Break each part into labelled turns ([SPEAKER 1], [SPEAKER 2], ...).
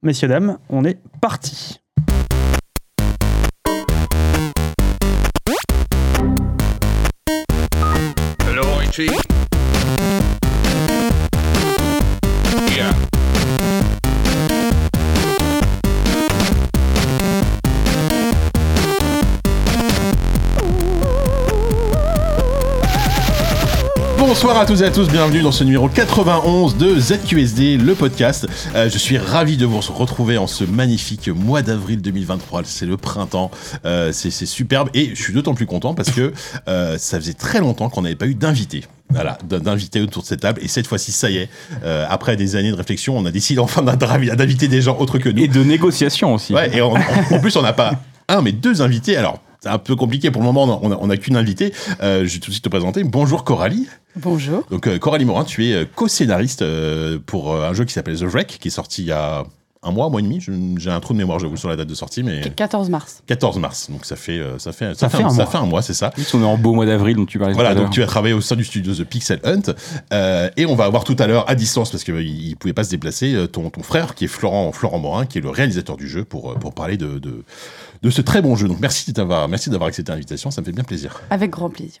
[SPEAKER 1] Messieurs, dames, on est parti.
[SPEAKER 2] Hello, IT. Yeah.
[SPEAKER 3] Bonsoir à tous et à tous, bienvenue dans ce numéro 91 de ZQSD, le podcast. Euh, je suis ravi de vous retrouver en ce magnifique mois d'avril 2023. C'est le printemps, euh, c'est c'est superbe et je suis d'autant plus content parce que euh, ça faisait très longtemps qu'on n'avait pas eu d'invité. Voilà, d- d'invité autour de cette table. Et cette fois-ci, ça y est, euh, après des années de réflexion, on a décidé enfin d'indra- d'inviter des gens autres que nous.
[SPEAKER 4] Et de négociation aussi.
[SPEAKER 3] Ouais, et on- en, en plus, on n'a pas un, mais deux invités. Alors, c'est un peu compliqué pour le moment, on n'a on a qu'une invitée. Euh, je vais tout de suite te présenter. Bonjour Coralie.
[SPEAKER 5] Bonjour.
[SPEAKER 3] Donc euh, Coralie Morin, tu es euh, co-scénariste euh, pour euh, un jeu qui s'appelle The Wreck, qui est sorti il y a un mois, un mois et demi. Je- J'ai un trou de mémoire, j'avoue, sur la date de sortie, mais
[SPEAKER 5] 14 mars.
[SPEAKER 3] 14 mars. Donc ça fait, euh, ça fait, ça
[SPEAKER 1] fait un
[SPEAKER 3] ça
[SPEAKER 1] mois.
[SPEAKER 3] fait un mois, c'est ça.
[SPEAKER 4] En plus, on est en beau mois d'avril dont tu parlais
[SPEAKER 3] Voilà,
[SPEAKER 4] tout à
[SPEAKER 3] donc
[SPEAKER 4] l'heure.
[SPEAKER 3] tu as travaillé au sein du studio The Pixel Hunt, euh, et on va avoir tout à l'heure à distance parce qu'il ne pouvait pas se déplacer euh, ton, ton frère qui est Florent Florent Morin, qui est le réalisateur du jeu pour euh, pour parler de de, de ce très bon jeu. Donc merci d'avoir merci d'avoir accepté l'invitation, ça me fait bien plaisir.
[SPEAKER 5] Avec grand plaisir.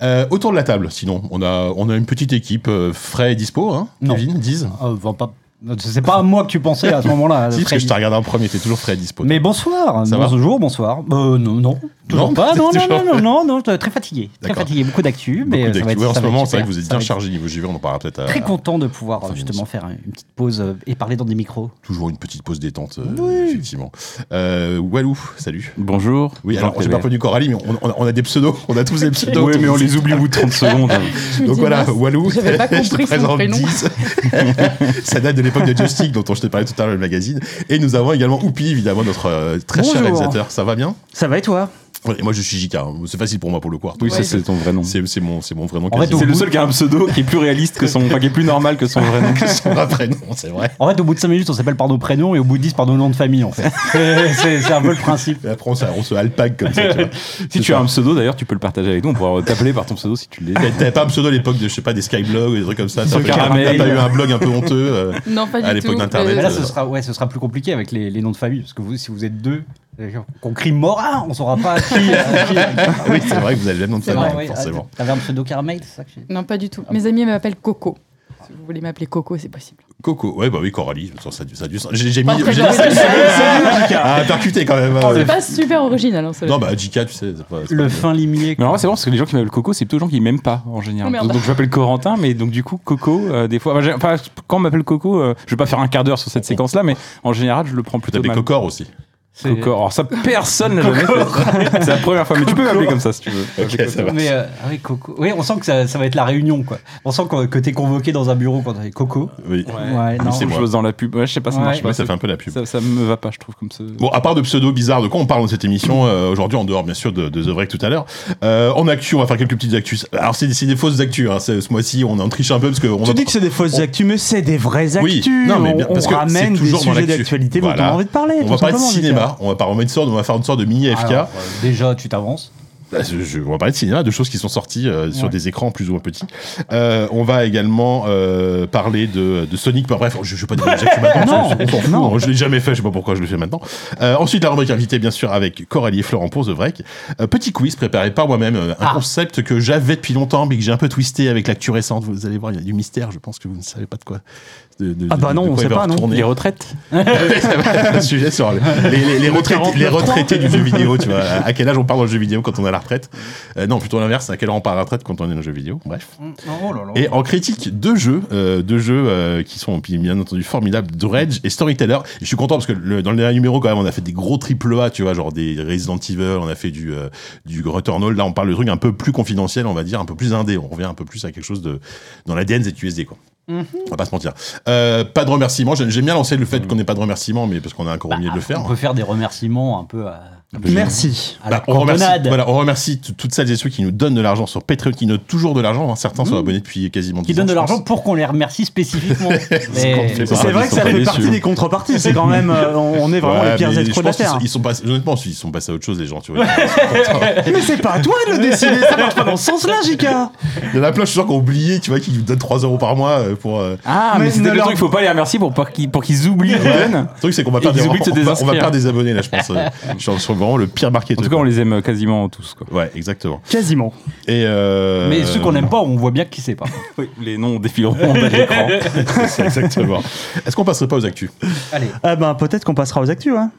[SPEAKER 3] Euh, autour de la table, sinon on a on a une petite équipe euh, frais et dispo, hein,
[SPEAKER 6] Non.
[SPEAKER 3] Kevin, disent.
[SPEAKER 6] Euh, va pas... C'est pas à moi que tu pensais à ce moment-là.
[SPEAKER 3] Si, parce que
[SPEAKER 6] Freddy.
[SPEAKER 3] je t'ai regardé en premier, t'es toujours très dispo.
[SPEAKER 6] Mais bonsoir,
[SPEAKER 3] Ça va
[SPEAKER 6] bonjour, bonsoir. Euh, non, non, toujours
[SPEAKER 3] Non,
[SPEAKER 6] pas. Non,
[SPEAKER 3] toujours
[SPEAKER 6] non, non,
[SPEAKER 3] pas.
[SPEAKER 6] non, non, non, très fatigué, très
[SPEAKER 3] D'accord.
[SPEAKER 6] fatigué, beaucoup d'actu,
[SPEAKER 3] Beaucoup
[SPEAKER 6] mais euh, ça va
[SPEAKER 3] d'actu.
[SPEAKER 6] être-
[SPEAKER 3] Ouais, en
[SPEAKER 6] ça
[SPEAKER 3] ce
[SPEAKER 6] va être
[SPEAKER 3] moment, c'est
[SPEAKER 6] super.
[SPEAKER 3] vrai que vous êtes
[SPEAKER 6] Ça
[SPEAKER 3] bien
[SPEAKER 6] va être
[SPEAKER 3] chargé niveau JV, on en parlera peut-être. à-
[SPEAKER 6] Très
[SPEAKER 3] à-
[SPEAKER 6] content de pouvoir euh,
[SPEAKER 3] Enfin,
[SPEAKER 6] justement
[SPEAKER 3] minutes.
[SPEAKER 6] faire une petite pause euh, et parler dans des micros.
[SPEAKER 3] Toujours une petite pause détente, euh, effectivement. Euh, Walou, salut.
[SPEAKER 4] Bonjour.
[SPEAKER 3] Oui, alors j'ai pas
[SPEAKER 4] Bonjour, Pébert.
[SPEAKER 3] reconnu Coralie, mais on, on a- on a des pseudos, on a tous des pseudos.
[SPEAKER 4] Oui, mais on les oublie au bout de 30 secondes.
[SPEAKER 3] Donc voilà, Walou,
[SPEAKER 5] J'avais pas
[SPEAKER 3] je te
[SPEAKER 5] compris son
[SPEAKER 3] présente
[SPEAKER 5] prénom.
[SPEAKER 3] 10. Ça date de l'époque de Joystick, dont on- je t'ai parlé tout à l'heure, le magazine. Et nous avons également Oupi, évidemment, notre euh, très cher
[SPEAKER 1] Bonjour.
[SPEAKER 3] réalisateur. Ça va bien
[SPEAKER 1] Ça va et toi
[SPEAKER 3] Ouais, et Moi, je suis JK, hein. c'est facile pour moi pour le quarto.
[SPEAKER 4] Oui, ça, c'est ton vrai nom.
[SPEAKER 3] C'est c'est mon, c'est mon vrai nom.
[SPEAKER 6] En fait,
[SPEAKER 3] quasi.
[SPEAKER 6] au
[SPEAKER 4] C'est le
[SPEAKER 6] bout-
[SPEAKER 4] seul qui a un pseudo qui est plus réaliste que son. Enfin, qui est plus normal que son vrai nom.
[SPEAKER 3] C'est mon vrai prénom, c'est vrai.
[SPEAKER 6] En fait, au bout de 5 minutes, on s'appelle par nos prénoms et au bout de 10 par nos noms de famille, en fait. C'est- C'est c'est un peu le principe.
[SPEAKER 3] Et après, on se- on se alpague comme ça, tu vois.
[SPEAKER 4] Si tu as un pseudo, d'ailleurs, tu peux le partager avec nous. On pourra t'appeler par ton pseudo si tu l'es.
[SPEAKER 3] T'avais- T'avais pas un pseudo à l'époque de, je sais pas, des Skyblogs ou des trucs comme ça. T'as
[SPEAKER 4] Sur
[SPEAKER 3] fait- t'as
[SPEAKER 4] Caramel.
[SPEAKER 3] pas eu un blog un peu honteux. euh,
[SPEAKER 5] Non, pas
[SPEAKER 3] À
[SPEAKER 5] du
[SPEAKER 3] l'époque
[SPEAKER 5] tout.
[SPEAKER 3] d'Internet,
[SPEAKER 6] Mais
[SPEAKER 5] Euh,
[SPEAKER 6] là, ce sera, ouais, ce sera plus compliqué avec les, les noms de famille, parce que vous, si vous êtes deux, euh, qu'on crie Morin, on saura pas à qui. à qui-
[SPEAKER 3] Ah oui, c'est vrai que vous avez le même nom de
[SPEAKER 6] C'est
[SPEAKER 3] famille,
[SPEAKER 6] vrai, ouais.
[SPEAKER 3] forcément.
[SPEAKER 6] Ah, T'avais un pseudo caramel, c'est ça que j'ai-
[SPEAKER 5] Non, pas du tout. Mes amis m'appellent Coco. Si vous voulez m'appeler Coco, c'est possible.
[SPEAKER 3] Coco, ouais, bah oui, Coralie, ça, ça, a du- ça a du sens. J'ai j'ai mis.
[SPEAKER 5] Pas très
[SPEAKER 3] j'ai-
[SPEAKER 5] original.
[SPEAKER 3] Ah, percuté quand même. hein.
[SPEAKER 5] C'est pas super original, hein, ça.
[SPEAKER 3] Non, bah, JK, tu sais, c'est pas. c'est
[SPEAKER 6] Le
[SPEAKER 3] pas-
[SPEAKER 6] fin limier.
[SPEAKER 4] Mais en vrai, c'est bon parce que les gens qui m'appellent Coco, c'est plutôt les gens qui m'aiment pas en général.
[SPEAKER 5] Oh, merde.
[SPEAKER 4] donc, donc je m'appelle Corentin, mais donc du coup, Coco, euh, des fois. enfin, j'ai- enfin, quand on m'appelle Coco, euh, je vais pas faire un quart d'heure sur cette séquence-là, mais en général, je le prends
[SPEAKER 3] T'as
[SPEAKER 4] plutôt
[SPEAKER 3] des
[SPEAKER 4] mal.
[SPEAKER 3] cocors aussi.
[SPEAKER 6] C'est-
[SPEAKER 4] Coco. Alors ça, personne n'a jamais fait ça. C'est la première fois, mais tu peux m'appeler comme ça si tu veux.
[SPEAKER 3] Ok, ça va.
[SPEAKER 6] Mais euh, ah oui, Coco. Oui, on sent que ça, ça va être la réunion, quoi. On sent que, que t'es convoqué dans un bureau quand t'es Coco.
[SPEAKER 3] Oui.
[SPEAKER 6] Ouais, non.
[SPEAKER 4] c'est
[SPEAKER 3] moi.
[SPEAKER 4] je bosse dans la pub. Ouais, je sais pas, ça
[SPEAKER 6] Ouais.
[SPEAKER 4] marche
[SPEAKER 3] Ouais,
[SPEAKER 4] pas.
[SPEAKER 3] ça fait un peu la pub.
[SPEAKER 4] Ça, ça me va pas, je trouve, comme ça.
[SPEAKER 3] Bon, à part de pseudo bizarre, de quoi on parle dans cette émission euh, aujourd'hui, en dehors bien sûr de, de The Break tout à l'heure. Euh, en actu, on va faire quelques petites actus. Alors c'est des, c'est des fausses actus. Hein. C'est- Ce mois-ci, on en triche un peu parce que on
[SPEAKER 1] Tu
[SPEAKER 3] va-
[SPEAKER 1] dis que c'est des fausses
[SPEAKER 3] on-
[SPEAKER 1] actus, mais c'est des vraies
[SPEAKER 3] Oui,
[SPEAKER 1] actus.
[SPEAKER 3] non, mais bien-
[SPEAKER 1] on
[SPEAKER 3] parce que
[SPEAKER 1] ramène
[SPEAKER 3] c'est toujours
[SPEAKER 1] des
[SPEAKER 3] dans
[SPEAKER 1] sujets
[SPEAKER 3] l'actu.
[SPEAKER 1] d'actualité dont on
[SPEAKER 3] Voilà.
[SPEAKER 1] a envie de parler.
[SPEAKER 3] on
[SPEAKER 1] tout
[SPEAKER 3] va parler de
[SPEAKER 1] simplement, Lucas. Ah,
[SPEAKER 3] cinéma. On va pas remettre ça. On va faire une sorte de mini FK.
[SPEAKER 6] Alors, euh, déjà, tu t'avances.
[SPEAKER 3] Bah, je- je- on va parler de cinéma, de choses qui sont sorties euh, sur
[SPEAKER 6] Ouais.
[SPEAKER 3] des écrans plus ou moins petits. Euh, on va également euh, parler de, de Sonic. Bah, bref, je ne vais pas dire les actus maintenant.
[SPEAKER 6] Non,
[SPEAKER 3] on s'en fout,
[SPEAKER 6] non.
[SPEAKER 3] hein, je l'ai jamais fait, je sais pas pourquoi je le fais maintenant. Euh, ensuite, la rubrique invitée, bien sûr, avec Coralie et Florent pour The Break. Euh, petit quiz préparé par moi-même, euh, un
[SPEAKER 6] Ah.
[SPEAKER 3] concept que j'avais depuis longtemps, mais que j'ai un peu twisté avec l'actu récente. Vous allez voir, il y a du mystère. Je pense que vous ne savez pas de quoi. de- de-
[SPEAKER 1] Ah bah
[SPEAKER 3] de- de
[SPEAKER 1] non,
[SPEAKER 3] quoi
[SPEAKER 1] on
[SPEAKER 3] il
[SPEAKER 1] sait
[SPEAKER 3] va
[SPEAKER 1] pas, non.
[SPEAKER 3] retourner.
[SPEAKER 4] Les retraites
[SPEAKER 3] Le sujet sur les, les- les- les retraités, les retraités du jeu vidéo, tu vois. À quel âge on part dans le jeu vidéo quand on est à la retraite Euh, Non, plutôt l'inverse, à quel âge on part à la retraite quand on est dans le jeu vidéo Bref.
[SPEAKER 6] Oh là là.
[SPEAKER 3] Et en critique, deux jeux, euh, deux jeux euh, qui sont puis, bien entendu formidables, Dredge et Storyteller. Et je suis content parce que le- dans le dernier numéro, quand même, on a fait des gros triple A, tu vois, genre des Resident Evil, on a fait du, euh, du Returnal. Là, on parle de trucs un peu plus confidentiels, on va dire, un peu plus indé. On revient un peu plus à quelque chose de dans l'ADN ZQSD, quoi.
[SPEAKER 6] Mm-hmm.
[SPEAKER 3] On va pas se mentir. Euh, pas de
[SPEAKER 4] Mm.
[SPEAKER 3] remerciements. J'aime j'aime bien lancer le fait qu'on n'ait pas de remerciements, mais parce qu'on a encore oublié de le faire.
[SPEAKER 6] On peut faire des remerciements un peu à.
[SPEAKER 1] Merci.
[SPEAKER 6] À la
[SPEAKER 3] Bah, on, remercie,
[SPEAKER 6] cantonade.
[SPEAKER 3] voilà, on remercie t- toutes celles et ceux qui nous donnent de l'argent sur Patreon, qui donnent toujours de l'argent. hein. Certains sont abonnés depuis quasiment
[SPEAKER 6] Qui
[SPEAKER 3] 10 ans,
[SPEAKER 6] donne de
[SPEAKER 3] je
[SPEAKER 6] l'argent pour qu'on les remercie spécifiquement. Mais-
[SPEAKER 3] pense.
[SPEAKER 1] C'est vrai que ça fait
[SPEAKER 3] Ah, Ils sont pas
[SPEAKER 1] partie
[SPEAKER 3] déçus.
[SPEAKER 1] des contreparties. C'est quand même, euh, on on est vraiment
[SPEAKER 3] Ouais,
[SPEAKER 1] les pires
[SPEAKER 3] mais
[SPEAKER 1] êtres hein.
[SPEAKER 3] je
[SPEAKER 1] de la
[SPEAKER 3] pense qu'ils
[SPEAKER 1] terre.
[SPEAKER 3] sont- Ils sont passés, honnêtement, ils sont passés à autre chose, les gens, tu vois.
[SPEAKER 1] Mais c'est pas à toi de le décider. Ça marche pas dans ce sens-là, Jika.
[SPEAKER 6] Ah,
[SPEAKER 3] Il y en a plein, je suis sûr, qui ont oublié, tu vois, qui nous donnent 3 euros par mois euh, pour. euh,
[SPEAKER 4] Ah, mais,
[SPEAKER 1] Mais
[SPEAKER 4] c'était
[SPEAKER 1] ne
[SPEAKER 4] le
[SPEAKER 1] leur-
[SPEAKER 4] truc, faut pas les remercier pour, pas qu'ils- pour qu'ils oublient les jeunes.
[SPEAKER 3] Le truc, c'est qu'on va
[SPEAKER 4] Et
[SPEAKER 3] perdre
[SPEAKER 4] ils
[SPEAKER 3] des,
[SPEAKER 4] oublient de se
[SPEAKER 3] on va- on va
[SPEAKER 4] désinscrire.
[SPEAKER 3] perdre des abonnés, là, je pense. euh. je suis vraiment le pire marketeur.
[SPEAKER 4] En tout cas, on les aime quasiment tous. Quoi.
[SPEAKER 3] Ouais, exactement.
[SPEAKER 1] Quasiment.
[SPEAKER 3] Et euh,
[SPEAKER 6] Mais ceux qu'on n'aime pas, on voit bien qui c'est pas.
[SPEAKER 4] Les noms défileront en bas de l'écran.
[SPEAKER 3] c'est exactement. Est-ce qu'on passerait pas aux actus
[SPEAKER 6] Allez,
[SPEAKER 1] Ah ben peut-être qu'on passera aux actus. Hein.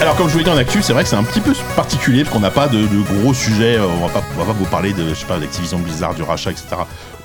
[SPEAKER 3] Alors comme je vous l'ai dit en actu, c'est vrai que c'est un petit peu particulier parce qu'on n'a pas de, de gros sujets, euh, on va pas, on va pas vous parler de je sais pas d'Activision Blizzard, du rachat, etc.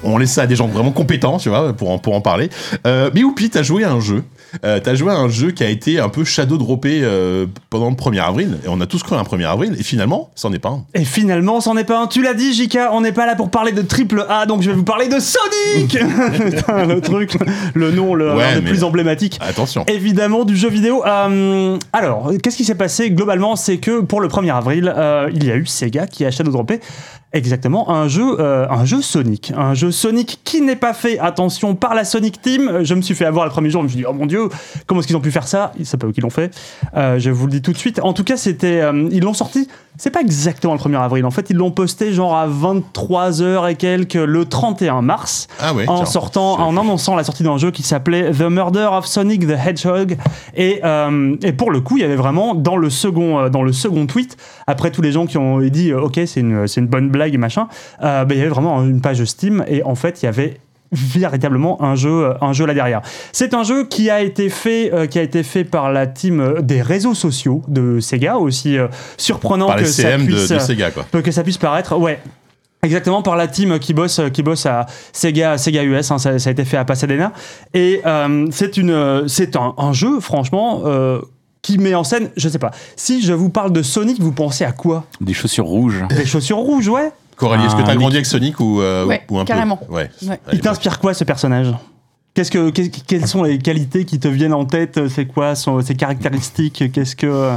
[SPEAKER 3] On laisse ça à des gens vraiment compétents, tu vois, pour en, pour en parler. Euh, mais Oupi, t'as joué à un jeu, euh, t'as joué à un jeu qui a été un peu shadow droppé euh, pendant le 1er avril, et on a tous cru à un 1er avril, et finalement, c'en est pas un.
[SPEAKER 1] Et finalement, c'en est pas un. Tu l'as dit, Jika. On n'est pas là pour parler de triple A, donc je vais vous parler de Sonic. Putain, le truc, le nom, le
[SPEAKER 3] Ouais,
[SPEAKER 1] l'un des
[SPEAKER 3] mais-
[SPEAKER 1] plus emblématiques.
[SPEAKER 3] Attention.
[SPEAKER 1] Évidemment, du jeu vidéo. Euh, alors, qu'est-ce qui s'est passé globalement C'est que pour le 1er avril, euh, il y a eu Sega qui a shadow droppé exactement un jeu, euh, un jeu Sonic. Un jeu Sonic qui n'est pas fait, attention, par la Sonic Team. Je me suis fait avoir le premier jour, je me suis dit, oh mon dieu, comment est-ce qu'ils ont pu faire ça Ils savent pas où qu'ils l'ont fait. Euh, je vous le dis tout de suite. En tout cas, c'était, euh, ils l'ont sorti. C'est pas exactement le 1er avril. En fait, ils l'ont posté genre à 23h et quelques le 31 mars
[SPEAKER 3] Ah ouais.
[SPEAKER 1] en
[SPEAKER 3] tiens.
[SPEAKER 1] sortant,
[SPEAKER 3] C'est-
[SPEAKER 1] en annonçant la sortie d'un jeu qui s'appelait The Murder of Sonic the Hedgehog. Et, euh, et pour le coup, il y avait vraiment dans le second, euh, dans le second tweet, après tous les gens qui ont dit euh, ok c'est une, c'est une bonne blague et machin, euh, bah, il y avait vraiment une page Steam et en fait il y avait véritablement un jeu, euh, un jeu là derrière. C'est un jeu qui a été fait, euh, qui a été fait par la team euh, des réseaux sociaux de Sega, aussi euh, surprenant
[SPEAKER 3] par
[SPEAKER 1] que
[SPEAKER 3] les CM
[SPEAKER 1] ça
[SPEAKER 3] de,
[SPEAKER 1] puisse,
[SPEAKER 3] de
[SPEAKER 1] euh,
[SPEAKER 3] Sega quoi.
[SPEAKER 1] peu que ça puisse paraître. Ouais. Exactement par la team qui bosse qui bosse à Sega Sega US hein, ça, ça a été fait à Pasadena et euh, c'est une euh, c'est un, un jeu franchement euh, qui met en scène je sais pas si je vous parle de Sonic vous pensez à quoi
[SPEAKER 4] Des chaussures rouges.
[SPEAKER 1] des chaussures rouges ouais
[SPEAKER 3] Coralie, est-ce que t'as
[SPEAKER 4] Ah,
[SPEAKER 3] grandi avec Sonic ou, euh,
[SPEAKER 5] Ouais,
[SPEAKER 3] ou un
[SPEAKER 5] carrément.
[SPEAKER 3] peu Ouais.
[SPEAKER 5] Ouais.
[SPEAKER 3] Allez,
[SPEAKER 1] il t'inspire quoi ce personnage qu'est-ce que qu'est- quelles sont les qualités qui te viennent en tête c'est quoi son- ses caractéristiques qu'est-ce que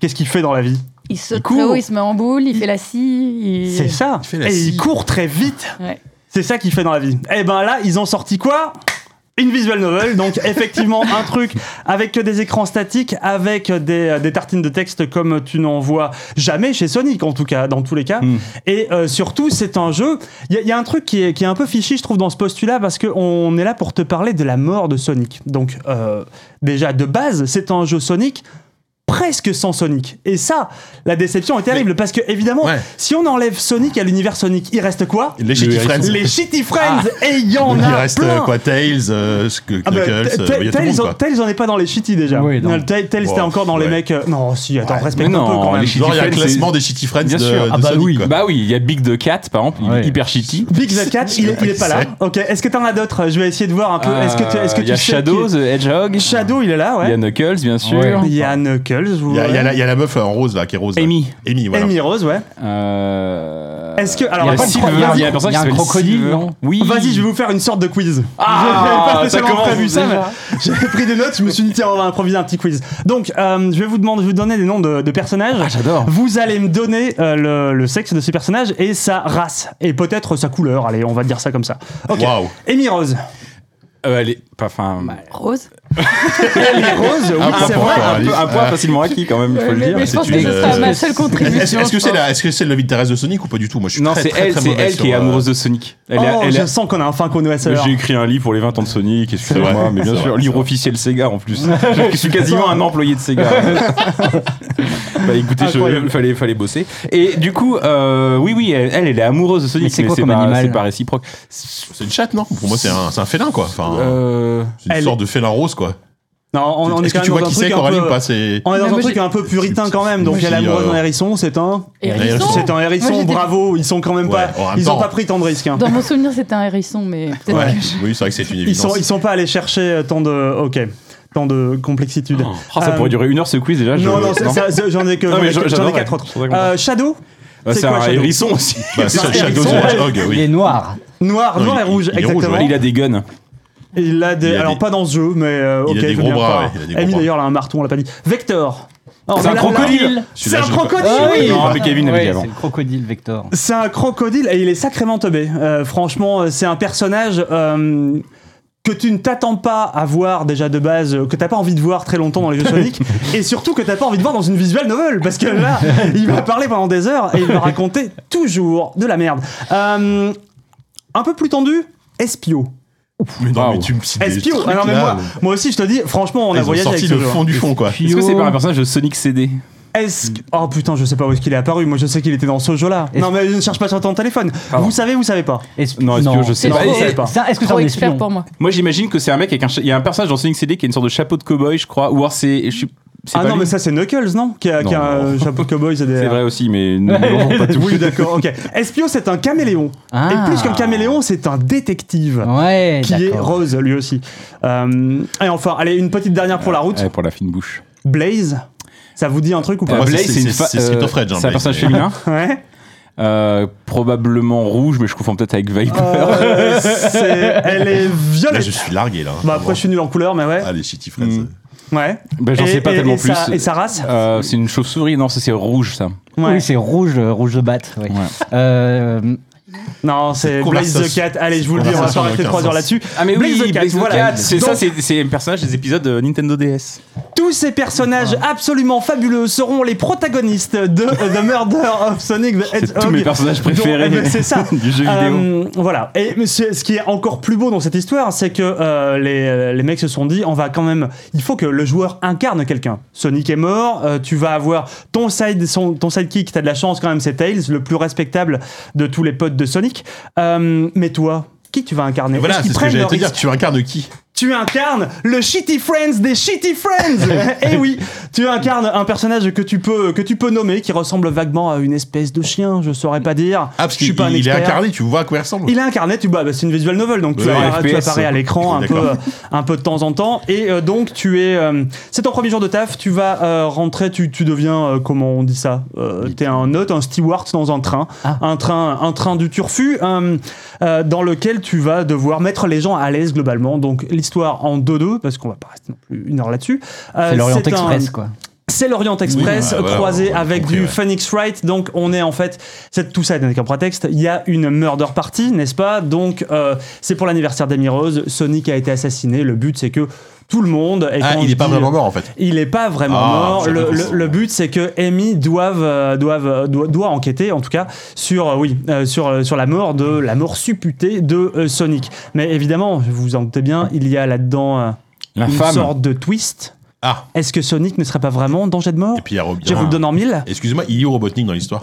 [SPEAKER 1] qu'est-ce qu'il fait dans la vie
[SPEAKER 3] bah,
[SPEAKER 5] Il saute
[SPEAKER 1] Il court.
[SPEAKER 5] très haut, il se met en boule, il fait la scie. il-
[SPEAKER 1] c'est ça
[SPEAKER 3] il fait la
[SPEAKER 1] et
[SPEAKER 3] scie.
[SPEAKER 1] il court très vite
[SPEAKER 5] Ouais.
[SPEAKER 1] C'est ça qu'il fait dans la vie. Et ben là, ils ont sorti quoi une visual novel, donc effectivement un truc avec des écrans statiques, avec des, des tartines de texte comme tu n'en vois jamais chez Sonic en tout cas, dans tous les cas. Et euh, surtout, c'est un jeu. Il y, a- il y a un truc qui est, qui est un peu fichi, je trouve, dans ce postulat, parce qu'on est là pour te parler de la mort de Sonic. Donc, euh, déjà, de base, c'est un jeu Sonic presque sans Sonic. Et ça, la déception est terrible, parce que évidemment,
[SPEAKER 3] Ouais.
[SPEAKER 1] si on enlève Sonic à l'univers Sonic, il reste quoi
[SPEAKER 3] Les Shitty
[SPEAKER 4] Le
[SPEAKER 3] Friends.
[SPEAKER 1] les shitty friends et il y en
[SPEAKER 3] Ah. Il
[SPEAKER 1] a
[SPEAKER 3] reste
[SPEAKER 1] plein.
[SPEAKER 3] euh, quoi Tails, euh, Knuckles,
[SPEAKER 1] Ah bah,
[SPEAKER 3] euh, il y a tout le monde,
[SPEAKER 1] Tails,
[SPEAKER 3] quoi.
[SPEAKER 1] on- Tails, on est pas dans les shitty déjà.
[SPEAKER 6] Oui, non.
[SPEAKER 1] Non, Tails, Tails,
[SPEAKER 3] Bon,
[SPEAKER 1] t'es encore dans
[SPEAKER 3] ouais.
[SPEAKER 1] les mecs. euh, Non, si, attends,
[SPEAKER 3] Ouais.
[SPEAKER 1] respecte
[SPEAKER 4] Mais
[SPEAKER 1] un peu
[SPEAKER 4] non,
[SPEAKER 1] quand même.
[SPEAKER 4] les shitty
[SPEAKER 3] Genre, il y a un
[SPEAKER 4] friends,
[SPEAKER 3] classement
[SPEAKER 4] c'est-
[SPEAKER 3] des shitty friends
[SPEAKER 4] Bien
[SPEAKER 3] de,
[SPEAKER 4] sûr.
[SPEAKER 3] de
[SPEAKER 4] Ah bah
[SPEAKER 3] Sonic,
[SPEAKER 6] oui.
[SPEAKER 3] quoi.
[SPEAKER 4] Bah oui, il y a Big the Cat, par exemple, il est
[SPEAKER 6] Ouais.
[SPEAKER 4] hyper shitty.
[SPEAKER 1] Big the Cat, il, il est pas là.
[SPEAKER 3] C'est-
[SPEAKER 1] Ok, est-ce que t'en as d'autres euh, Je vais essayer de voir un peu. Est-ce que tu, est-ce que tu
[SPEAKER 4] Euh, Il y a
[SPEAKER 1] sais
[SPEAKER 4] Shadow,
[SPEAKER 1] qui-
[SPEAKER 4] The Hedgehog.
[SPEAKER 1] Shadow, il est là,
[SPEAKER 4] Il y a
[SPEAKER 1] ouais.
[SPEAKER 4] Knuckles, bien sûr.
[SPEAKER 6] Ouais.
[SPEAKER 1] Il y a Knuckles. vous-
[SPEAKER 3] Il y, a- il y a la- il y a la meuf euh, en rose là, qui est rose. là.
[SPEAKER 4] Amy.
[SPEAKER 3] Amy, voilà.
[SPEAKER 1] Amy Rose, ouais.
[SPEAKER 4] Euh,
[SPEAKER 1] Est-ce que- alors,
[SPEAKER 4] il y a,
[SPEAKER 1] pas le
[SPEAKER 4] Silver,
[SPEAKER 1] croyant,
[SPEAKER 4] il y a un personnage
[SPEAKER 6] il y a un
[SPEAKER 4] qui s'appelle
[SPEAKER 6] crocodile,
[SPEAKER 4] Silver.
[SPEAKER 6] non
[SPEAKER 4] Oui.
[SPEAKER 1] Oh, Vas-y, je vais vous faire une sorte de quiz.
[SPEAKER 4] Ah,
[SPEAKER 1] J'avais pas
[SPEAKER 4] ça
[SPEAKER 1] spécialement
[SPEAKER 4] commence
[SPEAKER 1] prévu ça,
[SPEAKER 4] déjà.
[SPEAKER 1] mais j'avais pris des notes, je me suis dit, tiens, on va improviser un petit quiz. Donc, euh, je vais vous demander, je vais vous donner des noms de, de personnages.
[SPEAKER 4] Ah, j'adore.
[SPEAKER 1] Vous allez me donner euh, le, le sexe de ce personnage et sa race. Et peut-être sa couleur. Allez, on va dire ça comme ça. Ok.
[SPEAKER 3] Waouh.
[SPEAKER 1] Amy Rose.
[SPEAKER 4] Euh, elle est- pas- enfin,
[SPEAKER 5] Rose.
[SPEAKER 1] Amy Rose, oui,
[SPEAKER 3] Un point
[SPEAKER 1] Ah, c'est
[SPEAKER 3] pour
[SPEAKER 1] vrai.
[SPEAKER 3] toi.
[SPEAKER 4] un, peu- un point facilement acquis quand même, il faut
[SPEAKER 5] Ouais,
[SPEAKER 4] le
[SPEAKER 5] mais-
[SPEAKER 4] dire.
[SPEAKER 5] mais
[SPEAKER 3] c'est
[SPEAKER 5] je pense
[SPEAKER 3] une,
[SPEAKER 5] que ce sera
[SPEAKER 3] euh,
[SPEAKER 5] ma seule contribution.
[SPEAKER 3] Est-ce est-ce que
[SPEAKER 5] je
[SPEAKER 3] c'est
[SPEAKER 5] pense.
[SPEAKER 3] la, est-ce que c'est le Vita de Sonic ou pas du tout Moi, je suis
[SPEAKER 4] Non,
[SPEAKER 3] très,
[SPEAKER 4] c'est
[SPEAKER 3] très,
[SPEAKER 4] elle,
[SPEAKER 3] très
[SPEAKER 4] c'est
[SPEAKER 3] mauvais
[SPEAKER 4] elle
[SPEAKER 3] sur,
[SPEAKER 4] qui est
[SPEAKER 3] euh,
[SPEAKER 4] amoureuse de Sonic. Elle
[SPEAKER 1] Oh,
[SPEAKER 4] est- elle est-
[SPEAKER 1] je sens qu'on a enfin connaisseur.
[SPEAKER 4] J'ai écrit un livre pour les 20 ans de Sonic,
[SPEAKER 3] C'est vrai,
[SPEAKER 4] excusez-moi, mais bien
[SPEAKER 3] c'est
[SPEAKER 4] sûr,
[SPEAKER 3] vrai,
[SPEAKER 4] livre officiel Sega en plus. je suis quasiment un employé de Sega. bah écoutez,
[SPEAKER 1] Incroyable.
[SPEAKER 4] je, fallait, fallait bosser. Et du coup, euh, oui, oui, elle, elle, elle est amoureuse de Sonic,
[SPEAKER 6] Mais c'est quoi
[SPEAKER 4] c'est
[SPEAKER 6] comme
[SPEAKER 4] pas-
[SPEAKER 6] animal
[SPEAKER 4] C'est pas réciproque.
[SPEAKER 3] C'est une chatte, non Pour moi, c'est un, c'est un félin, quoi. Enfin,
[SPEAKER 4] Euh,
[SPEAKER 3] c'est une
[SPEAKER 1] elle-
[SPEAKER 3] sorte de félin rose, quoi.
[SPEAKER 1] Non, on, on est
[SPEAKER 3] Est-ce que
[SPEAKER 1] quand
[SPEAKER 3] tu
[SPEAKER 1] même dans
[SPEAKER 3] vois
[SPEAKER 1] un
[SPEAKER 3] qui
[SPEAKER 1] truc
[SPEAKER 3] c'est,
[SPEAKER 1] un
[SPEAKER 3] Coralie,
[SPEAKER 1] peu-
[SPEAKER 3] ou pas C'est
[SPEAKER 1] On est
[SPEAKER 5] Mais
[SPEAKER 1] dans un
[SPEAKER 5] moi,
[SPEAKER 1] truc
[SPEAKER 5] j'ai-
[SPEAKER 1] un peu puritain quand même. Donc,
[SPEAKER 3] Moi,
[SPEAKER 1] elle est
[SPEAKER 3] j'ai,
[SPEAKER 1] amoureuse
[SPEAKER 3] euh,
[SPEAKER 1] d'un hérisson, c'est un.
[SPEAKER 5] Hérisson.
[SPEAKER 3] Hérisson.
[SPEAKER 1] C'est un
[SPEAKER 5] Moi,
[SPEAKER 1] hérisson,
[SPEAKER 5] j'ai des-
[SPEAKER 1] bravo. Ils sont quand même pas.
[SPEAKER 3] Ouais, en même
[SPEAKER 1] Ils ont
[SPEAKER 3] temps.
[SPEAKER 1] pas pris tant de risques. hein.
[SPEAKER 5] Dans mon souvenir, c'était un hérisson, mais peut-être
[SPEAKER 3] Ouais.
[SPEAKER 5] que je-
[SPEAKER 3] Oui, c'est vrai que c'est une
[SPEAKER 1] Ils sont,
[SPEAKER 3] évidence.
[SPEAKER 1] ils sont pas allés chercher euh, tant de, ok, tant de complexitude.
[SPEAKER 4] oh, ça
[SPEAKER 1] Euh,
[SPEAKER 4] pourrait durer une heure ce quiz déjà. je-
[SPEAKER 1] Non, non, c'est- ça- ça- j'en ai que,
[SPEAKER 4] Non,
[SPEAKER 1] j'en ai
[SPEAKER 4] mais
[SPEAKER 1] que-
[SPEAKER 4] je-
[SPEAKER 1] j'en ai
[SPEAKER 4] j'adore,
[SPEAKER 1] quatre
[SPEAKER 4] ouais.
[SPEAKER 1] autres.
[SPEAKER 4] Faudrait qu'on-
[SPEAKER 1] Euh, Shadow,
[SPEAKER 4] Bah,
[SPEAKER 1] C'est
[SPEAKER 4] c'est
[SPEAKER 1] quoi,
[SPEAKER 4] un
[SPEAKER 1] Shadow
[SPEAKER 4] hérisson aussi.
[SPEAKER 3] Bah, c'est
[SPEAKER 1] C'est
[SPEAKER 3] un
[SPEAKER 1] un
[SPEAKER 3] Shadow
[SPEAKER 1] hérisson,
[SPEAKER 3] the
[SPEAKER 1] ouais.
[SPEAKER 3] Hedgehog,
[SPEAKER 6] Il est
[SPEAKER 3] oui.
[SPEAKER 6] noir.
[SPEAKER 1] Noir,
[SPEAKER 3] Non,
[SPEAKER 1] noir
[SPEAKER 3] il-
[SPEAKER 1] et rouge, hein.
[SPEAKER 3] il est rouge,
[SPEAKER 1] exactement.
[SPEAKER 4] Ouais, il a des guns.
[SPEAKER 1] Il a des.
[SPEAKER 3] Il a
[SPEAKER 1] alors,
[SPEAKER 3] des-
[SPEAKER 1] pas dans ce jeu, mais euh,
[SPEAKER 3] Il
[SPEAKER 1] ok,
[SPEAKER 3] a des
[SPEAKER 1] je
[SPEAKER 3] gros
[SPEAKER 1] viens
[SPEAKER 3] bras,
[SPEAKER 1] pas.
[SPEAKER 3] ouais, il a des gros
[SPEAKER 1] Amy,
[SPEAKER 3] bras.
[SPEAKER 1] d'ailleurs, elle a un marteau, on l'a pas dit. Vector Non,
[SPEAKER 4] C'est
[SPEAKER 1] là-
[SPEAKER 4] un
[SPEAKER 1] là-
[SPEAKER 4] crocodile.
[SPEAKER 1] C'est
[SPEAKER 3] Celui-là,
[SPEAKER 1] un
[SPEAKER 3] je l'ai pas.
[SPEAKER 1] crocodile
[SPEAKER 4] Ah oui. Non, mais
[SPEAKER 6] Ah,
[SPEAKER 4] Kevin avait dit
[SPEAKER 6] ouais,
[SPEAKER 4] avant.
[SPEAKER 6] C'est le crocodile Vector.
[SPEAKER 1] C'est un crocodile et il est sacrément teubé. Euh, franchement, euh, c'est un personnage euh, que tu ne t'attends pas à voir déjà de base, euh, que t'as pas envie de voir très longtemps dans les jeux Sonic, et surtout que t'as pas envie de voir dans une visual novel, parce que là, il va parler pendant des heures et il va raconter toujours de la merde. Euh, un peu plus tendu, Espio.
[SPEAKER 3] Mais non, mais
[SPEAKER 4] Wow.
[SPEAKER 3] tu me cites des
[SPEAKER 1] Espio.
[SPEAKER 3] trucs,
[SPEAKER 1] Ah non, mais
[SPEAKER 3] là,
[SPEAKER 1] moi,
[SPEAKER 3] mais-
[SPEAKER 1] moi aussi, je te dis, franchement, on a
[SPEAKER 3] Ils ont
[SPEAKER 1] voyagé avec
[SPEAKER 3] sorti
[SPEAKER 1] ce
[SPEAKER 3] le
[SPEAKER 1] jeu.
[SPEAKER 3] fond du fond, quoi.
[SPEAKER 4] Est-ce que c'est pas un personnage de Sonic CD
[SPEAKER 1] Est-ce que- Oh putain, je sais pas où est-ce qu'il est apparu. Moi, je sais qu'il était dans ce jeu-là.
[SPEAKER 6] Est-ce-
[SPEAKER 1] Non, mais ne cherche pas sur ton téléphone.
[SPEAKER 4] Pardon.
[SPEAKER 1] Vous savez, vous savez pas.
[SPEAKER 6] Esp-
[SPEAKER 4] Non, espion, je sais
[SPEAKER 5] pas.
[SPEAKER 1] Non, vous
[SPEAKER 5] Et-
[SPEAKER 1] savez pas.
[SPEAKER 6] Ça, Est-ce que c'est
[SPEAKER 5] Trop
[SPEAKER 6] un
[SPEAKER 5] expert
[SPEAKER 6] espion
[SPEAKER 5] pour moi.
[SPEAKER 4] Moi, j'imagine que c'est un mec avec un. cha- Il y a un personnage dans Sonic CD qui a une sorte de chapeau de cowboy, je crois. Ou alors c'est. je suis- c'est
[SPEAKER 1] Ah
[SPEAKER 4] pas
[SPEAKER 1] non,
[SPEAKER 4] lui.
[SPEAKER 1] mais ça c'est Knuckles, non Qui a, qui a
[SPEAKER 4] Non, non.
[SPEAKER 1] un chapeau de cowboy, c'est des. Ah,
[SPEAKER 4] C'est vrai aussi, mais nous n'avons pas tout.
[SPEAKER 1] Oui, d'accord, ok. Espio, c'est un caméléon.
[SPEAKER 6] Ah.
[SPEAKER 1] Et plus qu'un caméléon, c'est un détective.
[SPEAKER 4] Ah,
[SPEAKER 6] Ouais,
[SPEAKER 1] Qui est
[SPEAKER 6] d'accord.
[SPEAKER 1] rose, lui aussi. Euh, et enfin, allez, une petite dernière pour la route.
[SPEAKER 4] Ouais, pour la fine bouche.
[SPEAKER 1] Blaze, ça vous dit un truc ou pas
[SPEAKER 3] Ouais.
[SPEAKER 4] Euh,
[SPEAKER 3] c'est-
[SPEAKER 4] Blaze,
[SPEAKER 3] c'est-
[SPEAKER 4] c'est une fa-
[SPEAKER 3] c'est Street
[SPEAKER 4] euh,
[SPEAKER 3] of Rage, hein,
[SPEAKER 4] C'est un
[SPEAKER 3] Blaze.
[SPEAKER 4] personnage féminin.
[SPEAKER 1] Ouais.
[SPEAKER 4] Euh, probablement rouge, mais je confonds peut-être avec Viper.
[SPEAKER 1] Euh, c'est- Elle est
[SPEAKER 3] Là,
[SPEAKER 1] violette.
[SPEAKER 3] je suis largué, là.
[SPEAKER 1] Bah, après, je suis nul en couleur, mais ouais.
[SPEAKER 3] Allez, Shitty Friends.
[SPEAKER 4] Mm.
[SPEAKER 1] Ouais.
[SPEAKER 4] Bah, j'en
[SPEAKER 1] Et-
[SPEAKER 4] sais pas
[SPEAKER 1] et-
[SPEAKER 4] tellement
[SPEAKER 1] et
[SPEAKER 4] plus.
[SPEAKER 1] Sa, et sa race
[SPEAKER 4] Euh, c'est une chauve-souris, non, ça, c'est rouge ça.
[SPEAKER 1] Ouais.
[SPEAKER 6] Oui, c'est rouge, euh, rouge de batte. oui.
[SPEAKER 4] Ouais.
[SPEAKER 6] Euh,
[SPEAKER 1] Non, c'est Blaze
[SPEAKER 3] Conversation-
[SPEAKER 1] the Cat. Allez, je vous le dis, on va
[SPEAKER 3] conversation
[SPEAKER 1] pas rester
[SPEAKER 3] aucun
[SPEAKER 1] trois heures
[SPEAKER 3] sens.
[SPEAKER 1] là-dessus.
[SPEAKER 4] Ah, mais
[SPEAKER 1] Blaze the Cat, voilà.
[SPEAKER 4] C'est
[SPEAKER 1] Donc,
[SPEAKER 4] ça, c'est c'est un personnage des épisodes euh, Nintendo DS.
[SPEAKER 1] Tous ces personnages
[SPEAKER 4] Ah.
[SPEAKER 1] absolument fabuleux seront les protagonistes de euh, The Murder of Sonic the
[SPEAKER 4] C'est
[SPEAKER 1] Hedgehog.
[SPEAKER 4] tous mes personnages préférés
[SPEAKER 1] Donc, euh, c'est ça.
[SPEAKER 4] du jeu vidéo.
[SPEAKER 1] Euh, voilà. Et mais c'est- ce qui est encore plus beau dans cette histoire, c'est que euh, les, les mecs se sont dit, on va quand même, il faut que le joueur incarne quelqu'un. Sonic est mort, euh, tu vas avoir ton side, son, ton sidekick, t'as de la chance quand même, c'est Tails, le plus respectable de tous les potes de Sonic. Euh, mais toi, qui tu vas incarner
[SPEAKER 3] Voilà,
[SPEAKER 1] Est-ce
[SPEAKER 3] c'est
[SPEAKER 1] qu'ils
[SPEAKER 3] ce que
[SPEAKER 1] prennent
[SPEAKER 3] j'allais
[SPEAKER 1] leur
[SPEAKER 3] te dire.
[SPEAKER 1] risque
[SPEAKER 3] Tu incarnes qui
[SPEAKER 1] tu incarnes le shitty friends des shitty friends. Eh oui, tu incarnes un personnage que tu peux que tu peux nommer qui ressemble vaguement à une espèce de chien, je saurais pas dire.
[SPEAKER 3] Ah, parce
[SPEAKER 1] je suis
[SPEAKER 3] qu'il
[SPEAKER 1] pas un
[SPEAKER 3] il est
[SPEAKER 1] expert.
[SPEAKER 3] incarné, tu vois à quoi il ressemble.
[SPEAKER 1] Il est incarné, tu bah, bah, c'est une visual novel, donc tu,
[SPEAKER 3] Ouais,
[SPEAKER 1] apparais- tu
[SPEAKER 4] FPS.
[SPEAKER 1] apparais à l'écran un peu,
[SPEAKER 3] D'accord.
[SPEAKER 1] euh, un peu de temps en temps. Et euh, donc tu es, euh, c'est ton premier jour de taf, tu vas euh, rentrer, tu, tu deviens euh, comment on dit ça, euh, t'es un hôte, un steward dans un train,
[SPEAKER 6] Ah.
[SPEAKER 1] un train, un train du turfu, euh, euh, dans lequel tu vas devoir mettre les gens à l'aise globalement. Donc l'histoire en 2-2 parce qu'on va pas rester non plus une heure là-dessus. Euh,
[SPEAKER 6] c'est l'Orient
[SPEAKER 1] un-
[SPEAKER 6] Express, quoi.
[SPEAKER 1] c'est l'Orient Express
[SPEAKER 3] Oui, ouais, ouais,
[SPEAKER 1] croisé
[SPEAKER 3] ouais, ouais,
[SPEAKER 1] avec
[SPEAKER 3] compris,
[SPEAKER 1] du
[SPEAKER 3] ouais.
[SPEAKER 1] Phoenix Wright. Donc on est en fait, c'est tout ça n'est qu'un prétexte. Il y a une murder party, n'est-ce pas Donc euh, c'est pour l'anniversaire d'Amy Rose. Sonic a été assassiné. Le but c'est que tout le monde. et
[SPEAKER 3] Ah,
[SPEAKER 1] quand euh,
[SPEAKER 3] il
[SPEAKER 1] je
[SPEAKER 3] est pas
[SPEAKER 1] dis-
[SPEAKER 3] vraiment mort, en fait.
[SPEAKER 1] Il n'est pas vraiment
[SPEAKER 3] Ah,
[SPEAKER 1] mort.
[SPEAKER 3] j'avais
[SPEAKER 1] Le,
[SPEAKER 3] pas
[SPEAKER 1] le-
[SPEAKER 3] ça.
[SPEAKER 1] le but c'est que Amy doive, euh, doive, euh, doit, doit enquêter en tout cas sur euh, oui euh, sur euh, sur la mort de la mort supputée de euh, Sonic. Mais évidemment, vous vous en doutez bien, il y a là-dedans euh,
[SPEAKER 4] La
[SPEAKER 1] une
[SPEAKER 4] femme.
[SPEAKER 1] sorte de twist.
[SPEAKER 3] Ah,
[SPEAKER 1] Est-ce que Sonic ne serait pas vraiment en danger de mort
[SPEAKER 3] et puis il y a Robin.
[SPEAKER 1] je vous le donne en mille.
[SPEAKER 3] Excusez-moi, il y a Robotnik dans l'histoire.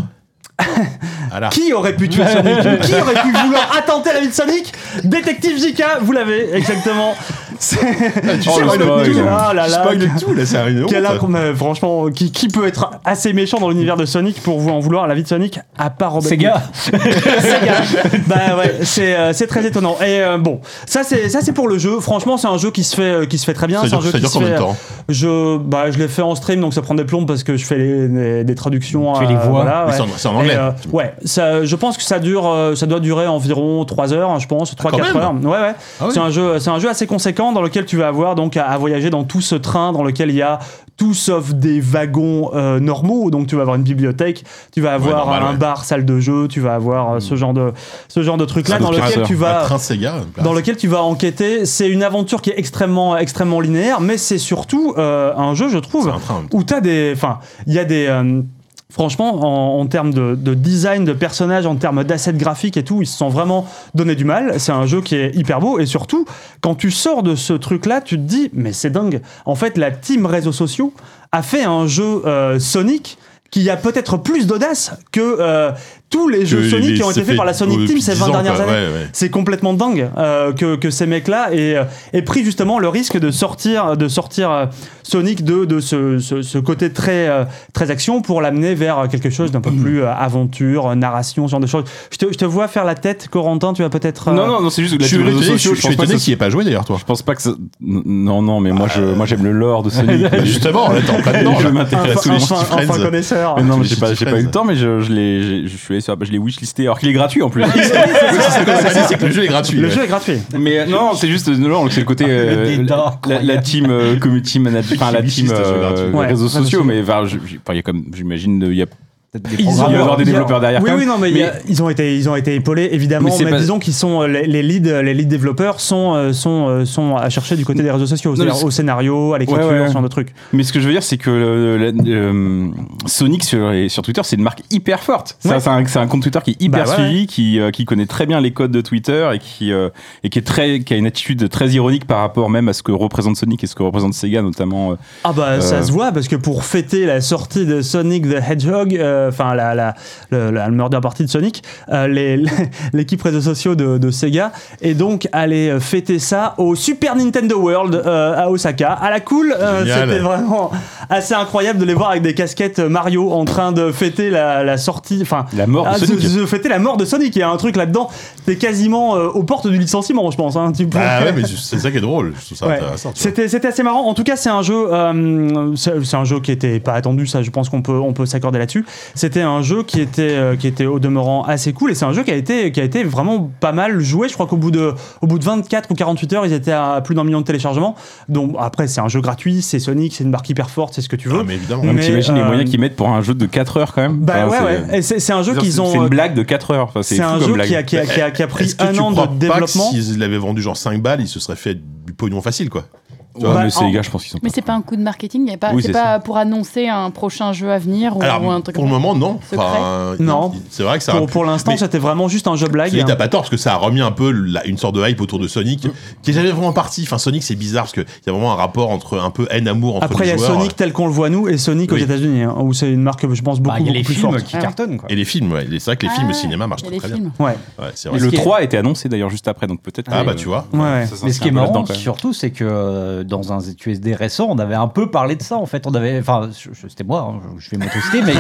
[SPEAKER 3] Voilà.
[SPEAKER 1] Qui aurait pu tuer Sonic Qui aurait pu vouloir attenter à la vie de Sonic Détective JK, vous l'avez, exactement. C'est-
[SPEAKER 3] Ah, Tu
[SPEAKER 4] Oh,
[SPEAKER 3] sais,
[SPEAKER 4] le
[SPEAKER 3] il a-
[SPEAKER 4] spoil.
[SPEAKER 3] il a-
[SPEAKER 1] Ah là
[SPEAKER 3] tu
[SPEAKER 1] là.
[SPEAKER 3] spoil tout, là, c'est arrivé.
[SPEAKER 1] Quel inc- mais franchement, qui, qui peut être assez méchant dans l'univers de Sonic pour vous en vouloir à la vie de Sonic à part Robert
[SPEAKER 6] Sega.
[SPEAKER 1] Sega. bah ouais, c'est euh, c'est très étonnant. Et euh, bon, ça c'est ça c'est pour le jeu. Franchement, c'est un jeu qui se fait euh, qui se fait très bien.
[SPEAKER 3] Ça
[SPEAKER 1] C'est un
[SPEAKER 3] dure,
[SPEAKER 1] jeu
[SPEAKER 3] ça
[SPEAKER 1] qui
[SPEAKER 3] dure
[SPEAKER 1] se
[SPEAKER 3] combien
[SPEAKER 1] fait.
[SPEAKER 3] de temps
[SPEAKER 1] Je bah je l'ai fait en stream, donc ça prend des plombes parce que je fais les, les- des traductions.
[SPEAKER 6] Tu fais les
[SPEAKER 1] euh,
[SPEAKER 6] voix.
[SPEAKER 1] voilà,
[SPEAKER 3] Mais
[SPEAKER 1] ouais.
[SPEAKER 3] c'est en- C'est en anglais.
[SPEAKER 1] Et, euh, ouais, ça, je pense que ça dure, euh, ça doit durer environ 3 heures, hein, je pense, 3
[SPEAKER 3] quand
[SPEAKER 1] 4
[SPEAKER 3] même
[SPEAKER 1] heures. Ouais, ouais.
[SPEAKER 3] Ah ouais.
[SPEAKER 1] C'est un jeu, c'est un jeu assez conséquent dans lequel tu vas avoir donc à, à voyager dans tout ce train dans lequel il y a tout sauf des wagons euh, normaux. Donc tu vas avoir une bibliothèque, tu vas avoir
[SPEAKER 3] normal,
[SPEAKER 1] un
[SPEAKER 3] ouais.
[SPEAKER 1] bar, salle de jeu, tu vas avoir euh, ce genre de ce genre de truc là
[SPEAKER 3] Ça
[SPEAKER 1] dans
[SPEAKER 3] doit
[SPEAKER 1] lequel
[SPEAKER 3] faire
[SPEAKER 1] tu
[SPEAKER 3] Un
[SPEAKER 1] vas
[SPEAKER 3] train Sega.
[SPEAKER 1] dans lequel tu vas enquêter. C'est une aventure qui est extrêmement extrêmement linéaire, mais c'est surtout euh, un jeu, je trouve,
[SPEAKER 3] C'est un train.
[SPEAKER 1] où t'as des. Enfin, il y a des. euh, Franchement, en, en termes de, de design de personnages, en termes d'assets graphiques et tout, ils se sont vraiment donné du mal. C'est un jeu qui est hyper beau. Et surtout, quand tu sors de ce truc-là, tu te dis, mais c'est dingue. En fait, la team réseaux sociaux a fait un jeu euh, Sonic qui a peut-être plus d'audace que euh, tous les jeux
[SPEAKER 3] Que
[SPEAKER 1] Sonic
[SPEAKER 3] les-
[SPEAKER 1] qui ont
[SPEAKER 3] ça
[SPEAKER 1] été faits
[SPEAKER 3] fait,
[SPEAKER 1] par la Sonic
[SPEAKER 3] euh,
[SPEAKER 1] Team
[SPEAKER 3] depuis
[SPEAKER 1] ces
[SPEAKER 3] 10
[SPEAKER 1] 20
[SPEAKER 3] ans,
[SPEAKER 1] dernières
[SPEAKER 3] quoi.
[SPEAKER 1] années.
[SPEAKER 3] Ouais, ouais.
[SPEAKER 1] C'est complètement dingue euh, que, que ces mecs-là aient, euh, aient pris justement le risque de sortir, de sortir euh, Sonic de, de ce, ce- ce côté très, euh, très action pour l'amener vers quelque chose d'un peu plus euh, aventure, euh, narration, ce genre de choses. Je te, je te vois faire la tête, Corentin, tu vas peut-être. euh,
[SPEAKER 4] Non, non, non, c'est juste que
[SPEAKER 3] Je
[SPEAKER 4] là,
[SPEAKER 3] suis
[SPEAKER 4] tu réseaux
[SPEAKER 3] étonné, je-
[SPEAKER 4] sociaux,
[SPEAKER 3] je suis
[SPEAKER 4] pense pas que
[SPEAKER 3] étonné
[SPEAKER 4] ça-
[SPEAKER 3] qu'il n'y ait pas joué d'ailleurs, toi.
[SPEAKER 4] je pense pas que ça... Non, non, mais moi, je, moi, j'aime le lore de Sonic.
[SPEAKER 3] Bah, Justement, là, t'es en plein dedans.
[SPEAKER 4] je
[SPEAKER 3] là.
[SPEAKER 4] m'intéresse
[SPEAKER 1] Enfin,
[SPEAKER 4] aux
[SPEAKER 1] enfin,
[SPEAKER 3] Friends.
[SPEAKER 1] enfin connaisseur.
[SPEAKER 4] Mais non, mais
[SPEAKER 3] Tous les
[SPEAKER 4] j'ai pas,
[SPEAKER 3] Shitty
[SPEAKER 4] j'ai pas
[SPEAKER 3] Friends.
[SPEAKER 4] eu le temps, mais je, je l'ai, j'ai- je suis allé sur, je l'ai wishlisté, alors qu'il est gratuit en plus.
[SPEAKER 3] Ah, C'est quoi, c'est- c'est que le jeu est gratuit.
[SPEAKER 1] Le
[SPEAKER 3] ouais.
[SPEAKER 1] jeu est gratuit.
[SPEAKER 4] mais euh, non, c'est juste, non, non, c'est le côté, euh,
[SPEAKER 6] Le dédain
[SPEAKER 4] la,
[SPEAKER 6] incroyable.
[SPEAKER 4] la team euh, community manager, enfin la team
[SPEAKER 3] Wishlisté, c'est
[SPEAKER 4] euh,
[SPEAKER 3] gratuit.
[SPEAKER 1] Ouais,
[SPEAKER 4] réseaux
[SPEAKER 1] réseaux
[SPEAKER 4] sociaux,
[SPEAKER 1] sociaux.
[SPEAKER 4] mais enfin, je- je- enfin, il y a comme, j'imagine, il y a
[SPEAKER 6] Peut-être des
[SPEAKER 1] Ils ont-
[SPEAKER 4] il doit y
[SPEAKER 6] programmeurs.
[SPEAKER 4] avoir des
[SPEAKER 1] il y a-
[SPEAKER 4] développeurs derrière.
[SPEAKER 1] Oui,
[SPEAKER 4] quand
[SPEAKER 1] oui,
[SPEAKER 4] même.
[SPEAKER 1] non, mais, il y a- ils, ont été, ils ont été épaulés, évidemment,
[SPEAKER 4] Mais
[SPEAKER 1] mais,
[SPEAKER 4] c'est pas-
[SPEAKER 1] disons qu'ils sont, euh, les, les leads, les leads développeurs sont, euh, sont, euh, sont à chercher du côté des réseaux sociaux,
[SPEAKER 4] Non, mais
[SPEAKER 1] c'est-à-dire
[SPEAKER 4] c'est-
[SPEAKER 1] au scénario, à l'écriture,
[SPEAKER 4] Ouais, ouais, ouais.
[SPEAKER 1] ce genre de trucs.
[SPEAKER 4] Mais ce que je veux dire, c'est que euh, la- euh, Sonic sur, les- sur Twitter, c'est une marque hyper forte. Ça,
[SPEAKER 1] Ouais.
[SPEAKER 4] C'est un, c'est un compte Twitter qui est hyper
[SPEAKER 1] Bah ouais,
[SPEAKER 4] suivi, qui, euh, qui connaît très bien les codes de Twitter et qui, euh, et qui, est très, qui a une attitude très ironique par rapport même à ce que représente Sonic et ce que représente Sega, notamment. euh.
[SPEAKER 1] Ah bah ça
[SPEAKER 4] Euh.
[SPEAKER 1] se voit parce que pour fêter la sortie de Sonic the Hedgehog, euh, enfin la, la, le- la, le murder party de Sonic, euh, les- les- l'équipe réseaux sociaux de, de Sega est donc allée euh, fêter ça au Super Nintendo World euh, à Osaka. À la cool, euh,
[SPEAKER 3] Génial.
[SPEAKER 1] c'était vraiment assez incroyable de les voir avec des casquettes Mario en train de fêter la, la sortie, enfin
[SPEAKER 4] La mort de
[SPEAKER 1] ah,
[SPEAKER 4] Sonic.
[SPEAKER 1] de- de fêter la mort de Sonic. Il y a un truc là-dedans. T'es quasiment euh, aux portes du licenciement, je pense. Hein. Tu
[SPEAKER 3] Bah
[SPEAKER 1] pourrais-
[SPEAKER 3] ouais, mais c'est ça qui est drôle. Je trouve ça
[SPEAKER 1] Ouais.
[SPEAKER 3] intéressant. tu vois.
[SPEAKER 1] C'était c'était assez marrant. En tout cas, c'est un jeu, euh, c'est c'est un jeu qui était pas attendu. Ça, je pense qu'on peut on peut s'accorder là-dessus. C'était un jeu qui était euh, qui était au demeurant assez cool et c'est un jeu qui a été qui a été vraiment pas mal joué. Je crois qu'au bout de au bout de 24 ou 48 heures, ils étaient à plus d'un million de téléchargements. Donc après, c'est un jeu gratuit, c'est Sonic, c'est une marque hyper forte, c'est ce que tu veux.
[SPEAKER 3] Ah, mais évidemment.
[SPEAKER 4] Non, mais
[SPEAKER 1] mais,
[SPEAKER 4] T'imagines
[SPEAKER 1] euh,
[SPEAKER 4] les moyens qu'ils mettent pour un jeu de 4 heures quand même
[SPEAKER 1] Bah
[SPEAKER 4] Enfin,
[SPEAKER 1] ouais,
[SPEAKER 4] c'est-
[SPEAKER 1] ouais. Et c'est c'est un jeu
[SPEAKER 4] c'est-
[SPEAKER 1] qu'ils
[SPEAKER 4] C'est
[SPEAKER 1] ont.
[SPEAKER 4] une
[SPEAKER 1] euh,
[SPEAKER 4] blague de 4 heures. Enfin,
[SPEAKER 1] C'est un
[SPEAKER 4] fou
[SPEAKER 1] jeu
[SPEAKER 4] comme
[SPEAKER 1] qui a,
[SPEAKER 4] blague.
[SPEAKER 1] qui, a, qui, a, qui a pris
[SPEAKER 3] Est-ce que
[SPEAKER 1] un
[SPEAKER 3] tu
[SPEAKER 1] an
[SPEAKER 3] crois
[SPEAKER 1] de
[SPEAKER 3] pas que
[SPEAKER 1] développement.
[SPEAKER 3] s'ils l'avaient vendu genre 5 balles, il se serait fait du pognon facile, quoi.
[SPEAKER 4] Ouais,
[SPEAKER 1] Bah,
[SPEAKER 4] mais
[SPEAKER 1] en-
[SPEAKER 4] c'est les gars, je pense qu'ils sont.
[SPEAKER 5] Mais c'est pas un coup de marketing, y a pas,
[SPEAKER 4] Oui,
[SPEAKER 5] c'est
[SPEAKER 4] c'est
[SPEAKER 5] pas pour annoncer un prochain jeu à venir ou,
[SPEAKER 3] Alors,
[SPEAKER 5] ou un truc
[SPEAKER 3] pour le
[SPEAKER 5] comme ça.
[SPEAKER 3] moment, non.
[SPEAKER 5] Secret.
[SPEAKER 3] Enfin, il-
[SPEAKER 1] Non.
[SPEAKER 3] il- C'est vrai que ça.
[SPEAKER 1] Pour, pour l'instant,
[SPEAKER 3] Mais-
[SPEAKER 1] c'était vraiment juste un jeu blague. hein.
[SPEAKER 3] Il t'as pas tort parce que ça a remis un peu la- une sorte de hype autour de Sonic qui est jamais vraiment parti. Enfin, Sonic c'est bizarre parce qu'il y a vraiment un rapport entre un peu haine-amour entre
[SPEAKER 1] Après, il y
[SPEAKER 3] les
[SPEAKER 1] a
[SPEAKER 3] joueurs
[SPEAKER 1] Sonic tel qu'on le voit nous et Sonic aux
[SPEAKER 3] Oui.
[SPEAKER 1] États-Unis, hein, où c'est une marque, je pense,
[SPEAKER 6] Bah,
[SPEAKER 1] beaucoup,
[SPEAKER 6] Il y a
[SPEAKER 1] beaucoup
[SPEAKER 6] les
[SPEAKER 1] plus
[SPEAKER 6] films
[SPEAKER 1] forte.
[SPEAKER 6] qui
[SPEAKER 5] Ah ouais.
[SPEAKER 6] cartonnent. quoi.
[SPEAKER 3] et les films. Ouais. C'est vrai que les
[SPEAKER 5] Ah
[SPEAKER 3] films au
[SPEAKER 5] ouais,
[SPEAKER 3] cinéma marchent
[SPEAKER 5] y a
[SPEAKER 3] très
[SPEAKER 5] les
[SPEAKER 3] très bien.
[SPEAKER 5] films.
[SPEAKER 1] Ouais,
[SPEAKER 3] Ouais, c'est
[SPEAKER 4] Et
[SPEAKER 3] vrai.
[SPEAKER 4] le
[SPEAKER 6] qui est-
[SPEAKER 4] 3 était annoncé d'ailleurs juste après, donc peut-être.
[SPEAKER 3] Ah
[SPEAKER 4] que-
[SPEAKER 3] bah tu vois.
[SPEAKER 1] ouais, ouais.
[SPEAKER 4] Ça, ça,
[SPEAKER 6] Mais
[SPEAKER 4] c'est
[SPEAKER 6] ce qui
[SPEAKER 4] un
[SPEAKER 6] est
[SPEAKER 4] peu
[SPEAKER 6] marrant
[SPEAKER 4] là-dedans, quand même.
[SPEAKER 6] surtout, c'est que euh, dans un ZQSD récent, on avait un peu parlé de ça en fait. On avait, enfin, je- je- c'était moi, hein, je je vais m'autociter, mais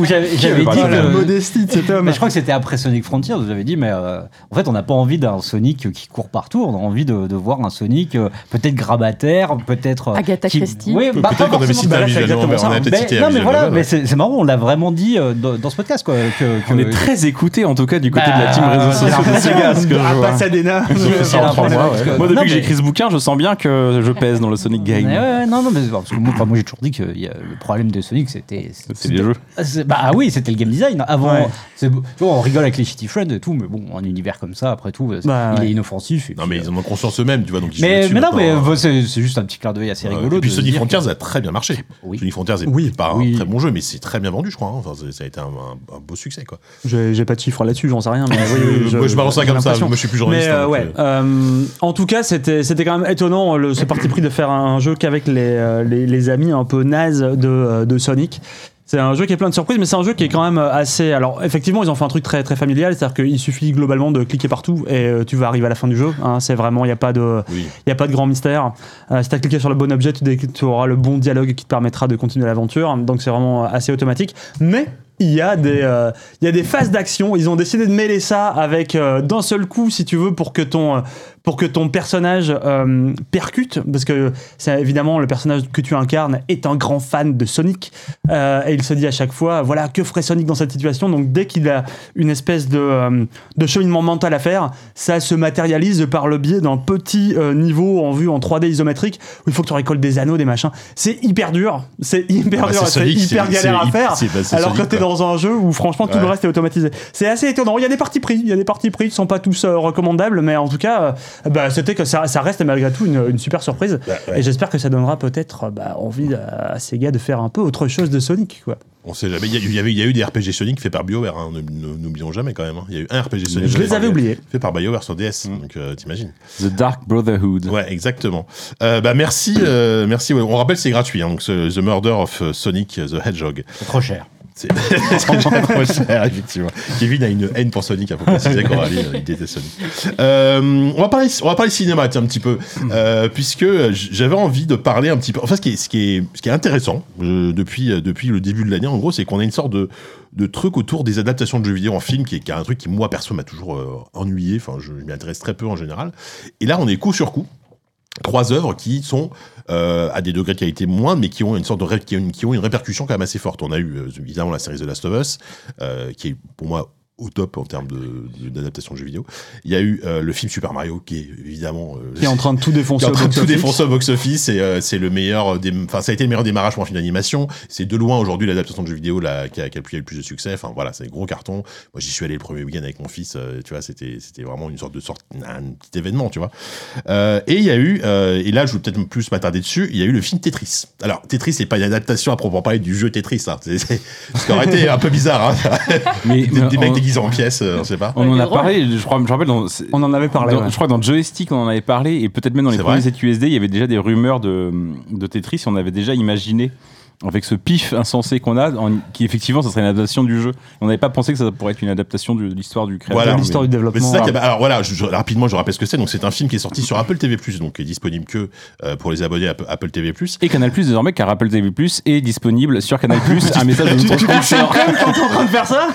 [SPEAKER 6] où j'avais j'avais dit
[SPEAKER 4] parlé de la
[SPEAKER 1] euh,
[SPEAKER 6] que-
[SPEAKER 1] modestie de cet homme.
[SPEAKER 6] Mais je crois que c'était après Sonic Frontier, vous avez dit, mais euh, en fait, on n'a pas envie d'un Sonic qui court partout, on a envie de, de voir un Sonic euh, peut-être grabataire, peut-être. euh,
[SPEAKER 5] Agatha
[SPEAKER 6] qui-
[SPEAKER 5] Christie.
[SPEAKER 6] Oui, bah, pas
[SPEAKER 3] Peut-être qu'on avait
[SPEAKER 6] forcément-
[SPEAKER 3] cité
[SPEAKER 1] Bah,
[SPEAKER 3] un
[SPEAKER 1] là, c'est
[SPEAKER 3] visuel
[SPEAKER 1] exactement
[SPEAKER 3] novel,
[SPEAKER 1] ça.
[SPEAKER 3] on avait peut-être
[SPEAKER 6] Mais-
[SPEAKER 3] cité un
[SPEAKER 6] non, mais
[SPEAKER 3] visuel
[SPEAKER 6] voilà,
[SPEAKER 3] novel,
[SPEAKER 6] mais
[SPEAKER 3] ouais.
[SPEAKER 6] c'est c'est marrant, on l'a vraiment dit euh, dans, dans ce podcast, quoi. Que, que-
[SPEAKER 4] On est très écoutés en tout cas du côté
[SPEAKER 6] Bah,
[SPEAKER 4] de la team réseaux sociaux de Sega. ce que je
[SPEAKER 1] Ah,
[SPEAKER 4] vois.
[SPEAKER 1] Pasadena.
[SPEAKER 6] C'est la première fois, parce que-
[SPEAKER 4] Moi, depuis
[SPEAKER 6] Non,
[SPEAKER 4] que
[SPEAKER 6] mais-
[SPEAKER 4] j'écris ce bouquin, je sens bien que je pèse dans le Sonic
[SPEAKER 6] Mais
[SPEAKER 4] Game.
[SPEAKER 6] ouais, ouais, non, non, mais c'est- parce que moi, enfin, moi, j'ai toujours dit que euh, le problème de Sonic, c'était.
[SPEAKER 4] C'est les jeux.
[SPEAKER 6] C'est- Bah ah oui, c'était le game design. Avant,
[SPEAKER 1] Ouais.
[SPEAKER 6] c'est- tu vois, on rigole avec les Shitty Friends et tout, mais bon, un univers comme ça, après tout, euh,
[SPEAKER 1] Bah,
[SPEAKER 6] il
[SPEAKER 1] ouais.
[SPEAKER 6] est inoffensif. et
[SPEAKER 3] Non
[SPEAKER 6] puis,
[SPEAKER 3] mais
[SPEAKER 6] euh,
[SPEAKER 3] ils en ont conscience eux-mêmes, tu vois. Donc ils jouent
[SPEAKER 6] mais,
[SPEAKER 3] là-dessus
[SPEAKER 6] mais non, mais
[SPEAKER 3] maintenant. hein.
[SPEAKER 6] euh, c'est c'est juste un petit clin d'œil assez
[SPEAKER 3] Ouais,
[SPEAKER 6] rigolo.
[SPEAKER 3] Euh, Et puis
[SPEAKER 6] de
[SPEAKER 3] Sonic
[SPEAKER 6] dire
[SPEAKER 3] Frontiers a très bien marché.
[SPEAKER 6] Oui.
[SPEAKER 3] Sonic Frontiers est
[SPEAKER 1] Oui.
[SPEAKER 3] pas
[SPEAKER 6] Oui.
[SPEAKER 3] un très bon jeu, mais c'est très bien vendu, je crois. hein. Enfin, c'est- ça a été un, un- un beau succès, quoi.
[SPEAKER 1] J'ai j'ai pas de chiffres là-dessus, j'en sais rien. Mais oui,
[SPEAKER 3] Euh,
[SPEAKER 1] oui,
[SPEAKER 3] moi, je balance ça
[SPEAKER 1] j'ai
[SPEAKER 3] comme ça.
[SPEAKER 1] l'impression.
[SPEAKER 3] Moi, je suis plus
[SPEAKER 1] Mais
[SPEAKER 3] journaliste.
[SPEAKER 1] euh,
[SPEAKER 3] hein, donc,
[SPEAKER 1] ouais,
[SPEAKER 3] euh,
[SPEAKER 1] euh, en tout cas, c'était c'était quand même étonnant hein, le, ce parti pris de faire un jeu qu'avec les, euh, les, les amis un peu nazes de, euh, de Sonic. C'est un jeu qui est plein de surprises, mais c'est un jeu qui est quand même euh, assez. Alors, effectivement, ils ont fait un truc très, très familial, c'est-à-dire qu'il suffit globalement de cliquer partout et euh, tu vas arriver à la fin du jeu. hein. c'est vraiment, il n'y a pas de.
[SPEAKER 3] oui.
[SPEAKER 1] Il n'y a pas de grand mystère. Euh, si tu as cliqué sur le bon objet, tu, dé- tu auras le bon dialogue qui te permettra de continuer l'aventure. Donc c'est vraiment euh, assez automatique. Mais il y, a des, euh, il y a des phases d'action. Ils ont décidé de mêler ça avec euh, d'un seul coup, si tu veux, pour que ton, euh, pour que ton personnage euh, percute. Parce que c'est évidemment le personnage que tu incarnes est un grand fan de Sonic. Euh, et il se dit à chaque fois, voilà, que ferait Sonic dans cette situation Donc dès qu'il a une espèce de, euh, de cheminement mental à faire, ça se matérialise par le biais d'un petit euh, niveau en vue en 3D isométrique où il faut que tu récoltes des anneaux, des machins. C'est hyper dur, c'est hyper
[SPEAKER 3] Ah bah,
[SPEAKER 1] dur,
[SPEAKER 3] c'est
[SPEAKER 1] c'est
[SPEAKER 3] Sonic,
[SPEAKER 1] hyper
[SPEAKER 3] c'est-
[SPEAKER 1] galère à
[SPEAKER 3] c'est-
[SPEAKER 1] faire.
[SPEAKER 3] c'est- bah, c'est
[SPEAKER 1] Alors que
[SPEAKER 3] Sonic,
[SPEAKER 1] t'es dans
[SPEAKER 3] quoi.
[SPEAKER 1] un jeu où franchement tout le
[SPEAKER 3] Ouais.
[SPEAKER 1] reste est automatisé. C'est assez étonnant. Il y a des parties pris, il y a des parties pris qui sont pas tous euh, recommandables, mais en tout cas, euh, bah, c'était que ça, ça reste malgré tout une, une super surprise.
[SPEAKER 3] Bah, ouais.
[SPEAKER 1] Et j'espère que ça donnera peut-être euh, bah, envie à, à ces gars de faire un peu autre chose de Sonic. Quoi.
[SPEAKER 3] On sait jamais. Il y, a- il y avait- il y a eu des RPG Sonic faits par BioWare. hein, ne- ne- N'oublions jamais quand même. hein. Il y a eu un RPG Sonic.
[SPEAKER 1] Je
[SPEAKER 3] fait
[SPEAKER 1] les
[SPEAKER 3] par
[SPEAKER 1] avais
[SPEAKER 3] Bio-
[SPEAKER 1] oubliés.
[SPEAKER 3] Fait par BioWare sur DS. Donc euh, t'imagines.
[SPEAKER 4] The Dark Brotherhood.
[SPEAKER 3] Ouais, exactement. Euh, bah merci, euh, merci. Ouais, On rappelle, c'est gratuit. hein, donc ce- The Murder of euh, Sonic the Hedgehog.
[SPEAKER 6] C'est trop cher.
[SPEAKER 3] C'est déjà trop cher, effectivement. Kevin a une haine pour Sonic, il faut préciser Coralie, euh, il déteste Sonic. Euh, on, va parler, on va parler cinéma, tiens, un petit peu, euh, puisque j'avais envie de parler un petit peu. Enfin, ce qui est, ce qui est, ce qui est intéressant euh, depuis, euh, depuis le début de l'année, en gros, c'est qu'on a une sorte de, de truc autour des adaptations de jeux vidéo en film, qui est, qui est un truc qui, moi, perso, m'a toujours euh, ennuyé. Enfin, je, je m'y intéresse très peu en général. Et là, on est coup sur coup. Trois œuvres qui sont euh, à des degrés de qualité moindres, mais qui ont une sorte de ré- qui ont une, qui ont une répercussion quand même assez forte. On a eu euh, évidemment la série The Last of Us, euh, qui est pour moi au top en termes de- de- d'adaptation de, jeux vidéo. Il y a eu euh, le film Super Mario, qui est évidemment euh,
[SPEAKER 1] Qui est en train de tout
[SPEAKER 3] qui
[SPEAKER 1] défoncer.
[SPEAKER 3] est en
[SPEAKER 1] au
[SPEAKER 3] train de tout
[SPEAKER 1] box-office.
[SPEAKER 3] défoncer au box-office et euh, c'est le meilleur des, enfin ça a été le meilleur démarrage pour un film d'animation. C'est de loin aujourd'hui l'adaptation de jeux vidéo là, qui, a, qui a pu- a eu le plus de succès. Enfin voilà, c'est un gros carton. Moi j'y suis allé le premier week-end avec mon fils. euh, tu vois, c'était c'était vraiment une sorte de sorte un petit événement, tu vois. Euh, et il y a eu euh, et là je vais peut-être plus m'attarder dessus. Il y a eu le film Tetris. Alors Tetris c'est pas une adaptation à proprement parler du jeu Tetris. Hein. C'est- c'est- Ce qui aurait été un peu bizarre. Hein.
[SPEAKER 4] Mais,
[SPEAKER 3] Des, des
[SPEAKER 4] on-
[SPEAKER 3] mecs déguisés en pièces, euh, on sait pas.
[SPEAKER 4] On en
[SPEAKER 5] Ouais,
[SPEAKER 4] a
[SPEAKER 5] drôle.
[SPEAKER 4] parlé, je crois, je me rappelle, dans, c'est-
[SPEAKER 1] On en avait parlé.
[SPEAKER 4] dans-
[SPEAKER 1] ouais.
[SPEAKER 4] je crois que dans Joystick, on en avait parlé, et peut-être même dans les
[SPEAKER 3] C'est
[SPEAKER 4] premiers
[SPEAKER 3] vrai.
[SPEAKER 4] ZQSD, il y avait déjà des rumeurs de, de Tetris, on avait déjà imaginé, avec ce pif insensé qu'on a, en- qui effectivement, ça serait une adaptation du jeu. On n'avait pas pensé que ça pourrait être une adaptation du- de l'histoire du créateur.
[SPEAKER 3] Voilà.
[SPEAKER 1] De
[SPEAKER 4] mais-
[SPEAKER 1] l'histoire du
[SPEAKER 3] Mais c'est
[SPEAKER 1] développement.
[SPEAKER 3] ça qu'il y a- Alors voilà, je- je- rapidement, je rappelle ce que c'est. Donc c'est un film qui est sorti sur Apple TV+, donc qui est disponible que euh, pour les abonnés à Apple- Apple TV+.
[SPEAKER 4] Et Canal Plus désormais, car Apple TV Plus est disponible sur Canal Plus. un message de notre sponsor.
[SPEAKER 1] en train de faire ça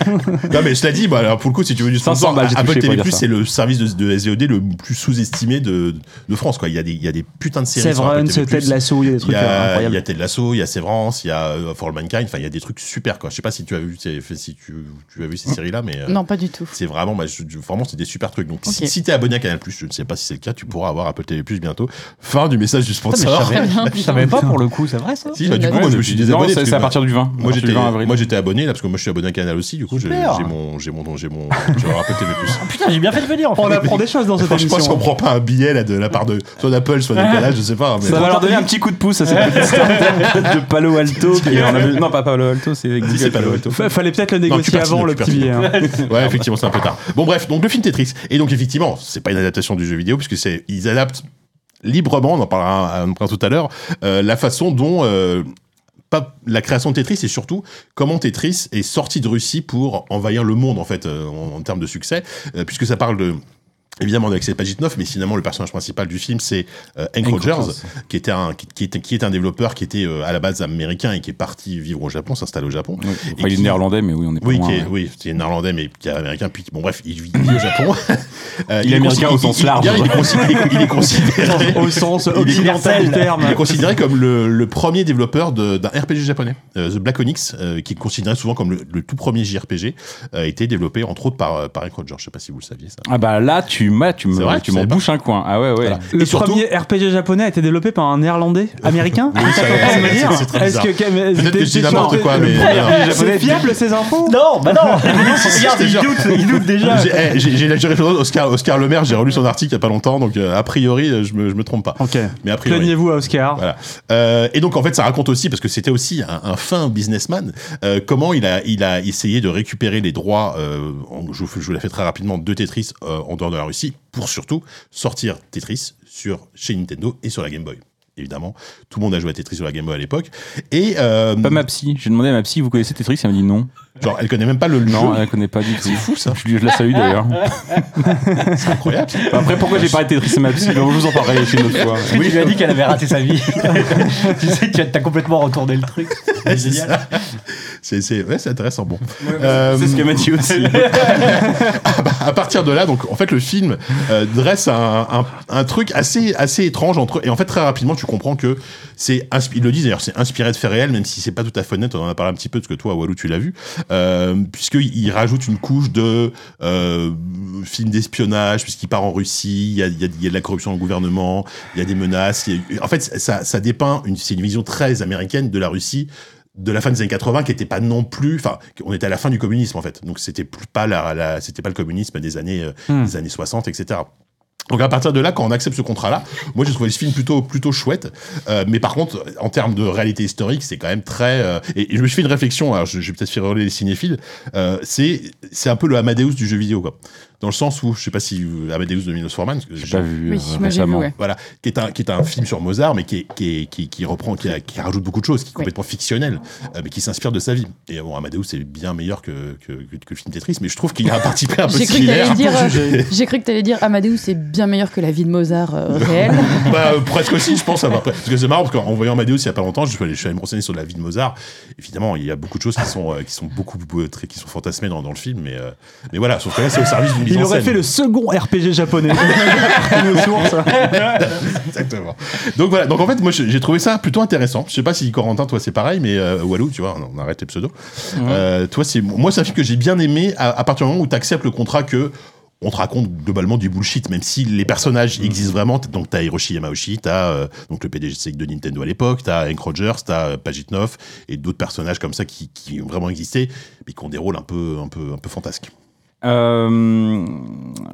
[SPEAKER 3] Non mais cela dit, bah, alors, pour le coup, si tu veux du
[SPEAKER 4] 500
[SPEAKER 3] sponsor,
[SPEAKER 4] balles, j'ai
[SPEAKER 3] Apple
[SPEAKER 4] touché pour
[SPEAKER 3] TV+,
[SPEAKER 4] dire ça.
[SPEAKER 3] c'est le service de, de SVOD le plus sous-estimé de, de France. Quoi. Il, y a des, il y a des putains de séries sur
[SPEAKER 1] Severance,
[SPEAKER 3] Apple TV+.
[SPEAKER 1] Ted Lasso, il y a des
[SPEAKER 3] Il y
[SPEAKER 1] trucs euh,
[SPEAKER 3] a, il y
[SPEAKER 1] incroyables.
[SPEAKER 3] a Ted Lasso, il y a Severance, il y a euh, For All Mankind. Enfin, il y a des trucs super. Quoi. Je sais pas si tu as vu, ces- si tu, tu as vu ces séries-là, mais euh,
[SPEAKER 5] Non, pas du tout.
[SPEAKER 3] C'est vraiment, bah, je- je- vraiment, c'est des super trucs. Donc, si,
[SPEAKER 5] Ok.
[SPEAKER 3] si t'es abonné à Canal je ne sais pas si c'est le cas, tu pourras avoir Apple TV bientôt. Fin du message du
[SPEAKER 6] Putain, mais
[SPEAKER 3] sponsor.
[SPEAKER 6] je savais-
[SPEAKER 5] Putain,
[SPEAKER 6] Je savais pas
[SPEAKER 1] putain.
[SPEAKER 6] pour le coup, c'est vrai ça
[SPEAKER 3] Si, bah, du coup,
[SPEAKER 5] Ouais,
[SPEAKER 3] moi, je me suis
[SPEAKER 4] Non,
[SPEAKER 3] désabonné.
[SPEAKER 4] c'est-
[SPEAKER 3] parce
[SPEAKER 4] c'est à
[SPEAKER 3] que,
[SPEAKER 4] partir du 20.
[SPEAKER 3] bah, moi,
[SPEAKER 4] à partir
[SPEAKER 3] j'étais,
[SPEAKER 4] du 20 avril.
[SPEAKER 3] moi, j'étais abonné, là, parce que moi, je suis abonné à Canal aussi. Du coup, je- j'ai
[SPEAKER 6] Super.
[SPEAKER 3] mon, j'ai mon, j'ai mon, j'ai mon Apple TV
[SPEAKER 6] Putain, j'ai bien fait de venir en fait.
[SPEAKER 1] On apprend des choses dans cette
[SPEAKER 3] Franchement, si on
[SPEAKER 1] émission.
[SPEAKER 3] prend pas un billet, là, de la part de, soit d'Apple, soit de Canal, je sais pas. Mais
[SPEAKER 4] Ah. Ça va leur donner un petit coup de pouce à cette petite startup de Palo Alto. qui est en aveu- Non, pas Palo Alto, euh, c'est
[SPEAKER 3] Si, c'est
[SPEAKER 4] Google
[SPEAKER 3] pas le-
[SPEAKER 4] Palo Alto.
[SPEAKER 1] Fa- Fallait peut-être le
[SPEAKER 3] Non, tu
[SPEAKER 1] négocier
[SPEAKER 3] perds,
[SPEAKER 1] avant
[SPEAKER 3] sinon
[SPEAKER 1] le
[SPEAKER 3] tu perds,
[SPEAKER 1] petit billet. hein.
[SPEAKER 3] sinon. Ouais, effectivement, c'est un peu tard. Bon, bref, donc le film Tetris. Et donc, effectivement, c'est pas une adaptation du jeu vidéo, puisque c'est, ils adaptent librement, on en parlera, on en parlera tout à l'heure, euh, la façon dont euh, pas la création de Tetris et surtout comment Tetris est sorti de Russie pour envahir le monde, en fait, euh, en, en termes de succès, euh, puisque ça parle de. Évidemment, d'Alexei Pajitnov, mais finalement, le personnage principal du film, c'est euh, Hank
[SPEAKER 4] Hank
[SPEAKER 3] Rogers,
[SPEAKER 4] Rogers.
[SPEAKER 3] qui, était un, qui, qui est, qui est un développeur qui était euh, à la base américain et qui est parti vivre au Japon, s'installer au Japon.
[SPEAKER 4] Oui, enfin,
[SPEAKER 3] Et
[SPEAKER 4] il est
[SPEAKER 3] qui-
[SPEAKER 4] néerlandais, mais oui, on est pas
[SPEAKER 3] Oui,
[SPEAKER 4] loin.
[SPEAKER 3] qui est,
[SPEAKER 4] ouais.
[SPEAKER 3] oui, c'est néerlandais, mais qui est américain. Puis, bon, bref, il vit, il vit au Japon. Euh,
[SPEAKER 4] Il est américain
[SPEAKER 3] consi-
[SPEAKER 4] au sens
[SPEAKER 3] il- il-
[SPEAKER 4] large.
[SPEAKER 3] Il est considéré, il est considéré,
[SPEAKER 1] Au sens
[SPEAKER 3] Il est
[SPEAKER 1] occidental du terme.
[SPEAKER 3] il est considéré comme le, le premier développeur de- d'un RPG japonais. Euh, The Black Onyx, euh, qui est considéré souvent comme le, le tout premier JRPG, euh, a été développé entre autres par, euh, par Hank Rogers. Je sais pas si vous le saviez, ça.
[SPEAKER 4] Ah bah là, tu m'as, tu
[SPEAKER 3] C'est
[SPEAKER 4] me-
[SPEAKER 3] vrai,
[SPEAKER 4] tu
[SPEAKER 3] je
[SPEAKER 4] m'en
[SPEAKER 3] savais pas.
[SPEAKER 4] bouches un coin. Ah ouais, ouais.
[SPEAKER 3] Voilà.
[SPEAKER 1] Le
[SPEAKER 3] Et surtout-
[SPEAKER 1] premier RPG japonais a été développé par un néerlandais américain
[SPEAKER 3] Oui, ça-
[SPEAKER 1] T'es en train de me
[SPEAKER 3] c'est-
[SPEAKER 1] dire
[SPEAKER 3] c'est très
[SPEAKER 1] Est-ce
[SPEAKER 3] bizarre.
[SPEAKER 1] que Cam-
[SPEAKER 3] Peut-être que je dis
[SPEAKER 1] t'es-
[SPEAKER 3] n'importe
[SPEAKER 1] t'es-
[SPEAKER 3] quoi,
[SPEAKER 1] t'es-
[SPEAKER 3] mais-
[SPEAKER 1] le
[SPEAKER 3] mais-
[SPEAKER 1] premier C'est fiable ces infos
[SPEAKER 6] Non, bah non
[SPEAKER 3] Regarde, il doute,
[SPEAKER 1] il doute déjà.
[SPEAKER 3] J'ai eh, j'ai- j'ai la j'ai- Oscar, Oscar Le Maire, j'ai relu son article il y a pas longtemps, donc euh, a priori, euh, je me, je me trompe pas.
[SPEAKER 1] Ok.
[SPEAKER 3] Mais a priori.
[SPEAKER 1] Plaignez-vous à Oscar.
[SPEAKER 3] Voilà. Euh, et donc en fait, ça raconte aussi parce que c'était aussi un, un fin businessman euh, comment il a il a essayé de récupérer les droits. Euh, en- je, vous- je vous la fais très rapidement de Tetris euh, en dehors de la Russie pour surtout sortir Tetris sur chez Nintendo et sur la Game Boy. Évidemment, tout le monde a joué à Tetris sur la Game Boy à l'époque. Et euh,
[SPEAKER 4] Pas ma psy. J'ai demandé à ma psy, vous connaissez Tetris Elle m'a dit non.
[SPEAKER 3] genre, elle connaît même pas le
[SPEAKER 4] Non,
[SPEAKER 3] jeu.
[SPEAKER 4] elle la connaît pas du tout.
[SPEAKER 3] C'est fou ça,
[SPEAKER 4] Je, lui- je la salue d'ailleurs.
[SPEAKER 3] c'est incroyable.
[SPEAKER 4] Après, pourquoi j'ai parlé de Tetris et ma psy Je vous en parlerai aussi une autre fois.
[SPEAKER 6] Parce que tu lui as dit qu'elle avait raté sa vie. tu sais, tu as t'as complètement retourné le truc.
[SPEAKER 3] C'est ça. C'est c'est- ouais, c'est intéressant. Bon. Euh, Ah bah,
[SPEAKER 4] C'est ce qu'elle m'a dit aussi.
[SPEAKER 3] à partir de là, donc en fait le film euh, dresse un, un, un truc assez assez étrange entre et en fait très rapidement tu comprends que c'est inspi- ils le disent d'ailleurs c'est inspiré de faits réels même si c'est pas tout à fait net on en a parlé un petit peu parce que toi Walou tu l'as vu euh, puisqu'il rajoute une couche de euh, film d'espionnage puisqu'il part en Russie il y a, il y a- il y a de la corruption dans le gouvernement il y a des menaces il y a- en fait ça, ça dépeint une c'est une vision très américaine de la Russie de la fin des années 80 qui était pas non plus enfin on était à la fin du communisme en fait donc c'était plus pas la, la- c'était pas le communisme des années euh,
[SPEAKER 1] Hmm.
[SPEAKER 3] des années 60 etc Donc à partir de là, quand on accepte ce contrat-là, moi j'ai trouvé ce film plutôt plutôt chouette. Euh, mais par contre, en termes de réalité historique, c'est quand même très. euh, et, et je me suis fait une réflexion. Alors je, je vais peut-être faire hurler les cinéphiles. euh, c'est c'est un peu le Amadeus du jeu vidéo, quoi. Dans le sens où je sais pas si vous- Amadeus de Milos Forman, parce que
[SPEAKER 4] J'ai
[SPEAKER 3] j'ai-
[SPEAKER 4] pas vu
[SPEAKER 5] Oui, moi j'ai
[SPEAKER 4] euh,
[SPEAKER 5] vu,
[SPEAKER 4] récemment.
[SPEAKER 5] ouais.
[SPEAKER 3] voilà, qui est un qui est un film sur Mozart, mais qui est, qui, est- qui, qui reprend, qui, a- qui rajoute beaucoup de choses, qui est complètement fictionnel, euh, mais qui s'inspire de sa vie. Et bon, Amadeus c'est bien meilleur que que, que, que le film Tetris, mais je trouve qu'il y a un parti pris un peu
[SPEAKER 5] J'ai cru que t'allais
[SPEAKER 3] similaire.
[SPEAKER 5] dire, euh, j'ai cru que t'allais dire Amadeus c'est bien meilleur que la vie de Mozart euh, réelle.
[SPEAKER 3] bah, euh, presque aussi, je pense. avoir- Parce que c'est marrant, parce qu'en voyant Amadeus il y a pas longtemps, je suis, allé, je suis allé me renseigner sur la vie de Mozart. Évidemment, il y a beaucoup de choses qui sont, euh, qui sont beaucoup, beaucoup- très- qui sont fantasmées dans, dans le film, mais, euh, mais voilà, sauf que là, c'est au service d'une mise
[SPEAKER 1] Il
[SPEAKER 3] en
[SPEAKER 1] aurait
[SPEAKER 3] scène.
[SPEAKER 1] fait le second RPG japonais. Une source.
[SPEAKER 3] Exactement. Donc voilà, donc en fait, moi, je- j'ai trouvé ça plutôt intéressant. Je sais pas si Corentin, toi, c'est pareil, mais euh, Walou, tu vois, on, on arrête les pseudos. Euh, toi, c'est, moi, c'est un film que j'ai bien aimé à, à partir du moment où tu acceptes le contrat que. On te raconte globalement du bullshit, même si les personnages existent vraiment. Donc, t'as Hiroshi Yamauchi, t'as euh, donc le PDG de Nintendo à l'époque, t'as Hank Rogers, t'as euh, Pagitnov et d'autres personnages comme ça qui, qui ont vraiment existé, mais qui ont des rôles un peu, un peu, un peu fantasques.
[SPEAKER 4] Euh,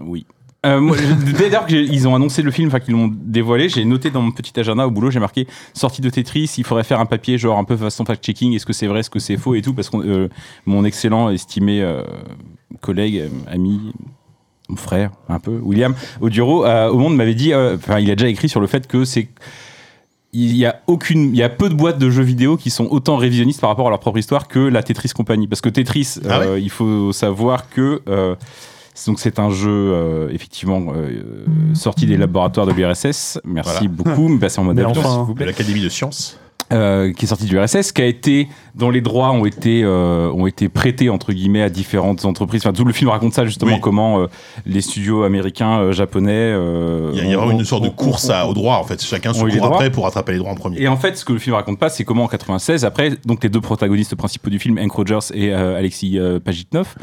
[SPEAKER 4] oui. Euh, moi, je- D'ailleurs, que j'ai- ils ont annoncé le film, enfin qu'ils l'ont dévoilé. J'ai noté dans mon petit agenda au boulot, j'ai marqué sortie de Tetris. Il faudrait faire un papier, genre un peu façon fact-checking. Est-ce que c'est vrai, est-ce que c'est faux et tout, parce que mon excellent estimé euh, collègue, euh, ami, mon frère, un peu, William Oduro, euh, au monde m'avait dit, euh, enfin, il a déjà écrit sur le fait que c'est il y a aucune, il y a peu de boîtes de jeux vidéo qui sont autant révisionnistes par rapport à leur propre histoire que la Tetris Company. Parce que Tetris,
[SPEAKER 3] Ah
[SPEAKER 4] euh, il faut savoir que euh, c'est- donc c'est un jeu euh, effectivement euh, sorti des laboratoires de l'URSS. Merci beaucoup, me passez en mode
[SPEAKER 1] Mais
[SPEAKER 4] avion,
[SPEAKER 1] enfin.
[SPEAKER 4] s'il vous
[SPEAKER 3] De
[SPEAKER 4] plaît.
[SPEAKER 3] l'Académie de sciences.
[SPEAKER 4] Euh, qui est sorti de l'URSS, qui a été dont les droits ont été euh, ont été prêtés entre guillemets à différentes entreprises. Enfin, tout le film raconte ça justement
[SPEAKER 3] Oui.
[SPEAKER 4] comment euh, les studios américains, euh, japonais. euh,
[SPEAKER 3] Il y a, il y a
[SPEAKER 4] ont-
[SPEAKER 3] vraiment une
[SPEAKER 4] ont-
[SPEAKER 3] sorte de
[SPEAKER 4] ont-
[SPEAKER 3] course à, au droit, en fait. Chacun se
[SPEAKER 4] ont eu les
[SPEAKER 3] court
[SPEAKER 4] droits.
[SPEAKER 3] après pour attraper les droits en premier.
[SPEAKER 4] Et en fait, ce que le film raconte pas, c'est comment en 96, après, donc les deux protagonistes principaux du film, Hank Rogers et euh, Alexis euh, Pajitnov,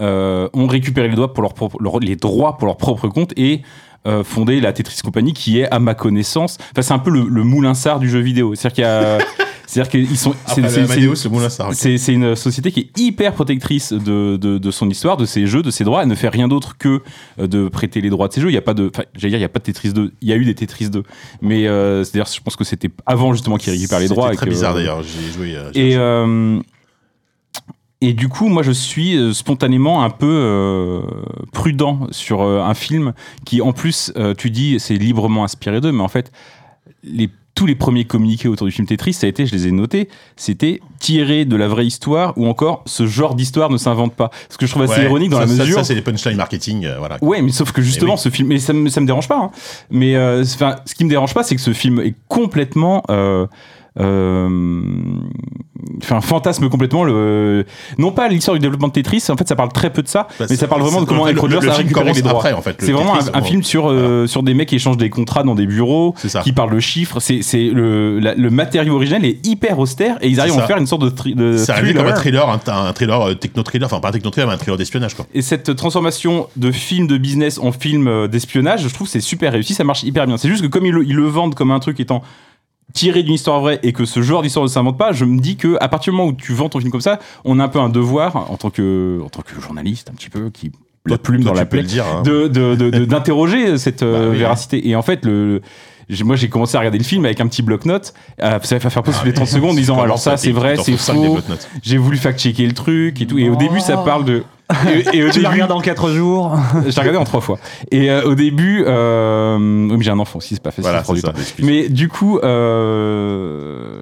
[SPEAKER 4] euh, ont récupéré les droits pour leur propre, leur- les droits pour leur propre compte et euh, fondé la Tetris Company, qui est, à ma connaissance, enfin, c'est un peu le, le moulin Sar du jeu vidéo. C'est-à-dire qu'il y a- c'est-à-dire qu'ils sont,
[SPEAKER 3] Après,
[SPEAKER 4] c'est-
[SPEAKER 3] c'est,
[SPEAKER 4] c'est- c'est-
[SPEAKER 3] Amadeus, c'est bon, là, ça arrête.
[SPEAKER 4] c'est c'est une société qui est hyper protectrice de, de, de son histoire, de ses jeux, de ses droits. Elle ne fait rien d'autre que euh, de prêter les droits de ses jeux. Il y a pas de, enfin, j'allais dire, il y a pas de Tetris 2. Il y a eu des Tetris 2, mais euh, c'est-à-dire, je pense que c'était avant justement qu'ils récupèrent les
[SPEAKER 3] C'était
[SPEAKER 4] droits. et
[SPEAKER 3] très
[SPEAKER 4] que-
[SPEAKER 3] bizarre d'ailleurs, j'ai joué. euh, j'ai-
[SPEAKER 4] Et euh, et du coup, moi, je suis euh, spontanément un peu euh, prudent sur euh, un film qui, en plus, euh, tu dis, c'est librement inspiré d'eux, mais en fait, les, tous les premiers communiqués autour du film Tetris, ça a été, je les ai notés, c'était tiré de la vraie histoire ou encore ce genre d'histoire ne s'invente pas. Ce que je trouve assez
[SPEAKER 3] Ouais,
[SPEAKER 4] ironique dans
[SPEAKER 3] ça,
[SPEAKER 4] la
[SPEAKER 3] ça-
[SPEAKER 4] mesure.
[SPEAKER 3] Ça, c'est les punchlines marketing, euh, voilà.
[SPEAKER 4] Ouais, mais sauf que justement,
[SPEAKER 3] Eh oui.
[SPEAKER 4] ce film, mais ça me, ça me dérange pas. hein. Mais euh, c'est- enfin, ce qui me dérange pas, c'est que ce film est complètement. euh, euh, Enfin, fantasme complètement le. Non pas l'histoire du développement de Tetris, en fait, ça parle très peu de ça,
[SPEAKER 3] Bah,
[SPEAKER 4] mais ça
[SPEAKER 3] c'est-
[SPEAKER 4] parle vraiment
[SPEAKER 3] c'est-
[SPEAKER 4] de comment
[SPEAKER 3] le-
[SPEAKER 4] Hank
[SPEAKER 3] le-
[SPEAKER 4] Rogers
[SPEAKER 3] le
[SPEAKER 4] a
[SPEAKER 3] film
[SPEAKER 4] récupéré les
[SPEAKER 3] commence
[SPEAKER 4] droits.
[SPEAKER 3] après, en fait, le
[SPEAKER 4] c'est vraiment
[SPEAKER 3] Tetris,
[SPEAKER 4] un, un
[SPEAKER 3] bon.
[SPEAKER 4] film sur, euh, sur des mecs qui échangent des contrats dans des bureaux,
[SPEAKER 3] C'est ça.
[SPEAKER 4] qui parlent de chiffres. C'est, c'est le, la- le matériau originel est hyper austère et ils arrivent à
[SPEAKER 3] ça.
[SPEAKER 4] en faire une sorte de. Tri, de
[SPEAKER 3] C'est arrivé comme
[SPEAKER 4] thriller.
[SPEAKER 3] un thriller, un, un thriller euh, techno-thriller, enfin pas un techno-thriller, mais un thriller d'espionnage quoi.
[SPEAKER 4] Et cette transformation de film de business en film euh, d'espionnage, je trouve que c'est super réussi, ça marche hyper bien. C'est juste que comme ils le, ils le vendent comme un truc étant tiré d'une histoire vraie et que ce genre d'histoire ne s'invente pas, je me dis que à partir du moment où tu vends ton film comme ça, on a un peu un devoir en tant que en tant que journaliste un petit peu qui la
[SPEAKER 3] Toi-
[SPEAKER 4] plume
[SPEAKER 3] toi,
[SPEAKER 4] dans
[SPEAKER 3] tu
[SPEAKER 4] la
[SPEAKER 3] peux
[SPEAKER 4] plaie
[SPEAKER 3] le dire. hein.
[SPEAKER 4] de- de- de- de- d'interroger cette euh,
[SPEAKER 3] Bah oui.
[SPEAKER 4] véracité. Et en fait, le, j'ai- moi j'ai commencé à regarder le film avec un petit bloc-notes, euh, ça va
[SPEAKER 3] Ah
[SPEAKER 4] faire pause tous les 30 secondes en disant alors ça c'est vrai, c'est faux, j'ai voulu fact-checker le truc et tout. Et au début, ça parle de. Et, et au
[SPEAKER 1] Tu la
[SPEAKER 4] début,
[SPEAKER 1] regardes en 4 jours.
[SPEAKER 4] je l'ai regardé en trois fois. Et euh, au début, euh, oui, mais j'ai un enfant aussi, c'est pas facile.
[SPEAKER 3] Voilà,
[SPEAKER 4] ça prend
[SPEAKER 3] c'est
[SPEAKER 4] du
[SPEAKER 3] ça.
[SPEAKER 4] temps.
[SPEAKER 3] excuse.
[SPEAKER 4] Mais du coup, euh,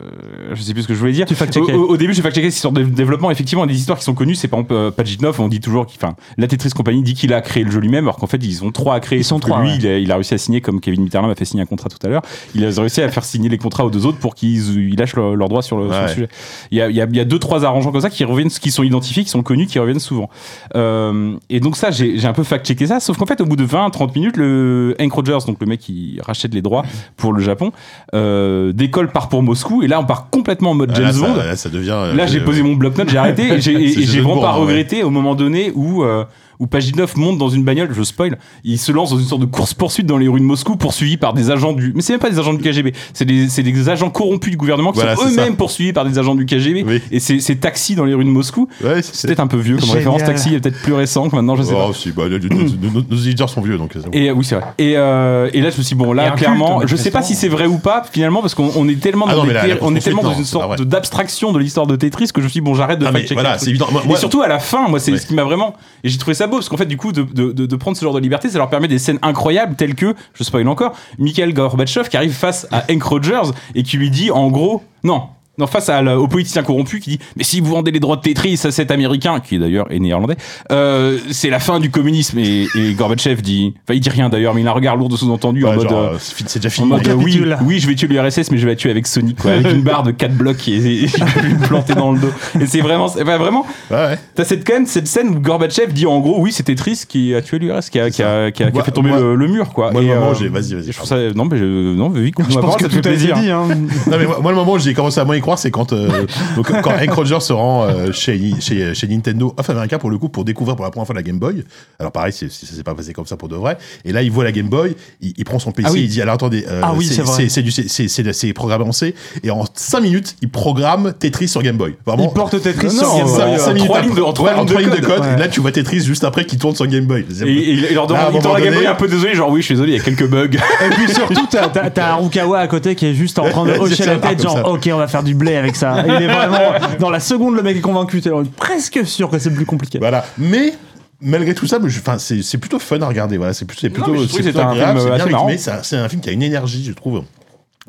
[SPEAKER 4] je sais plus ce que je voulais dire.
[SPEAKER 1] Tu fact-checkais.
[SPEAKER 4] Au, au- au début, j'ai fact-checké sur le développement. Effectivement, des histoires qui sont connues, c'est par exemple euh, Pajitnov, on dit toujours qu'il, enfin, la Tetris Company dit qu'il a créé le jeu lui-même, alors qu'en fait, ils ont trois à créer.
[SPEAKER 1] Ils sont
[SPEAKER 4] Sauf que
[SPEAKER 1] trois,
[SPEAKER 4] Lui,
[SPEAKER 1] ouais.
[SPEAKER 4] il, a, il a réussi à signer, comme Kevin Mitterrand m'a fait signer un contrat tout à l'heure. Il a réussi à faire signer les contrats aux deux autres pour qu'ils ils lâchent leur- leurs droits sur le, sur le
[SPEAKER 3] Ouais.
[SPEAKER 4] sujet. Il y, a, il y a- il y a deux, trois arrangements comme ça qui reviennent, qui sont identifiés, qui sont connus, qui reviennent souvent. Euh, et donc ça, j'ai j'ai un peu fact-checké ça, sauf qu'en fait, au bout de 20-30 minutes, le Hank Rogers, donc le mec qui rachète les droits pour le Japon, euh, décolle, part pour Moscou, et là, on part complètement en mode
[SPEAKER 3] Ah, là,
[SPEAKER 4] James
[SPEAKER 3] ça-
[SPEAKER 4] Bond.
[SPEAKER 3] Là, ça devient. euh,
[SPEAKER 4] Là, j'ai
[SPEAKER 3] euh,
[SPEAKER 4] posé mon bloc-notes, j'ai arrêté et j'ai- et-
[SPEAKER 3] C'est
[SPEAKER 4] et j'ai
[SPEAKER 3] Jason
[SPEAKER 4] vraiment pas
[SPEAKER 3] Bourne, ouais.
[SPEAKER 4] regretté au moment donné où, euh, où Pajitnov monte dans une bagnole, je spoil, il se lance dans une sorte de course-poursuite dans les rues de Moscou, poursuivi par des agents du. Mais c'est même pas des agents du KGB, c'est des, c'est des agents corrompus du gouvernement qui
[SPEAKER 3] Voilà,
[SPEAKER 4] sont
[SPEAKER 3] c'est ça.
[SPEAKER 4] eux-mêmes poursuivis par des agents du KGB.
[SPEAKER 3] Oui.
[SPEAKER 4] Et c'est c'est taxi dans les rues de Moscou.
[SPEAKER 3] Ouais,
[SPEAKER 4] C'est peut-être un peu vieux comme
[SPEAKER 1] Génial.
[SPEAKER 4] référence, taxi est peut-être plus récent que maintenant, je sais pas.
[SPEAKER 3] Oh, si, bah, nos, nos- nos- nos éditeurs sont vieux, donc. ça-
[SPEAKER 4] Et euh, oui, c'est vrai. Et, euh, et là, je me suis dit, bon,
[SPEAKER 6] Et
[SPEAKER 4] là,
[SPEAKER 6] un culte,
[SPEAKER 4] clairement, je sais
[SPEAKER 6] manifestement.
[SPEAKER 4] pas si c'est vrai ou pas, finalement, parce qu'on on est tellement dans,
[SPEAKER 3] Ah non,
[SPEAKER 4] des
[SPEAKER 3] mais la-
[SPEAKER 4] thé-
[SPEAKER 3] la
[SPEAKER 4] on est
[SPEAKER 3] construite,
[SPEAKER 4] tellement dans
[SPEAKER 3] non,
[SPEAKER 4] une
[SPEAKER 3] c'est
[SPEAKER 4] sorte
[SPEAKER 3] pas vrai.
[SPEAKER 4] de- d'abstraction de l'histoire de Tetris que je me suis dit, bon, j'arrête de
[SPEAKER 3] Ah, mais
[SPEAKER 4] fact-checker.
[SPEAKER 3] voilà,
[SPEAKER 4] le
[SPEAKER 3] c'est
[SPEAKER 4] truc.
[SPEAKER 3] évident. Moi-
[SPEAKER 4] Et
[SPEAKER 3] moi-
[SPEAKER 4] surtout à la fin, moi, c'est
[SPEAKER 3] Ouais.
[SPEAKER 4] ce qui m'a vraiment. Et j'ai trouvé ça beau, parce qu'en fait, du coup, de, de- de- de prendre ce genre de liberté, ça leur permet des scènes incroyables, telles que, je spoil encore, Mikhail Gorbatchev qui arrive face à Hank Rogers et qui lui dit, en gros, non. Non, face à la- au politicien corrompu qui dit Mais si vous vendez les droits de Tetris à cet américain, qui d'ailleurs est néerlandais, euh, c'est la fin du communisme. Et, et Gorbatchev dit Enfin, il dit rien d'ailleurs, mais il a un regard lourd de sous-entendu en
[SPEAKER 3] Ouais,
[SPEAKER 4] mode.
[SPEAKER 3] genre,
[SPEAKER 4] euh,
[SPEAKER 3] euh, c'est fi- c'est déjà
[SPEAKER 4] en
[SPEAKER 3] fini.
[SPEAKER 4] mode,
[SPEAKER 3] mec.
[SPEAKER 4] euh, oui,
[SPEAKER 1] capitule.
[SPEAKER 4] oui, je vais tuer l'URSS, mais je vais la tuer avec Sonic, quoi, avec une barre de 4 blocs et, et je vais lui planter dans le dos. Et c'est vraiment, c'est- enfin, vraiment,
[SPEAKER 3] Ouais, ouais.
[SPEAKER 4] T'as cette, quand même cette scène où Gorbatchev dit en gros oui c'était Triste qui a tué l'URS, qui a, qui a, qui a- qui a
[SPEAKER 3] Moi-
[SPEAKER 4] fait tomber
[SPEAKER 3] moi-
[SPEAKER 4] le, le mur quoi.
[SPEAKER 3] Moi,
[SPEAKER 4] Et,
[SPEAKER 3] le moment,
[SPEAKER 4] euh,
[SPEAKER 3] où j'ai. Vas-y, vas-y.
[SPEAKER 4] je trouve ça non mais je, non mais oui, coupe-moi
[SPEAKER 1] Je
[SPEAKER 4] la
[SPEAKER 1] pense
[SPEAKER 4] parole,
[SPEAKER 1] que
[SPEAKER 4] ça te fait
[SPEAKER 1] tout a été
[SPEAKER 4] plaisir.
[SPEAKER 1] dit. hein.
[SPEAKER 3] Non, mais moi, moi, le moment où j'ai commencé à moins y croire, c'est quand, euh, donc, quand Hank Rogers se rend euh, chez, chez, chez Nintendo of America pour le coup pour découvrir pour la première fois la Game Boy. Alors pareil, c'est- c'est- ça s'est pas passé comme ça pour de vrai. Et là, il voit la Game Boy, il, il prend son PC,
[SPEAKER 4] Ah oui.
[SPEAKER 3] il dit alors attendez, euh,
[SPEAKER 1] Ah oui, c'est vrai.
[SPEAKER 3] c'est- c'est du- c'est- c'est- c'est- c'est programmé en C. Et en 5 minutes, il programme Tetris sur Game Boy.
[SPEAKER 1] Il
[SPEAKER 3] Vraiment.
[SPEAKER 1] porte Tetris
[SPEAKER 4] Non,
[SPEAKER 1] sur
[SPEAKER 4] non,
[SPEAKER 1] Game
[SPEAKER 4] en
[SPEAKER 1] Boy,
[SPEAKER 4] cinq-
[SPEAKER 1] euh,
[SPEAKER 4] cinq minutes. trois lignes de- en trois
[SPEAKER 3] ouais,
[SPEAKER 4] lignes de
[SPEAKER 3] trois
[SPEAKER 4] code.
[SPEAKER 3] Et
[SPEAKER 1] Ouais.
[SPEAKER 3] là, tu vois Tetris juste après qui tourne sur Game Boy.
[SPEAKER 4] Et, et il leur donne
[SPEAKER 3] Là, à un
[SPEAKER 4] il tend la
[SPEAKER 3] moment
[SPEAKER 4] Game Boy
[SPEAKER 3] donné-
[SPEAKER 4] un peu désolé genre oui je suis désolé il y a quelques bugs.
[SPEAKER 1] Et puis surtout, t'as- t'as t'as Harukawa à côté qui est juste en train de
[SPEAKER 3] C'est
[SPEAKER 1] hocher
[SPEAKER 3] ça,
[SPEAKER 1] la tête,
[SPEAKER 3] comme
[SPEAKER 1] genre,
[SPEAKER 3] ça.
[SPEAKER 1] ok, on va faire du blé avec ça. Il est vraiment. Dans la seconde, le mec est convaincu. T'es presque sûr que c'est plus compliqué.
[SPEAKER 3] Voilà. Mais malgré tout ça, moi, je- enfin, c'est c'est plutôt fun à regarder. Voilà, c'est plutôt, c'est
[SPEAKER 4] Non,
[SPEAKER 3] plutôt,
[SPEAKER 4] mais je
[SPEAKER 3] c'est
[SPEAKER 4] trouve que
[SPEAKER 3] plutôt
[SPEAKER 4] c'est un
[SPEAKER 3] agréable,
[SPEAKER 4] film
[SPEAKER 3] c'est bien
[SPEAKER 4] assez
[SPEAKER 3] rythmé.
[SPEAKER 4] marrant.
[SPEAKER 3] C'est un- C'est un, film qui a une énergie, je trouve,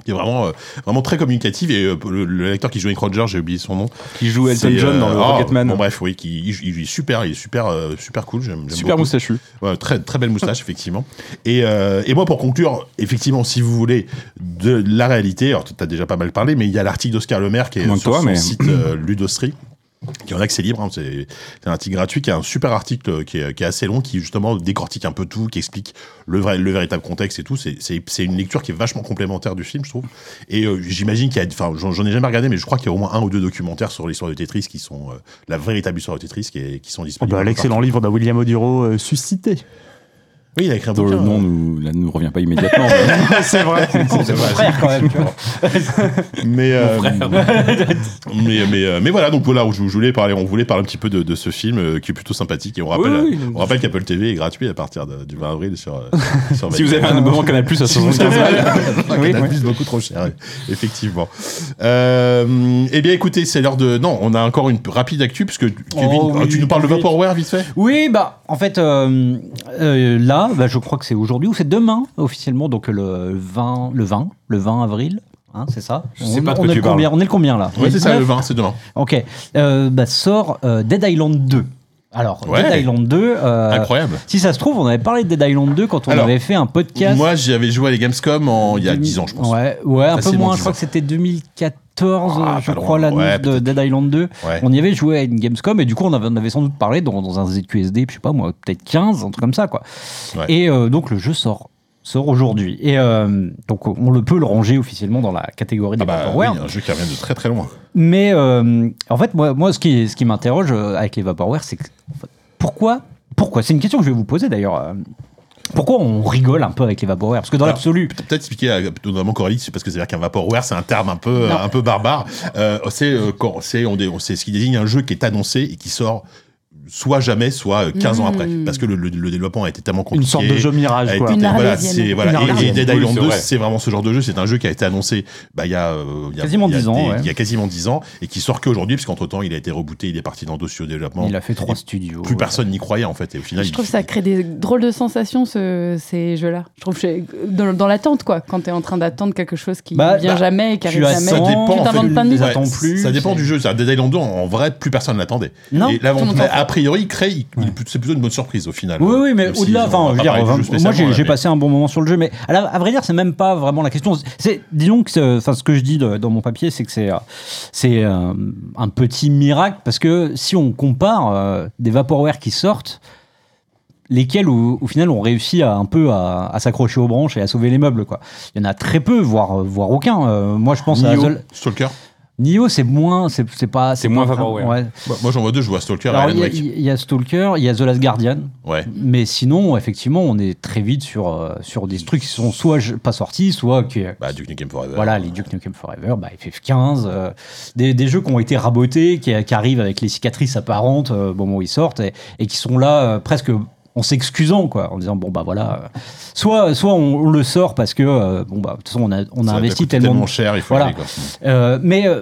[SPEAKER 3] qui est vraiment, euh, vraiment très communicatif. Et euh, le, le acteur qui joue Nick Rogers, j'ai oublié son nom.
[SPEAKER 4] Qui joue Elton
[SPEAKER 3] c'est,
[SPEAKER 4] John dans
[SPEAKER 3] euh,
[SPEAKER 4] le
[SPEAKER 3] oh,
[SPEAKER 4] Rocketman.
[SPEAKER 3] Bon, bref, oui, qui, il, il est super, il est super, euh, super cool. J'aime, j'aime
[SPEAKER 4] Super
[SPEAKER 3] beaucoup.
[SPEAKER 4] moustachu.
[SPEAKER 3] Ouais, très, très belle moustache, effectivement. Et, euh, et moi, pour conclure, effectivement, si vous voulez de la réalité, alors tu as déjà pas mal parlé, mais il y a l'article d'Oscar Lemaire qui est
[SPEAKER 4] Moins que
[SPEAKER 3] sur
[SPEAKER 4] toi,
[SPEAKER 3] son
[SPEAKER 4] mais-
[SPEAKER 3] site euh, Ludostri. Qui est en accès libre, hein, c'est c'est un article gratuit, qui a un super article euh, qui est, qui est assez long, qui justement décortique un peu tout, qui explique le, vrai, le véritable contexte et tout. C'est- C'est c'est une lecture qui est vachement complémentaire du film, je trouve. Et euh, j'imagine qu'il y a, enfin, j'en j'en ai jamais regardé, mais je crois qu'il y a au moins un ou deux documentaires sur l'histoire de Tetris qui sont euh, la véritable histoire de Tetris qui, est- qui sont disponibles.
[SPEAKER 1] Oh bah, L'excellent livre de William Oduro, euh, Suscité.
[SPEAKER 3] Oui, il a écrit un
[SPEAKER 4] Dont le
[SPEAKER 3] bouquin,
[SPEAKER 4] nom
[SPEAKER 3] euh,
[SPEAKER 4] nous, là, nous revient pas immédiatement. mais-
[SPEAKER 1] c'est vrai.
[SPEAKER 6] C'est mon frère quand même, tu vois.
[SPEAKER 3] mais euh, mais mais euh, mais voilà donc voilà où je je voulais parler on voulait parler un petit peu de, de ce film euh, qui est plutôt sympathique et on rappelle
[SPEAKER 4] Oui, oui,
[SPEAKER 3] euh,
[SPEAKER 4] oui.
[SPEAKER 3] on rappelle qu'Apple TV est gratuit à partir de- du 20 avril sur, euh, sur
[SPEAKER 4] si vous avez un abonnement Canal Plus à 75 balles.
[SPEAKER 3] oui, beaucoup trop cher ouais. effectivement euh, eh bien écoutez c'est l'heure de non on a encore une rapide actu puisque Kevin ah,
[SPEAKER 6] Oh, oui,
[SPEAKER 3] tu nous parles de
[SPEAKER 6] oui.
[SPEAKER 3] Vaporware vite fait
[SPEAKER 6] Oui, bah en fait euh, euh, là, bah, je crois que c'est aujourd'hui ou c'est demain officiellement, donc le 20, le 20, le 20 avril. Hein, c'est ça
[SPEAKER 4] Je sais
[SPEAKER 6] on,
[SPEAKER 4] pas de
[SPEAKER 6] on
[SPEAKER 4] quoi
[SPEAKER 6] est
[SPEAKER 4] tu
[SPEAKER 6] le combien, on est le combien là On
[SPEAKER 3] oui
[SPEAKER 6] est
[SPEAKER 3] c'est ça le
[SPEAKER 6] 19?
[SPEAKER 3] 20 c'est demain
[SPEAKER 6] Ok. Euh, bah, sort euh, Dead Island 2. Alors,
[SPEAKER 3] Ouais.
[SPEAKER 6] Dead Island 2. euh,
[SPEAKER 3] incroyable
[SPEAKER 6] Si ça se trouve, on avait parlé de Dead Island 2 quand on
[SPEAKER 3] Alors,
[SPEAKER 6] avait fait un podcast.
[SPEAKER 3] moi j'avais joué à les Gamescom en, il y a 10 ans je pense
[SPEAKER 6] Ouais, ouais un peu
[SPEAKER 3] Facilement
[SPEAKER 6] moins.
[SPEAKER 3] 10
[SPEAKER 6] Je crois
[SPEAKER 3] ans.
[SPEAKER 6] que c'était 2014,
[SPEAKER 3] Ah,
[SPEAKER 6] je
[SPEAKER 3] pas
[SPEAKER 6] crois,
[SPEAKER 3] loin.
[SPEAKER 6] l'annonce de
[SPEAKER 3] Ouais,
[SPEAKER 6] Dead Island 2.
[SPEAKER 3] Ouais.
[SPEAKER 6] On y avait joué à une Gamescom et du coup, on avait, on avait sans doute parlé dans, dans un ZQSD, je sais pas moi, peut-être 15, un truc comme ça, quoi.
[SPEAKER 3] Ouais.
[SPEAKER 6] Et euh, donc, le jeu sort sort aujourd'hui. Et euh, donc, on le peut le ranger officiellement dans la catégorie des
[SPEAKER 3] ah bah oui,
[SPEAKER 6] Vaporware.
[SPEAKER 3] un jeu qui revient de très très loin
[SPEAKER 6] Mais euh, en fait, moi, moi ce qui, ce qui m'interroge euh, avec les Vaporware, c'est que, en fait, pourquoi, pourquoi C'est une question que je vais vous poser d'ailleurs. euh, Pourquoi on rigole un peu avec les Vaporware Parce que dans
[SPEAKER 3] Alors,
[SPEAKER 6] l'absolu,
[SPEAKER 3] peut- peut-être expliquer à notamment Coralie, c'est parce que c'est-à-dire qu'un vaporware, c'est un terme un peu, un peu barbare. Euh, c'est euh, quand- c'est on, dé- on- c'est ce qui désigne un jeu qui est annoncé et qui sort soit jamais, soit euh, 15 ans après, parce que le, le- le développement a été tellement compliqué.
[SPEAKER 1] Une sorte de jeu mirage,
[SPEAKER 3] a
[SPEAKER 1] quoi.
[SPEAKER 3] été-
[SPEAKER 5] Une
[SPEAKER 3] voilà,
[SPEAKER 5] arlésienne.
[SPEAKER 3] c'est- voilà.
[SPEAKER 1] Une
[SPEAKER 3] Et- Et,
[SPEAKER 1] arlésienne.
[SPEAKER 3] Dead
[SPEAKER 4] Oui,
[SPEAKER 3] Island
[SPEAKER 4] c'est
[SPEAKER 3] 2,
[SPEAKER 4] vrai.
[SPEAKER 3] c'est vraiment ce genre de jeu. C'est un jeu qui a été annoncé bah, il y a, euh, il y a-
[SPEAKER 6] Quasiment
[SPEAKER 3] il y a
[SPEAKER 6] 10 ans,
[SPEAKER 3] des-
[SPEAKER 6] ouais.
[SPEAKER 3] Il y a quasiment 10 ans et qui sort qu'aujourd'hui, parce qu'entre temps, il a été rebooté, il est parti dans d'autres développement.
[SPEAKER 6] il a fait trois
[SPEAKER 3] et
[SPEAKER 6] studios.
[SPEAKER 3] Plus
[SPEAKER 6] ouais.
[SPEAKER 3] personne n'y croyait en fait. Et au final,
[SPEAKER 5] Je
[SPEAKER 3] il-
[SPEAKER 5] trouve que ça crée des drôles de sensations, ce- ces jeux-là. Je trouve que c'est- dans, dans l'attente, quoi. Quand t'es en train d'attendre quelque chose qui
[SPEAKER 6] Bah,
[SPEAKER 5] vient
[SPEAKER 6] bah,
[SPEAKER 5] jamais, qui arrive
[SPEAKER 6] attends,
[SPEAKER 5] jamais.
[SPEAKER 3] Ça dépend,
[SPEAKER 5] tu
[SPEAKER 3] en fait,
[SPEAKER 5] t'inventes pas de
[SPEAKER 6] les
[SPEAKER 5] nouveau.
[SPEAKER 3] Ouais,
[SPEAKER 6] attends plus,
[SPEAKER 3] Ça dépend
[SPEAKER 6] c'est-
[SPEAKER 3] du jeu. C'est-à-dire, Dead Island 2, en vrai, plus personne ne l'attendait.
[SPEAKER 6] Non,
[SPEAKER 3] Et
[SPEAKER 5] tout le
[SPEAKER 3] l'avant,
[SPEAKER 5] monde
[SPEAKER 3] mais
[SPEAKER 5] s'en fout.
[SPEAKER 3] a priori, il crée, il- il- c'est plutôt une bonne surprise au final.
[SPEAKER 6] Oui, oui, mais
[SPEAKER 3] Même si
[SPEAKER 6] au-delà,
[SPEAKER 3] ils ont
[SPEAKER 6] enfin, je veux
[SPEAKER 3] pas
[SPEAKER 6] dire,
[SPEAKER 3] parlé du jeu
[SPEAKER 6] enfin, moi
[SPEAKER 3] spécialement,
[SPEAKER 6] j'ai
[SPEAKER 3] là,
[SPEAKER 6] j'ai
[SPEAKER 3] mais-
[SPEAKER 6] passé un bon moment sur le jeu, mais à, la- à vrai dire, c'est même pas vraiment la question. C'est, disons que, c'est- enfin, ce que je dis de- dans mon papier, c'est que c'est, euh, c'est euh, un petit miracle parce que si on compare euh, des vaporware qui sortent, lesquels au, au final ont réussi à un peu à, à s'accrocher aux branches et à sauver les meubles, quoi. Il y en a très peu, voire voire aucun. Euh, moi, je pense à
[SPEAKER 3] Nioh,
[SPEAKER 6] The-
[SPEAKER 3] Stalker.
[SPEAKER 6] Nioh, c'est moins, c'est c'est pas,
[SPEAKER 4] C'est moins
[SPEAKER 6] pas-
[SPEAKER 4] vaporware.
[SPEAKER 6] ouais.
[SPEAKER 3] Bah, moi, j'en vois deux, je vois Stalker
[SPEAKER 6] Alors,
[SPEAKER 3] et
[SPEAKER 6] il
[SPEAKER 3] Alan
[SPEAKER 6] y a-
[SPEAKER 3] Wake.
[SPEAKER 6] il y, a Stalker, il y a The Last Guardian.
[SPEAKER 3] Ouais.
[SPEAKER 6] Mais sinon, effectivement, on est très vite sur, euh, sur des trucs qui sont soit j- pas sortis, soit qui,
[SPEAKER 3] Bah, Duke Nukem Forever.
[SPEAKER 6] voilà, les Duke Nukem Forever, bah, FF15, euh, des, des jeux qui ont été rabotés, qui, qui arrivent avec les cicatrices apparentes euh, au moment où ils sortent, et, et qui sont là euh, presque en s'excusant, quoi, en disant, bon, bah voilà, euh, soit, soit on, on le sort parce que, euh, bon, bah, de toute façon, on a, on a
[SPEAKER 3] Ça
[SPEAKER 6] investi
[SPEAKER 3] coûte
[SPEAKER 6] tellement, de-
[SPEAKER 3] cher, il faut
[SPEAKER 6] Voilà.
[SPEAKER 3] y aller, quoi.
[SPEAKER 6] euh, mais, euh,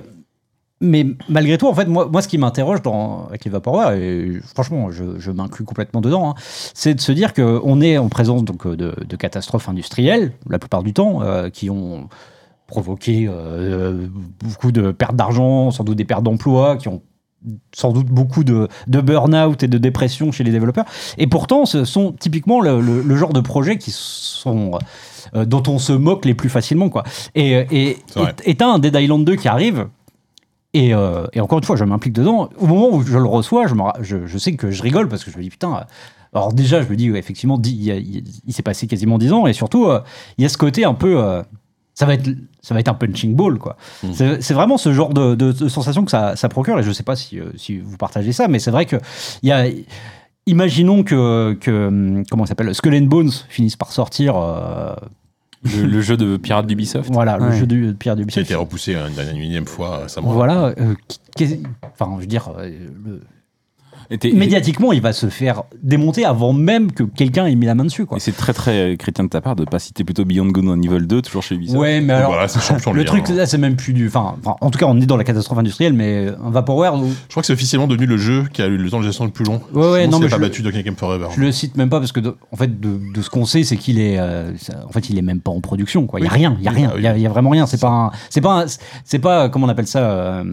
[SPEAKER 6] mais malgré tout, en fait, moi, moi ce qui m'interroge dans- avec les Vaporware, et franchement, je, je m'inclus complètement dedans, hein, c'est de se dire qu'on est en présence donc, euh, de, de catastrophes industrielles, la plupart du temps, euh, qui ont provoqué euh, beaucoup de pertes d'argent, sans doute des pertes d'emploi, qui ont sans doute beaucoup de, de burn-out et de dépression chez les développeurs. Et pourtant, ce sont typiquement le, le- le genre de projets qui sont, euh, dont on se moque les plus facilement. Quoi. Et et-
[SPEAKER 3] C'est vrai.
[SPEAKER 6] et- et t'as un Dead Island 2 qui arrive. Et, euh, et encore une fois, je m'implique dedans. Au moment où je le reçois, je, me ra- je- je sais que je rigole parce que je me dis putain. euh, Alors déjà, je me dis ouais, effectivement, dix- il, y a- il- il s'est passé quasiment 10 ans. Et surtout, euh, il y a ce côté un peu. euh, ça va, être, ça va être un punching ball, quoi. C'est c'est vraiment ce genre de, de- de sensation que ça, ça procure, et je ne sais pas si, euh, si vous partagez ça, mais c'est vrai que il y a. Imaginons que, que hum, comment ça s'appelle, Skull and Bones finisse par sortir, euh,
[SPEAKER 4] Le, le jeu de pirate d'Ubisoft.
[SPEAKER 6] voilà, le
[SPEAKER 1] Ouais.
[SPEAKER 6] jeu du Pierre du
[SPEAKER 3] Qui a été repoussé une dernière une énième fois récemment.
[SPEAKER 6] Voilà, euh, qui- qu'est- enfin, je veux dire, euh, le-
[SPEAKER 4] Et t'es-
[SPEAKER 6] médiatiquement, il va se faire démonter avant même que quelqu'un ait mis la main dessus, quoi.
[SPEAKER 4] Et c'est très très chrétien de ta part de pas citer plutôt Beyond Good and Evil 2, toujours chez Ubisoft.
[SPEAKER 6] Ouais, mais
[SPEAKER 3] Bon,
[SPEAKER 6] alors.
[SPEAKER 3] bah, là, c'est champion
[SPEAKER 6] Le
[SPEAKER 3] lui,
[SPEAKER 6] truc
[SPEAKER 3] hein.
[SPEAKER 6] là, c'est même plus du. Enfin, enfin, en tout cas, on est dans la catastrophe industrielle, mais un Vaporware, où-
[SPEAKER 3] Je crois que c'est officiellement devenu le jeu qui a eu le temps de gestion le plus long.
[SPEAKER 6] Ouais, ouais,
[SPEAKER 3] Sinon,
[SPEAKER 6] non,
[SPEAKER 3] c'est
[SPEAKER 6] mais
[SPEAKER 3] pas
[SPEAKER 6] je-
[SPEAKER 3] battu Duke Nukem Forever.
[SPEAKER 6] Je le cite même pas parce que de- en fait de, de ce qu'on sait c'est qu'il est euh, ça- en fait il est même pas en production quoi. Il y a rien, il y a rien,
[SPEAKER 3] Ah oui.
[SPEAKER 6] il y, a- il y a vraiment rien. C'est pas un- c'est pas un- c'est pas comment on appelle ça euh,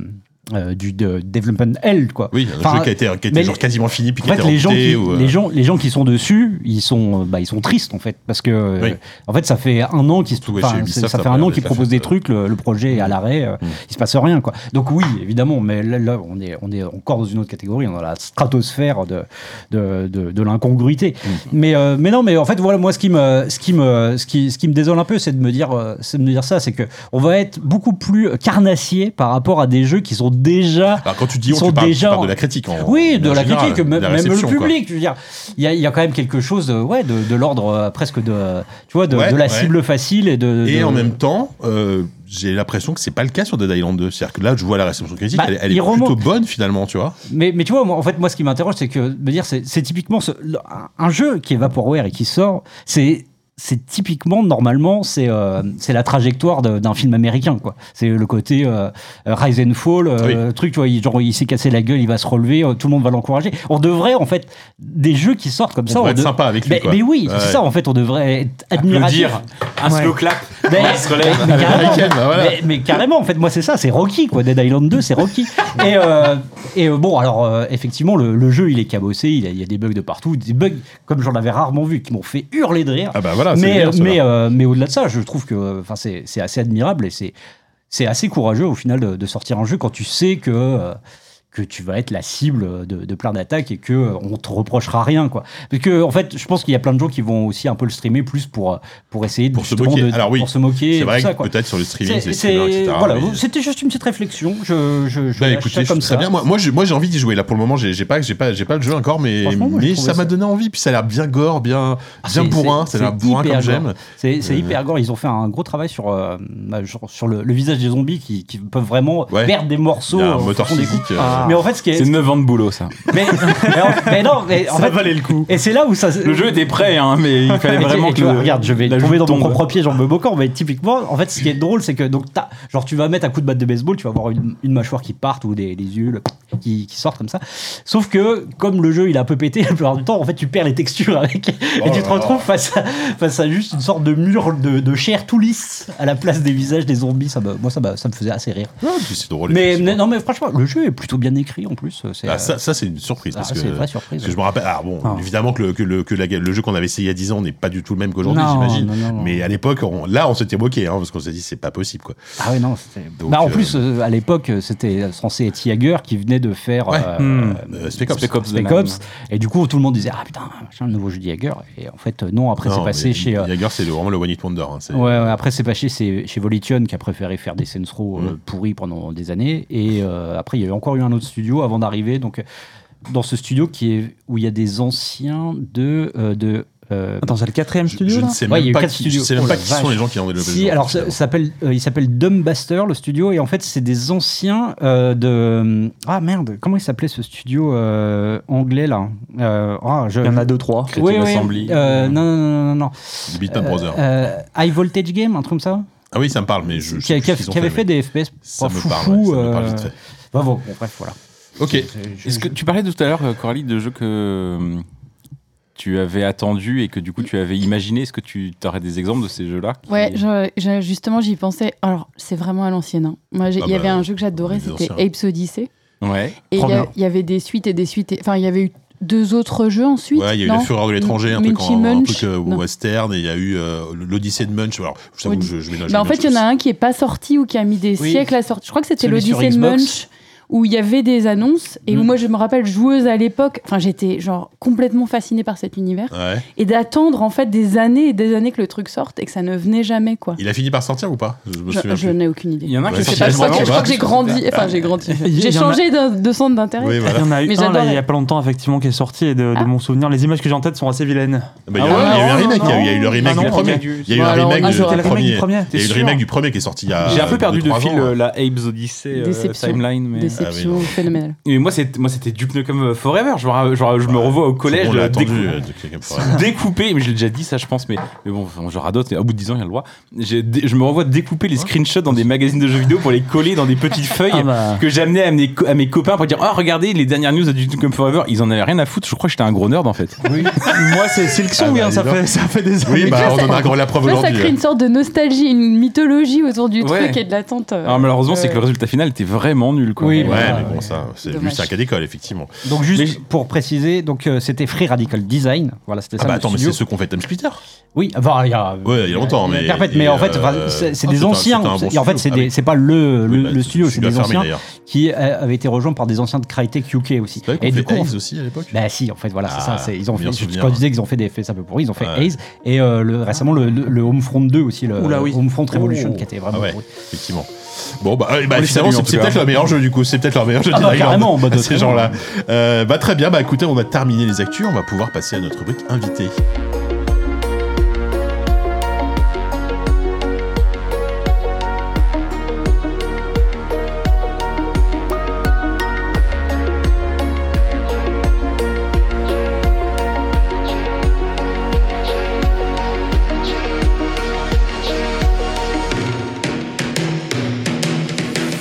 [SPEAKER 6] euh, du de- development hell quoi.
[SPEAKER 3] Oui, un
[SPEAKER 6] Enfin,
[SPEAKER 3] jeu qui a été, qui a été
[SPEAKER 6] mais-
[SPEAKER 3] genre quasiment fini puis
[SPEAKER 6] en
[SPEAKER 3] qui a
[SPEAKER 6] fait,
[SPEAKER 3] été
[SPEAKER 6] les gens,
[SPEAKER 3] amputé
[SPEAKER 6] qui,
[SPEAKER 3] ou, euh,
[SPEAKER 6] les, gens, les gens qui sont dessus, ils sont, euh, bah, ils sont tristes en fait, parce que euh,
[SPEAKER 3] Oui.
[SPEAKER 6] en fait, ça fait un an qu'ils
[SPEAKER 3] Surtout, ouais,
[SPEAKER 6] enfin,
[SPEAKER 3] chez Ubisoft,
[SPEAKER 6] c'est- ça fait
[SPEAKER 3] après,
[SPEAKER 6] un an
[SPEAKER 3] avec
[SPEAKER 6] qu'ils
[SPEAKER 3] la
[SPEAKER 6] proposent des
[SPEAKER 3] fête,
[SPEAKER 6] trucs, le, le projet est
[SPEAKER 3] Mm.
[SPEAKER 6] à l'arrêt, euh, il se passe rien quoi. Donc oui, évidemment, mais là, là, on est, on est encore dans une autre catégorie, on est dans la stratosphère de de, de- de l'incongruité.
[SPEAKER 3] Mm.
[SPEAKER 6] Mais euh, mais non, mais en fait voilà, moi ce qui me ce qui me ce qui ce qui me désole un peu, c'est de me dire euh, c'est de me dire ça, c'est que on va être beaucoup plus carnassier par rapport à des jeux qui sont déjà
[SPEAKER 3] Alors, quand tu dis
[SPEAKER 6] ils
[SPEAKER 3] on,
[SPEAKER 6] sont
[SPEAKER 3] tu parles, tu
[SPEAKER 6] déjà
[SPEAKER 3] parles de
[SPEAKER 6] en-
[SPEAKER 3] la critique. en-
[SPEAKER 6] oui,
[SPEAKER 3] en
[SPEAKER 6] de la
[SPEAKER 3] général,
[SPEAKER 6] critique,
[SPEAKER 3] de
[SPEAKER 6] même,
[SPEAKER 3] la
[SPEAKER 6] même le
[SPEAKER 3] réception, quoi.
[SPEAKER 6] public. Je veux dire, il y, a- il y a quand même quelque chose, de, ouais, de, de l'ordre euh, presque de, tu vois, de,
[SPEAKER 3] Ouais,
[SPEAKER 6] de la
[SPEAKER 3] ouais.
[SPEAKER 6] cible facile et de.
[SPEAKER 3] Et
[SPEAKER 6] de-
[SPEAKER 3] en même temps, euh, j'ai l'impression que c'est pas le cas sur Dead Island 2. C'est-à-dire que là, je vois la réception critique,
[SPEAKER 6] Bah,
[SPEAKER 3] elle, elle
[SPEAKER 6] il
[SPEAKER 3] est plutôt
[SPEAKER 6] remonte.
[SPEAKER 3] bonne finalement, tu vois.
[SPEAKER 6] Mais, mais tu vois, moi, en fait, moi, ce qui m'interroge, c'est que me dire, c'est c'est typiquement ce- le- un- un jeu qui est vaporware et qui sort, c'est c'est typiquement normalement c'est euh, c'est la trajectoire de- d'un film américain quoi c'est le côté euh, euh, rise and fall euh, truc tu vois il, genre il s'est cassé la gueule il va se relever euh, tout le monde va l'encourager on devrait en fait des jeux qui sortent comme
[SPEAKER 3] On
[SPEAKER 6] ça
[SPEAKER 3] devrait
[SPEAKER 6] on
[SPEAKER 3] être
[SPEAKER 6] de-
[SPEAKER 3] sympa avec lui,
[SPEAKER 6] mais,
[SPEAKER 3] quoi.
[SPEAKER 6] mais oui
[SPEAKER 3] Ouais.
[SPEAKER 6] c'est ça en fait on devrait être
[SPEAKER 4] Le
[SPEAKER 6] admiratif
[SPEAKER 4] dire, un
[SPEAKER 1] Ouais.
[SPEAKER 4] slow clap,
[SPEAKER 6] mais,
[SPEAKER 4] on se relève.
[SPEAKER 6] mais- mais carrément,
[SPEAKER 3] Américaine, bah voilà.
[SPEAKER 6] mais, mais carrément, en fait, moi, c'est ça, c'est Rocky, quoi. Dead Island 2, c'est Rocky. et, euh, et euh, bon, alors, euh, effectivement, le, le jeu, il est cabossé, il y a, il y a des bugs de partout, des bugs comme j'en avais rarement vu, qui m'ont fait hurler de rire.
[SPEAKER 3] Ah bah voilà, c'est
[SPEAKER 6] mais
[SPEAKER 3] bien, cela.
[SPEAKER 6] mais, euh, mais au-delà de ça, je trouve que enfin, c'est c'est assez admirable et c'est c'est assez courageux, au final, de, de sortir un jeu quand tu sais que. euh, que tu vas être la cible de, de plein d'attaques et que euh, on te reprochera rien quoi parce que en fait je pense qu'il y a plein de gens qui vont aussi un peu le streamer plus pour euh, pour essayer de,
[SPEAKER 3] Pour se
[SPEAKER 6] justement
[SPEAKER 3] moquer.
[SPEAKER 6] de-
[SPEAKER 3] Alors oui,
[SPEAKER 6] pour se moquer euh, et
[SPEAKER 3] C'est
[SPEAKER 6] tout
[SPEAKER 3] vrai
[SPEAKER 6] ça,
[SPEAKER 3] que
[SPEAKER 6] quoi.
[SPEAKER 3] peut-être sur le streaming,
[SPEAKER 6] C'est-
[SPEAKER 3] c'est streamers,
[SPEAKER 6] c'est-
[SPEAKER 3] etc.
[SPEAKER 6] voilà,
[SPEAKER 3] mais-
[SPEAKER 6] c'était juste une petite réflexion. Je, je, je
[SPEAKER 3] Bah
[SPEAKER 6] lâche ça
[SPEAKER 3] écoutez, je
[SPEAKER 6] comme
[SPEAKER 3] trouve très
[SPEAKER 6] ça.
[SPEAKER 3] bien. Moi, moi, j'ai, moi, j'ai envie d'y jouer. Là, pour le moment, j'ai, j'ai pas, j'ai pas, j'ai pas le jeu encore, mais,
[SPEAKER 6] Franchement, moi, je
[SPEAKER 3] mais
[SPEAKER 6] trouvais
[SPEAKER 3] ça m'a
[SPEAKER 6] ça-
[SPEAKER 3] donné envie. Puis ça a l'air bien gore, bien,
[SPEAKER 6] Ah,
[SPEAKER 3] bien
[SPEAKER 6] c'est-
[SPEAKER 3] bourrin.
[SPEAKER 6] c'est-
[SPEAKER 3] Ça a l'air
[SPEAKER 6] c'est
[SPEAKER 3] bourrin
[SPEAKER 6] hyper
[SPEAKER 3] comme
[SPEAKER 6] gore.
[SPEAKER 3] j'aime. Euh.
[SPEAKER 6] C'est c'est hyper gore. Ils ont fait un gros travail sur, euh, bah, genre sur le, le visage des zombies qui, qui peuvent vraiment
[SPEAKER 3] Ouais.
[SPEAKER 6] perdre des morceaux.
[SPEAKER 3] Il y a un
[SPEAKER 6] au
[SPEAKER 3] moteur
[SPEAKER 6] fond des
[SPEAKER 3] physique.
[SPEAKER 6] coups.
[SPEAKER 3] euh,
[SPEAKER 1] Ah.
[SPEAKER 6] Mais en fait, ce qui est.
[SPEAKER 4] C'est 9 ans de boulot ça.
[SPEAKER 6] Mais, mais en- mais non, mais en
[SPEAKER 1] ça
[SPEAKER 6] fait.
[SPEAKER 1] valait le coup.
[SPEAKER 6] Et c'est là où ça.
[SPEAKER 4] Le jeu était prêt, hein, mais il fallait
[SPEAKER 6] Et tu- et
[SPEAKER 4] vraiment
[SPEAKER 6] tu
[SPEAKER 4] que.
[SPEAKER 6] vois,
[SPEAKER 4] le-
[SPEAKER 6] regarde, je vais
[SPEAKER 4] la
[SPEAKER 6] tomber
[SPEAKER 4] joue
[SPEAKER 6] dans mon
[SPEAKER 4] tombe.
[SPEAKER 6] propre piège en me moquant, mais typiquement, en fait, ce qui est drôle, c'est que donc t'as, genre, tu vas mettre un coup de batte de baseball, tu vas avoir une, une mâchoire qui parte ou des, des yeux le- qui, qui sortent comme ça. Sauf que comme le jeu il a un peu pété, la plupart du temps, en fait, tu perds les textures avec
[SPEAKER 4] Oh
[SPEAKER 6] et tu te retrouves face à, face à juste une sorte de mur de, de chair tout lisse à la place des visages des zombies. Ça me- moi, ça, me- ça me faisait assez rire.
[SPEAKER 3] ouais, puis c'est drôle.
[SPEAKER 6] Mais
[SPEAKER 3] effectivement.
[SPEAKER 6] non, mais franchement, le jeu est plutôt bien bien écrit en plus. C'est,
[SPEAKER 3] Ah,
[SPEAKER 4] Bah,
[SPEAKER 6] euh,
[SPEAKER 3] ça, ça, c'est une surprise.
[SPEAKER 6] ah, c'est
[SPEAKER 3] parce que,
[SPEAKER 6] une vraie
[SPEAKER 3] parce
[SPEAKER 6] surprise.
[SPEAKER 3] que je me rappelle. Alors, bon,
[SPEAKER 6] Ah.
[SPEAKER 3] évidemment que le, que le, que la- le jeu qu'on avait essayé il y a 10 ans n'est pas du tout le même qu'aujourd'hui,
[SPEAKER 6] Non,
[SPEAKER 3] j'imagine.
[SPEAKER 6] non, non, non.
[SPEAKER 3] Mais à l'époque, on- là, on s'était moqué, hein, parce qu'on s'est dit, c'est pas possible, quoi.
[SPEAKER 6] Ah ouais, non, c'était.
[SPEAKER 3] Donc,
[SPEAKER 6] Bah, en
[SPEAKER 3] euh,
[SPEAKER 6] plus, euh, à l'époque, euh, c'était censé être Jaeger qui venait de faire
[SPEAKER 3] Ouais.
[SPEAKER 6] euh,
[SPEAKER 1] Hmm.
[SPEAKER 3] Euh, Spec Ops.
[SPEAKER 4] Spec Ops.
[SPEAKER 6] Spec
[SPEAKER 4] The Line.
[SPEAKER 6] Ops. Et du coup, tout le monde disait Ah putain, machin, le nouveau jeu de Jaeger. Et en fait, euh, non, après,
[SPEAKER 3] Non,
[SPEAKER 6] c'est passé
[SPEAKER 3] mais
[SPEAKER 6] chez. euh,
[SPEAKER 3] Jaeger, c'est le- vraiment le One Hit Wonder. hein, c'est-
[SPEAKER 6] Ouais, ouais, après c'est passé chez, chez Volition qui a préféré faire des Saints Row euh,
[SPEAKER 3] Mm.
[SPEAKER 6] pourris pendant des années et euh, après il y avait encore eu un autre studio avant d'arriver donc euh, dans ce studio qui est où il y a des anciens de euh, de euh,
[SPEAKER 1] Attends, c'est le quatrième
[SPEAKER 3] Je,
[SPEAKER 1] studio
[SPEAKER 3] je
[SPEAKER 1] là
[SPEAKER 3] ne sais
[SPEAKER 6] Ouais, il y a
[SPEAKER 3] même
[SPEAKER 6] eu
[SPEAKER 3] pas
[SPEAKER 6] quatre
[SPEAKER 3] qui, je
[SPEAKER 6] studios.
[SPEAKER 3] sais même
[SPEAKER 6] Oh
[SPEAKER 3] pas
[SPEAKER 6] la
[SPEAKER 3] qui sont
[SPEAKER 6] vache.
[SPEAKER 3] les gens qui ont développé le
[SPEAKER 6] si,
[SPEAKER 3] jeu,
[SPEAKER 6] alors ça,
[SPEAKER 3] finalement.
[SPEAKER 6] s'appelle, euh, il s'appelle Dumbbuster le studio et en fait c'est des anciens euh, de ah merde comment il s'appelait ce studio euh, anglais là euh, ah, je-
[SPEAKER 1] Il y en a deux, trois.
[SPEAKER 4] Creative
[SPEAKER 6] Oui, oui,
[SPEAKER 4] Assembly.
[SPEAKER 6] euh, non non non non, non.
[SPEAKER 3] Les Beatman Brothers.
[SPEAKER 6] Euh, High Voltage Game un truc comme ça
[SPEAKER 3] Ah oui, ça me parle, mais je. je
[SPEAKER 6] qui,
[SPEAKER 3] sais
[SPEAKER 6] qui a-
[SPEAKER 3] plus ce qu'ils ont
[SPEAKER 6] qui avait
[SPEAKER 3] mais
[SPEAKER 6] fait des FPS
[SPEAKER 3] Ça
[SPEAKER 6] pas
[SPEAKER 3] me parle,
[SPEAKER 6] foufou,
[SPEAKER 3] ouais, ça me parle
[SPEAKER 6] euh,
[SPEAKER 3] vite fait.
[SPEAKER 6] bah bon, bon, bref, voilà.
[SPEAKER 3] Ok.
[SPEAKER 4] Est-ce que tu parlais tout à l'heure, euh, Coralie, de jeux que euh, tu avais attendu et que du coup tu avais imaginé Est-ce que tu aurais des exemples de ces jeux-là qui-
[SPEAKER 5] Ouais, je- je- justement, j'y pensais. Alors, c'est vraiment à l'ancienne. hein. Moi, j'ai- il
[SPEAKER 3] Ah
[SPEAKER 5] y
[SPEAKER 3] bah,
[SPEAKER 5] avait un jeu que j'adorais,
[SPEAKER 3] les
[SPEAKER 5] c'était
[SPEAKER 3] anciens.
[SPEAKER 5] Apes Odyssey.
[SPEAKER 4] Ouais.
[SPEAKER 5] Et
[SPEAKER 1] Trop
[SPEAKER 5] il y, a-
[SPEAKER 1] bien.
[SPEAKER 5] il y avait des suites et des suites. et- Enfin, il y avait eu deux autres jeux ensuite.
[SPEAKER 3] Ouais, il y a eu
[SPEAKER 5] non
[SPEAKER 3] la fureur de l'étranger, un truc,
[SPEAKER 5] Munch
[SPEAKER 3] en, un
[SPEAKER 5] Munch.
[SPEAKER 3] truc euh,
[SPEAKER 5] Non.
[SPEAKER 3] western, et il y a eu euh, l'Odyssée de Munch. Alors, je t'avoue que je, je mélange.
[SPEAKER 5] Mais Bah, en
[SPEAKER 3] les
[SPEAKER 5] fait, il y en
[SPEAKER 3] choses.
[SPEAKER 5] a un qui est pas sorti ou qui a mis des
[SPEAKER 6] Oui.
[SPEAKER 5] siècles à sortir. Je crois que c'était
[SPEAKER 6] Celui sur
[SPEAKER 5] l'Odyssée de
[SPEAKER 6] Xbox.
[SPEAKER 5] Munch où il y avait des annonces et où
[SPEAKER 6] Mm.
[SPEAKER 5] moi je me rappelle joueuse à l'époque. Enfin, j'étais genre complètement fascinée par cet univers
[SPEAKER 3] Ouais.
[SPEAKER 5] et d'attendre en fait des années et des années que le truc sorte et que ça ne venait jamais quoi.
[SPEAKER 3] Il a fini par sortir ou pas Je me
[SPEAKER 5] Je,
[SPEAKER 3] souviens
[SPEAKER 5] je
[SPEAKER 3] plus.
[SPEAKER 5] n'ai aucune idée.
[SPEAKER 4] Il y en a un
[SPEAKER 3] Ouais,
[SPEAKER 4] qui
[SPEAKER 5] Je,
[SPEAKER 4] est
[SPEAKER 5] sais pas, je crois, que, je crois que j'ai
[SPEAKER 3] Ouais.
[SPEAKER 5] grandi. Enfin, j'ai grandi.
[SPEAKER 3] Ah,
[SPEAKER 1] Il y
[SPEAKER 5] J'ai
[SPEAKER 1] en a-
[SPEAKER 5] changé de, de centre d'intérêt.
[SPEAKER 3] Oui,
[SPEAKER 1] Il
[SPEAKER 3] voilà.
[SPEAKER 1] y en a eu
[SPEAKER 5] Mais
[SPEAKER 1] un là,
[SPEAKER 5] j'adorais.
[SPEAKER 1] il y a pas longtemps, effectivement, qui est sorti. Et de, de
[SPEAKER 5] Ah.
[SPEAKER 1] mon souvenir, les images que j'ai en tête sont assez vilaines.
[SPEAKER 3] Bah, il y
[SPEAKER 1] Ah ouais,
[SPEAKER 3] a il y a eu
[SPEAKER 1] non,
[SPEAKER 3] un remake,
[SPEAKER 1] non,
[SPEAKER 3] il y a eu- il y a eu le
[SPEAKER 1] non,
[SPEAKER 3] remake
[SPEAKER 1] non,
[SPEAKER 3] du
[SPEAKER 1] non,
[SPEAKER 3] premier. Il y a eu
[SPEAKER 5] Bon,
[SPEAKER 3] un
[SPEAKER 5] alors,
[SPEAKER 3] remake
[SPEAKER 5] ah,
[SPEAKER 3] du
[SPEAKER 5] j'aurais
[SPEAKER 1] C'était
[SPEAKER 5] le
[SPEAKER 1] le remake du
[SPEAKER 3] premier.
[SPEAKER 1] premier.
[SPEAKER 3] Il y a eu le
[SPEAKER 1] t'es sûr
[SPEAKER 3] remake du premier qui est sorti il y a.
[SPEAKER 4] J'ai un peu
[SPEAKER 3] euh,
[SPEAKER 4] perdu
[SPEAKER 3] deux,
[SPEAKER 4] de
[SPEAKER 3] trois
[SPEAKER 4] fil
[SPEAKER 3] ans,
[SPEAKER 4] euh,
[SPEAKER 3] hein.
[SPEAKER 4] la Abe's Odyssey euh,
[SPEAKER 5] Déception.
[SPEAKER 4] timeline. Mais...
[SPEAKER 5] Déception
[SPEAKER 3] Ah oui, non.
[SPEAKER 5] phénoménale.
[SPEAKER 4] Et moi, c'est- moi, c'était Duke Nukem euh, Forever. Je me, ra- je, je me revois au collège.
[SPEAKER 3] On l'a
[SPEAKER 4] euh,
[SPEAKER 3] attendu.
[SPEAKER 4] décou-
[SPEAKER 3] euh, de quelqu'un pour avoir-
[SPEAKER 4] découper, mais j'ai déjà dit ça, je pense, mais, mais bon, enfin, je radote, mais au bout de 10 ans, il y a le droit. J'ai dé- Je me revois découper les screenshots dans des magazines de jeux vidéo pour les coller dans des petites feuilles
[SPEAKER 1] Ah bah.
[SPEAKER 4] que j'amenais à mes, co- à mes copains pour dire Ah, regardez les dernières news de Duke Nukem Forever. Ils en avaient rien à foutre, je crois que j'étais un gros nerd en fait.
[SPEAKER 1] Moi, c'est Silksong,
[SPEAKER 3] Ah bah,
[SPEAKER 1] hein,
[SPEAKER 3] dis
[SPEAKER 1] ça,
[SPEAKER 3] donc.
[SPEAKER 1] fait, ça fait des années.
[SPEAKER 3] Oui, bah, on
[SPEAKER 5] ça-
[SPEAKER 3] en a encore la preuve
[SPEAKER 5] Ça, ça crée
[SPEAKER 3] aujourd'hui. hein.
[SPEAKER 5] une sorte de nostalgie, une mythologie autour du
[SPEAKER 4] Ouais.
[SPEAKER 5] truc et de l'attente. euh,
[SPEAKER 4] Alors malheureusement, c'est
[SPEAKER 5] euh,
[SPEAKER 4] que le résultat final était vraiment nul quoi.
[SPEAKER 6] Oui,
[SPEAKER 4] Mais-
[SPEAKER 3] Ouais,
[SPEAKER 6] Ah,
[SPEAKER 3] mais
[SPEAKER 6] ouais.
[SPEAKER 3] bon, ça, c'est lui,
[SPEAKER 5] Dommage.
[SPEAKER 3] c'est un cas d'école, effectivement.
[SPEAKER 6] Donc juste
[SPEAKER 4] Mais-
[SPEAKER 6] pour préciser, donc euh, c'était Free Radical Design, voilà, c'était
[SPEAKER 3] Ah
[SPEAKER 6] ça.
[SPEAKER 3] bah
[SPEAKER 6] le
[SPEAKER 3] attends, mais
[SPEAKER 6] studio.
[SPEAKER 3] c'est ceux qu'on fait Time Splitter.
[SPEAKER 6] Oui, enfin, il y a
[SPEAKER 3] Ouais, il y a longtemps, mais-
[SPEAKER 6] en fait, mais en fait,
[SPEAKER 3] euh,
[SPEAKER 6] enfin, c'est c'est
[SPEAKER 3] ah,
[SPEAKER 6] des
[SPEAKER 3] c'était un-
[SPEAKER 6] anciens.
[SPEAKER 3] c'était un bon
[SPEAKER 6] et en fait, c'est
[SPEAKER 3] studio.
[SPEAKER 6] des-
[SPEAKER 3] Ah oui.
[SPEAKER 6] c'est pas le,
[SPEAKER 3] Oui,
[SPEAKER 6] le,
[SPEAKER 3] bah,
[SPEAKER 6] le studio,
[SPEAKER 3] celui
[SPEAKER 6] c'est
[SPEAKER 3] de
[SPEAKER 6] des
[SPEAKER 3] la fermée,
[SPEAKER 6] anciens
[SPEAKER 3] d'ailleurs.
[SPEAKER 6] qui euh, avaient été rejoints par des anciens de Crytek UK aussi.
[SPEAKER 3] C'est vrai qu'on
[SPEAKER 6] Et
[SPEAKER 3] fait
[SPEAKER 6] du coup, on-
[SPEAKER 3] Ace aussi à l'époque.
[SPEAKER 6] Bah si, en fait, voilà, c'est ça.
[SPEAKER 3] Ah,
[SPEAKER 6] c'est- Ils ont
[SPEAKER 3] bien
[SPEAKER 6] fait,
[SPEAKER 3] souvenir.
[SPEAKER 6] quand je disais qu'ils ont fait des faits un peu pourris, ils ont fait
[SPEAKER 3] Ouais.
[SPEAKER 6] Haze et euh, le, récemment le, le, le Homefront 2 aussi, le
[SPEAKER 1] Oula, oui.
[SPEAKER 6] Homefront Revolution
[SPEAKER 3] Oh.
[SPEAKER 6] qui était
[SPEAKER 3] Ah
[SPEAKER 6] vraiment
[SPEAKER 3] ouais.
[SPEAKER 6] pourri.
[SPEAKER 3] Effectivement. Bon, bah, euh, bah
[SPEAKER 4] On
[SPEAKER 3] finalement,
[SPEAKER 4] les salue, en
[SPEAKER 3] c'est
[SPEAKER 4] tout
[SPEAKER 3] c'est
[SPEAKER 4] cas.
[SPEAKER 3] peut-être leur meilleur jeu du coup. C'est peut-être leur meilleur jeu
[SPEAKER 6] Ah
[SPEAKER 3] de
[SPEAKER 6] bah,
[SPEAKER 3] Dreamland,
[SPEAKER 6] carrément, bah, de
[SPEAKER 3] ces
[SPEAKER 6] très loin.
[SPEAKER 3] gens-là. Euh, bah, très bien. Bah, écoutez, on a terminé les actus. On va pouvoir passer à notre rubrique invité.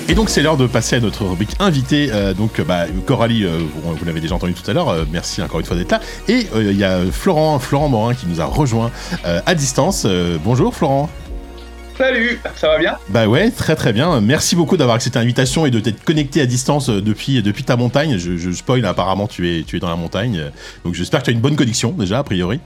[SPEAKER 3] Et donc c'est l'heure de passer à notre rubrique invité. Euh, donc euh, bah, Coralie, euh, vous, vous l'avez déjà entendu tout à l'heure. euh, merci encore une fois d'être là. Et euh, il y a Florent, Florent Morin qui nous a rejoint euh, à distance. Euh, bonjour Florent.
[SPEAKER 2] Salut, ça va bien
[SPEAKER 3] Bah ouais, très très bien. Merci beaucoup d'avoir accepté l'invitation et de t'être connecté à distance euh, depuis, depuis ta montagne. Je, je spoil, hein, apparemment tu es, tu es dans la montagne. Euh, Donc j'espère que tu as une bonne connexion déjà, a priori.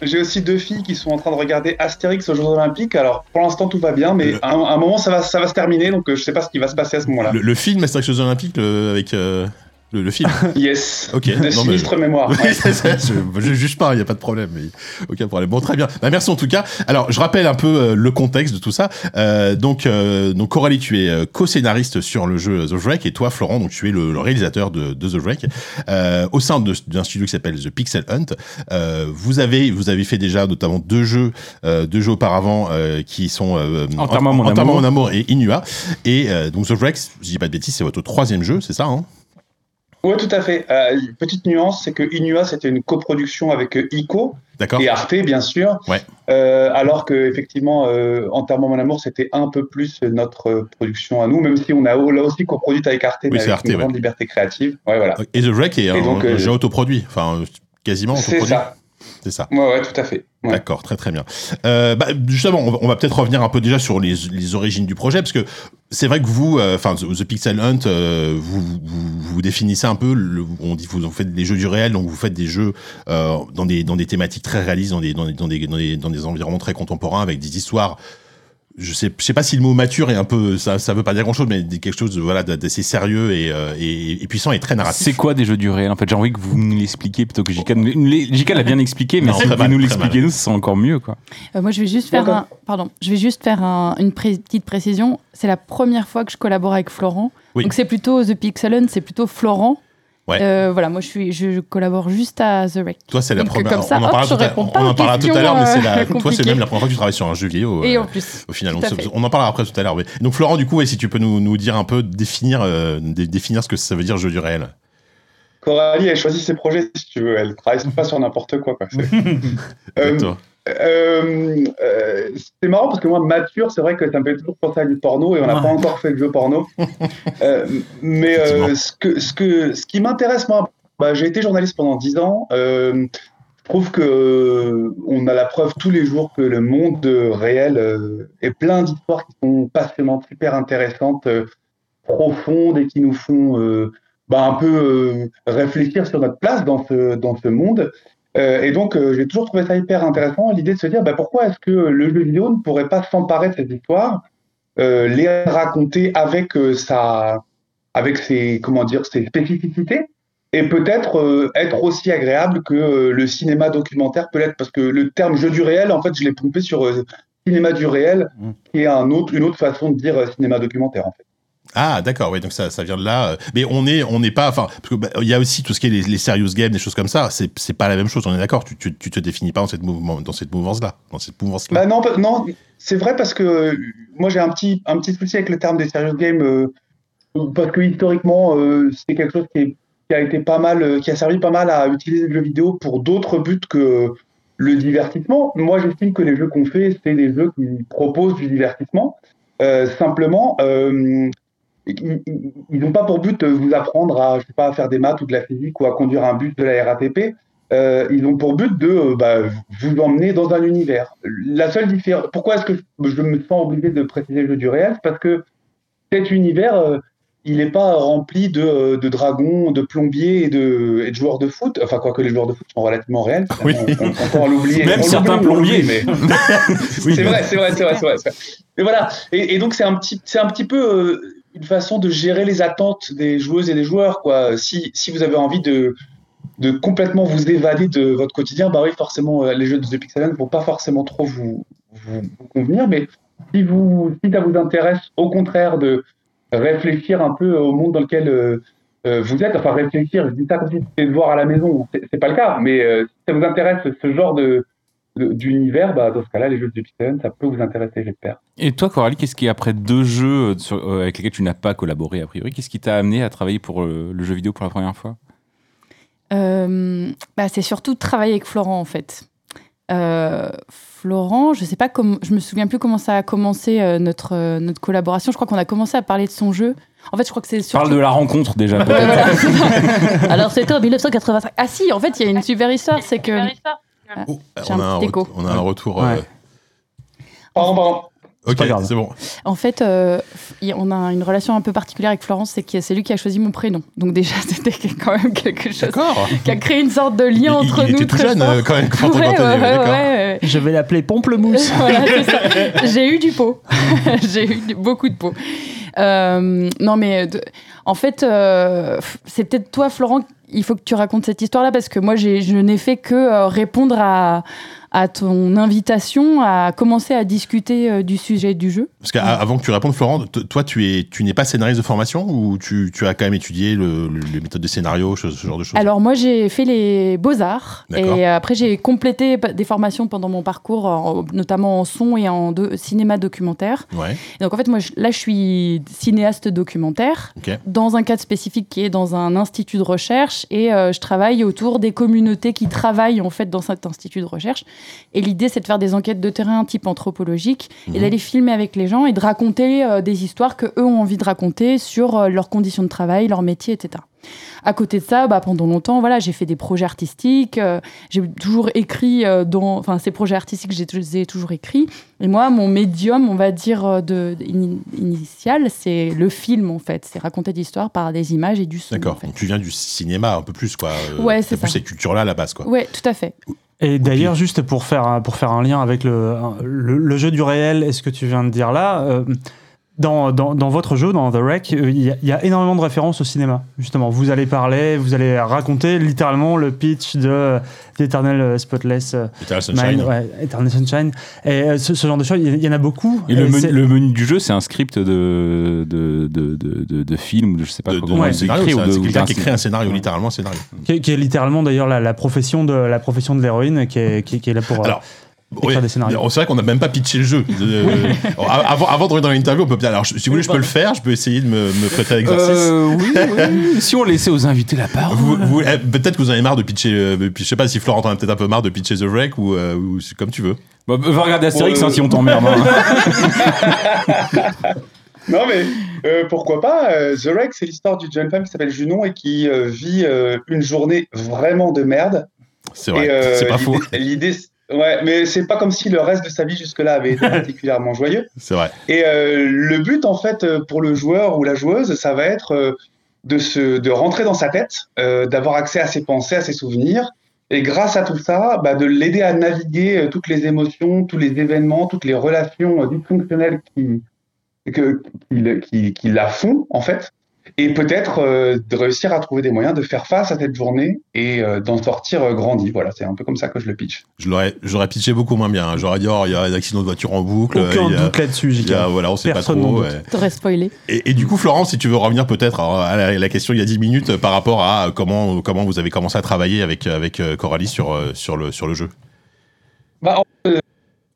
[SPEAKER 7] J'ai aussi deux filles qui sont en train de regarder Astérix aux Jeux Olympiques. Alors pour l'instant tout va bien, mais
[SPEAKER 3] Le-
[SPEAKER 7] à un, à un moment ça va, ça va se terminer, donc euh, je sais pas ce qui va se passer à ce
[SPEAKER 2] Ah.
[SPEAKER 7] moment-là.
[SPEAKER 3] Le, le film Astérix aux Olympiques le- avec... euh, le, le film.
[SPEAKER 7] Yes.
[SPEAKER 3] Ok, non,
[SPEAKER 7] De
[SPEAKER 3] mais-
[SPEAKER 7] sinistre
[SPEAKER 4] Ah,
[SPEAKER 7] mémoire.
[SPEAKER 3] Oui,
[SPEAKER 7] ouais.
[SPEAKER 3] c'est ça, je, je juge pas, il n'y a pas de problème. mais aucun problème. Bon, très bien. Bah, merci en tout cas. Alors, je rappelle un peu euh, le contexte de tout ça. Euh, donc, euh, donc, Coralie, tu es euh, co-scénariste sur le jeu The Wreck et toi, Florent, donc, tu es le, le réalisateur de, de The Wreck euh, au sein de- d'un studio qui s'appelle The Pixel Hunt. Euh, vous, avez, vous avez fait déjà notamment deux jeux, euh, deux jeux auparavant euh, qui sont euh,
[SPEAKER 4] Enterrement, mon
[SPEAKER 3] Enterrement,
[SPEAKER 4] amour.
[SPEAKER 3] mon amour et Inua. Et euh, donc, The Wreck, je dis pas de bêtises, c'est votre troisième jeu, c'est ça hein
[SPEAKER 7] Ouais, tout à fait. Euh, une petite nuance, c'est que Inua c'était une coproduction avec euh, ICO
[SPEAKER 3] D'accord
[SPEAKER 7] et Arte bien sûr.
[SPEAKER 3] Ouais.
[SPEAKER 7] Euh, alors que effectivement, euh, Enterrement mon amour, c'était un peu plus notre euh, production à nous, même si on a là aussi coproduite avec Arte, mais
[SPEAKER 3] c'est
[SPEAKER 7] avec
[SPEAKER 3] Arte,
[SPEAKER 7] une
[SPEAKER 3] ouais.
[SPEAKER 7] grande liberté créative. Ouais voilà.
[SPEAKER 3] Et The Wreck est
[SPEAKER 7] Et
[SPEAKER 3] un,
[SPEAKER 7] donc,
[SPEAKER 3] un
[SPEAKER 7] euh,
[SPEAKER 3] jeu autoproduit, enfin euh, quasiment
[SPEAKER 7] C'est
[SPEAKER 3] autoproduit.
[SPEAKER 7] ça.
[SPEAKER 3] c'est ça.
[SPEAKER 2] Ouais, ouais, tout à fait. Ouais.
[SPEAKER 3] D'accord, très très bien. Euh, bah, justement, on va, on va peut-être revenir un peu déjà sur les, les origines du projet, parce que c'est vrai que vous, euh, enfin The, The Pixel Hunt, euh, vous, vous, vous définissez un peu, le- on dit vous, vous faites des jeux du réel, donc vous faites des jeux euh, dans, des, dans des thématiques très réalistes, dans des, dans, des, dans, des, dans, des, dans des environnements très contemporains, avec des histoires. Je sais, je sais pas si le mot mature est un peu, ça, ça veut pas dire grand chose, mais quelque chose de, voilà, d'assez sérieux et, euh, et, et puissant et très narratif.
[SPEAKER 4] C'est quoi des jeux du réel En fait, j'ai envie que vous nous l'expliquiez plutôt que JK. nous- nous- JK l'a bien expliqué, mais
[SPEAKER 3] Non,
[SPEAKER 4] si
[SPEAKER 3] très
[SPEAKER 4] vous
[SPEAKER 3] mal,
[SPEAKER 4] nous
[SPEAKER 3] très
[SPEAKER 4] l'expliquez, nous, ce sera encore mieux. Quoi.
[SPEAKER 5] Euh, moi, je vais juste faire,
[SPEAKER 2] D'accord.
[SPEAKER 5] un, pardon, je vais juste faire un- une pré- petite précision. C'est la première fois que je collabore avec Florent.
[SPEAKER 3] Oui.
[SPEAKER 5] Donc, c'est plutôt The Pixel Hunt, c'est plutôt Florent.
[SPEAKER 3] Ouais.
[SPEAKER 5] Euh, voilà, moi, je, suis, je collabore juste à The Wreck.
[SPEAKER 3] Toi, c'est la
[SPEAKER 5] Donc,
[SPEAKER 3] première.
[SPEAKER 5] comme ça,
[SPEAKER 3] on en
[SPEAKER 5] hop,
[SPEAKER 3] parlera
[SPEAKER 5] je
[SPEAKER 3] tout à-
[SPEAKER 5] réponds pas
[SPEAKER 3] on en
[SPEAKER 5] aux
[SPEAKER 3] parlera tout à
[SPEAKER 5] questions,
[SPEAKER 3] l'heure, mais c'est la-
[SPEAKER 5] euh,
[SPEAKER 3] toi, c'est même la première fois que tu travailles sur un jeu vidéo.
[SPEAKER 5] Et
[SPEAKER 3] euh,
[SPEAKER 5] en plus.
[SPEAKER 3] Au final,
[SPEAKER 5] Tout
[SPEAKER 3] on,
[SPEAKER 5] à
[SPEAKER 3] se-
[SPEAKER 5] fait.
[SPEAKER 3] on en parlera après tout à l'heure. oui. Donc Florent, du coup, ouais, si tu peux nous, nous dire un peu, définir, euh, dé- définir ce que ça veut dire jeu du réel.
[SPEAKER 2] Coralie, elle choisit ses projets si tu veux. Elle travaille pas sur n'importe quoi. quoi. C'est- Euh,
[SPEAKER 3] Exactement.
[SPEAKER 2] euh, euh, c'est marrant parce que moi, mature, c'est vrai que ça me fait toujours penser à du porno et on n'a
[SPEAKER 1] Ouais.
[SPEAKER 2] pas encore fait le jeu porno. Euh, mais euh,
[SPEAKER 3] Effectivement.
[SPEAKER 2] ce, que, ce, que, ce qui m'intéresse, moi, bah, j'ai été journaliste pendant 10 ans. Euh, je trouve que euh, on a la preuve tous les jours que le monde euh, réel euh, est plein d'histoires qui sont passionnantes, super intéressantes, euh, profondes et qui nous font euh, bah, un peu euh, réfléchir sur notre place dans ce, dans ce monde. Euh, et donc, euh, j'ai toujours trouvé ça hyper intéressant, l'idée de se dire bah, pourquoi est-ce que le jeu vidéo ne pourrait pas s'emparer de cette histoire, euh, les raconter avec euh, sa, avec ses, comment dire, ses spécificités, et peut-être euh, être aussi agréable que euh, le cinéma documentaire peut l'être, parce que le terme jeu du réel, en fait, je l'ai pompé sur euh, cinéma du réel,
[SPEAKER 1] Mm.
[SPEAKER 2] qui est un autre, une autre façon de dire euh, cinéma documentaire. En fait.
[SPEAKER 3] Ah, d'accord, oui, donc ça, ça vient de là. euh, Mais on est, on n'est pas, enfin, parce que, bah, il y a aussi tout ce qui est les, les serious games, des choses comme ça. C'est c'est pas la même chose. On est d'accord. Tu, tu, tu te définis pas dans cette mouvement, dans cette mouvance-là, dans cette mouvance-là.
[SPEAKER 2] Bah non, pas- non, c'est vrai parce que euh, moi j'ai un petit, un petit souci avec le terme des serious games euh, parce que historiquement euh, c'est quelque chose qui, est- qui a été pas mal, euh, qui a servi pas mal à utiliser le jeu vidéo pour d'autres buts que le divertissement. Moi j'estime que les jeux qu'on fait c'est des jeux qui proposent du divertissement. Euh, simplement, euh, ils ils n'ont pas pour but de vous apprendre à, je sais pas, à faire des maths ou de la physique ou à conduire un bus de la RATP. Euh, ils ont pour but de euh, bah, vous emmener dans un univers. La seule différence, pourquoi est-ce que je me sens obligé de préciser le jeu du réel C'est Parce que cet univers, euh, il n'est pas rempli de, euh, de dragons, de plombiers et de, et de joueurs de foot. Enfin, quoique les joueurs de foot sont relativement réels.
[SPEAKER 3] Oui.
[SPEAKER 2] On, on, on peut en l'oublier.
[SPEAKER 4] Même
[SPEAKER 2] On
[SPEAKER 4] certains
[SPEAKER 2] l'oublie, on l'oublie,
[SPEAKER 4] plombiers.
[SPEAKER 2] mais-
[SPEAKER 3] Oui,
[SPEAKER 2] c'est
[SPEAKER 3] bah,
[SPEAKER 2] vrai, c'est vrai, c'est vrai, c'est vrai. c'est vrai. Et voilà. Et, et donc c'est un petit, c'est un petit peu euh, une façon de gérer les attentes des joueuses et des joueurs, quoi. Si si vous avez envie de de complètement vous évader de votre quotidien, bah oui, forcément, euh, les jeux de The Pixel ne vont pas forcément trop vous, vous, vous convenir, mais si vous, si ça vous intéresse, au contraire, de réfléchir un peu au monde dans lequel euh, euh, vous êtes, enfin réfléchir, je dis ça comme si c'était de voir à la maison, c'est c'est pas le cas, mais euh, si ça vous intéresse ce genre de, de- d'univers, bah, dans ce cas-là, les jeux de Pixel, ça peut vous intéresser, j'espère.
[SPEAKER 4] Et toi, Coralie, qu'est-ce qui, après deux jeux euh, sur- euh, avec lesquels tu n'as pas collaboré a priori, qu'est-ce qui t'a amené à travailler pour euh, le jeu vidéo pour la première fois
[SPEAKER 5] Euh, bah, c'est surtout travailler avec Florent en fait. Euh, Florent, je sais pas comment, je me souviens plus comment ça a commencé euh, notre euh, notre collaboration. Je crois qu'on a commencé à parler de son jeu. En fait, je crois que c'est surtout.
[SPEAKER 4] Parle de la rencontre déjà.
[SPEAKER 5] Ouais,
[SPEAKER 4] peut-être.
[SPEAKER 5] voilà, c'est ça. Alors c'était en 1985. Ah si, en fait, il y a une super histoire, c'est que
[SPEAKER 3] oh,
[SPEAKER 5] J'ai
[SPEAKER 3] on,
[SPEAKER 5] un
[SPEAKER 3] a un
[SPEAKER 5] petit
[SPEAKER 3] ret-
[SPEAKER 5] écho.
[SPEAKER 3] on a un retour.
[SPEAKER 4] Ouais.
[SPEAKER 3] euh,
[SPEAKER 2] Pardon, pardon.
[SPEAKER 1] pas
[SPEAKER 3] ok,
[SPEAKER 1] grave.
[SPEAKER 3] c'est bon.
[SPEAKER 5] en fait, euh, il y a- on a une relation un peu particulière avec Florence, c'est que c'est lui qui a choisi mon prénom. Donc déjà, c'était quand même quelque chose
[SPEAKER 3] D'accord.
[SPEAKER 5] qui a créé une sorte de lien
[SPEAKER 3] Il,
[SPEAKER 5] entre
[SPEAKER 3] il
[SPEAKER 5] nous.
[SPEAKER 3] était tout
[SPEAKER 5] très
[SPEAKER 3] jeune
[SPEAKER 5] fort.
[SPEAKER 3] euh, quand même. Quand
[SPEAKER 5] Ouais,
[SPEAKER 3] quand
[SPEAKER 5] ouais,
[SPEAKER 3] on est-
[SPEAKER 5] ouais,
[SPEAKER 3] d'accord.
[SPEAKER 5] ouais.
[SPEAKER 8] Je vais l'appeler Pomplemousse.
[SPEAKER 5] Voilà, c'est ça. J'ai eu du pot. J'ai eu du- beaucoup de pot. Euh, non, mais de- en fait, euh, f- c'est peut-être toi, Florent, il faut que tu racontes cette histoire-là parce que moi, j'ai- je n'ai fait que euh, répondre à, à ton invitation à commencer à discuter euh, du sujet du jeu.
[SPEAKER 3] Parce qu'avant que tu répondes, Florent, t- toi, tu es, tu n'es pas scénariste de formation ou tu, tu as quand même étudié le- le- les méthodes de scénario, ce, ce genre de choses.
[SPEAKER 5] Alors, moi, j'ai fait les beaux-arts
[SPEAKER 3] D'accord.
[SPEAKER 5] et euh, après, j'ai complété pa- des formations pendant mon parcours, en- notamment en son et en do- cinéma documentaire.
[SPEAKER 3] ouais.
[SPEAKER 5] Et donc en fait, moi, je- là, je suis cinéaste documentaire
[SPEAKER 3] Ok.
[SPEAKER 5] dans un cadre spécifique qui est dans un institut de recherche et euh, je travaille autour des communautés qui travaillent en fait dans cet institut de recherche. Et l'idée, c'est de faire des enquêtes de terrain type anthropologique et
[SPEAKER 3] Mhm.
[SPEAKER 5] d'aller filmer avec les gens et de raconter euh, des histoires que eux ont envie de raconter sur euh, leurs conditions de travail, leur métier, etc. À côté de ça, bah, pendant longtemps, voilà, j'ai fait des projets artistiques. euh, j'ai toujours écrit euh, dans, enfin, ces projets artistiques, j'ai- je les ai toujours écrits. Et moi, mon médium, on va dire euh, de, in- initial, c'est le film en fait. C'est raconter des histoires par des images et du son.
[SPEAKER 3] D'accord.
[SPEAKER 5] en fait.
[SPEAKER 3] Donc tu viens du cinéma un peu plus, quoi. Euh,
[SPEAKER 5] Ouais,
[SPEAKER 3] t'as
[SPEAKER 5] c'est
[SPEAKER 3] plus
[SPEAKER 5] ça.
[SPEAKER 3] cette culture-là à la base, quoi.
[SPEAKER 5] Ouais, tout à fait.
[SPEAKER 1] Et d'ailleurs, juste pour faire, un- pour faire un lien avec le, le, le jeu du réel et ce que tu viens de dire là, euh, dans, dans, dans votre jeu, dans The Wreck, euh, il y, a- il y a énormément de références au cinéma. Justement, vous allez parler, vous allez raconter littéralement le pitch de euh, d'Eternal Spotless euh,
[SPEAKER 3] Eternal Sunshine.
[SPEAKER 1] Mind, ouais, Eternal Sunshine. Et euh, ce, ce genre de choses, il y- il y, en a beaucoup.
[SPEAKER 4] Et le
[SPEAKER 1] Euh, c'est-
[SPEAKER 4] menu, le menu du jeu, c'est un script de, de, de, de, de- de film, ou de- je sais pas
[SPEAKER 3] De, de-
[SPEAKER 4] comment
[SPEAKER 1] ouais,
[SPEAKER 3] de
[SPEAKER 4] il s'écrit,
[SPEAKER 3] scénario,
[SPEAKER 4] ou
[SPEAKER 3] ça.
[SPEAKER 4] de-
[SPEAKER 3] c'est
[SPEAKER 4] ou
[SPEAKER 3] quelqu'un
[SPEAKER 4] d'un
[SPEAKER 3] qui
[SPEAKER 4] script.
[SPEAKER 3] écrit un scénario, littéralement un scénario.
[SPEAKER 1] qui, est- qui est littéralement d'ailleurs la, la profession de la profession de l'héroïne qui est, qui, est- qui est là pour. euh,
[SPEAKER 3] Alors,
[SPEAKER 1] Écrire des scénarios.
[SPEAKER 3] C'est vrai qu'on n'a même pas pitché le jeu. Euh, avant, avant de rentrer dans l'interview, on peut. Alors, je- si vous voulez, je peux le faire. Je peux essayer de me, me prêter à l'exercice.
[SPEAKER 4] Euh, oui, oui. si on laissait aux invités la parole.
[SPEAKER 3] Vous- vous- eh, peut-être que vous en avez marre de pitcher. euh, de- je sais pas si Florent en a peut-être un peu marre de pitcher The Wreck ou, euh, ou c'est comme tu veux.
[SPEAKER 4] Bah, bah, va regarder Astérix
[SPEAKER 2] Ouais.
[SPEAKER 4] hein, si on t'emmerde. hein.
[SPEAKER 2] Non, mais euh, pourquoi pas euh, The Wreck, c'est l'histoire d'une jeune femme qui s'appelle Junon et qui euh, vit euh, une journée vraiment de merde.
[SPEAKER 3] C'est vrai.
[SPEAKER 2] Et, euh,
[SPEAKER 3] c'est pas
[SPEAKER 2] l'idée-
[SPEAKER 3] faux.
[SPEAKER 2] L'idée, ouais, mais c'est pas comme si le reste de sa vie jusque-là avait été particulièrement joyeux.
[SPEAKER 3] C'est vrai.
[SPEAKER 2] Et euh, le but, en fait, euh, pour le joueur ou la joueuse, ça va être euh, de, se, de rentrer dans sa tête, euh, d'avoir accès à ses pensées, à ses souvenirs, et grâce à tout ça, bah, de l'aider à naviguer euh, toutes les émotions, tous les événements, toutes les relations euh, dysfonctionnelles qui, que, qui, le- qui- qui la font, en fait, et peut-être euh, de réussir à trouver des moyens de faire face à cette journée et euh, d'en sortir euh, grandi. Voilà, c'est un peu comme ça que je le pitch.
[SPEAKER 3] Je l'aurais, j'aurais pitché beaucoup moins bien. hein. J'aurais dit, oh, il y a un accident de voiture en boucle.
[SPEAKER 1] euh, Aucun
[SPEAKER 3] il y a-
[SPEAKER 1] doute là-dessus,
[SPEAKER 3] il y a-
[SPEAKER 1] JK.
[SPEAKER 3] voilà, on sait
[SPEAKER 1] Personne
[SPEAKER 3] pas
[SPEAKER 1] n'en
[SPEAKER 3] trop.
[SPEAKER 1] doute.
[SPEAKER 3] ouais.
[SPEAKER 5] T'aurais spoilé.
[SPEAKER 3] Et, et du coup, Florent, si tu veux revenir peut-être à à la, la question il y a 10 minutes euh, par rapport à euh, comment, comment vous avez commencé à travailler avec, euh, avec euh, Coralie sur, euh, sur, le, sur le jeu.
[SPEAKER 2] Bah, en- euh,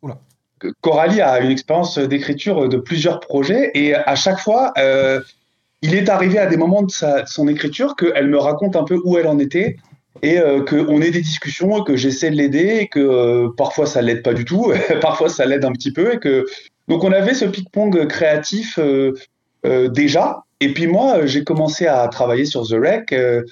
[SPEAKER 6] Oula.
[SPEAKER 2] que- Coralie a une expérience d'écriture de plusieurs projets et à chaque fois, euh, il est arrivé à des moments de sa- de son écriture qu'elle me raconte un peu où elle en était et qu'on ait des discussions, que j'essaie de l'aider et que euh, parfois ça l'aide pas du tout, parfois ça l'aide un petit peu et que donc on avait ce ping-pong créatif euh, euh, déjà. Et puis moi, euh, j'ai commencé à travailler sur The Wreck. euh,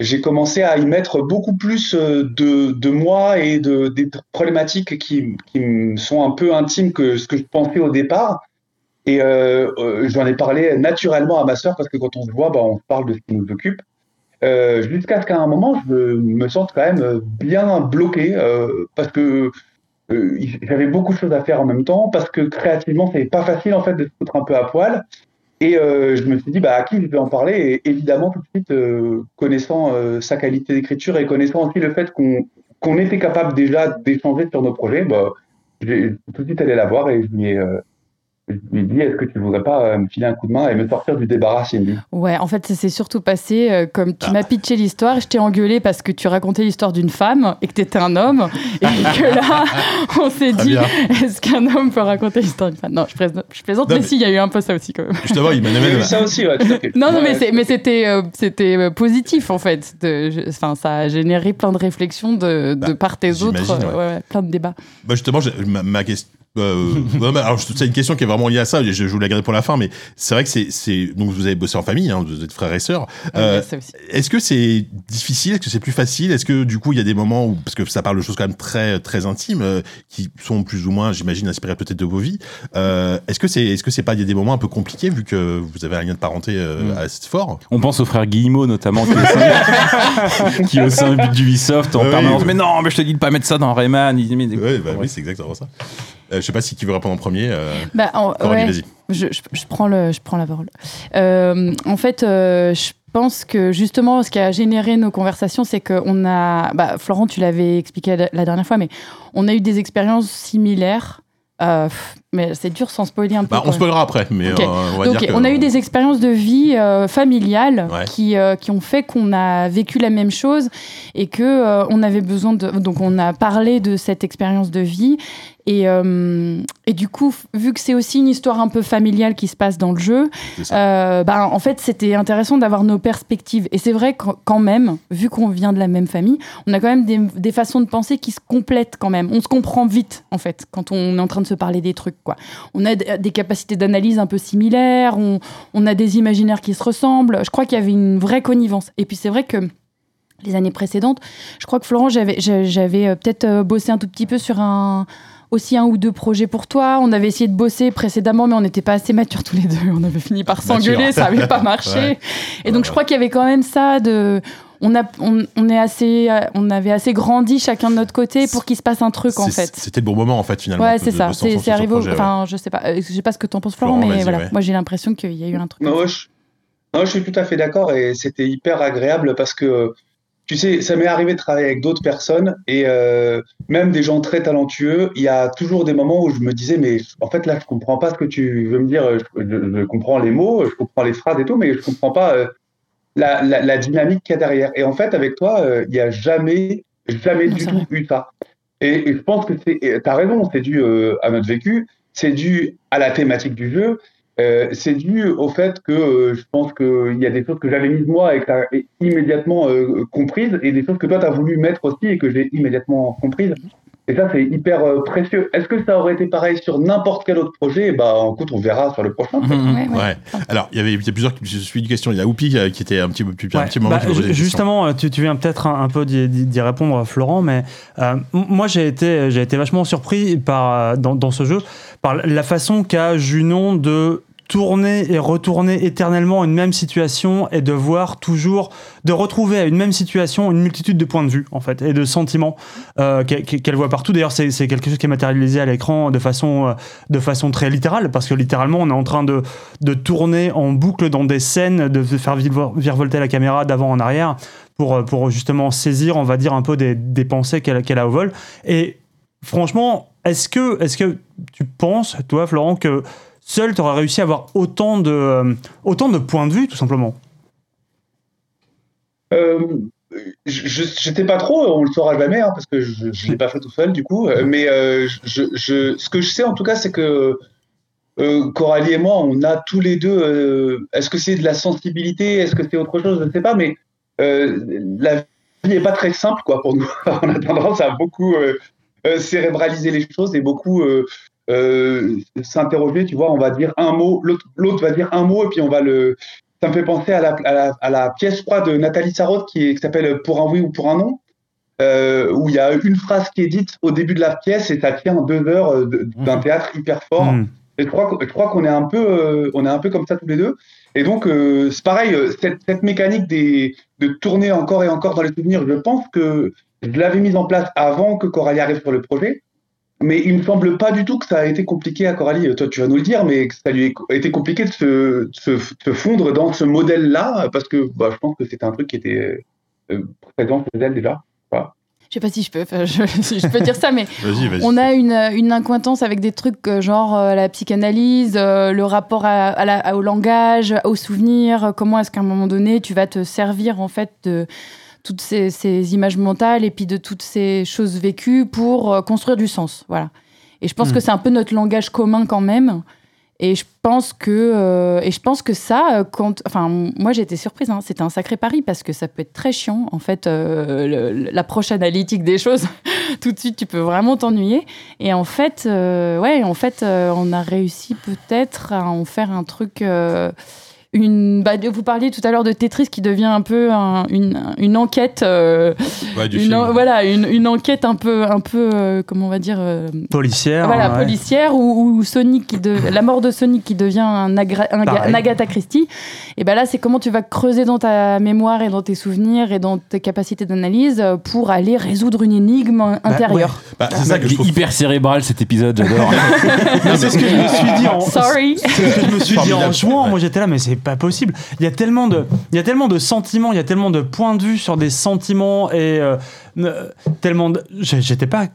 [SPEAKER 2] j'ai commencé à y mettre beaucoup plus euh, de, de moi et de, des problématiques qui, qui me sont un peu intimes que ce que je pensais au départ. Et euh, euh, j'en ai parlé naturellement à ma sœur parce que quand on se voit, bah, on parle de ce qui nous occupe. Euh, Jusqu'à ce qu'à un moment, je me sente quand même euh, bien bloqué euh, parce que euh, j'avais beaucoup de choses à faire en même temps, parce que créativement, c'est pas facile en fait de se foutre un peu à poil. Et euh, je me suis dit, bah, à qui je vais en parler Et évidemment, tout de suite, euh, connaissant euh, sa qualité d'écriture et connaissant aussi le fait qu'on qu'on était capable déjà d'échanger sur nos projets, bah, j'ai tout de suite allé la voir et je lui ai, euh, je lui ai dit, est-ce que tu voudrais pas euh, me filer un coup de main et me sortir du débarras, Cindy
[SPEAKER 5] Ouais, en fait, ça s'est surtout passé euh, comme
[SPEAKER 3] Ah.
[SPEAKER 5] tu m'as pitché l'histoire, je t'ai engueulé parce que tu racontais l'histoire d'une femme et que t'étais un homme. Et que là, on s'est
[SPEAKER 3] Très
[SPEAKER 5] dit,
[SPEAKER 3] bien.
[SPEAKER 5] est-ce qu'un homme peut raconter l'histoire d'une femme Non, je plaisante, je plaisante
[SPEAKER 3] Non,
[SPEAKER 5] mais
[SPEAKER 3] mais-
[SPEAKER 5] si, il y a eu un peu ça aussi quand même.
[SPEAKER 3] Justement, il m'a
[SPEAKER 2] J'ai
[SPEAKER 3] demandé-
[SPEAKER 2] eu ça aussi, ouais, tout à fait.
[SPEAKER 5] Non, non, mais,
[SPEAKER 2] Ouais,
[SPEAKER 5] c'est- mais c'était, euh, c'était euh, positif en fait. De- je- Enfin, ça a généré plein de réflexions de, de
[SPEAKER 3] Bah,
[SPEAKER 5] part et autre,
[SPEAKER 3] j'imagine,
[SPEAKER 5] euh, ouais, ouais, plein de débats.
[SPEAKER 3] Bah, justement, j'ai- ma, question. alors, je- c'est une question qui est vraiment liée à ça. Je, je vous la garde pour la fin, mais c'est vrai que c'est, c'est. Donc, vous avez bossé en famille, hein, vous êtes frères et sœurs. Euh,
[SPEAKER 5] Ouais, ça aussi.
[SPEAKER 3] Est-ce que c'est difficile Est-ce que c'est plus facile Est-ce que du coup il y a des moments où parce que ça parle de choses quand même très très intimes euh, qui sont plus ou moins, j'imagine, inspirées peut-être de vos vies. Euh, est-ce que c'est est-ce que c'est pas il y a des moments un peu compliqués vu que vous avez un lien de parenté
[SPEAKER 1] Mm.
[SPEAKER 3] euh, assez fort
[SPEAKER 4] On pense au frère Guillemot notamment, qui est au sein- qui est au sein du Ubisoft en
[SPEAKER 3] Oui.
[SPEAKER 4] permanence. Mais non, mais je te dis de pas mettre ça dans Rayman. Il dit, mais-
[SPEAKER 3] Ouais, bah
[SPEAKER 4] Ouais.
[SPEAKER 3] Oui, c'est exactement ça. Euh, je sais pas si qui veut répondre en premier. Euh,
[SPEAKER 5] Bah, en-
[SPEAKER 3] Coralie,
[SPEAKER 5] ouais.
[SPEAKER 3] vas-y.
[SPEAKER 5] je, je- je prends le, je prends la parole. Euh, en fait, euh, je pense que justement, ce qui a généré nos conversations, c'est qu'on a. Bah, Florent, tu l'avais expliqué la, la dernière fois, mais on a eu des expériences similaires. Euh, pff, mais c'est dur sans spoiler un peu.
[SPEAKER 3] Bah,
[SPEAKER 5] quand
[SPEAKER 3] on
[SPEAKER 5] même.
[SPEAKER 3] spoilera après, mais
[SPEAKER 5] Ok.
[SPEAKER 3] euh, on va
[SPEAKER 5] Donc,
[SPEAKER 3] dire que-
[SPEAKER 5] on a eu des expériences de vie euh, familiale
[SPEAKER 3] Ouais.
[SPEAKER 5] qui, euh, qui ont fait qu'on a vécu la même chose et que euh, on avait besoin de. Donc, on a parlé de cette expérience de vie. Et, euh, et du coup, f- vu que c'est aussi une histoire un peu familiale qui se passe dans le jeu,
[SPEAKER 3] C'est ça.
[SPEAKER 5] euh, ben, en fait, c'était intéressant d'avoir nos perspectives. Et c'est vrai qu'en- quand même, vu qu'on vient de la même famille, on a quand même des, des façons de penser qui se complètent quand même. On se comprend vite, en fait, quand on est en train de se parler des trucs. quoi. On a d- euh, des capacités d'analyse un peu similaires, on, on a des imaginaires qui se ressemblent. Je crois qu'il y avait une vraie connivence. Et puis c'est vrai que les années précédentes, je crois que Florent, j'avais, j'a- j'avais euh, peut-être euh, bossé un tout petit peu sur un aussi un ou deux projets pour toi. On avait essayé de bosser précédemment, mais on n'était pas assez matures tous les deux. On avait fini par s'engueuler, ça n'avait pas marché.
[SPEAKER 3] Ouais.
[SPEAKER 5] Et donc je crois qu'il y avait quand même ça de... On, a, on, on est assez, euh, on avait assez grandi chacun de notre côté pour qu'il se passe un truc en
[SPEAKER 3] C'est-
[SPEAKER 5] fait.
[SPEAKER 3] C'était le bon moment en fait finalement.
[SPEAKER 5] Ouais,
[SPEAKER 3] de-
[SPEAKER 5] c'est
[SPEAKER 3] de
[SPEAKER 5] ça.
[SPEAKER 3] bosser ensemble
[SPEAKER 5] C'est
[SPEAKER 3] sur
[SPEAKER 5] c'est
[SPEAKER 3] ce
[SPEAKER 5] arrivé. au-
[SPEAKER 3] projet, ouais.
[SPEAKER 5] Enfin, je sais pas. euh, Je sais pas ce que t'en penses, Florent,
[SPEAKER 3] Florent,
[SPEAKER 5] mais
[SPEAKER 3] vas-y,
[SPEAKER 5] voilà.
[SPEAKER 3] ouais.
[SPEAKER 5] Moi, j'ai l'impression qu'il y a eu un truc.
[SPEAKER 2] Non, je, non, je suis tout à fait d'accord et c'était hyper agréable parce que, tu sais, ça m'est arrivé de travailler avec d'autres personnes et euh, même des gens très talentueux. Il y a toujours des moments où je me disais, mais en fait, là, je comprends pas ce que tu veux me dire. Je, je- je comprends les mots, je comprends les phrases et tout, mais je comprends pas euh, la, la- la dynamique qu'il y a derrière. Et en fait, avec toi, euh, il n'y a jamais, jamais
[SPEAKER 5] Non,
[SPEAKER 2] du
[SPEAKER 5] c'est
[SPEAKER 2] tout eu ça. Et, et je pense que c'est, et t'as raison, c'est dû euh, à notre vécu, c'est dû à la thématique du jeu, euh, c'est dû au fait que euh, je pense qu'il y a des choses que j'avais mises moi et que t'as é- immédiatement euh, comprises et des choses que toi t'as voulu mettre aussi et que j'ai immédiatement comprises. Et ça, c'est hyper euh, précieux. Est-ce que ça aurait été pareil sur n'importe quel autre projet Bah, écoute, on verra sur le prochain.
[SPEAKER 4] Mhm.
[SPEAKER 5] Ouais, ouais.
[SPEAKER 3] Mm. Ouais. Alors, il y avait il y a plusieurs qui me suivi une question. Il y a Oupi euh, qui était un petit, peu- depuis un
[SPEAKER 1] Ouais,
[SPEAKER 3] petit moment.
[SPEAKER 1] bah,
[SPEAKER 3] qui me posait
[SPEAKER 1] ju-
[SPEAKER 3] des questions.
[SPEAKER 1] justement, euh, tu, tu viens peut-être un, un peu d'y- d'y d'y répondre, Florent, mais euh, m- moi j'ai été, j'ai été vachement surpris par, euh, dans, dans ce jeu par la façon qu'a Junon de tourner et retourner éternellement une même situation et de voir toujours, de retrouver à une même situation une multitude de points de vue en fait et de sentiments euh, qu'e- qu'e- qu'elle voit partout. D'ailleurs, c'est c'est quelque chose qui est matérialisé à l'écran de façon, euh, de façon très littérale parce que littéralement on est en train de, de tourner en boucle dans des scènes, de faire virevol- virevolter la caméra d'avant en arrière pour, euh, pour justement saisir, on va dire, un peu des, des pensées qu'elle qu'elle a au vol. Et franchement, est-ce que, est que tu penses, toi, Florent, que seul tu aurais réussi à avoir autant de, euh, autant de points de vue, tout simplement
[SPEAKER 2] Euh, je je sais pas trop, on le saura jamais, hein, parce que je, je l'ai pas fait tout seul du coup. euh, Mais euh, je, je, ce que je sais en tout cas, c'est que euh, Coralie et moi, on a tous les deux. euh, Est-ce que c'est de la sensibilité Est-ce que c'est autre chose Je ne sais pas, mais euh, la vie n'est pas très simple quoi pour nous. on a tendance à beaucoup euh, euh, cérébraliser les choses et beaucoup. euh, euh, s'interroger, tu vois, on va dire un mot, l'autre l'autre va dire un mot et puis on va le, ça me fait penser à la, à la, à la pièce, je crois, de Nathalie Sarraute qui, est- qui s'appelle Pour un oui ou pour un non, euh, où il y a une phrase qui est dite au début de la pièce et ça tient deux heures euh, de- d'un théâtre hyper fort.
[SPEAKER 1] Hmm.
[SPEAKER 2] Et je crois, que- je crois qu'on est un peu, euh, on est un peu comme ça tous les deux. Et donc, euh, c'est pareil, euh, cette, cette mécanique des, de tourner encore et encore dans les souvenirs, je pense que je l'avais mise en place avant que Coralie arrive sur le projet. Mais il me semble pas du tout que ça a été compliqué à Coralie. Euh, Toi, tu vas nous le dire, mais que ça lui a été compliqué de se, de se, de se fondre dans ce modèle-là, parce que bah, je pense que c'était un truc qui était euh, présent chez elle déjà.
[SPEAKER 5] Je sais pas si je peux, enfin, je, si je peux dire ça, mais
[SPEAKER 3] Vas-y, vas-y.
[SPEAKER 5] on a une, une incointance avec des trucs euh, genre euh, la psychanalyse, euh, le rapport à, à la- au langage, aux souvenirs. euh, Comment est-ce qu'à un moment donné, tu vas te servir en fait de toutes ces, ces images mentales et puis de toutes ces choses vécues pour euh, construire du sens. Voilà. Et je pense
[SPEAKER 1] Hmm.
[SPEAKER 5] que c'est un peu notre langage commun quand même. Et je pense que, euh, et je pense que ça, euh, quand, enfin, moi j'ai été surprise. hein, c'était un sacré pari parce que ça peut être très chiant. En fait, euh, le- l'approche analytique des choses, tout de suite, tu peux vraiment t'ennuyer. Et en fait, euh, ouais, en fait, euh, on a réussi peut-être à en faire un truc. euh, une, bah, vous parliez tout à l'heure de Tetris qui devient un peu un- une, une enquête, euh,
[SPEAKER 3] Ouais, du
[SPEAKER 5] une,
[SPEAKER 3] film.
[SPEAKER 5] en- voilà, une, une enquête un peu, un peu, euh, comment on va dire, euh,
[SPEAKER 1] Policière.
[SPEAKER 5] voilà,
[SPEAKER 1] Ah, ouais.
[SPEAKER 5] policière ou, ou Sonic qui de- la mort de Sonic qui devient un, agra- un ga-
[SPEAKER 1] Pareil.
[SPEAKER 5] un Agatha Christie. Et ben là, c'est comment tu vas creuser dans ta mémoire et dans tes souvenirs et dans tes capacités d'analyse euh, pour aller résoudre une énigme euh, intérieure.
[SPEAKER 1] Ah,
[SPEAKER 3] Bah, c'est ça que
[SPEAKER 4] Ah, Il
[SPEAKER 3] je
[SPEAKER 4] est
[SPEAKER 3] trouve.
[SPEAKER 4] hyper cérébral cet épisode, j'adore.
[SPEAKER 1] Mais c'est ce que je me suis dit en,
[SPEAKER 5] Sorry.
[SPEAKER 1] C'est ce que je me suis dit en
[SPEAKER 3] Formidable.
[SPEAKER 1] jouant.
[SPEAKER 3] Ouais.
[SPEAKER 1] Moi, j'étais là, mais c'est pas possible. Il y a tellement de, il y a tellement de sentiments, il y a tellement de points de vue sur des sentiments et euh, euh, tellement de, j'ai- j'étais pas.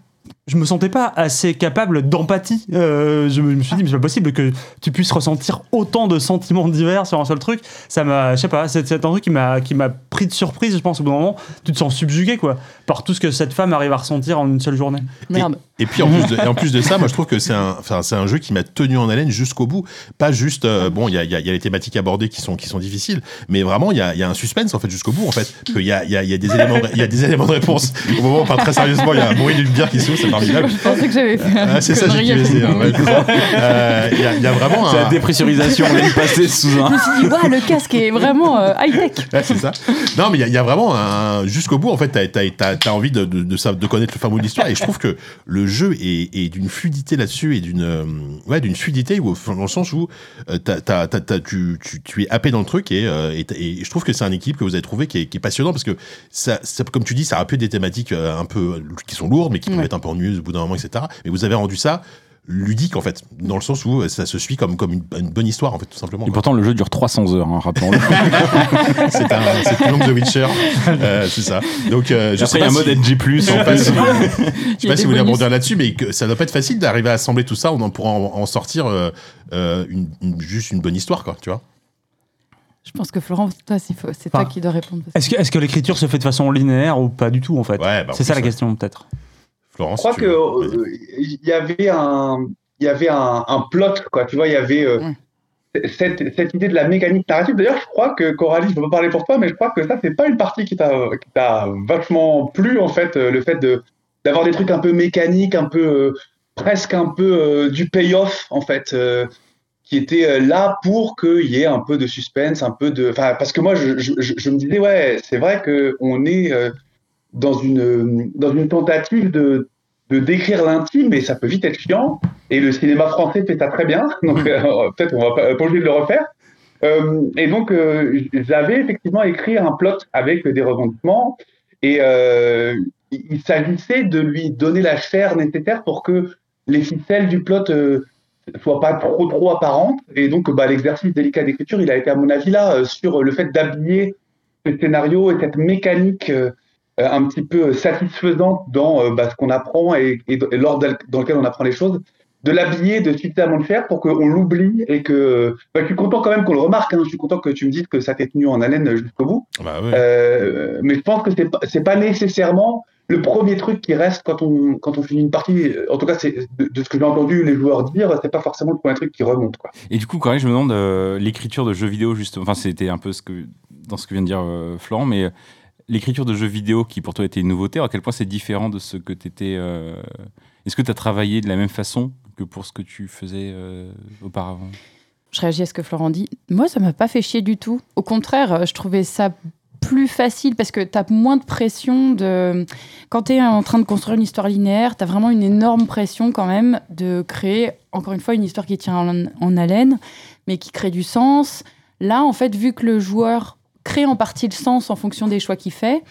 [SPEAKER 1] Je me sentais pas assez capable d'empathie. Euh, je me je me suis dit, mais c'est pas possible que tu puisses ressentir autant de sentiments divers sur un seul truc. Ça m'a, je sais pas, c'est c'est un truc qui m'a, qui m'a pris de surprise. Je pense au bout d'un moment, tu te sens subjugué quoi par tout ce que cette femme arrive à ressentir en une seule journée.
[SPEAKER 5] Merde.
[SPEAKER 3] Et puis en plus, de, et en plus de ça, moi je trouve que c'est un, enfin c'est un jeu qui m'a tenu en haleine jusqu'au bout. Pas juste, euh, bon, il y a, il y a- il y a les thématiques abordées qui sont qui sont difficiles, mais vraiment il y a, il y a un suspense en fait jusqu'au bout en fait. Parce qu'il y a, il y, a, il y a des éléments, de- il y a des éléments de réponse. Au moment, enfin très sérieusement, il y a un bruit d'une bière qui s'ouvre. ça me formidable.
[SPEAKER 5] Je pensais que j'avais fait.
[SPEAKER 3] Ah, c'est ça, j'ai tué les erreurs, ouais, c'est ça. Euh, Il y, a- il y a vraiment
[SPEAKER 4] C'est la
[SPEAKER 3] un-
[SPEAKER 4] dépressurisation, on est passé sous
[SPEAKER 5] Je
[SPEAKER 4] un.
[SPEAKER 5] me suis dit, waouh, le casque est vraiment euh, high tech.
[SPEAKER 3] Ouais, c'est ça. Non, mais il y a- il y, a vraiment un. Jusqu'au bout, en fait, t'as as, envie de, de, de, sa- de connaître le fameux de l'histoire. Et je trouve que le jeu est, est d'une fluidité là-dessus et d'une euh, ouais, d'une fluidité où, enfin, dans le sens où euh, t'as- t'as- t'as- t'as- tu, tu, tu es happé dans le truc. Et, euh, et t'as- et je trouve que c'est un équipe que vous avez trouvé qui est, qui est passionnant parce que, ça, ça- comme tu dis, ça a pu être des thématiques euh, un peu qui sont lourdes, mais qui peuvent
[SPEAKER 5] Ouais.
[SPEAKER 3] être un peu ennuyeuses au bout d'un moment, etc. Mais vous avez rendu ça ludique en fait dans le sens où euh, ça se suit comme comme une, une bonne histoire en fait tout simplement
[SPEAKER 4] Et
[SPEAKER 3] quoi.
[SPEAKER 4] pourtant, le jeu dure 300 heures, hein, rappelons-le.
[SPEAKER 3] c'est un c'est plus long que The Witcher Euh, c'est ça donc euh, je sais
[SPEAKER 4] Après, il y a
[SPEAKER 3] pas
[SPEAKER 4] un mode
[SPEAKER 3] si-
[SPEAKER 4] NG+, en
[SPEAKER 3] en fait,
[SPEAKER 4] plus.
[SPEAKER 1] Ah,
[SPEAKER 3] je sais pas si vous voulez rebondir là-dessus, mais que ça doit pas être facile d'arriver à assembler tout ça. On en pourra en, en sortir euh, euh, une, une- juste une bonne histoire, quoi. Tu vois
[SPEAKER 5] Je pense que Florent, toi, c'est faux. C'est toi
[SPEAKER 1] Enfin,
[SPEAKER 5] qui dois répondre. parce
[SPEAKER 1] Est-ce que, est-ce que l'écriture se fait de façon linéaire ou pas du tout en fait
[SPEAKER 3] Ouais, bah, en
[SPEAKER 1] C'est ça
[SPEAKER 3] plus,
[SPEAKER 1] la
[SPEAKER 3] ouais.
[SPEAKER 1] question peut-être.
[SPEAKER 3] Florence.
[SPEAKER 2] Je crois
[SPEAKER 3] tu
[SPEAKER 2] que
[SPEAKER 3] veux-
[SPEAKER 2] euh, il y avait un, il y avait un, un plot quoi. Tu vois, il y avait euh, cette, cette idée de la mécanique narrative. D'ailleurs, je crois que Coralie, je peux pas parler pour toi, mais je crois que ça c'est pas une partie qui t'a, qui t'a vachement plu en fait, euh, le fait de d'avoir des trucs un peu mécaniques, un peu euh, presque un peu euh, du payoff en fait. euh, qui était euh, là pour qu'il y ait un peu de suspense, un peu de. Enfin, parce que moi, je, je, je- je me disais, ouais, c'est vrai qu'on est euh, dans, une, dans une tentative de, de décrire l'intime, mais ça peut vite être chiant. Et le cinéma français fait ça très bien, donc euh, peut-être on va pas, pas obligé de le refaire. Euh, et donc, euh, j'avais effectivement écrit un plot avec des rebondissements, et euh, il il s'agissait de lui donner la chair nécessaire pour que les ficelles du plot euh, soient pas trop trop apparentes. Et donc, bah, l'exercice délicat d'écriture, il a été à mon avis là euh, sur le fait d'habiller ce scénario et cette mécanique euh, euh, un petit peu satisfaisante dans euh, bah, ce qu'on apprend et, et d- et l'ordre dans le- dans lequel on apprend les choses, de l'habiller de suffisamment le faire pour qu'on l'oublie et que. bah, je suis content quand même qu'on le remarque, hein. je suis content que tu me dises que ça t'est tenu en haleine jusqu'au bout.
[SPEAKER 3] Bah ouais.
[SPEAKER 2] Euh, mais je pense que c'est pas, c'est pas nécessairement le premier truc qui reste quand on, quand on finit une partie. En tout cas, c'est de, de ce que j'ai entendu les joueurs dire, c'est pas forcément le premier truc qui remonte. Quoi.
[SPEAKER 4] Et du coup, quand même, je me demande euh, l'écriture de jeux vidéo, juste. Enfin, c'était un peu ce que, dans ce que vient de dire euh, Florent, mais euh, l'écriture de jeux vidéo qui pour toi était une nouveauté, à quel point c'est différent de ce que tu étais. Est-ce que tu as travaillé de la même façon que pour ce que tu faisais euh, auparavant
[SPEAKER 5] je réagis à ce que Florent dit. Moi, ça m'a pas fait chier du tout. Au contraire, euh, je trouvais ça plus facile parce que tu as moins de pression de quand tu es en train de construire une histoire linéaire, tu as vraiment une énorme pression quand même de créer encore une fois une histoire qui tient en, en haleine mais qui crée du sens. Là, en fait, vu que le joueur crée en partie le sens en fonction des choix qu'il fait,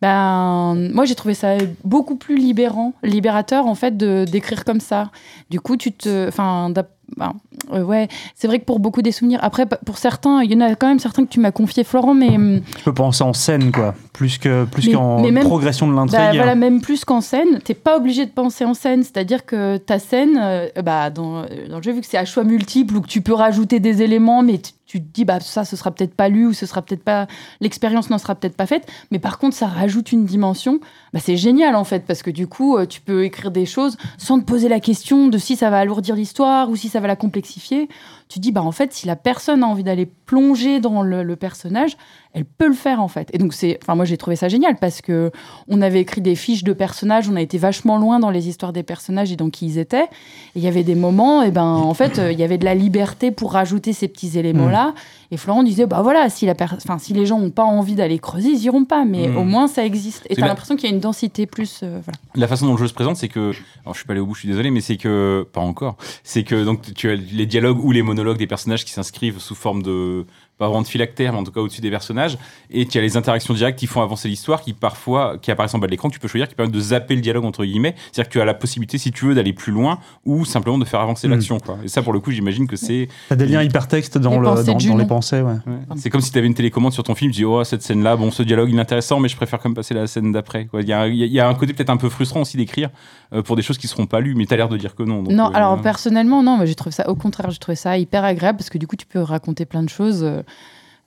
[SPEAKER 5] ben moi j'ai trouvé ça beaucoup plus libérant, libérateur en fait de d'écrire comme ça. Du coup, tu te enfin d'ap- ben, euh, ouais, c'est vrai que pour beaucoup des souvenirs, après, pa- pour certains, il y en a quand même certains que tu m'as confié, Florent, mais hum,
[SPEAKER 1] Je peux penser en scène quoi, plus que plus
[SPEAKER 5] Mais-
[SPEAKER 1] qu'en
[SPEAKER 5] mais même-
[SPEAKER 1] progression de l'intrigue. hein.
[SPEAKER 5] bah, voilà, même plus qu'en scène, t'es pas obligé de penser en scène. C'est-à-dire que ta scène, euh, bah, dans, dans le jeu, vu que c'est à choix multiples ou que tu peux rajouter des éléments, mais tu, tu te dis, bah, ça, ce sera peut-être pas lu ou ce sera peut-être pas. L'expérience n'en sera peut-être pas faite. Mais par contre, ça rajoute une dimension. Bah, c'est génial, en fait, parce que du coup, euh, tu peux écrire des choses sans te poser la question de si ça va alourdir l'histoire ou si ça va la complexifier. Tu dis, bah, en fait, si la personne a envie d'aller plonger dans le, le personnage, elle peut le faire, en fait. Et donc, c'est. Enfin, moi, j'ai trouvé ça génial parce que on avait écrit des fiches de personnages, on a été vachement loin dans les histoires des personnages et dans qui ils étaient. Et il y avait des moments, et ben en fait, euh, il y avait de la liberté pour rajouter ces petits éléments-là. Et Florent disait, bah voilà, si, la per- enfin, si les gens n'ont pas envie d'aller creuser, ils iront pas, mais
[SPEAKER 1] Mm.
[SPEAKER 5] au moins ça existe. Et
[SPEAKER 4] C'est
[SPEAKER 5] t'as
[SPEAKER 4] la-
[SPEAKER 5] l'impression qu'il y a une densité plus. euh, voilà.
[SPEAKER 4] La façon dont le jeu se présente, c'est que. Alors, je suis pas allé au bout, je suis désolé, mais c'est que. Pas encore. C'est que, donc, tu as les dialogues ou les monologues des personnages qui s'inscrivent sous forme de. Pas vraiment de phylactère, mais en tout cas au-dessus des personnages. Et tu as les interactions directes qui font avancer l'histoire, qui parfois. qui apparaissent en bas de l'écran, que tu peux choisir, qui permettent de zapper le dialogue, entre guillemets. C'est-à-dire que tu as la possibilité, si tu veux, d'aller plus loin ou simplement de faire avancer
[SPEAKER 1] Mm.
[SPEAKER 4] l'action, quoi. Et ça, pour le coup, j'imagine que c'est.
[SPEAKER 1] T'as des liens hypertextes dans,
[SPEAKER 5] Les
[SPEAKER 1] le,
[SPEAKER 5] pensées
[SPEAKER 1] dans,
[SPEAKER 5] de
[SPEAKER 1] dans
[SPEAKER 5] Junon.
[SPEAKER 1] les pensées. Ouais.
[SPEAKER 4] C'est comme si tu avais une télécommande sur ton film, tu dis oh cette scène là, bon ce dialogue il est intéressant, mais je préfère quand même passer à la scène d'après. quoi. Il y a, il y a- il y a un côté peut-être un peu frustrant aussi d'écrire euh, pour des choses qui seront pas lues, mais t'as l'air de dire que non. donc,
[SPEAKER 5] non,
[SPEAKER 4] euh,
[SPEAKER 5] alors personnellement, non, moi j'ai trouvé ça, au contraire, j'ai trouvé ça hyper agréable parce que du coup, tu peux raconter plein de choses. euh,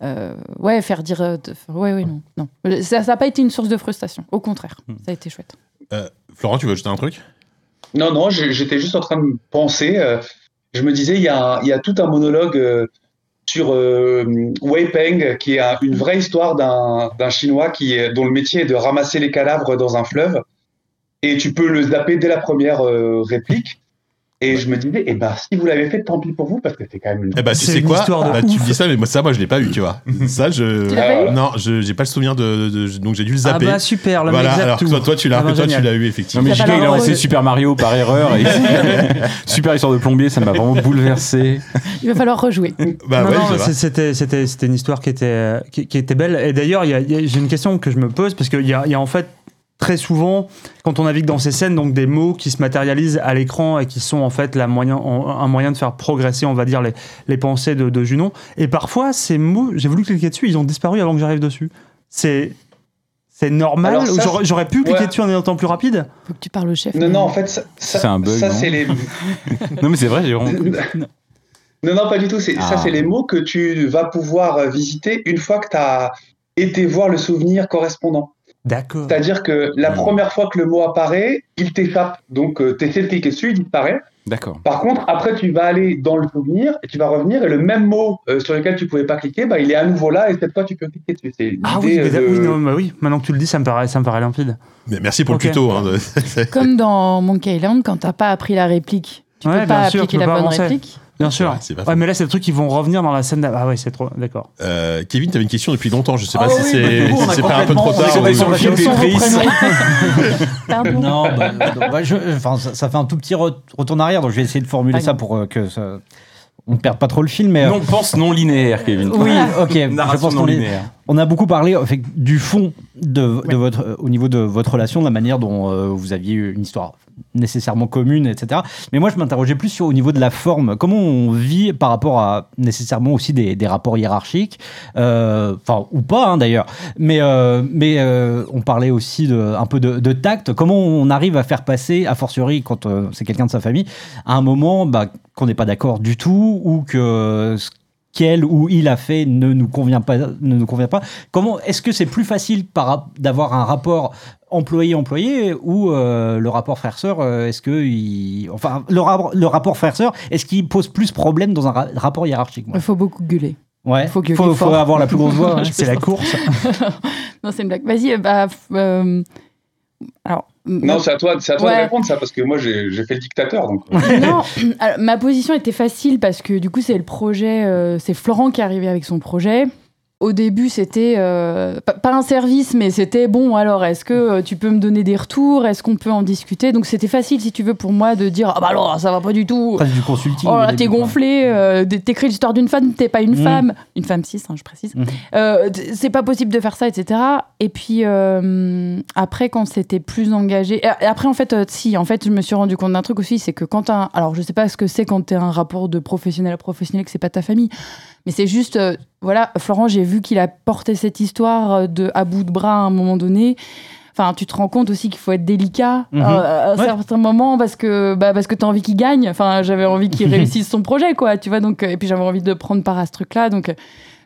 [SPEAKER 5] euh, ouais, faire dire. euh, de- ouais, ouais, non. non. Ça n'a pas été une source de frustration. Au contraire,
[SPEAKER 1] Hmm.
[SPEAKER 4] Mm.
[SPEAKER 5] ça a été chouette.
[SPEAKER 3] Euh, Florent, tu veux ajouter un truc
[SPEAKER 2] Non, non, j'ai- j'étais juste en train de penser. euh, je me disais, il y a, un- il y a tout un monologue euh, sur euh, Wei Peng, qui est un- une vraie histoire d'un d'un Chinois qui, est- dont le métier est de ramasser les cadavres dans un fleuve. et tu peux le zapper dès la première euh, réplique. Et je me disais, eh ben, si vous l'avez fait, tant pis pour vous, parce que c'est quand même une.
[SPEAKER 3] Eh bah, tu
[SPEAKER 1] C'est
[SPEAKER 3] sais
[SPEAKER 1] une
[SPEAKER 3] quoi
[SPEAKER 1] histoire de
[SPEAKER 3] Bah,
[SPEAKER 1] ouf.
[SPEAKER 3] Tu me dis ça, mais moi, ça, moi, je l'ai pas eu, tu vois. ça, je.
[SPEAKER 5] Tu l'as pas eu
[SPEAKER 3] non, je j'ai pas le souvenir de. de- donc, j'ai dû le zapper.
[SPEAKER 1] Ah bah super, le
[SPEAKER 3] voilà,
[SPEAKER 1] mec zappe
[SPEAKER 3] alors que
[SPEAKER 1] tout.
[SPEAKER 3] toi, toi, tu l'as
[SPEAKER 1] Ah bah,
[SPEAKER 3] toi, tu
[SPEAKER 1] génial.
[SPEAKER 3] l'as eu,
[SPEAKER 4] Non
[SPEAKER 3] effectivement.
[SPEAKER 4] mais
[SPEAKER 5] Ça
[SPEAKER 4] JK
[SPEAKER 5] va
[SPEAKER 4] il a
[SPEAKER 5] leur-
[SPEAKER 4] lancé Super Mario par erreur et Super histoire de plombier ça m'a vraiment bouleversé
[SPEAKER 5] Il va falloir rejouer.
[SPEAKER 3] Bah,
[SPEAKER 1] Non,
[SPEAKER 3] ouais,
[SPEAKER 1] non,
[SPEAKER 3] ça va.
[SPEAKER 1] c'est- c'était, c'était, c'était une histoire qui était, euh, qui, qui était belle. Et d'ailleurs, il y a- il y a- j'ai une question que je me pose parce qu'il y a, il y a en fait très souvent, quand on navigue dans ces scènes, donc des mots qui se matérialisent à l'écran et qui sont en fait la moyen, en- un moyen de faire progresser, on va dire, les, les pensées de, de Junon. Et parfois, ces mots, j'ai voulu cliquer dessus, ils ont disparu avant que j'arrive dessus. C'est, c'est normal.
[SPEAKER 2] Alors ça,
[SPEAKER 1] j'aurais, j'aurais pu cliquer
[SPEAKER 2] ouais.
[SPEAKER 1] dessus en étant plus rapide.
[SPEAKER 5] Faut que tu parles au chef.
[SPEAKER 2] Non, non, en fait, ça, ça-
[SPEAKER 4] Eh C'est un bug,
[SPEAKER 2] ça
[SPEAKER 4] non
[SPEAKER 2] c'est les.
[SPEAKER 4] Non mais c'est vrai j'ai vraiment
[SPEAKER 2] Non, non, pas du tout. C'est-
[SPEAKER 4] Ah.
[SPEAKER 2] Ça, c'est les mots que tu vas pouvoir euh, visiter une fois que tu as été voir le souvenir correspondant.
[SPEAKER 1] D'accord.
[SPEAKER 2] C'est-à-dire que la première fois que le mot apparaît, il t'échappe. Donc, euh, tu essaies de cliquer dessus, il disparaît.
[SPEAKER 4] D'accord
[SPEAKER 2] Par contre, après, tu vas aller dans le souvenir et tu vas revenir et le même mot euh, sur lequel tu pouvais pas cliquer, bah, il est à nouveau là et cette fois, tu peux cliquer dessus. C'est
[SPEAKER 1] Ah oui,
[SPEAKER 2] l'idée,
[SPEAKER 1] mais d'a-
[SPEAKER 2] euh,
[SPEAKER 1] oui,
[SPEAKER 2] de-
[SPEAKER 1] non, bah oui, maintenant que tu le dis, ça me paraît, ça me paraît limpide.
[SPEAKER 3] Mais Merci pour
[SPEAKER 1] Ok.
[SPEAKER 3] le tuto. hein, de-
[SPEAKER 5] Comme dans Monkey Island, quand t'as pas appris la réplique, tu
[SPEAKER 1] Ouais,
[SPEAKER 5] peux
[SPEAKER 1] bien
[SPEAKER 5] pas
[SPEAKER 1] sûr, tu
[SPEAKER 5] appliquer
[SPEAKER 1] peux
[SPEAKER 5] la
[SPEAKER 1] pas
[SPEAKER 5] bonne
[SPEAKER 1] avancer.
[SPEAKER 5] réplique.
[SPEAKER 1] Bien
[SPEAKER 3] C'est
[SPEAKER 1] sûr.
[SPEAKER 3] vrai, c'est pas
[SPEAKER 1] ouais,
[SPEAKER 3] faux.
[SPEAKER 1] mais là, c'est le truc, ils vont revenir dans la scène. d'a- Ah ouais, c'est trop. D'accord.
[SPEAKER 3] Euh, Kevin, t'avais une question depuis longtemps. Je sais
[SPEAKER 6] Ah
[SPEAKER 3] pas si
[SPEAKER 6] oui,
[SPEAKER 3] c'est
[SPEAKER 6] mais bon, on
[SPEAKER 3] si
[SPEAKER 6] a
[SPEAKER 3] c'est pas un peu
[SPEAKER 6] complètement-
[SPEAKER 3] trop tard.
[SPEAKER 6] on a
[SPEAKER 3] ou-
[SPEAKER 6] complètement-
[SPEAKER 5] Pardon.
[SPEAKER 6] Non, bah, bah, bah, je- enfin, ça, ça fait un tout petit re- retour en arrière, donc je vais essayer de formuler ça pour euh, que ça- on ne perde pas trop le film. Mais, euh,
[SPEAKER 4] Non pense non linéaire Kevin
[SPEAKER 6] Oui, ok. je
[SPEAKER 4] Narration
[SPEAKER 6] pense
[SPEAKER 4] non
[SPEAKER 6] qu'on est-
[SPEAKER 4] linéaire
[SPEAKER 6] On a beaucoup parlé en fait, du fond de, de votre, euh, au niveau de votre relation, de la manière dont euh, vous aviez eu une histoire nécessairement commune, etc. Mais moi, je m'interrogeais plus sur au niveau de la forme. Comment on vit par rapport à nécessairement aussi des, des rapports hiérarchiques, euh, enfin ou pas hein, d'ailleurs. Mais euh, mais euh, on parlait aussi de, un peu de, de tact. Comment on arrive à faire passer, a fortiori quand euh, c'est quelqu'un de sa famille, à un moment bah, qu'on n'est pas d'accord du tout ou que euh, ce qu'elle ou il a fait ne nous convient pas, ne nous convient pas. Comment est-ce que c'est plus facile par rap- d'avoir un rapport employé-employé ou euh, le rapport frère-sœur euh, Est-ce que il- enfin le, ra- le rapport frère-sœur est-ce qu'il pose plus problème dans un ra- rapport hiérarchique moi
[SPEAKER 5] Il faut beaucoup gueuler.
[SPEAKER 6] Ouais.
[SPEAKER 5] faut gueuler
[SPEAKER 6] faut,
[SPEAKER 5] fort.
[SPEAKER 6] avoir la plus grosse voix. ouais.
[SPEAKER 1] C'est la course.
[SPEAKER 5] non, c'est une blague. Vas-y, euh, bah. f- euh, alors.
[SPEAKER 2] Non, c'est à toi, c'est à toi
[SPEAKER 5] Ouais.
[SPEAKER 2] de répondre ça parce que moi, j'ai j'ai fait le dictateur. Donc,
[SPEAKER 5] non, alors, ma position était facile parce que du coup, c'est le projet, euh, c'est Florent qui est arrivé avec son projet. Au début, c'était euh, pas, pas un service, mais c'était bon. Alors, est-ce que euh, tu peux me donner des retours Est-ce qu'on peut en discuter Donc, c'était facile, si tu veux, pour moi de dire Ah bah alors, ça va pas du tout.
[SPEAKER 6] Presque du consulting.
[SPEAKER 5] Oh
[SPEAKER 6] au
[SPEAKER 5] là,
[SPEAKER 6] début,
[SPEAKER 5] t'es
[SPEAKER 6] quoi.
[SPEAKER 5] gonflé, euh, d- t'écris l'histoire d'une femme, t'es pas une
[SPEAKER 6] Mhm.
[SPEAKER 5] femme, une femme cis, hein, je précise.
[SPEAKER 6] Mhm.
[SPEAKER 5] Euh, t- c'est pas possible de faire ça, etc. Et puis euh, après, quand c'était plus engagé, et et après en fait, euh, si, en fait, je me suis rendu compte d'un truc aussi, c'est que quand un, alors je sais pas ce que c'est quand t'es un rapport de professionnel à professionnel, que c'est pas ta famille, mais c'est juste, euh, voilà, Florent, j'ai vu qu'il a porté cette histoire euh, de à bout de bras à un moment donné. Enfin, tu te rends compte aussi qu'il faut être délicat
[SPEAKER 6] Mhm.
[SPEAKER 5] euh, à un
[SPEAKER 6] Ouais.
[SPEAKER 5] certain moment parce que bah, parce que t'as envie qu'il gagne. Enfin, j'avais envie qu'il réussisse son projet, quoi. Tu vois donc euh, et puis j'avais envie de prendre part à ce truc-là. Donc euh,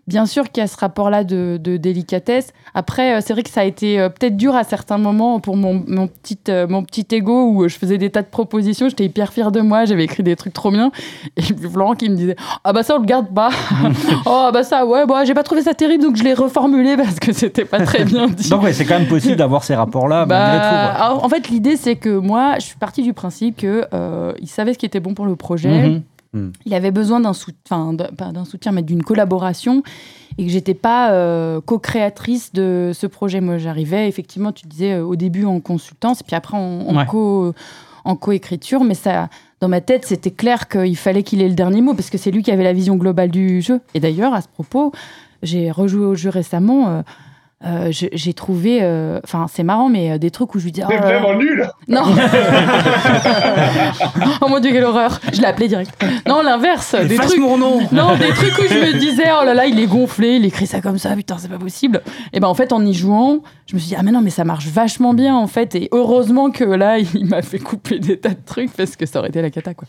[SPEAKER 5] bien sûr qu'il y a ce rapport-là de, de délicatesse. Après, euh, c'est vrai que ça a été euh, peut-être dur à certains moments pour mon, mon petit euh, mon petit ego où je faisais des tas de propositions. J'étais hyper fière de moi. J'avais écrit des trucs trop bien. Et puis Florent qui me disait ah bah ça on le garde pas. oh bah ça ouais bah j'ai pas trouvé ça terrible donc je l'ai reformulé parce que c'était pas très bien dit.
[SPEAKER 6] Donc ouais, c'est quand même possible d'avoir ces rapports-là
[SPEAKER 5] Bah,
[SPEAKER 6] malgré tout. quoi.
[SPEAKER 5] alors, en fait, l'idée, c'est que moi, je suis partie du principe que euh, il savait ce qui était bon pour le projet.
[SPEAKER 6] Mhm.
[SPEAKER 5] Il avait besoin d'un soutien, pas d'un soutien, mais d'une collaboration, et que j'étais pas euh, co-créatrice de ce projet. Moi, j'arrivais effectivement, tu disais euh, au début en consultance, puis après en, en
[SPEAKER 6] Ouais.
[SPEAKER 5] co en co-écriture, mais ça, dans ma tête, c'était clair qu'il fallait qu'il ait le dernier mot parce que c'est lui qui avait la vision globale du jeu. Et d'ailleurs, à ce propos, j'ai rejoué au jeu récemment. euh, euh, je- j'ai trouvé, euh, enfin c'est marrant, mais euh, des trucs où je lui dis, Ah
[SPEAKER 2] c'est
[SPEAKER 5] là là.
[SPEAKER 2] vraiment nul.
[SPEAKER 5] Non. oh mon dieu, quelle horreur. Je l'ai appelé direct. Non, l'inverse. Euh, Des
[SPEAKER 1] Efface
[SPEAKER 5] trucs.
[SPEAKER 1] mon nom.
[SPEAKER 5] Non, des trucs où je me disais, oh là là, il est gonflé, il écrit ça comme ça, putain, c'est pas possible. Et ben en fait, en y jouant, je me suis dit, ah mais non, mais ça marche vachement bien en fait. Et heureusement que là, il m'a fait couper des tas de trucs parce que ça aurait été la cata quoi.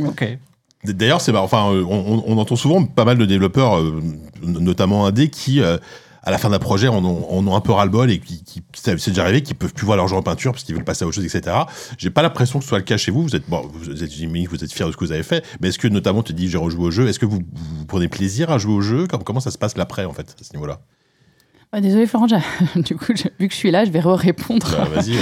[SPEAKER 6] Ok.
[SPEAKER 3] D'ailleurs, c'est marrant. enfin, euh, on, on- on entend souvent pas mal de développeurs, euh, notamment indé, qui euh, à la fin d'un projet en ont, en ont un peu ras le bol et qui, qui- c'est c'est déjà arrivé, qui peuvent plus voir leur jeu en peinture parce qu'ils veulent passer à autre chose, etc. J'ai pas l'impression que ce soit le cas chez vous. Vous êtes bon, vous êtes j'imagine que vous êtes fier de ce que vous avez fait, mais est-ce que notamment tu dis j'ai rejoué au jeu, est-ce que vous, vous prenez plaisir à jouer au jeu Comme- Comment ça se passe l'après en fait à ce niveau-là
[SPEAKER 5] Ah, Désolée Florent, j'a- du coup, je- vu que je suis là, je vais répondre.
[SPEAKER 3] Bah, vas-y. ouais.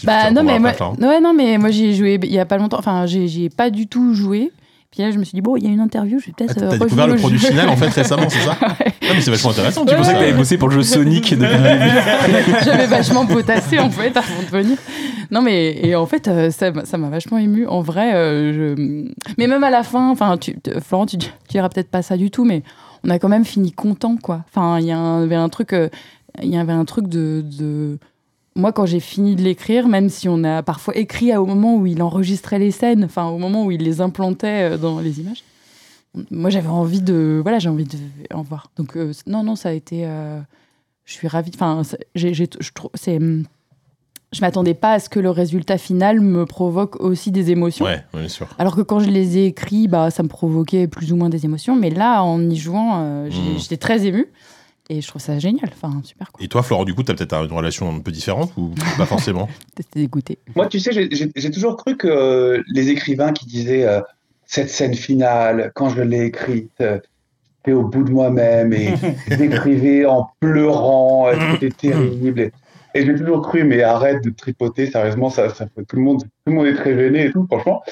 [SPEAKER 3] Si
[SPEAKER 5] Bah
[SPEAKER 3] tu
[SPEAKER 5] non
[SPEAKER 3] en
[SPEAKER 5] mais,
[SPEAKER 3] prendras
[SPEAKER 5] moi,
[SPEAKER 3] plein, hein.
[SPEAKER 5] ouais, non, mais moi j'y ai joué il y a pas longtemps, enfin j'y ai- j'y ai pas du tout joué. Puis là je me suis dit, bon, il y a une interview, je vais
[SPEAKER 3] Ah,
[SPEAKER 5] peut-être... euh,
[SPEAKER 3] T'as
[SPEAKER 5] rejouer
[SPEAKER 3] découvert le produit
[SPEAKER 5] jeu.
[SPEAKER 3] final en fait récemment, c'est ça Non, mais c'est vachement intéressant.
[SPEAKER 5] C'est pour ça que
[SPEAKER 4] T'avais bossé pour le jeu Sonic de
[SPEAKER 5] J'avais vachement potassé en fait avant de venir. Non mais et en fait euh, ça m'a- ça m'a vachement ému. En vrai, euh, je... mais même à la fin, enfin tu, tu- Florent, tu, tu diras peut-être pas ça du tout, mais on a quand même fini content quoi. Enfin il y a un- il y avait un truc, euh, il y avait un truc de, de- moi quand j'ai fini de l'écrire, même si on a parfois écrit à- au moment où il enregistrait les scènes, enfin au moment où il les implantait euh, dans les images. Moi j'avais envie de voilà j'ai envie de en voir. Donc euh, non non ça a été euh, je suis ravie. Enfin, c'est- j'ai- j'ai- je trouve, c'est, hum, je m'attendais pas à ce que le résultat final me provoque aussi des émotions.
[SPEAKER 3] Ouais, ouais, bien sûr.
[SPEAKER 5] Alors que quand je les ai écrits, bah, ça me provoquait plus ou moins des émotions. Mais là, en y jouant, euh, j'ai-
[SPEAKER 2] Hmm.
[SPEAKER 3] Mm.
[SPEAKER 5] j'étais très émue. Et je trouve ça génial. Enfin, super cool.
[SPEAKER 3] Et toi, Florent, du coup, t'as peut-être une relation un peu différente ou pas forcément
[SPEAKER 5] T'étais dégoûtée.
[SPEAKER 2] Moi, tu sais, j'ai- j'ai j'ai toujours cru que euh, les écrivains qui disaient euh, cette scène finale, quand je l'ai écrite, euh, j'étais au bout de moi-même et j'écrivais en pleurant, et
[SPEAKER 1] Mm.
[SPEAKER 2] c'était terrible. Et, et j'ai toujours cru, mais arrête de tripoter, sérieusement, ça, ça fait- tout le monde, tout le monde est très gêné et tout, franchement.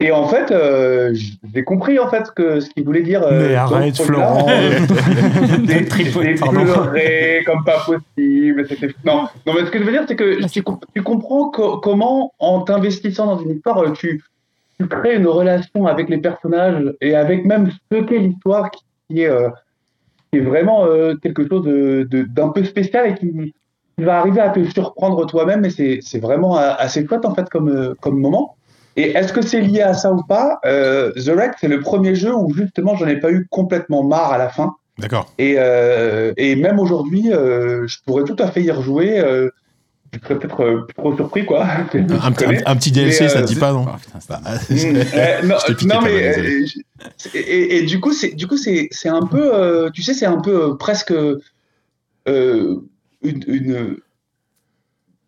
[SPEAKER 2] Et en fait, euh, j'ai compris en fait ce que ce qu'il voulait dire. euh,
[SPEAKER 1] Mais
[SPEAKER 2] dans ce
[SPEAKER 1] arrête,
[SPEAKER 2] truc-là.
[SPEAKER 1] Florent.
[SPEAKER 2] J'ai
[SPEAKER 1] Tripote,
[SPEAKER 2] j'ai
[SPEAKER 1] pardon.
[SPEAKER 2] pleuré comme pas possible. c'était- Non. non, mais ce que je veux dire, c'est que
[SPEAKER 5] Ah, c'est
[SPEAKER 2] tu, com- tu comprends co- comment, en t'investissant dans une histoire, euh, tu, tu crées une relation avec les personnages et avec même ce qu'est l'histoire qui, qui est, euh, qui est vraiment euh, quelque chose de- de- d'un peu spécial et qui, qui va arriver à te surprendre toi-même. Et c'est c'est vraiment euh, assez chouette, en fait, comme, euh, comme moment. Et est-ce que c'est lié à ça ou pas Euh, The Wreck, c'est le premier jeu où justement j'en ai pas eu complètement marre à la fin.
[SPEAKER 3] D'accord.
[SPEAKER 2] Et, euh, et même aujourd'hui, euh, je pourrais tout à fait y rejouer. euh, je serais peut-être euh, plus trop surpris, quoi.
[SPEAKER 3] Un, petit- un- un petit
[SPEAKER 2] Mais,
[SPEAKER 3] DLC,
[SPEAKER 2] euh,
[SPEAKER 3] ça te dit pas, non
[SPEAKER 4] Ah, putain,
[SPEAKER 3] Bah,
[SPEAKER 4] c'était-
[SPEAKER 2] Mm, euh, non,
[SPEAKER 3] Je t'ai piqué
[SPEAKER 2] non,
[SPEAKER 3] ta
[SPEAKER 2] mais
[SPEAKER 3] balle,
[SPEAKER 2] euh, je- et, et- et du coup c'est du coup c'est c'est un peu euh, tu sais c'est un peu euh, presque euh, une, une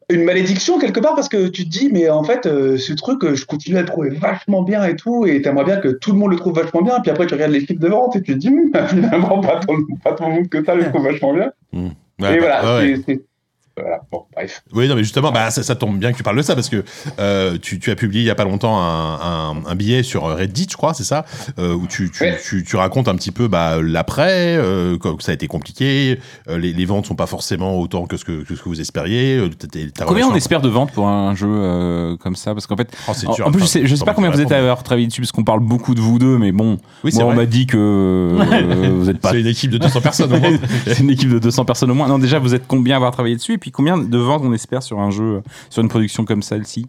[SPEAKER 2] une malédiction quelque part parce que tu te dis mais en fait euh, ce truc euh, je continue à le trouver vachement bien et tout et t'aimerais bien que tout le monde le trouve vachement bien puis après tu regardes les clips de vente et tu te dis Hum, finalement pas tant pas tant de monde que ça le trouve vachement bien
[SPEAKER 3] ouais,
[SPEAKER 2] et
[SPEAKER 3] bah,
[SPEAKER 2] voilà
[SPEAKER 3] ouais, ouais.
[SPEAKER 2] c'est- c'est- voilà bon bref
[SPEAKER 3] Oui, non, mais justement, bah, ça, ça tombe bien que tu parles de ça parce que euh, tu, tu as publié il y a pas longtemps un, un- un billet sur Reddit, je crois, c'est ça, euh, où tu, tu,
[SPEAKER 2] Ouais.
[SPEAKER 3] tu- tu racontes un petit peu bah, l'après, euh, que que ça a été compliqué, euh, les, les ventes sont pas forcément autant que ce que, que ce que vous espériez. euh, t'as- t'as- t'as
[SPEAKER 4] Combien
[SPEAKER 3] relation-
[SPEAKER 4] on espère de ventes pour un jeu euh, comme ça Parce qu'en fait,
[SPEAKER 3] Oh, c'est
[SPEAKER 4] en,
[SPEAKER 3] dur,
[SPEAKER 4] en plus, je
[SPEAKER 3] enfin,
[SPEAKER 4] sais, je sais pas
[SPEAKER 3] comment
[SPEAKER 4] combien vous êtes à
[SPEAKER 3] répondre.
[SPEAKER 4] avoir travaillé dessus, parce qu'on parle beaucoup de vous deux, mais bon,
[SPEAKER 3] Oui, c'est
[SPEAKER 4] moi, on
[SPEAKER 3] vrai.
[SPEAKER 4] m'a dit que euh, vous êtes pas
[SPEAKER 3] C'est une équipe de 200 personnes au moins.
[SPEAKER 4] C'est une équipe de 200 personnes au moins. Non, déjà, vous êtes combien à avoir travaillé dessus Et puis, combien de ventes on espère sur un jeu, euh, sur une production comme celle-ci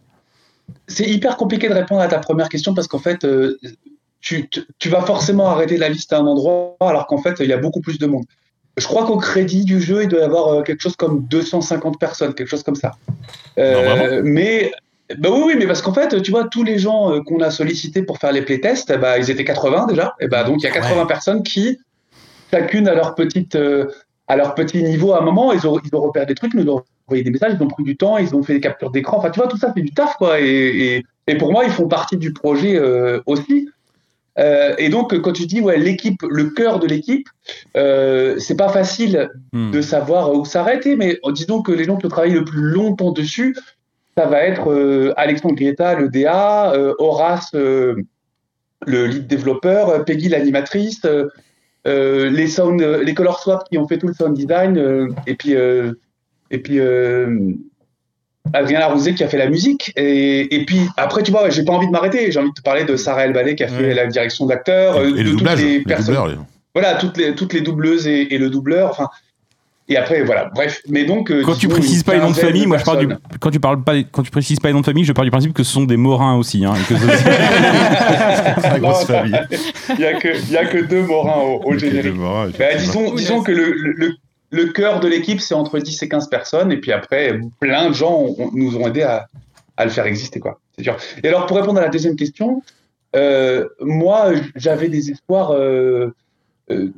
[SPEAKER 2] C'est hyper compliqué de répondre à ta première question parce qu'en fait, euh, tu, tu- tu vas forcément arrêter la liste à un endroit alors qu'en fait, il y a beaucoup plus de monde. Je crois qu'au crédit du jeu, il doit y avoir euh, quelque chose comme 250 personnes, quelque chose comme ça. Euh,
[SPEAKER 3] Non, vraiment
[SPEAKER 2] mais bah oui, oui, mais parce qu'en fait, tu vois, tous les gens euh, qu'on a sollicités pour faire les playtests, eh bah, ils étaient 80 déjà. Et bah, donc, il y a 80 personnes qui, chacune à leur petite, euh, à leur petit niveau, à un moment, ils ont, ils ont repéré des trucs, ils nous ont envoyé des messages, ils ont pris du temps, ils ont fait des captures d'écran. Enfin, tu vois, tout ça, c'est du taf, quoi. Et, et, et pour moi, ils font partie du projet euh, aussi. Euh, et donc, quand tu dis, ouais, l'équipe, le cœur de l'équipe, euh, c'est pas facile
[SPEAKER 4] Hmm.
[SPEAKER 2] de savoir où s'arrêter, mais oh, disons que les gens qui ont travaillé le plus longtemps dessus, ça va être euh, Alexandre Grieta, le DA, euh, Horace, euh, le lead développeur, euh, Peggy, l'animatrice, euh, euh, les, sound, euh, les color swap qui ont fait tout le sound design, euh, et puis, euh, et puis euh, Adrien Larousé qui a fait la musique. Et, et puis après, tu vois, j'ai pas envie de m'arrêter, j'ai envie de te parler de Sarah El Ballet qui a fait la direction d'acteur, euh,
[SPEAKER 3] Hmm. Et
[SPEAKER 2] de
[SPEAKER 3] le doublage,
[SPEAKER 2] toutes les
[SPEAKER 3] les
[SPEAKER 2] personnes
[SPEAKER 3] doubleurs, les-
[SPEAKER 2] voilà, toutes les, toutes les doubleuses et, et le doubleur. Enfin, et après, voilà, bref. Mais donc. euh,
[SPEAKER 4] Quand tu
[SPEAKER 2] disons
[SPEAKER 4] précises
[SPEAKER 2] une
[SPEAKER 4] pas les noms de
[SPEAKER 2] quinzaine
[SPEAKER 4] famille, moi je pars du
[SPEAKER 2] personnes.
[SPEAKER 4] quand tu parles pas quand tu précises pas les noms de famille, je pars du principe que ce sont des Morins aussi. Hein, et que ce-
[SPEAKER 3] la grosse
[SPEAKER 2] Non,
[SPEAKER 3] famille.
[SPEAKER 2] Il y a, que- il y a que deux Morins au, au générique. Bah, disons, disons que le, le, le cœur de l'équipe, c'est entre 10 et 15 personnes. Et puis après, plein de gens ont- ont- nous ont aidés à, à le faire exister. quoi. C'est dur. Et alors, pour répondre à la deuxième question, euh, moi, j'avais des espoirs. euh, euh,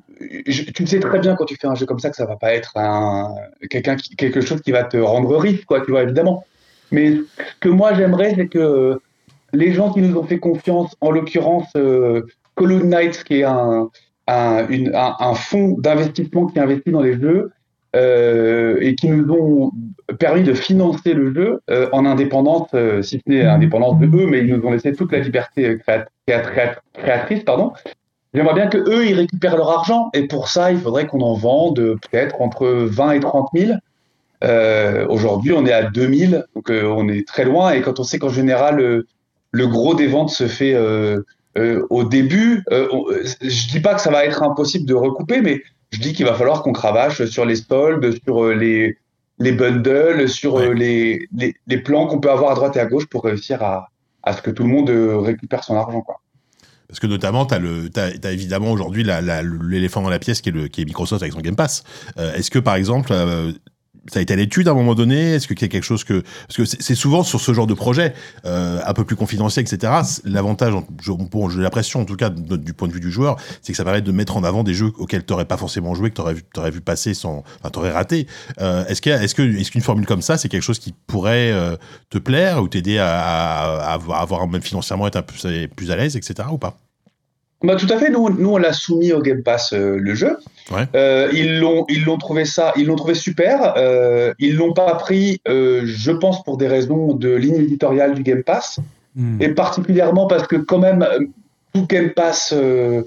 [SPEAKER 2] je- tu le sais très bien quand tu fais un jeu comme ça que ça va pas être un, quelqu'un qui- quelque chose qui va te rendre riche, quoi, tu vois, évidemment. Mais ce que moi, j'aimerais, c'est que euh, les gens qui nous ont fait confiance, en l'occurrence, euh, Column Knight, qui est un, un, une- un, un fonds d'investissement qui investit dans les jeux, euh, et qui nous ont permis de financer le jeu euh, en indépendante, euh, si ce n'est indépendante de eux, mais ils nous ont laissé toute la liberté euh, créat- créat- créatrice. Pardon. J'aimerais bien que eux ils récupèrent leur argent et pour ça il faudrait qu'on en vende euh, peut-être entre 20 et 30 000. Euh, Aujourd'hui on est à 2000, donc euh, on est très loin et quand on sait qu'en général euh, le gros des ventes se fait euh, euh, au début, euh, on- euh, je dis pas que ça va être impossible de recouper, mais je dis qu'il va falloir qu'on cravache sur les soldes, sur euh, les, les bundles, sur euh, les, les, les plans qu'on peut avoir à droite et à gauche pour réussir à, à ce que tout le monde euh, récupère son argent. Quoi.
[SPEAKER 3] Parce que notamment, t'as le, t'as, t'as évidemment aujourd'hui la- la- l'éléphant dans la pièce qui est, le, qui est Microsoft avec son Game Pass. Euh, est-ce que par exemple, euh, ça a été à l'étude à un moment donné Est-ce que qu'il y a quelque chose que parce que c'est, c'est souvent sur ce genre de projet euh, un peu plus confidentiel, etc. c'est- L'avantage, en- je- bon, j'ai l'impression en tout cas de- du point de vue du joueur, c'est que ça permet de mettre en avant des jeux auxquels t'aurais pas forcément joué, que t'aurais vu, t'aurais vu passer sans, enfin, t'aurais raté. Euh, est-ce qu'il y a- est-ce que est-ce qu'une formule comme ça, c'est quelque chose qui pourrait euh, te plaire ou t'aider à, à- à avoir, à avoir même financièrement être un peu plus à l'aise, etc. Ou pas
[SPEAKER 2] Bah, tout à fait, nous, nous on l'a soumis au Game Pass euh, le jeu.
[SPEAKER 3] Ouais.
[SPEAKER 2] Euh, ils l'ont ils l'ont trouvé ça, ils l'ont trouvé super. Euh, ils l'ont pas pris, euh, je pense, pour des raisons de ligne éditoriale du Game Pass.
[SPEAKER 1] Hmm.
[SPEAKER 2] et particulièrement parce que quand même euh, tout Game Pass euh,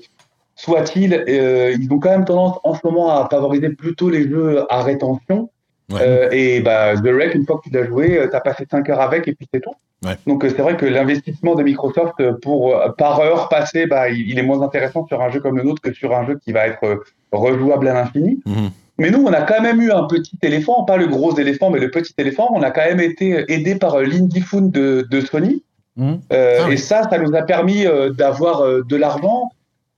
[SPEAKER 2] soit-il, euh, ils ont quand même tendance en ce moment à favoriser plutôt les jeux à rétention.
[SPEAKER 3] Ouais.
[SPEAKER 2] Euh, et bah, The Wreck, une fois que tu l'as joué, euh, t'as passé 5 heures avec et puis c'est tout.
[SPEAKER 3] Ouais.
[SPEAKER 2] Donc euh, c'est vrai que l'investissement de Microsoft euh, pour euh, par heure passée, bah, il, il est moins intéressant sur un jeu comme le nôtre que sur un jeu qui va être euh, rejouable à l'infini.
[SPEAKER 3] Mhm.
[SPEAKER 2] Mais nous, on a quand même eu un petit éléphant, pas le gros éléphant, mais le petit éléphant. On a quand même été aidé par euh, l'Indie Food de, de Sony.
[SPEAKER 6] Mhm.
[SPEAKER 2] Euh,
[SPEAKER 3] Ah oui.
[SPEAKER 2] Et ça, ça nous a permis euh, d'avoir euh, de l'argent,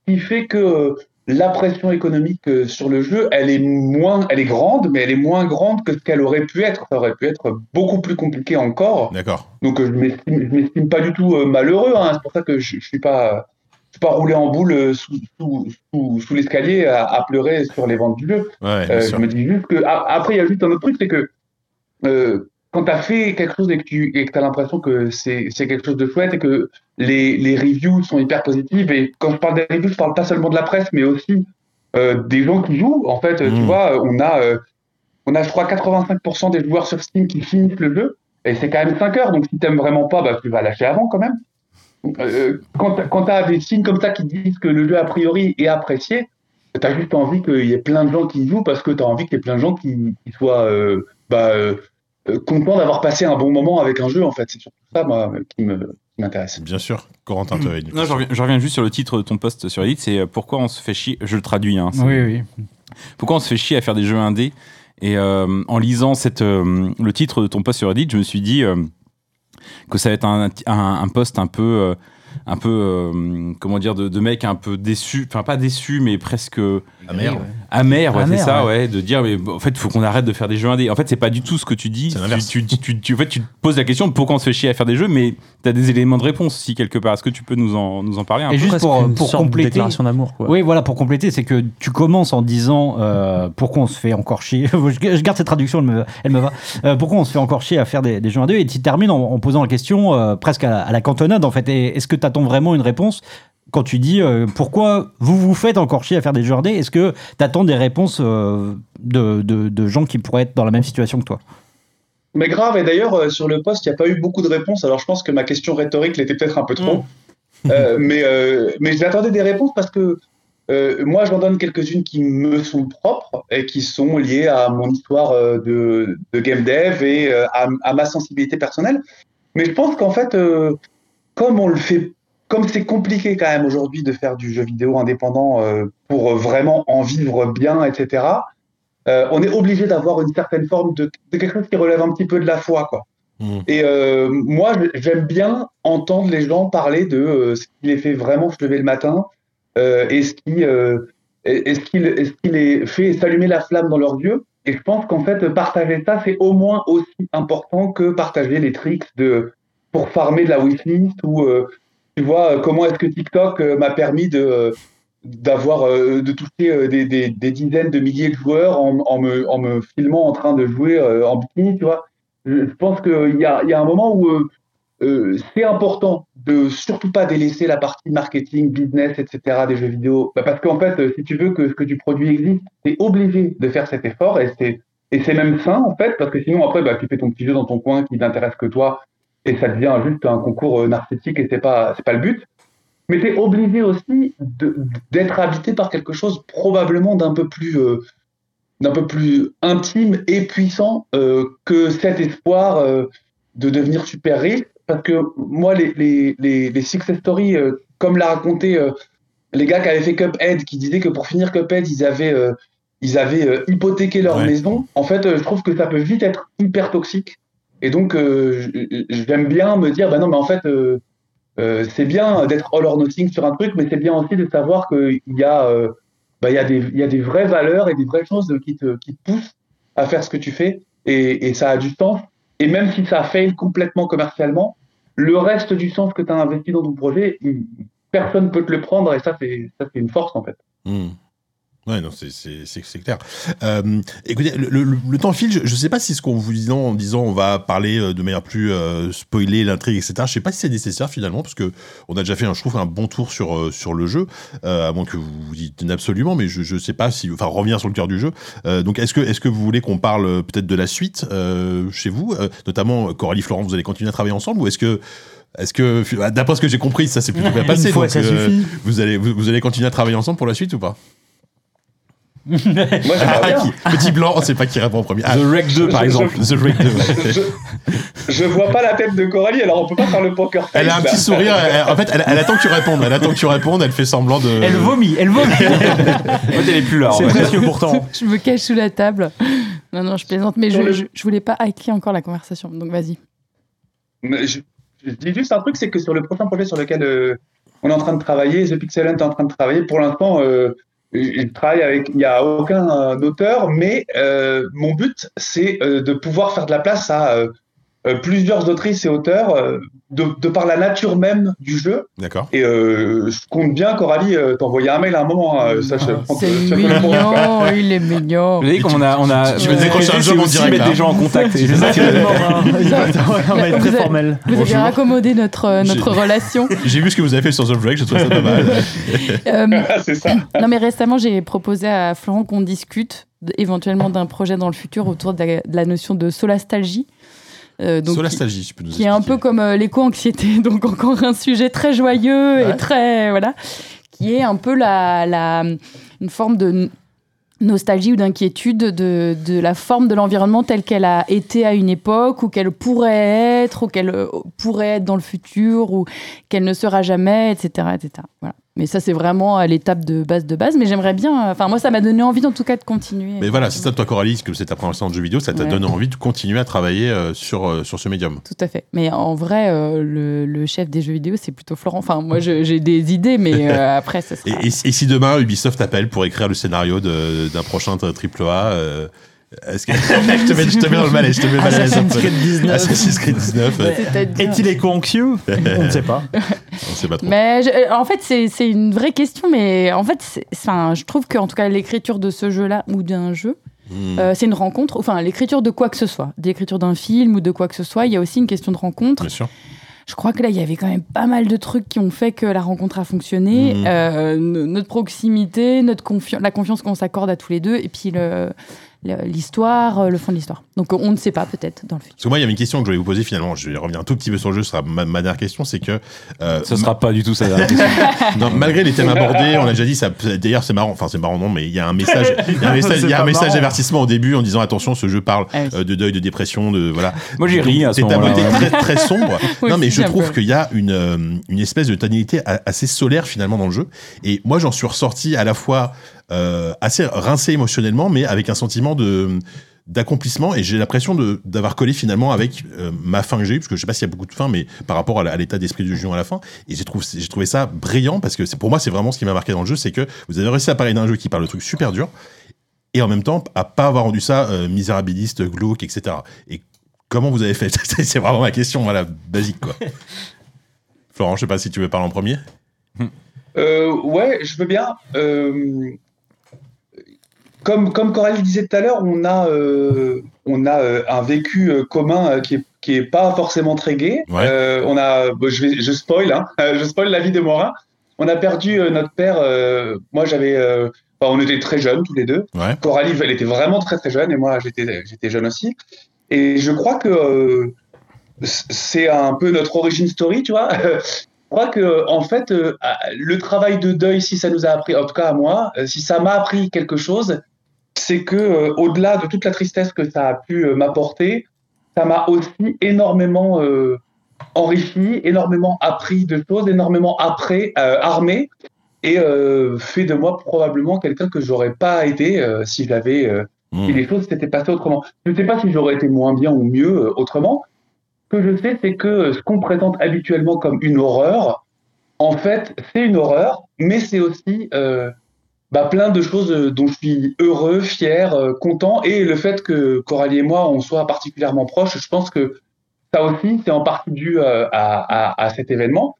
[SPEAKER 2] qui fait que euh, la pression économique euh, sur le jeu, elle est moins, elle est grande, mais elle est moins grande que ce qu'elle aurait pu être. Ça aurait pu être beaucoup plus compliqué encore.
[SPEAKER 3] D'accord.
[SPEAKER 2] Donc euh, je m'estime- je m'estime pas du tout euh, malheureux. hein. C'est pour ça que je, je suis pas, je suis pas roulé en boule euh, sous, sous, sous, sous l'escalier à, à pleurer sur les ventes du jeu.
[SPEAKER 3] Ouais,
[SPEAKER 2] Euh,
[SPEAKER 3] bien
[SPEAKER 2] je
[SPEAKER 3] sûr.
[SPEAKER 2] me dis juste que a- après il y a juste un autre truc, c'est que euh, quand t'as fait quelque chose et que tu et que as l'impression que c'est c'est quelque chose de chouette et que les les reviews sont hyper positives et quand je parle des reviews, je parle pas seulement de la presse, mais aussi euh, des gens qui jouent. En fait, euh, tu
[SPEAKER 3] Mm.
[SPEAKER 2] vois, euh, on a euh, on a je crois 85% des joueurs sur Steam qui finissent le jeu et c'est quand même 5 heures. Donc si t'aimes vraiment pas, bah tu vas lâcher avant quand même. Euh, quand t'as- quand t'as des signes comme ça qui disent que le jeu a priori est apprécié, T'as juste envie qu'il y ait plein de gens qui jouent parce que t'as envie qu'il y ait plein de gens qui, qui soient euh, bah, euh, euh, contents d'avoir passé un bon moment avec un jeu, en fait. C'est surtout ça, moi, qui me- qui m'intéresse.
[SPEAKER 3] Bien sûr. Corentin, tu avais une
[SPEAKER 4] Non, je
[SPEAKER 3] question.
[SPEAKER 4] reviens, je reviens juste sur le titre de ton post sur Reddit, c'est euh, pourquoi on se fait chier. Je le traduis. Hein, c'est-
[SPEAKER 6] oui.
[SPEAKER 4] Pourquoi on se fait chier à faire des jeux indés Et euh, en lisant cette, euh, le titre de ton post sur Reddit, je me suis dit euh, que ça va être un, un, un post un peu, euh, un peu, euh, comment dire, de, de mec un peu déçu, enfin pas déçu, mais presque
[SPEAKER 3] Ah, merde.
[SPEAKER 4] amer, ouais,
[SPEAKER 6] Amer,
[SPEAKER 4] c'est ça, ouais. de dire mais bon, en fait faut qu'on arrête de faire des jeux indés. En fait c'est pas du tout ce que tu dis.
[SPEAKER 3] C'est l'inverse.
[SPEAKER 4] Tu, tu, tu- tu- en fait tu te poses la question pourquoi on se fait chier à faire des jeux, mais t'as des éléments de réponse aussi quelque part. Est-ce que tu peux nous en, nous en parler un
[SPEAKER 6] Et
[SPEAKER 4] peu
[SPEAKER 6] juste
[SPEAKER 9] Presque
[SPEAKER 6] pour-
[SPEAKER 9] une
[SPEAKER 6] pour
[SPEAKER 9] sorte de
[SPEAKER 6] compléter-
[SPEAKER 9] déclaration d'amour, quoi.
[SPEAKER 6] Oui, voilà, pour compléter, c'est que tu commences en disant euh, pourquoi on se fait encore chier. je je garde cette traduction, elle me, elle me va. Euh, pourquoi on se fait encore chier à faire des, des jeux à deux Et tu termines en, en posant la question euh, presque à la, à la cantonade, en fait. Et Est-ce que tu attends vraiment une réponse quand tu dis euh, pourquoi vous vous faites encore chier à faire des jeux indés Est-ce que tu attends des réponses euh, de, de- de gens qui pourraient être dans la même situation que toi
[SPEAKER 2] Mais grave, et d'ailleurs, euh, sur le poste, il n'y a pas eu beaucoup de réponses, alors je pense que ma question rhétorique l'était peut-être un peu trop. Euh, mais, euh, mais j'attendais des réponses parce que euh, moi, j'en donne quelques-unes qui me sont propres et qui sont liées à mon histoire euh, de, de game dev et euh, à, à ma sensibilité personnelle. Mais je pense qu'en fait, euh, comme on le fait, comme c'est compliqué quand même aujourd'hui de faire du jeu vidéo indépendant euh, pour vraiment en vivre bien, etc. euh, on est obligé d'avoir une certaine forme de, de quelque chose qui relève un petit peu de la foi, quoi.
[SPEAKER 3] Mhm.
[SPEAKER 2] Et euh, moi, je- j'aime bien entendre les gens parler de euh, ce qui les fait vraiment se lever le matin euh, et ce qui, euh, et- et ce qui, le- et ce qui les fait s'allumer la flamme dans leurs yeux. Et je pense qu'en fait, partager ça, c'est au moins aussi important que partager les tricks de pour farmer de la wishlist ou euh, tu vois euh, comment est-ce que TikTok euh, m'a permis de euh, d'avoir euh, de toucher euh, des, des- des dizaines de milliers de joueurs en, en me, en me filmant en train de jouer euh, en bikini tu vois je je pense qu'il y a, il y a un moment où euh, euh, c'est important de surtout pas délaisser la partie marketing, business, etc. des jeux vidéo. Bah, parce qu'en fait, euh, si tu veux que ce que tu produis existe, t'es obligé de faire cet effort et c'est et c'est même sain en fait parce que sinon après bah, tu fais ton petit jeu dans ton coin qui n'intéresse que toi et ça devient juste un concours euh, narcissique et c'est pas c'est pas le but. Mais t'es obligé aussi de- d'être habité par quelque chose probablement d'un peu plus euh, d'un peu plus intime et puissant euh, que cet espoir euh, de devenir super riche. Parce que moi, les, les, les, les success stories, euh, comme l'a raconté euh, les gars qui avaient fait Cuphead, qui disaient que pour finir Cuphead, ils avaient, euh, ils avaient euh, hypothéqué leur
[SPEAKER 3] Ouais.
[SPEAKER 2] maison, en fait, euh, je trouve que ça peut vite être hyper toxique. Et donc, euh, j- j'aime bien me dire, bah non, mais en fait, euh, euh, c'est bien d'être all or nothing sur un truc, mais c'est bien aussi de savoir qu'il y a... euh, bah, il y, a des- il y a des vraies valeurs et des vraies choses qui te, qui te poussent à faire ce que tu fais et, et ça a du sens. Et même si ça fail complètement commercialement, le reste du sens que tu as investi dans ton projet, il- personne peut te le prendre et ça, c'est ça, c'est une force en fait.
[SPEAKER 3] Hmm. Ouais, non, c'est- c'est c'est- c'est clair. Euh, écoutez, le, le- le temps file. Je ne sais pas si ce qu'on vous dit en disant on va parler euh, de manière plus euh, spoilée, l'intrigue, etc. Je ne sais pas si c'est nécessaire finalement, parce que on a déjà fait, un- je trouve, un bon tour sur, euh, sur le jeu, euh, à moins que vous vous dites absolument, mais je ne sais pas si. Enfin, revenir sur le cœur du jeu. Euh, donc, est-ce que, est que vous voulez qu'on parle euh, peut-être de la suite euh, chez vous Euh, Notamment, euh, Coralie, Florent, vous allez continuer à travailler ensemble ou est-ce que. Est-ce que, bah, d'après ce que j'ai compris, ça s'est plutôt bien passé.
[SPEAKER 1] Une fois,
[SPEAKER 3] donc,
[SPEAKER 1] ça
[SPEAKER 3] euh,
[SPEAKER 1] suffit.
[SPEAKER 3] vous allez, vous, vous allez continuer à travailler ensemble pour la suite ou pas
[SPEAKER 2] Moi, j'aimerais
[SPEAKER 3] Ah,
[SPEAKER 2] bien.
[SPEAKER 3] qui- Petit blanc, on sait pas qui répond en premier. Ah,
[SPEAKER 4] The Wreck 2, par
[SPEAKER 2] je-
[SPEAKER 4] exemple.
[SPEAKER 3] The Wreck 2.
[SPEAKER 2] Je, je vois pas la tête de Coralie, alors on peut pas faire le poker face.
[SPEAKER 3] Elle a un
[SPEAKER 2] là.
[SPEAKER 3] petit sourire. elle- en fait, elle, elle attend que tu répondes. Elle attend que tu répondes. Elle fait semblant de.
[SPEAKER 1] Euh,
[SPEAKER 6] Elle vomit, elle vomit.
[SPEAKER 4] Moi, t'es plus là. en
[SPEAKER 3] C'est
[SPEAKER 4] vrai.
[SPEAKER 3] précieux pourtant.
[SPEAKER 5] Je me cache sous la table. Non, non, je plaisante, mais
[SPEAKER 2] Sur
[SPEAKER 5] je,
[SPEAKER 2] le-
[SPEAKER 5] je, je voulais pas hacker encore la conversation, donc vas-y.
[SPEAKER 2] Mais je, je dis juste un truc, c'est que sur le prochain projet sur lequel euh, on est en train de travailler, The Pixel Hunt est en train de travailler, pour l'instant, euh, je je travaille avec, il n'y a aucun euh, auteur, mais euh, mon but, c'est euh, de pouvoir faire de la place à euh, euh, plusieurs autrices et auteurs, euh, de, de par la nature même du jeu.
[SPEAKER 3] D'accord.
[SPEAKER 2] Et euh, je compte bien, Coralie, euh, t'envoyer un mail à un moment. hein, ça, je prends-
[SPEAKER 5] Ah, C'est
[SPEAKER 2] je prends-
[SPEAKER 5] mignon, il est mignon.
[SPEAKER 4] Vous savez, comme on a. On a
[SPEAKER 3] Tu
[SPEAKER 5] vas décrocher
[SPEAKER 3] un
[SPEAKER 4] c'est
[SPEAKER 3] job en
[SPEAKER 4] aussi
[SPEAKER 3] direct,
[SPEAKER 4] mettre
[SPEAKER 3] là.
[SPEAKER 4] des gens en contact. et c'est ça qui-
[SPEAKER 1] Exactement. Exactement. On va être très
[SPEAKER 5] Vous avez-
[SPEAKER 1] formel.
[SPEAKER 5] Vous avez
[SPEAKER 3] Bonjour.
[SPEAKER 5] raccommodé notre, euh, notre relation.
[SPEAKER 3] J'ai vu ce que vous avez fait sur The Wreck. Je trouve ça pas mal.
[SPEAKER 5] Euh,
[SPEAKER 2] c'est ça.
[SPEAKER 5] non, mais récemment, j'ai proposé à Florent qu'on discute d- éventuellement d'un projet dans le futur autour de la, de la notion de solastalgie. Euh, donc,
[SPEAKER 3] Sur la
[SPEAKER 5] qui-
[SPEAKER 3] nostalgie, tu peux nous
[SPEAKER 5] qui est un peu
[SPEAKER 3] expliquer.
[SPEAKER 5] comme euh, l'éco-anxiété, donc encore un sujet très joyeux
[SPEAKER 3] Ouais.
[SPEAKER 5] et très voilà, qui est un peu la, la une forme de n- nostalgie ou d'inquiétude de, de la forme de l'environnement telle qu'elle a été à une époque ou qu'elle pourrait être ou qu'elle euh, pourrait être dans le futur ou qu'elle ne sera jamais, etc., etc. Voilà. Mais ça c'est vraiment à l'étape de base de base. Mais j'aimerais bien, euh, enfin moi ça m'a donné envie en tout cas de continuer.
[SPEAKER 3] Mais voilà, c'est ça, toi, Coralie, que c'est ta première séance de jeu vidéo, ça t'a
[SPEAKER 5] Ouais.
[SPEAKER 3] donné envie de continuer à travailler euh, sur, euh, sur ce médium.
[SPEAKER 5] Tout à fait. Mais en vrai, euh, le, le chef des jeux vidéo, c'est plutôt Florent. Enfin, moi, je- j'ai des idées, mais euh, après, ça
[SPEAKER 3] Et,
[SPEAKER 5] sera...
[SPEAKER 3] et- et si demain Ubisoft t'appelle pour écrire le scénario de- d'un prochain triple A, euh, est-ce que je, te mets, je te mets dans le malaise, je te mets le malaise.
[SPEAKER 1] Assassin's Creed 19.
[SPEAKER 3] Assassin's Creed 19, euh,
[SPEAKER 5] C'est-à-dire-
[SPEAKER 1] Est-il éco-anxieux On ne sait pas.
[SPEAKER 3] on sait pas trop.
[SPEAKER 5] Mais je- euh, en fait, c'est c'est une vraie question, mais en fait, c'est- enfin, je trouve que en tout cas, l'écriture de ce jeu-là ou d'un jeu,
[SPEAKER 3] Hmm.
[SPEAKER 5] euh, c'est une rencontre. Enfin, l'écriture de quoi que ce soit, l'écriture d'un film ou de quoi que ce soit, il y a aussi une question de rencontre.
[SPEAKER 3] Bien sûr.
[SPEAKER 5] Je crois que là, il y avait quand même pas mal de trucs qui ont fait que la rencontre a fonctionné.
[SPEAKER 3] Mhm.
[SPEAKER 5] Euh, no- notre proximité, notre confi- la confiance qu'on s'accorde à tous les deux, et puis le- le- l'histoire, euh, le fond de l'histoire. Donc on ne sait pas, peut-être, dans le futur.
[SPEAKER 3] Parce que moi, il y avait une question que je voulais vous poser finalement. Je vais revenir un tout petit peu sur le jeu. Ce sera ma, ma dernière question. C'est que euh,
[SPEAKER 4] Ce sera pas du tout ça. la-
[SPEAKER 3] non, malgré les thèmes abordés, on a déjà dit ça. D'ailleurs, c'est marrant. Enfin, c'est marrant non, mais il y a un message, il y a un message, il y a
[SPEAKER 1] C'est
[SPEAKER 3] un
[SPEAKER 1] pas
[SPEAKER 3] message
[SPEAKER 1] marrant.
[SPEAKER 3] d'avertissement au début en disant attention, ce jeu parle
[SPEAKER 5] Ah oui.
[SPEAKER 3] euh, de deuil, de dépression, de voilà.
[SPEAKER 4] Moi, j'ai ri hein, à ce
[SPEAKER 3] C'est un
[SPEAKER 4] moment-là.
[SPEAKER 3] beauté très, très sombre.
[SPEAKER 5] Oui,
[SPEAKER 3] non, mais
[SPEAKER 5] si,
[SPEAKER 3] je
[SPEAKER 5] un
[SPEAKER 3] trouve
[SPEAKER 5] peu.
[SPEAKER 3] qu'il y a une, euh, une espèce de tonalité a- assez solaire finalement dans le jeu. Et moi, j'en suis ressorti à la fois euh, assez rincé émotionnellement, mais avec un sentiment de d'accomplissement et j'ai l'impression de d'avoir collé finalement avec euh, ma fin que j'ai eue parce que je sais pas s'il y a beaucoup de fins mais par rapport à la- à l'état d'esprit du jeu à la fin et j'ai trouvé j'ai trouvé ça brillant parce que c'est pour moi c'est vraiment ce qui m'a marqué dans le jeu c'est que vous avez réussi à parler d'un jeu qui parle de trucs super durs et en même temps à pas avoir rendu ça euh, misérabiliste, glauque, etc. Et comment vous avez fait C'est c'est vraiment ma question, voilà, basique quoi. Florent, je sais pas si tu veux parler en premier.
[SPEAKER 2] Euh, ouais, je veux bien. Euh, comme, comme Coralie le disait tout à l'heure, on a, euh, on a euh, un vécu euh, commun euh, qui, est, qui est pas forcément très gai.
[SPEAKER 3] Ouais.
[SPEAKER 2] Euh, on a, bon, je, vais, je spoil, hein, je spoil la vie de Morin. On a perdu euh, notre père. euh, moi, j'avais, euh, enfin, on était très jeunes tous les deux.
[SPEAKER 3] Ouais.
[SPEAKER 2] Coralie, elle était vraiment très très jeune et moi, j'étais, j'étais jeune aussi. Et je crois que euh, c- c'est un peu notre origin story, tu vois. Je crois que en fait, euh, le travail de deuil, si ça nous a appris, en tout cas à moi, euh, si ça m'a appris quelque chose, c'est que euh, au-delà de toute la tristesse que ça a pu euh, m'apporter, ça m'a aussi énormément euh, enrichi, énormément appris de choses, énormément après, euh, armé et euh, fait de moi probablement quelqu'un que j'aurais pas été euh, si j'avais euh,
[SPEAKER 3] Mmh.
[SPEAKER 2] si les choses s'étaient passées autrement. Je ne sais pas si j'aurais été moins bien ou mieux euh, autrement. Ce que je sais, c'est que euh, ce qu'on présente habituellement comme une horreur, en fait, c'est une horreur, mais c'est aussi euh, bah, plein de choses euh, dont je suis heureux, fier, euh, content. Et le fait que Coralie et moi, on soit particulièrement proches, je pense que ça aussi, c'est en partie dû euh, à, à- à cet événement.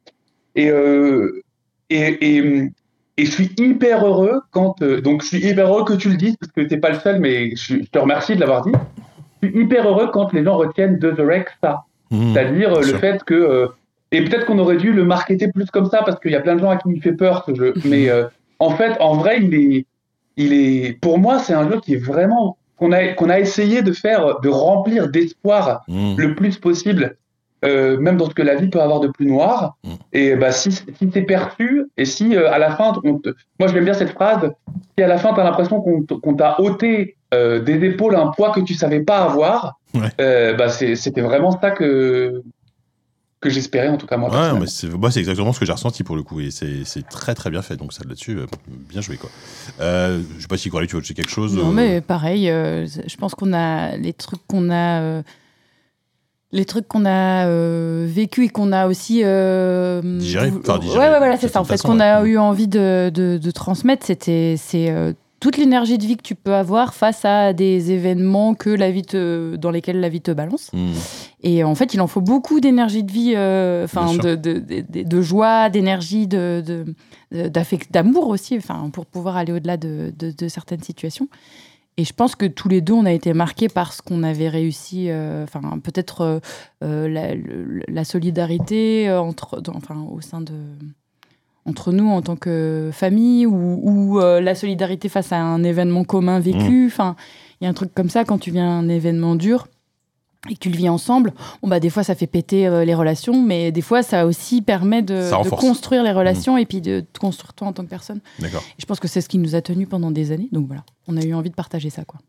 [SPEAKER 2] Et, euh, et, et, et je suis hyper heureux quand. euh, donc, je suis hyper heureux que tu le dises, parce que t'es pas le seul, mais je, suis- je te remercie de l'avoir dit. Je suis hyper heureux quand les gens retiennent de The Wreck ça.
[SPEAKER 3] Mmh.
[SPEAKER 2] C'est-à-dire euh,
[SPEAKER 3] sûr.
[SPEAKER 2] le fait que. euh, et peut-être qu'on aurait dû le marketer plus comme ça, parce qu'il y a plein de gens à qui il fait peur, ce
[SPEAKER 3] Mmh.
[SPEAKER 2] jeu. Mais euh, en fait, en vrai, il est. Il est pour moi, c'est un jeu qui est vraiment. qu'on a, qu'on a essayé de faire, de remplir d'espoir
[SPEAKER 3] Mmh.
[SPEAKER 2] le plus possible, euh, même dans ce que la vie peut avoir de plus noir.
[SPEAKER 3] Mm.
[SPEAKER 2] Et bah, si, si t'es perçu, et si euh, à la fin, on te- moi j'aime bien cette phrase, si à la fin t'as l'impression qu'on t- qu'on t'a ôté euh, des épaules un poids que tu savais pas avoir,
[SPEAKER 3] Ouais.
[SPEAKER 2] euh, bah, c'est- c'était vraiment ça que, que j'espérais en tout cas moi.
[SPEAKER 3] Ouais,
[SPEAKER 2] personnellement.
[SPEAKER 3] mais c'est moi, c'est exactement ce que j'ai ressenti pour le coup et c'est c'est très très bien fait donc ça là-dessus euh, bien joué quoi. Euh, je sais pas si Coralie tu veux dire quelque chose.
[SPEAKER 5] Non,
[SPEAKER 3] euh,
[SPEAKER 5] mais pareil, euh, je pense qu'on a les trucs qu'on a. euh, les trucs qu'on a euh, vécu et qu'on a aussi. euh,
[SPEAKER 3] Digéré,
[SPEAKER 5] vou-
[SPEAKER 3] enfin, digéré,
[SPEAKER 5] ouais, ouais, voilà,
[SPEAKER 3] d'une
[SPEAKER 5] c'est ça. En fait,
[SPEAKER 3] façon,
[SPEAKER 5] qu'on a
[SPEAKER 3] ouais.
[SPEAKER 5] eu envie de, de- de transmettre, c'était. C'est. euh, toute l'énergie de vie que tu peux avoir face à des événements que la vie te, dans lesquels la vie te balance.
[SPEAKER 3] hmm,
[SPEAKER 5] Et en fait, il en faut beaucoup d'énergie de vie, euh, enfin
[SPEAKER 3] Bien
[SPEAKER 5] de, de, de- de joie, d'énergie, de, de- de- d'affect- d'amour aussi, enfin pour pouvoir aller au-delà de, de- de certaines situations. Et je pense que tous les deux, on a été marqués par ce qu'on avait réussi, euh, enfin peut-être euh, euh, la, le- la solidarité euh, entre, dans- enfin au sein de entre nous en tant que famille ou, ou, euh, la solidarité face à un événement commun
[SPEAKER 3] Mm.
[SPEAKER 5] vécu. Enfin, il y a un truc comme ça quand tu viens à un événement dur et que tu le vis ensemble. Bon, bah, des fois, ça fait péter euh, les relations, mais des fois, ça aussi permet de,
[SPEAKER 3] Ça
[SPEAKER 5] de
[SPEAKER 3] renforce. Mm.
[SPEAKER 5] construire les relations et puis de te construire toi en tant que personne.
[SPEAKER 3] D'accord.
[SPEAKER 5] Et je pense que c'est ce qui nous a tenus pendant des années. Donc voilà, on a eu envie de partager ça. Quoi.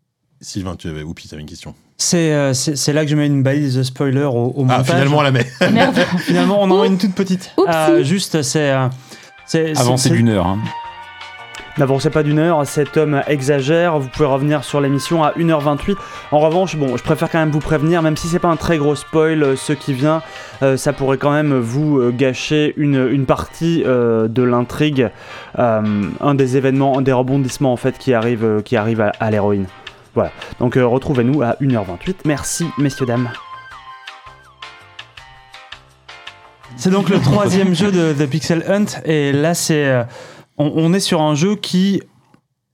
[SPEAKER 3] Sylvain tu avais oupi t'avais une question.
[SPEAKER 1] C'est euh, c'est- c'est là que je mets une balise de spoiler au, au
[SPEAKER 3] Ah
[SPEAKER 1] montage.
[SPEAKER 3] finalement la met.
[SPEAKER 5] Merde.
[SPEAKER 1] Finalement, on en a une toute petite.
[SPEAKER 5] Oupsie.
[SPEAKER 1] juste, c'est. euh, c'est- c'est-
[SPEAKER 4] Avancée
[SPEAKER 1] c'est-
[SPEAKER 4] d'une heure. hein.
[SPEAKER 1] N'avancez pas d'une heure, cet homme exagère, vous pouvez revenir sur l'émission à 1h28. En revanche, bon, je préfère quand même vous prévenir, même si c'est pas un très gros spoil, euh, ce qui vient, euh, ça pourrait quand même vous euh, gâcher une, une partie euh, de l'intrigue, euh, un des événements, un des rebondissements en fait qui arrive, euh, qui arrive à, à l'héroïne. Voilà, donc euh, retrouvez-nous à 1h28. Merci, messieurs, dames. C'est donc le troisième jeu de, de Pixel Hunt, et là c'est... euh, on, on est sur un jeu qui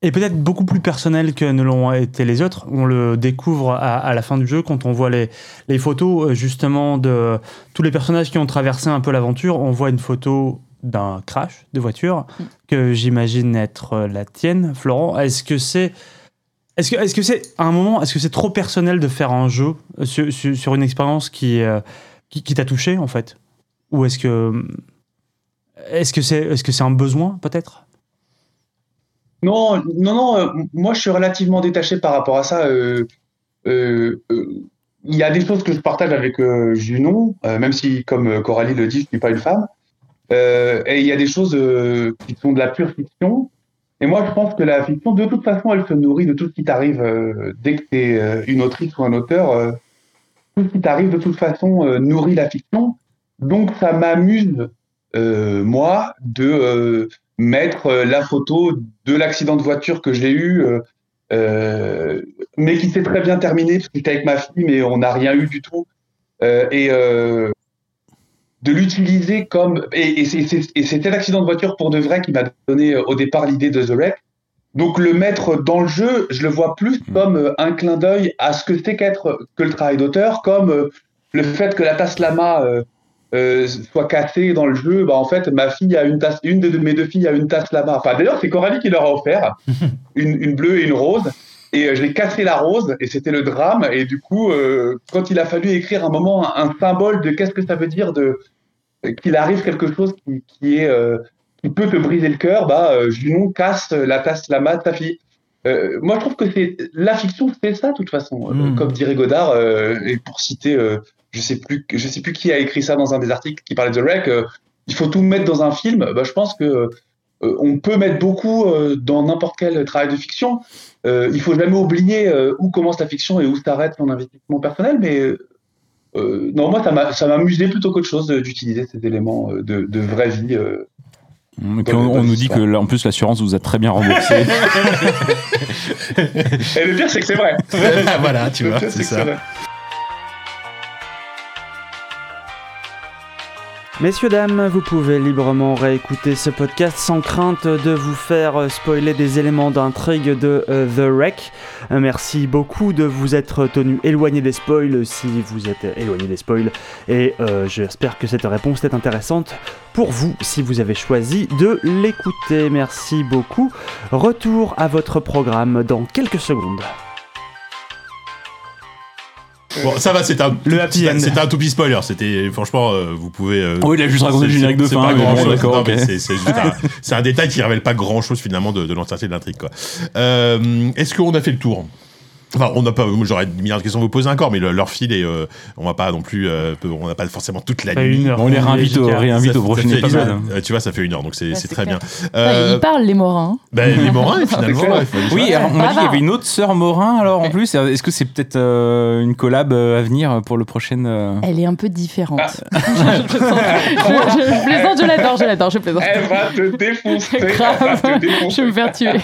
[SPEAKER 1] est peut-être beaucoup plus personnel que ne l'ont été les autres. On le découvre à, à la fin du jeu quand on voit les, les photos euh, justement de tous les personnages qui ont traversé un peu l'aventure. On voit une photo d'un crash de voiture que j'imagine être euh, la tienne, Florent. Est-ce que c'est... Est-ce que est-ce que c'est à un moment, est-ce que c'est trop personnel de faire un jeu euh, sur, sur- sur une expérience qui, euh, qui, qui t'a touché en fait Ou est-ce que est-ce que c'est est-ce que c'est un besoin peut-être
[SPEAKER 2] Non, non, non. euh, m- moi, je suis relativement détaché par rapport à ça. euh, euh, euh, Il y a des choses que je partage avec euh, Junon, euh, même si, comme euh, Coralie le dit, je suis pas une femme. Euh, et il y a des choses euh, qui sont de la pure fiction. Et moi, je pense que la fiction, de toute façon, elle se nourrit de tout ce qui t'arrive euh, dès que tu es une autrice ou un auteur. euh, tout ce qui t'arrive, de toute façon, euh, nourrit la fiction. Donc, ça m'amuse, euh, moi, de euh, mettre euh, la photo de l'accident de voiture que j'ai eu, euh, euh, mais qui s'est très bien terminé, parce que j'étais avec ma fille, mais on n'a rien eu du tout. Euh, et euh, de l'utiliser comme. Et, et c'est- c'est- et c'était l'accident de voiture pour de vrai qui m'a donné euh, au départ l'idée de The Wreck. Donc le mettre dans le jeu, je le vois plus comme euh, un clin d'œil à ce que c'est qu'être que le travail d'auteur, comme euh, le fait que la tasse lama euh, euh, soit cassée dans le jeu, bah en fait, ma fille a une tasse, une de mes deux filles a une tasse lama. Enfin, d'ailleurs, c'est Coralie qui leur a offert une, une bleue et une rose. Et euh, je l'ai cassé la rose, et c'était le drame. Et du coup, euh, quand il a fallu écrire un moment un, un symbole de qu'est-ce que ça veut dire de qu'il arrive quelque chose qui, qui est euh, qui peut te briser le cœur, bah euh, Junon casse la tasse lama de sa fille. Euh, moi, je trouve que c'est la fiction, c'est ça, de toute façon. Euh,
[SPEAKER 6] Mm.
[SPEAKER 2] Comme dirait Godard, euh, et pour citer, euh, je sais plus, je sais plus qui a écrit ça dans un des articles qui parlait de The Wreck. euh, il faut tout mettre dans un film. Bah, je pense que euh, on peut mettre beaucoup euh, dans n'importe quel travail de fiction. Euh, il faut jamais oublier euh, où commence la fiction et où s'arrête mon investissement personnel. Mais euh, non, moi, ça m'a- ça m'amusait plutôt qu'autre chose euh, d'utiliser ces éléments euh, de, de vraie vie. euh,
[SPEAKER 4] Et puis
[SPEAKER 2] Dans
[SPEAKER 4] on,
[SPEAKER 2] le-
[SPEAKER 4] on
[SPEAKER 2] dans
[SPEAKER 4] nous dit que
[SPEAKER 2] l'histoire.
[SPEAKER 4] là, en plus l'assurance vous a très bien remboursé.
[SPEAKER 2] Et le pire, c'est que c'est vrai.
[SPEAKER 3] voilà, tu
[SPEAKER 2] Le
[SPEAKER 3] vois,
[SPEAKER 2] pire,
[SPEAKER 3] c'est
[SPEAKER 2] que
[SPEAKER 3] ça.
[SPEAKER 2] vrai.
[SPEAKER 9] Messieurs, dames, vous pouvez librement réécouter ce podcast sans crainte de vous faire euh, spoiler des éléments d'intrigue de euh, The Wreck. Euh, merci beaucoup de vous être tenus éloignés des spoils si vous êtes euh, éloignés des spoils. Et euh, j'espère que cette réponse est intéressante pour vous si vous avez choisi de l'écouter. Merci beaucoup. Retour à votre programme dans quelques secondes.
[SPEAKER 3] Bon, ça va, c'est un,
[SPEAKER 1] Le happy
[SPEAKER 3] c'est-
[SPEAKER 1] end.
[SPEAKER 3] c'est un tout petit spoiler. C'était, franchement, euh, vous pouvez. euh,
[SPEAKER 4] Ah oui, il a juste raconté
[SPEAKER 3] c'est-
[SPEAKER 4] le générique de
[SPEAKER 3] c'est
[SPEAKER 4] fin.
[SPEAKER 3] pas
[SPEAKER 4] mais bon,
[SPEAKER 3] grand-chose.
[SPEAKER 4] d'accord,
[SPEAKER 3] Non,
[SPEAKER 4] ok.
[SPEAKER 3] mais c'est- C'est juste un- c'est un détail qui révèle pas grand chose finalement de, de l'entièreté de l'intrigue. quoi. Euh, Est-ce qu'on a fait le tour Enfin, on n'a pas. euh, moi, J'aurais des milliards de questions à vous poser encore, mais le- leur fil est. euh, on va pas non plus. euh, peu- on n'a pas forcément toute la
[SPEAKER 1] Pas
[SPEAKER 3] nuit.
[SPEAKER 1] une heure.
[SPEAKER 4] On les réinvite au,
[SPEAKER 1] Ça-
[SPEAKER 4] réinvite
[SPEAKER 3] Ça-
[SPEAKER 4] au
[SPEAKER 3] ça
[SPEAKER 4] prochain
[SPEAKER 3] fait une
[SPEAKER 4] épisode. hein.
[SPEAKER 3] heure. Euh, Tu vois, ça fait une heure, donc c'est
[SPEAKER 5] Ouais,
[SPEAKER 3] c'est
[SPEAKER 5] c'est
[SPEAKER 3] très
[SPEAKER 5] clair.
[SPEAKER 3] bien.
[SPEAKER 5] Ils
[SPEAKER 3] Euh,
[SPEAKER 5] parlent, les Morins.
[SPEAKER 3] ben, les Morins, finalement.
[SPEAKER 2] clair.
[SPEAKER 3] il faut-
[SPEAKER 4] Oui, hein. alors, on m'a dit qu'il y
[SPEAKER 5] Bavard.
[SPEAKER 4] avait une autre sœur Morin alors en plus. Est-ce que c'est peut-être euh, une collab euh, à venir pour le prochain euh,
[SPEAKER 3] Ah.
[SPEAKER 5] Elle est un peu différente. je, plaisante. je, je plaisante, je l'adore, je l'adore, je plaisante.
[SPEAKER 3] Eh,
[SPEAKER 2] Elle va te défoncer. Elle va
[SPEAKER 5] Grave,
[SPEAKER 2] te
[SPEAKER 5] je vais
[SPEAKER 2] défoncer.
[SPEAKER 5] me faire tuer.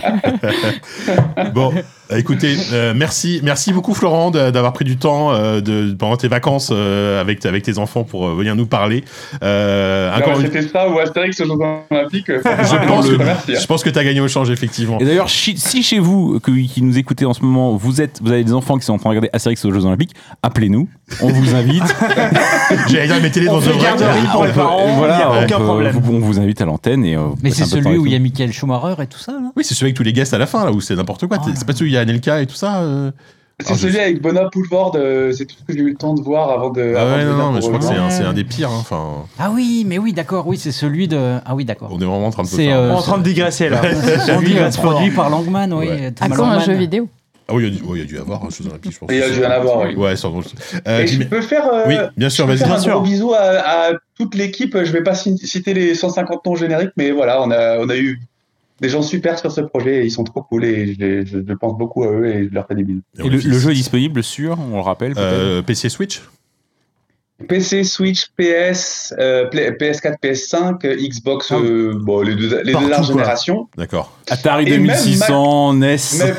[SPEAKER 3] Bon, euh, écoutez, euh, merci, merci beaucoup Florent de- d'avoir pris du temps euh, de, pendant tes vacances euh, avec, avec tes enfants pour euh, venir nous parler. Euh,
[SPEAKER 2] Non,
[SPEAKER 3] encore
[SPEAKER 2] mais
[SPEAKER 3] une-
[SPEAKER 2] C'était ça ou Astérix aux Jeux Olympiques. euh,
[SPEAKER 3] je pense
[SPEAKER 2] le
[SPEAKER 3] que,
[SPEAKER 2] merci. hein.
[SPEAKER 3] je pense que t'as gagné au change effectivement.
[SPEAKER 4] Et d'ailleurs, chi- si chez vous que- qui nous écoutez en ce moment, vous êtes, vous avez des enfants qui sont en train de regarder Astérix aux Jeux Olympiques, appelez-nous, on vous invite.
[SPEAKER 3] J'allais dire mettez-les dans
[SPEAKER 1] On
[SPEAKER 3] un
[SPEAKER 1] fait garderie
[SPEAKER 3] vrai.
[SPEAKER 1] pour les parents.
[SPEAKER 4] voilà,
[SPEAKER 1] il n'y a
[SPEAKER 4] on
[SPEAKER 1] aucun
[SPEAKER 4] peut-
[SPEAKER 1] problème.
[SPEAKER 4] vous- on vous invite à l'antenne et. euh, vous
[SPEAKER 6] Mais c'est
[SPEAKER 4] passez un peu de temps
[SPEAKER 6] celui
[SPEAKER 4] avec
[SPEAKER 6] où il y
[SPEAKER 4] nous.
[SPEAKER 6] a Michael Schumacher et tout ça, là
[SPEAKER 3] Oui, c'est celui avec tous les guests à la fin là où c'est n'importe quoi.
[SPEAKER 6] Oh
[SPEAKER 3] T'es-
[SPEAKER 6] là
[SPEAKER 3] c'est pas celui où il y a Anelka et tout ça. euh
[SPEAKER 2] C'est
[SPEAKER 3] Alors, je-
[SPEAKER 2] celui avec Benoît Poulvord, euh, c'est tout ce que j'ai eu le temps de voir avant de.
[SPEAKER 3] Ah
[SPEAKER 2] avant
[SPEAKER 3] ouais,
[SPEAKER 2] de
[SPEAKER 3] non,
[SPEAKER 2] venir
[SPEAKER 3] non, mais je
[SPEAKER 2] pour
[SPEAKER 3] crois que
[SPEAKER 2] le
[SPEAKER 3] c'est
[SPEAKER 2] moment.
[SPEAKER 3] un, c'est un des pires. hein. Enfin,
[SPEAKER 6] Ah oui, mais oui, d'accord, oui, c'est celui de. Ah oui, d'accord.
[SPEAKER 3] on est vraiment en train de.
[SPEAKER 6] C'est,
[SPEAKER 3] faire-
[SPEAKER 1] On est
[SPEAKER 6] euh,
[SPEAKER 1] en train de digresser là. On
[SPEAKER 6] Produit,
[SPEAKER 1] digresse fort.
[SPEAKER 6] produit par Langman, oui.
[SPEAKER 3] Ouais.
[SPEAKER 6] Thomas
[SPEAKER 5] À quand Ah, un
[SPEAKER 6] Langman.
[SPEAKER 5] jeu vidéo
[SPEAKER 3] Ah oui, il y a dû- ouais, il y a dû avoir un chose olympique, je pense.
[SPEAKER 2] Il y a dû en avoir, oui.
[SPEAKER 3] Ouais, sans doute. Euh,
[SPEAKER 2] Et je
[SPEAKER 3] Jimmy-
[SPEAKER 2] peux faire. euh,
[SPEAKER 3] Oui, bien sûr,
[SPEAKER 2] je peux
[SPEAKER 3] vas-y.
[SPEAKER 2] faire un
[SPEAKER 1] Bah, Bien
[SPEAKER 2] gros
[SPEAKER 1] sûr.
[SPEAKER 2] bisou à, à toute l'équipe. Je vais pas ci- citer les 150 noms génériques, mais voilà, on a, on a eu des gens super sur ce projet. et Ils sont trop cool et je, les- je- je pense beaucoup à eux et je leur fais des bisous.
[SPEAKER 3] Et on
[SPEAKER 4] Et le,
[SPEAKER 3] les fixe.
[SPEAKER 4] le jeu est disponible sur, on le rappelle. peut-être.
[SPEAKER 3] Euh, PC Switch
[SPEAKER 2] PC, Switch, PS, euh, Play- PS4, PS5, euh, Xbox, euh, bon, les deux, les deux
[SPEAKER 1] Partout,
[SPEAKER 2] larges
[SPEAKER 1] quoi.
[SPEAKER 2] générations.
[SPEAKER 3] D'accord.
[SPEAKER 4] Atari
[SPEAKER 2] et même
[SPEAKER 4] 2600, NES.
[SPEAKER 2] Même,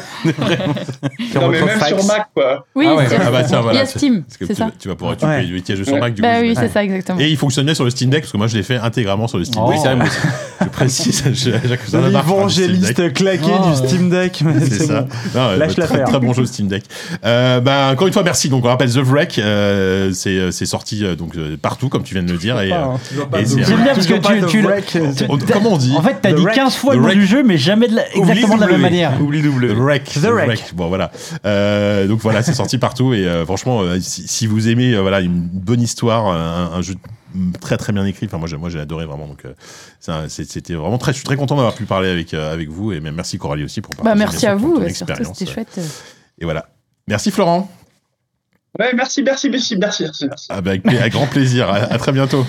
[SPEAKER 2] non, mais même sur Mac, quoi.
[SPEAKER 5] Oui,
[SPEAKER 4] Ah ouais.
[SPEAKER 5] il y a-
[SPEAKER 3] Ah bah tiens, voilà,
[SPEAKER 5] il y a
[SPEAKER 3] c'est-
[SPEAKER 5] Steam,
[SPEAKER 3] Parce que
[SPEAKER 5] c'est
[SPEAKER 3] tu,
[SPEAKER 5] ça
[SPEAKER 3] tu vas pouvoir récupérer
[SPEAKER 1] Ouais.
[SPEAKER 3] du tiers jeux sur
[SPEAKER 2] Ouais.
[SPEAKER 3] Mac du
[SPEAKER 5] Bah
[SPEAKER 3] coup,
[SPEAKER 5] oui,
[SPEAKER 3] j'imagine.
[SPEAKER 5] c'est ça, exactement.
[SPEAKER 3] Et il fonctionne bien sur le Steam Deck parce que moi je l'ai fait intégralement sur le Steam
[SPEAKER 6] Oh.
[SPEAKER 3] Deck.
[SPEAKER 4] Oui, c'est vrai, moi aussi.
[SPEAKER 3] Je précise, je- je- j'en ai marre de parler du Steam Deck.
[SPEAKER 1] L'évangéliste claqué
[SPEAKER 6] Oh,
[SPEAKER 1] du Steam Deck. mais
[SPEAKER 3] C'est ça.
[SPEAKER 1] bon.
[SPEAKER 3] Non, euh,
[SPEAKER 1] Lâche
[SPEAKER 3] très,
[SPEAKER 1] l'affaire.
[SPEAKER 3] très bon jeu Steam Deck. Euh, bah, encore une fois, merci. Donc, on rappelle The Wreck, euh, c'est euh, c'est sorti euh, donc euh, partout, comme tu viens de le dire. Et, euh, et c'est-
[SPEAKER 6] J'aime bien parce que
[SPEAKER 1] Toujours pas
[SPEAKER 6] tu-
[SPEAKER 1] de
[SPEAKER 6] tu le-
[SPEAKER 1] break, euh,
[SPEAKER 3] on- comment on dit
[SPEAKER 6] En fait, t'as
[SPEAKER 1] The
[SPEAKER 6] dit
[SPEAKER 1] Wreck.
[SPEAKER 6] 15 fois
[SPEAKER 3] The
[SPEAKER 6] le nom
[SPEAKER 3] Wreck.
[SPEAKER 6] du jeu, mais jamais de la- exactement de la même
[SPEAKER 3] W.
[SPEAKER 6] manière.
[SPEAKER 4] Oublie
[SPEAKER 3] The
[SPEAKER 4] W.
[SPEAKER 3] Wreck, The,
[SPEAKER 1] Wreck.
[SPEAKER 3] Wreck. Bon voilà. Euh, donc voilà, c'est sorti partout et euh, franchement, euh, si, si vous aimez euh, voilà une bonne histoire, un, un jeu mm, très très bien écrit. Enfin moi j'ai moi j'ai adoré vraiment. Donc euh, ça, c'est- c'était vraiment très. Je suis très content d'avoir pu parler avec euh, avec vous et même merci Coralie aussi pour
[SPEAKER 5] Bah,
[SPEAKER 3] partager,
[SPEAKER 5] merci
[SPEAKER 3] bien
[SPEAKER 5] à
[SPEAKER 3] sûr,
[SPEAKER 5] vous,
[SPEAKER 3] ton
[SPEAKER 5] et surtout,
[SPEAKER 3] expérience. euh,
[SPEAKER 5] c'était chouette. euh.
[SPEAKER 3] Et voilà. Merci Florent.
[SPEAKER 2] Ouais, merci, merci, merci, merci, merci. merci.
[SPEAKER 3] Ah, bah, Avec, pla- avec grand plaisir. À, à très bientôt.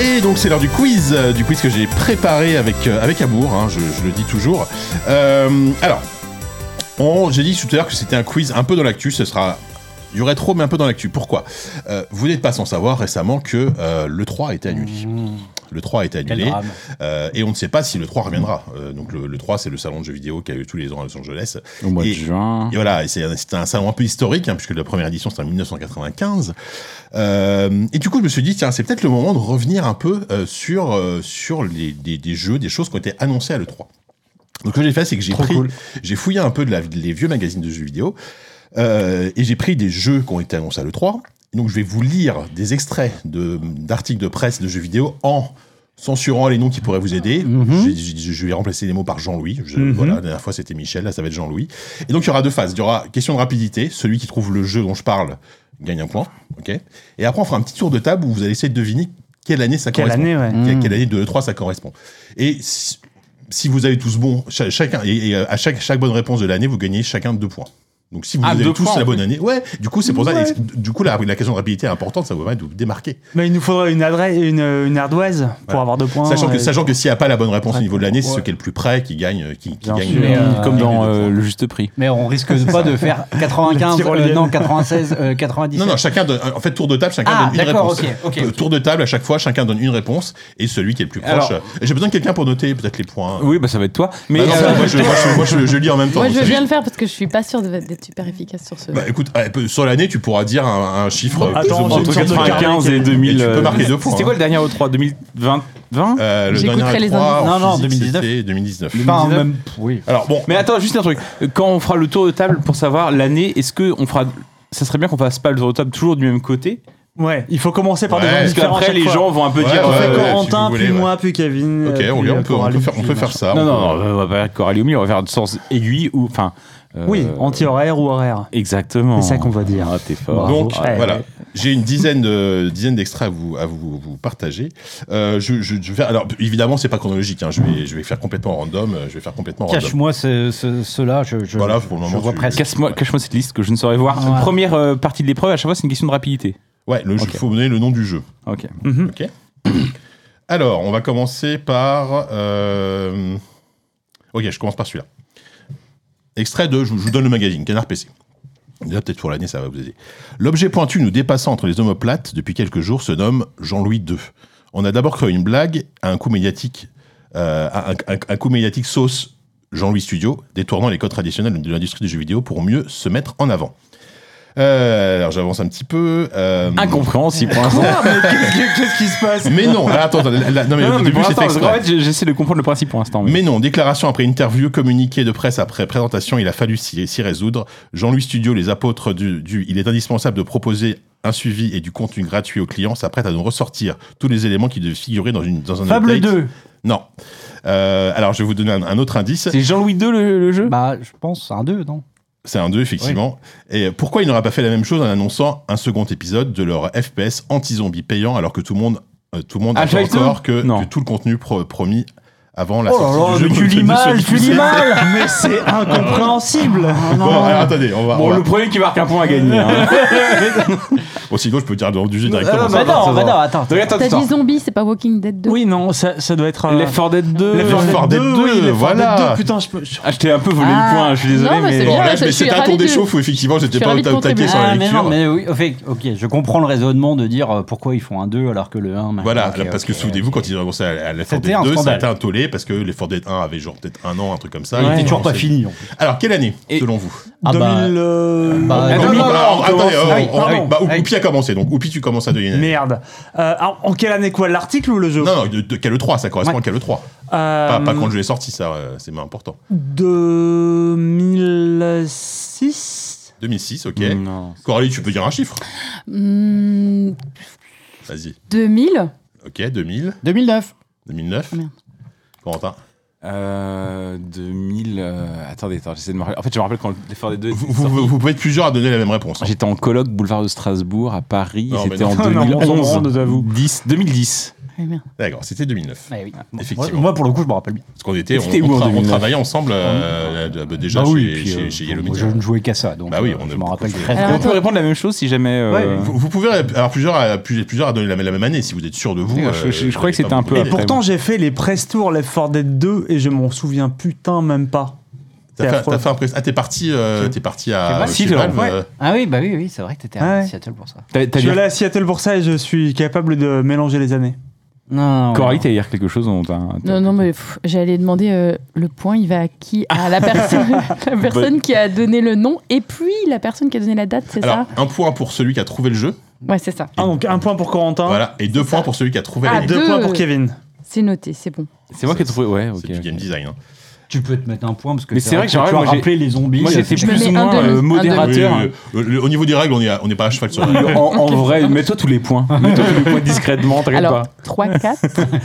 [SPEAKER 3] Et donc c'est l'heure du quiz, euh, du quiz que j'ai préparé avec, euh, avec amour, hein, je, je le dis toujours. Euh, alors, on- j'ai dit tout à l'heure que c'était un quiz un peu dans l'actu, ce sera... Il y aurait trop, mais un peu dans l'actu. Pourquoi Euh, Vous n'êtes pas sans savoir récemment que euh, le 3 a été annulé. Le 3 a été
[SPEAKER 6] Mmh. Quel
[SPEAKER 3] annulé.
[SPEAKER 6] drame.
[SPEAKER 3] euh, et on ne sait pas si le 3 reviendra. Euh, donc le, le 3, c'est le salon de jeux vidéo qui a eu tous les ans à Los Angeles.
[SPEAKER 4] Au mois
[SPEAKER 3] Et-
[SPEAKER 4] de juin.
[SPEAKER 3] Et voilà, et c'est un- c'est un salon un peu historique, hein, puisque la première édition, c'était en 1995. Euh, et du coup, je me suis dit, tiens, c'est peut-être le moment de revenir un peu euh, sur, euh, sur les, des, des jeux, des choses qui ont été annoncées à l'E3. Donc, ce que j'ai fait, c'est que j'ai pris, j'ai fouillé un peu de la, les vieux magazines de jeux vidéo, euh, et j'ai pris des jeux qui ont été annoncés à l'E3. Donc, je vais vous lire des extraits de, d'articles de presse de jeux vidéo en censurant les noms qui pourraient vous aider.
[SPEAKER 6] Mhm.
[SPEAKER 3] Je- je, je vais remplacer les mots par Jean-Louis. Je-
[SPEAKER 1] Mhm.
[SPEAKER 3] Voilà, la dernière fois, c'était Michel, là, ça va être Jean-Louis. Et donc, il y aura deux phases. Il y aura question de rapidité. Celui qui trouve le jeu dont je parle gagne un point. ok Et après, on fera un petit tour de table où vous allez essayer de deviner quelle année ça
[SPEAKER 1] Quelle
[SPEAKER 3] correspond.
[SPEAKER 1] année, ouais.
[SPEAKER 4] Hmm.
[SPEAKER 3] Quelle, quelle année de 3 ça correspond. Et si, si vous avez tous bon, cha- chacun, et, et à chaque, chaque bonne réponse de l'année, vous gagnez chacun deux points. Donc si vous
[SPEAKER 4] Ah,
[SPEAKER 3] avez
[SPEAKER 4] deux
[SPEAKER 3] tous
[SPEAKER 4] points, en
[SPEAKER 3] la bonne
[SPEAKER 4] plus.
[SPEAKER 3] année, ouais. Du coup, c'est pour
[SPEAKER 1] Ouais.
[SPEAKER 3] ça. Du coup, la, la question de rapidité est importante. Ça vous permet de vous démarquer.
[SPEAKER 1] Mais il nous faudrait une adresse, une, une ardoise pour
[SPEAKER 3] Voilà.
[SPEAKER 1] avoir deux points.
[SPEAKER 3] sachant que
[SPEAKER 1] et-
[SPEAKER 3] sachant que s'il n'y a pas la bonne réponse au
[SPEAKER 6] Ouais.
[SPEAKER 3] niveau de l'année, c'est
[SPEAKER 6] Ouais.
[SPEAKER 3] ce qui est le plus près qui gagne. Qui, qui
[SPEAKER 6] Bien
[SPEAKER 3] gagne
[SPEAKER 6] sûr.
[SPEAKER 3] le-
[SPEAKER 6] Mais, euh,
[SPEAKER 3] qui
[SPEAKER 4] comme
[SPEAKER 3] gagne
[SPEAKER 4] dans
[SPEAKER 3] le
[SPEAKER 4] euh,
[SPEAKER 3] point.
[SPEAKER 4] le juste prix.
[SPEAKER 6] Mais on risque pas de faire
[SPEAKER 1] La
[SPEAKER 6] 95,
[SPEAKER 1] tyrolienne.
[SPEAKER 6] euh, non 96, euh, 97.
[SPEAKER 3] Non, non, chacun donne, en fait, tour de table, chacun
[SPEAKER 6] Ah,
[SPEAKER 3] donne une
[SPEAKER 6] d'accord,
[SPEAKER 3] réponse.
[SPEAKER 6] ok, ok,
[SPEAKER 3] Euh,
[SPEAKER 6] ok.
[SPEAKER 3] Tour de table, à chaque fois, chacun donne une réponse, et celui qui est le plus proche.
[SPEAKER 4] Alors-
[SPEAKER 3] euh, J'ai besoin de quelqu'un pour noter peut-être les points.
[SPEAKER 4] Oui, bah ça va être toi. Mais
[SPEAKER 3] Bah non,
[SPEAKER 4] euh,
[SPEAKER 3] moi, je, moi, je- moi, je- je lis en même temps.
[SPEAKER 5] Moi,
[SPEAKER 3] donc
[SPEAKER 5] je
[SPEAKER 3] ça-
[SPEAKER 5] veux bien le faire parce que je suis pas sûre de- d'être super efficace sur ce.
[SPEAKER 3] Bah écoute, euh, peu- sur l'année, tu pourras dire un, un chiffre euh, plus
[SPEAKER 1] Attends,
[SPEAKER 3] ou moins.
[SPEAKER 1] on
[SPEAKER 4] entre
[SPEAKER 1] Une sorte de
[SPEAKER 4] 95 et
[SPEAKER 1] carnet.
[SPEAKER 4] 2000.
[SPEAKER 3] Et tu peux marquer
[SPEAKER 4] euh,
[SPEAKER 3] deux points,
[SPEAKER 4] C'était quoi le dernier E3 2020 20
[SPEAKER 3] Euh, le
[SPEAKER 5] J'écouterai
[SPEAKER 3] dernier
[SPEAKER 5] les
[SPEAKER 3] E3 en
[SPEAKER 6] indices. Non, non,
[SPEAKER 3] physique,
[SPEAKER 6] 2019.
[SPEAKER 3] c'était 2019.
[SPEAKER 6] Enfin, même, oui.
[SPEAKER 3] Alors bon,
[SPEAKER 4] Mais attends, juste un truc. Quand on fera le tour de table pour savoir l'année, est-ce que on fera. Ça serait bien qu'on fasse pas le tour de table toujours du même côté.
[SPEAKER 1] Ouais, il faut commencer par
[SPEAKER 3] Ouais,
[SPEAKER 1] des gens
[SPEAKER 3] parce
[SPEAKER 4] Parce
[SPEAKER 1] différents à
[SPEAKER 4] qu'après,
[SPEAKER 1] chaque
[SPEAKER 4] les
[SPEAKER 1] fois.
[SPEAKER 4] gens vont un peu
[SPEAKER 3] Ouais,
[SPEAKER 4] dire.
[SPEAKER 1] On
[SPEAKER 3] ouais,
[SPEAKER 1] fait
[SPEAKER 4] euh,
[SPEAKER 3] ouais, si
[SPEAKER 1] Corentin,
[SPEAKER 3] vous voulez,
[SPEAKER 1] puis
[SPEAKER 3] ouais.
[SPEAKER 1] moi, puis Kevin.
[SPEAKER 3] ok,
[SPEAKER 1] euh,
[SPEAKER 3] on,
[SPEAKER 1] puis,
[SPEAKER 3] regarde,
[SPEAKER 1] euh,
[SPEAKER 3] on, peut, on,
[SPEAKER 1] Coralie,
[SPEAKER 3] peut faire, on peut
[SPEAKER 1] puis
[SPEAKER 3] faire
[SPEAKER 1] machin.
[SPEAKER 3] ça.
[SPEAKER 4] Non,
[SPEAKER 3] on peut-
[SPEAKER 4] non, non, on va faire Coralie au milieu, on va faire de sens aiguille ou. Enfin. euh,
[SPEAKER 1] Oui, anti-horaire ou horaire.
[SPEAKER 4] Exactement.
[SPEAKER 1] C'est ça qu'on va dire.
[SPEAKER 4] Ah, t'es fort.
[SPEAKER 1] Bravo.
[SPEAKER 3] Donc eh,
[SPEAKER 1] Ouais.
[SPEAKER 3] voilà, j'ai une dizaine de dizaine d'extraits à vous à vous, vous partager. Euh, je, je, je vais alors évidemment c'est pas chronologique. Hein, je vais je vais faire complètement random. euh, Je vais faire complètement random.
[SPEAKER 6] Cache-moi ce, ce- cela, je, je,
[SPEAKER 3] Voilà, pour le moment,
[SPEAKER 6] je vois
[SPEAKER 3] tu-
[SPEAKER 6] presque.
[SPEAKER 4] Cache-moi cache-moi cette liste que je ne saurais voir.
[SPEAKER 6] Voilà.
[SPEAKER 4] Première euh, partie de l'épreuve, à chaque fois, c'est une question de rapidité.
[SPEAKER 3] Ouais, le jeu-
[SPEAKER 4] Ok.
[SPEAKER 3] faut donner le nom du jeu.
[SPEAKER 4] Ok.
[SPEAKER 1] Mhm.
[SPEAKER 3] Ok. Alors on va commencer par. euh, Ok, je commence par celui-là. Extrait de je vous je vous donne le magazine Canard PC. Déjà peut-être pour l'année ça va vous aider. L'objet pointu nous dépassant entre les omoplates depuis quelques jours se nomme Jean-Louis II. On a d'abord créé une blague à un coup médiatique, euh, à un, un- un coup médiatique sauce Jean-Louis Studio, détournant les codes traditionnels de l'industrie du jeu vidéo pour mieux se mettre en avant. Euh, alors j'avance un petit peu. euh,
[SPEAKER 4] Incompréhensible pour l'instant.
[SPEAKER 1] Qu'est-ce qui se passe
[SPEAKER 3] mais non, alors, attends, attends, la- la- non, mais
[SPEAKER 4] Non,
[SPEAKER 3] au
[SPEAKER 4] non, mais
[SPEAKER 3] début,
[SPEAKER 4] pour
[SPEAKER 3] c'était
[SPEAKER 4] l'instant,
[SPEAKER 3] exprès.
[SPEAKER 4] en fait, j'ai- j'essaie de comprendre le principe pour l'instant. mais-
[SPEAKER 3] Mais non, déclaration après interview, communiqué de presse après présentation, il a fallu s'y s'y résoudre. Jean-Louis Studio, les apôtres du, du- Il est indispensable de proposer un suivi et du contenu gratuit aux clients, s'apprête à nous ressortir tous les éléments qui devaient figurer dans, une, dans un
[SPEAKER 6] Fable
[SPEAKER 3] update.
[SPEAKER 6] 2.
[SPEAKER 3] Non. Euh, alors, je vais vous donner un, un autre indice.
[SPEAKER 4] C'est Jean-Louis II le, le jeu
[SPEAKER 6] Bah, je pense un 2, non
[SPEAKER 3] C'est un 2, effectivement. Et pourquoi il n'aura pas fait la même chose en annonçant un second épisode de leur FPS anti-zombie payant alors que tout le monde, euh, tout le monde
[SPEAKER 4] Half-Life
[SPEAKER 3] attend encore que,
[SPEAKER 4] Non.
[SPEAKER 3] que tout le contenu pro- promis avant la
[SPEAKER 6] Oh
[SPEAKER 3] sortie
[SPEAKER 6] là là,
[SPEAKER 3] du jeu
[SPEAKER 6] mais tu
[SPEAKER 3] de- de
[SPEAKER 6] lis mal,
[SPEAKER 3] celui
[SPEAKER 6] tu
[SPEAKER 3] qui
[SPEAKER 6] lis
[SPEAKER 3] sait.
[SPEAKER 6] mal
[SPEAKER 1] Mais c'est incompréhensible
[SPEAKER 3] Bon, alors, attendez, on va.
[SPEAKER 4] Bon,
[SPEAKER 3] on va-
[SPEAKER 4] le premier qui marque un point à gagner. hein.
[SPEAKER 3] Bon, sinon, je peux dire dans du jeu
[SPEAKER 4] Ah,
[SPEAKER 3] directement.
[SPEAKER 4] non,
[SPEAKER 3] ça
[SPEAKER 6] Bah
[SPEAKER 3] va.
[SPEAKER 6] non,
[SPEAKER 4] attends,
[SPEAKER 6] bah non,
[SPEAKER 4] attends.
[SPEAKER 6] attends.
[SPEAKER 4] Donc, attends,
[SPEAKER 5] T'as
[SPEAKER 4] attends.
[SPEAKER 5] dit zombie, c'est pas Walking Dead 2
[SPEAKER 1] Oui, non, ça, ça doit être. euh,
[SPEAKER 4] Left 4 Dead 2.
[SPEAKER 1] Left 4 Dead 2,
[SPEAKER 3] oui,
[SPEAKER 1] Left 4
[SPEAKER 3] voilà.
[SPEAKER 1] Dead 2, Putain, je peux. je-
[SPEAKER 4] Ah, je t'ai Ah, un peu volé
[SPEAKER 5] Ah.
[SPEAKER 4] le point, je suis désolé,
[SPEAKER 5] Non, mais c'est
[SPEAKER 4] mais.
[SPEAKER 3] Bon,
[SPEAKER 5] bien,
[SPEAKER 3] là,
[SPEAKER 5] ça,
[SPEAKER 3] mais
[SPEAKER 5] je suis
[SPEAKER 3] c'était un
[SPEAKER 5] ravie
[SPEAKER 3] tour
[SPEAKER 5] de-
[SPEAKER 3] d'échauffe où effectivement,
[SPEAKER 5] je
[SPEAKER 3] j'étais
[SPEAKER 5] suis
[SPEAKER 3] pas au
[SPEAKER 5] ravie de
[SPEAKER 3] ta- au taquet
[SPEAKER 5] contribuer.
[SPEAKER 3] sur la
[SPEAKER 6] Ah, mais
[SPEAKER 3] lecture.
[SPEAKER 6] non, mais oui, au fait, ok, je comprends le raisonnement de dire euh, pourquoi ils font un 2 alors que le 1. machin, euh,
[SPEAKER 3] Voilà,
[SPEAKER 6] ok,
[SPEAKER 3] là, parce que
[SPEAKER 6] ok,
[SPEAKER 3] souvenez-vous,
[SPEAKER 6] ok.
[SPEAKER 3] quand ils ont annoncé à à la Ford
[SPEAKER 6] C'était un
[SPEAKER 3] 2, ça a
[SPEAKER 6] scandale.
[SPEAKER 3] été un tollé parce que les Ford 1 avait genre peut-être un an, un truc comme ça.
[SPEAKER 6] Il
[SPEAKER 3] Ils
[SPEAKER 6] était toujours
[SPEAKER 3] ont
[SPEAKER 6] pas
[SPEAKER 3] lancé.
[SPEAKER 6] fini. en plus.
[SPEAKER 3] Alors, quelle année,
[SPEAKER 4] Et-
[SPEAKER 3] selon vous
[SPEAKER 6] Ah bah,
[SPEAKER 1] 2000, euh,
[SPEAKER 6] bah,
[SPEAKER 3] Encore
[SPEAKER 6] non,
[SPEAKER 3] Oupi,
[SPEAKER 6] non,
[SPEAKER 3] bah,
[SPEAKER 4] non, on
[SPEAKER 3] attendez,
[SPEAKER 4] commence-
[SPEAKER 3] euh,
[SPEAKER 6] ah oui,
[SPEAKER 3] on-
[SPEAKER 6] pardon.
[SPEAKER 3] bah, Oupi
[SPEAKER 6] Ah oui.
[SPEAKER 3] a commencé, donc Oupi, tu commences à deviner.
[SPEAKER 1] Ah, Merde. Euh, en- en quelle année quoi L'article ou le jeu
[SPEAKER 3] Non, non, de, de quel E3, ça correspond à quel E3.
[SPEAKER 1] Euh,
[SPEAKER 3] Pas, pas quand je l'ai sorti, ça, euh, c'est moins important.
[SPEAKER 1] 2006
[SPEAKER 3] 2006, ok.
[SPEAKER 4] Non.
[SPEAKER 3] Coralie, tu peux dire un chiffre
[SPEAKER 5] Hmm,
[SPEAKER 3] Vas-y.
[SPEAKER 5] 2000
[SPEAKER 3] Ok, 2000,
[SPEAKER 6] 2009.
[SPEAKER 3] 2009.
[SPEAKER 5] Ah, Merde.
[SPEAKER 3] Corentin.
[SPEAKER 4] Euh, 2000. euh, Attendez, attends, j'essaie de me rappeler. En fait, je me rappelle quand Left 4 Dead 2.
[SPEAKER 3] Vous,
[SPEAKER 4] était
[SPEAKER 3] vous-
[SPEAKER 4] sorti,
[SPEAKER 3] vous pouvez être plusieurs à donner la même réponse. hein.
[SPEAKER 4] J'étais en colloque boulevard de Strasbourg à Paris.
[SPEAKER 3] Non,
[SPEAKER 4] et
[SPEAKER 3] mais
[SPEAKER 4] C'était
[SPEAKER 3] non.
[SPEAKER 4] en
[SPEAKER 1] Non, on s'en
[SPEAKER 4] 2011.
[SPEAKER 1] rend, nous avoue.
[SPEAKER 4] 10, 2010.
[SPEAKER 5] Eh merde.
[SPEAKER 3] Ah, D'accord, c'était 2009.
[SPEAKER 6] Eh oui. Bon,
[SPEAKER 3] Effectivement.
[SPEAKER 6] Moi, pour le coup, je me rappelle bien.
[SPEAKER 3] Parce qu'on était, on,
[SPEAKER 4] C'était
[SPEAKER 3] on
[SPEAKER 4] où en
[SPEAKER 3] tra- on
[SPEAKER 4] 2009?
[SPEAKER 3] travaillait ensemble euh, euh, déjà
[SPEAKER 6] Bah
[SPEAKER 3] chez,
[SPEAKER 6] oui, puis,
[SPEAKER 3] chez-
[SPEAKER 6] euh,
[SPEAKER 3] chez Yellow
[SPEAKER 6] moi,
[SPEAKER 3] Media.
[SPEAKER 6] Je ne jouais qu'à ça, donc
[SPEAKER 3] Bah oui,
[SPEAKER 6] euh,
[SPEAKER 3] on
[SPEAKER 6] je
[SPEAKER 3] a
[SPEAKER 6] me
[SPEAKER 3] beaucoup
[SPEAKER 6] rappelle
[SPEAKER 3] joué.
[SPEAKER 6] très
[SPEAKER 5] Alors,
[SPEAKER 6] bien.
[SPEAKER 4] On peut répondre la même chose si jamais. euh,
[SPEAKER 3] Vous, vous pouvez alors plusieurs à, plus- plusieurs à donner la, la même année si vous êtes sûr de vous. euh,
[SPEAKER 4] Ouais, je- je- je
[SPEAKER 3] vous
[SPEAKER 4] croyais que
[SPEAKER 3] n'allez
[SPEAKER 4] c'était
[SPEAKER 3] pas
[SPEAKER 4] un
[SPEAKER 3] vous
[SPEAKER 4] peu
[SPEAKER 1] Et
[SPEAKER 3] tromper.
[SPEAKER 4] après,
[SPEAKER 1] pourtant, j'ai fait les press tours Left 4 Dead 2 et je m'en souviens putain même pas.
[SPEAKER 3] T'as
[SPEAKER 1] c'est
[SPEAKER 3] fait,
[SPEAKER 1] affreux.
[SPEAKER 3] t'as fait un press- Ah, t'es parti, euh, t'es parti à.
[SPEAKER 4] Valve.
[SPEAKER 3] chez
[SPEAKER 4] Si,
[SPEAKER 3] Valve,
[SPEAKER 4] ouais.
[SPEAKER 3] euh,
[SPEAKER 6] Ah oui, bah oui, oui, c'est vrai que t'étais à
[SPEAKER 1] Ouais.
[SPEAKER 6] Seattle pour ça.
[SPEAKER 4] T'as
[SPEAKER 1] Je
[SPEAKER 4] t'as
[SPEAKER 1] suis
[SPEAKER 4] dit
[SPEAKER 1] allé à Seattle pour ça et je suis capable de mélanger les années.
[SPEAKER 6] Non, non,
[SPEAKER 4] Coralie,
[SPEAKER 6] non.
[SPEAKER 4] t'allais dire quelque chose dont t'as- t'as-
[SPEAKER 5] Non, non, mais pff, j'allais demander euh, le point, il va à qui À la, personne la personne qui a donné le nom et puis la personne qui a donné la date, c'est
[SPEAKER 3] Alors,
[SPEAKER 5] ça
[SPEAKER 3] un point pour celui qui a trouvé le jeu,
[SPEAKER 5] Ouais, c'est ça.
[SPEAKER 1] Ah, donc un point pour Corentin
[SPEAKER 3] voilà, et deux points pour celui qui a trouvé
[SPEAKER 5] Hein, Ah,
[SPEAKER 3] la
[SPEAKER 1] et deux,
[SPEAKER 5] deux.
[SPEAKER 1] points pour Kevin.
[SPEAKER 5] C'est noté, c'est bon.
[SPEAKER 4] C'est moi qui ai trouvé. Ouais, ok.
[SPEAKER 3] C'est du game design. hein.
[SPEAKER 6] Tu peux te mettre un point parce que
[SPEAKER 4] Mais c'est vrai que j'aurais-
[SPEAKER 6] tu as
[SPEAKER 4] moi, j'ai-
[SPEAKER 6] rappelé les zombies. euh,
[SPEAKER 4] Moi, j'étais
[SPEAKER 5] Je me
[SPEAKER 4] plus
[SPEAKER 5] mets
[SPEAKER 4] ou
[SPEAKER 5] un
[SPEAKER 4] moins
[SPEAKER 5] demi,
[SPEAKER 4] euh,
[SPEAKER 5] un
[SPEAKER 4] modérateur.
[SPEAKER 5] hein.
[SPEAKER 3] Oui, oui, oui. Le- au niveau des règles, on est à- on n'est pas à cheval sur la
[SPEAKER 4] En, en vrai, mets-toi tous les points. Mets-toi tous les points discrètement, t'inquiète
[SPEAKER 5] Alors,
[SPEAKER 4] pas.
[SPEAKER 5] 3, 4.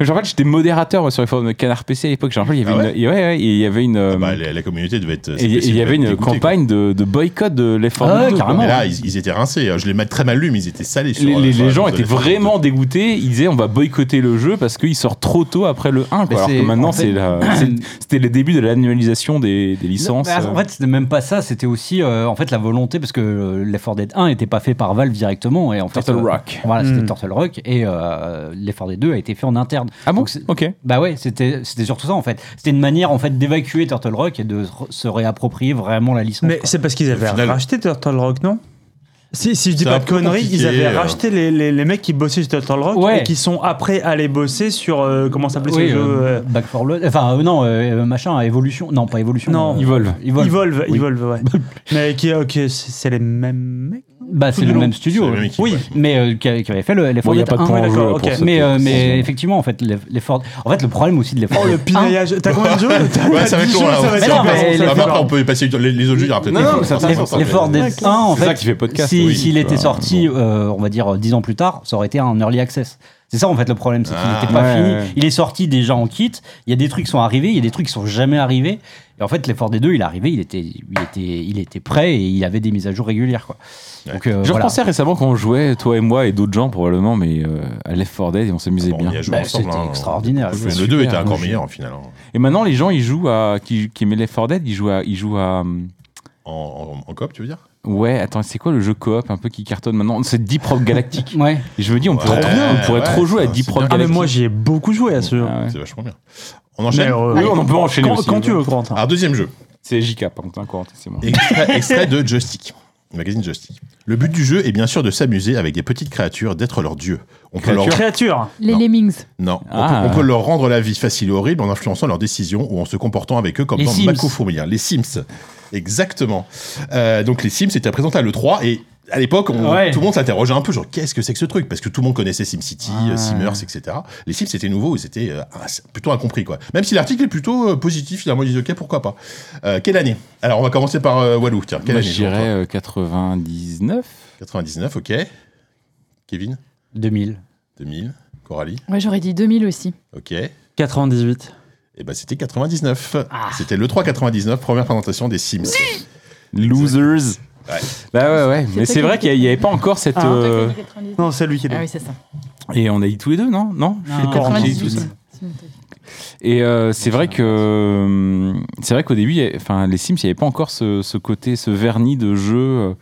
[SPEAKER 4] Je rappelle, j'étais modérateur moi, sur les forums de Canard PC à l'époque. Je rappelle, il y avait
[SPEAKER 3] Ah
[SPEAKER 4] une, et ouais, ouais, et il y avait une, euh,
[SPEAKER 3] Bah, la, la communauté devait être.
[SPEAKER 4] et il y- il y avait une campagne de, de boycott de les forums.
[SPEAKER 6] Ah ouais,
[SPEAKER 4] de-
[SPEAKER 6] carrément.
[SPEAKER 3] Mais là, ils, ils étaient rincés. hein. Je les mets très mal lus, mais ils étaient salés. Sur, euh,
[SPEAKER 4] Les, les-
[SPEAKER 3] sur-
[SPEAKER 4] les gens
[SPEAKER 3] sur-
[SPEAKER 4] étaient
[SPEAKER 3] sur-
[SPEAKER 4] vraiment dégoûtés. Ils disaient on va boycotter le jeu parce qu'il sort trop tôt après le 1. Quoi.
[SPEAKER 6] Mais
[SPEAKER 4] Alors que
[SPEAKER 6] c'est-
[SPEAKER 4] maintenant,
[SPEAKER 6] en fait-
[SPEAKER 4] c'est la- c'est- c'était les débuts de l'annualisation des, des licences.
[SPEAKER 6] Non, mais
[SPEAKER 4] euh.
[SPEAKER 6] Bah, en fait, c'était même pas ça, c'était aussi euh, en fait la volonté parce que euh, l'effort Dead 1 n'était pas fait par Valve directement et en fait
[SPEAKER 4] Turtle
[SPEAKER 6] euh,
[SPEAKER 4] Rock.
[SPEAKER 6] Voilà, c'était
[SPEAKER 1] Hmm.
[SPEAKER 6] Turtle Rock et euh, l'effort des deux a été fait en interne.
[SPEAKER 4] Ah bon
[SPEAKER 6] Donc, c'est-
[SPEAKER 4] Ok.
[SPEAKER 6] Bah ouais, c'était c'était surtout ça en fait. C'était une manière en fait d'évacuer Turtle Rock et de re- se réapproprier vraiment la licence.
[SPEAKER 1] Mais
[SPEAKER 6] quoi.
[SPEAKER 1] c'est parce qu'ils avaient
[SPEAKER 3] Au final-
[SPEAKER 1] racheté Turtle Rock, non si, si je dis
[SPEAKER 3] C'est un
[SPEAKER 1] pas de
[SPEAKER 3] peu
[SPEAKER 1] conneries, ils
[SPEAKER 3] compliqué,
[SPEAKER 1] avaient
[SPEAKER 3] euh.
[SPEAKER 1] racheté les, les, les mecs qui bossaient sur Turtle Rock
[SPEAKER 6] Ouais.
[SPEAKER 1] et qui sont après allés bosser sur. euh, comment s'appelait
[SPEAKER 6] Oui,
[SPEAKER 1] ce jeu
[SPEAKER 6] euh,
[SPEAKER 1] euh,
[SPEAKER 6] Back for Blood. Enfin euh, non, euh, machin, évolution. Non, pas évolution.
[SPEAKER 1] Non.
[SPEAKER 6] euh,
[SPEAKER 4] Evolve.
[SPEAKER 6] Evolve.
[SPEAKER 1] Evolve,
[SPEAKER 6] Oui.
[SPEAKER 1] Evolve, ouais. Mais qui, ok, c'est c'est les mêmes mecs
[SPEAKER 6] Bah c'est
[SPEAKER 1] Tout
[SPEAKER 6] le
[SPEAKER 1] du
[SPEAKER 6] même
[SPEAKER 1] long.
[SPEAKER 3] sur-
[SPEAKER 6] studio.
[SPEAKER 3] sur la même équipe,
[SPEAKER 1] Oui.
[SPEAKER 3] ouais.
[SPEAKER 6] mais euh, qui, avait, qui avait fait le l'effort
[SPEAKER 4] Bon, il n'y a
[SPEAKER 6] Dead
[SPEAKER 4] pas de
[SPEAKER 6] 1.
[SPEAKER 4] point en jeu
[SPEAKER 1] d'accord,
[SPEAKER 4] pour
[SPEAKER 1] ok.
[SPEAKER 4] cette
[SPEAKER 6] Mais, euh, mais
[SPEAKER 4] précision.
[SPEAKER 6] effectivement, en fait, l'eff- l'effort. En fait, le problème aussi de l'effort.
[SPEAKER 1] Oh, le
[SPEAKER 6] Dead 1,
[SPEAKER 1] pinaillage T'as combien de jeux T'as-
[SPEAKER 3] Ouais,
[SPEAKER 1] t'as
[SPEAKER 3] ça va être
[SPEAKER 1] dix
[SPEAKER 3] long
[SPEAKER 1] jeux,
[SPEAKER 3] là.
[SPEAKER 1] ça va
[SPEAKER 3] ouais.
[SPEAKER 1] être Ah, long.
[SPEAKER 6] Mais non,
[SPEAKER 3] C'est pas-
[SPEAKER 6] mais
[SPEAKER 3] c'est
[SPEAKER 6] les
[SPEAKER 3] pas-
[SPEAKER 6] efforts-
[SPEAKER 3] Après, on peut passer les, les autres jeux. il y aura peut-être
[SPEAKER 4] Non,
[SPEAKER 3] des- hein.
[SPEAKER 4] non, mais
[SPEAKER 3] des-
[SPEAKER 4] ça
[SPEAKER 3] des-
[SPEAKER 4] t'intéresse.
[SPEAKER 3] des-
[SPEAKER 6] L'effort
[SPEAKER 3] des-
[SPEAKER 6] Dead 1, en
[SPEAKER 4] C'est ça
[SPEAKER 6] fait,
[SPEAKER 4] qui fait podcast. Bah,
[SPEAKER 6] si-
[SPEAKER 3] oui,
[SPEAKER 6] s'il
[SPEAKER 3] tu
[SPEAKER 6] était
[SPEAKER 3] vois,
[SPEAKER 6] sorti,
[SPEAKER 3] bon.
[SPEAKER 6] euh, on va dire, euh, 10 ans plus tard, ça aurait été un early access. C'est ça, en fait, le problème, c'est qu'il
[SPEAKER 3] Ah.
[SPEAKER 6] n'était pas
[SPEAKER 4] Ouais,
[SPEAKER 6] fini.
[SPEAKER 4] ouais.
[SPEAKER 6] Il est sorti déjà en kit. Il y a des trucs qui sont arrivés, il y a des trucs qui sont jamais arrivés. Et en fait, l'effort des deux, il est arrivé, il était, il était, il était prêt et il avait des mises à jour régulières, quoi. Donc, euh,
[SPEAKER 4] Je
[SPEAKER 6] voilà.
[SPEAKER 4] repensais récemment quand on jouait, toi et moi et d'autres gens probablement, mais euh, à Left 4 Dead et on s'amusait
[SPEAKER 3] On
[SPEAKER 4] bien.
[SPEAKER 3] y a joué
[SPEAKER 6] Bah,
[SPEAKER 3] ensemble,
[SPEAKER 6] c'était
[SPEAKER 3] hein.
[SPEAKER 6] extraordinaire.
[SPEAKER 3] Le 2 était encore meilleur en finale. hein.
[SPEAKER 4] Et maintenant, les gens, ils jouent à. qui, qui aimaient Left 4 Dead, ils jouent à. Ils jouent à hum,
[SPEAKER 3] En, en, en coop, tu veux dire
[SPEAKER 4] ouais, attends, c'est quoi le jeu coop un peu qui cartonne maintenant C'est Deep Rock Galactic.
[SPEAKER 6] Ouais.
[SPEAKER 4] Et je me dis, on
[SPEAKER 3] Ouais,
[SPEAKER 4] pourrait, trop- on pourrait
[SPEAKER 3] ouais,
[SPEAKER 4] trop jouer à
[SPEAKER 3] ça,
[SPEAKER 4] Deep
[SPEAKER 3] c'est
[SPEAKER 4] Rock
[SPEAKER 3] bien.
[SPEAKER 1] Ah, mais
[SPEAKER 4] Galactic.
[SPEAKER 1] moi j'y ai beaucoup joué à ce jeu.
[SPEAKER 4] Ah ouais.
[SPEAKER 3] C'est vachement bien. On enchaîne.
[SPEAKER 1] Mais, euh,
[SPEAKER 4] Oui, on peut enchaîner
[SPEAKER 1] quand,
[SPEAKER 4] aussi.
[SPEAKER 1] quand tu veux, Corentin.
[SPEAKER 3] Alors, deuxième jeu.
[SPEAKER 4] C'est JK, par contre, hein, Corentin, c'est moi.
[SPEAKER 3] Extrait, extrait de Joystick, le magazine Joystick. Le but du jeu est bien sûr de s'amuser avec des petites créatures, d'être leur dieu. On peut leur,
[SPEAKER 4] Créatures
[SPEAKER 1] Créature
[SPEAKER 5] Les
[SPEAKER 3] Non.
[SPEAKER 5] Lemmings.
[SPEAKER 3] non, on peut-
[SPEAKER 4] Ah.
[SPEAKER 3] on peut, leur rendre la vie facile ou horrible en influençant leurs décisions ou en se comportant avec eux comme
[SPEAKER 6] Les
[SPEAKER 3] dans
[SPEAKER 6] Sims.
[SPEAKER 3] Mako Fourmilière. Les Sims. Exactement. Euh, donc les Sims étaient présents à l'E3 et à l'époque, on-
[SPEAKER 6] Ouais.
[SPEAKER 3] tout le monde s'interrogeait un peu, genre, qu'est-ce que c'est que ce truc Parce que tout le monde connaissait euh, SimCity,
[SPEAKER 4] Ah.
[SPEAKER 3] Simers, etc. Les Sims, c'était nouveau et c'était euh, ah, c'est plutôt incompris, quoi. Même si l'article est plutôt euh, positif, finalement, ils disent, ok, pourquoi pas. Euh, quelle année Alors, on va commencer par euh, Walou, tiens. Quelle
[SPEAKER 4] Moi,
[SPEAKER 3] année
[SPEAKER 4] je
[SPEAKER 3] selon toi
[SPEAKER 4] dirais euh, 99.
[SPEAKER 3] 99, ok. Kevin,
[SPEAKER 6] 2000.
[SPEAKER 3] 2000. Coralie,
[SPEAKER 5] Ouais, j'aurais dit 2000 aussi.
[SPEAKER 3] ok. Et
[SPEAKER 1] 98.
[SPEAKER 3] ben c'était 99. C'était le 3 99, première présentation des Sims.
[SPEAKER 4] Losers.
[SPEAKER 3] Ouais.
[SPEAKER 4] Bah ouais, ouais. Mais
[SPEAKER 5] toi
[SPEAKER 4] c'est
[SPEAKER 5] qui
[SPEAKER 4] vrai
[SPEAKER 5] dis-
[SPEAKER 4] qu'il n'y avait pas encore cette.
[SPEAKER 1] Ah.
[SPEAKER 4] euh,
[SPEAKER 1] Non, c'est lui qui est.
[SPEAKER 5] Ah oui, c'est ça.
[SPEAKER 4] Et on a dit tous les deux, non Non Je sais
[SPEAKER 6] Non,
[SPEAKER 4] pas, on a dit
[SPEAKER 5] 98.
[SPEAKER 4] tous.
[SPEAKER 5] C'est noté.
[SPEAKER 4] Et euh, c'est vrai que euh, c'est vrai qu'au début, il y avait- enfin les Sims, il n'y avait pas encore ce, ce côté, ce vernis de jeu euh,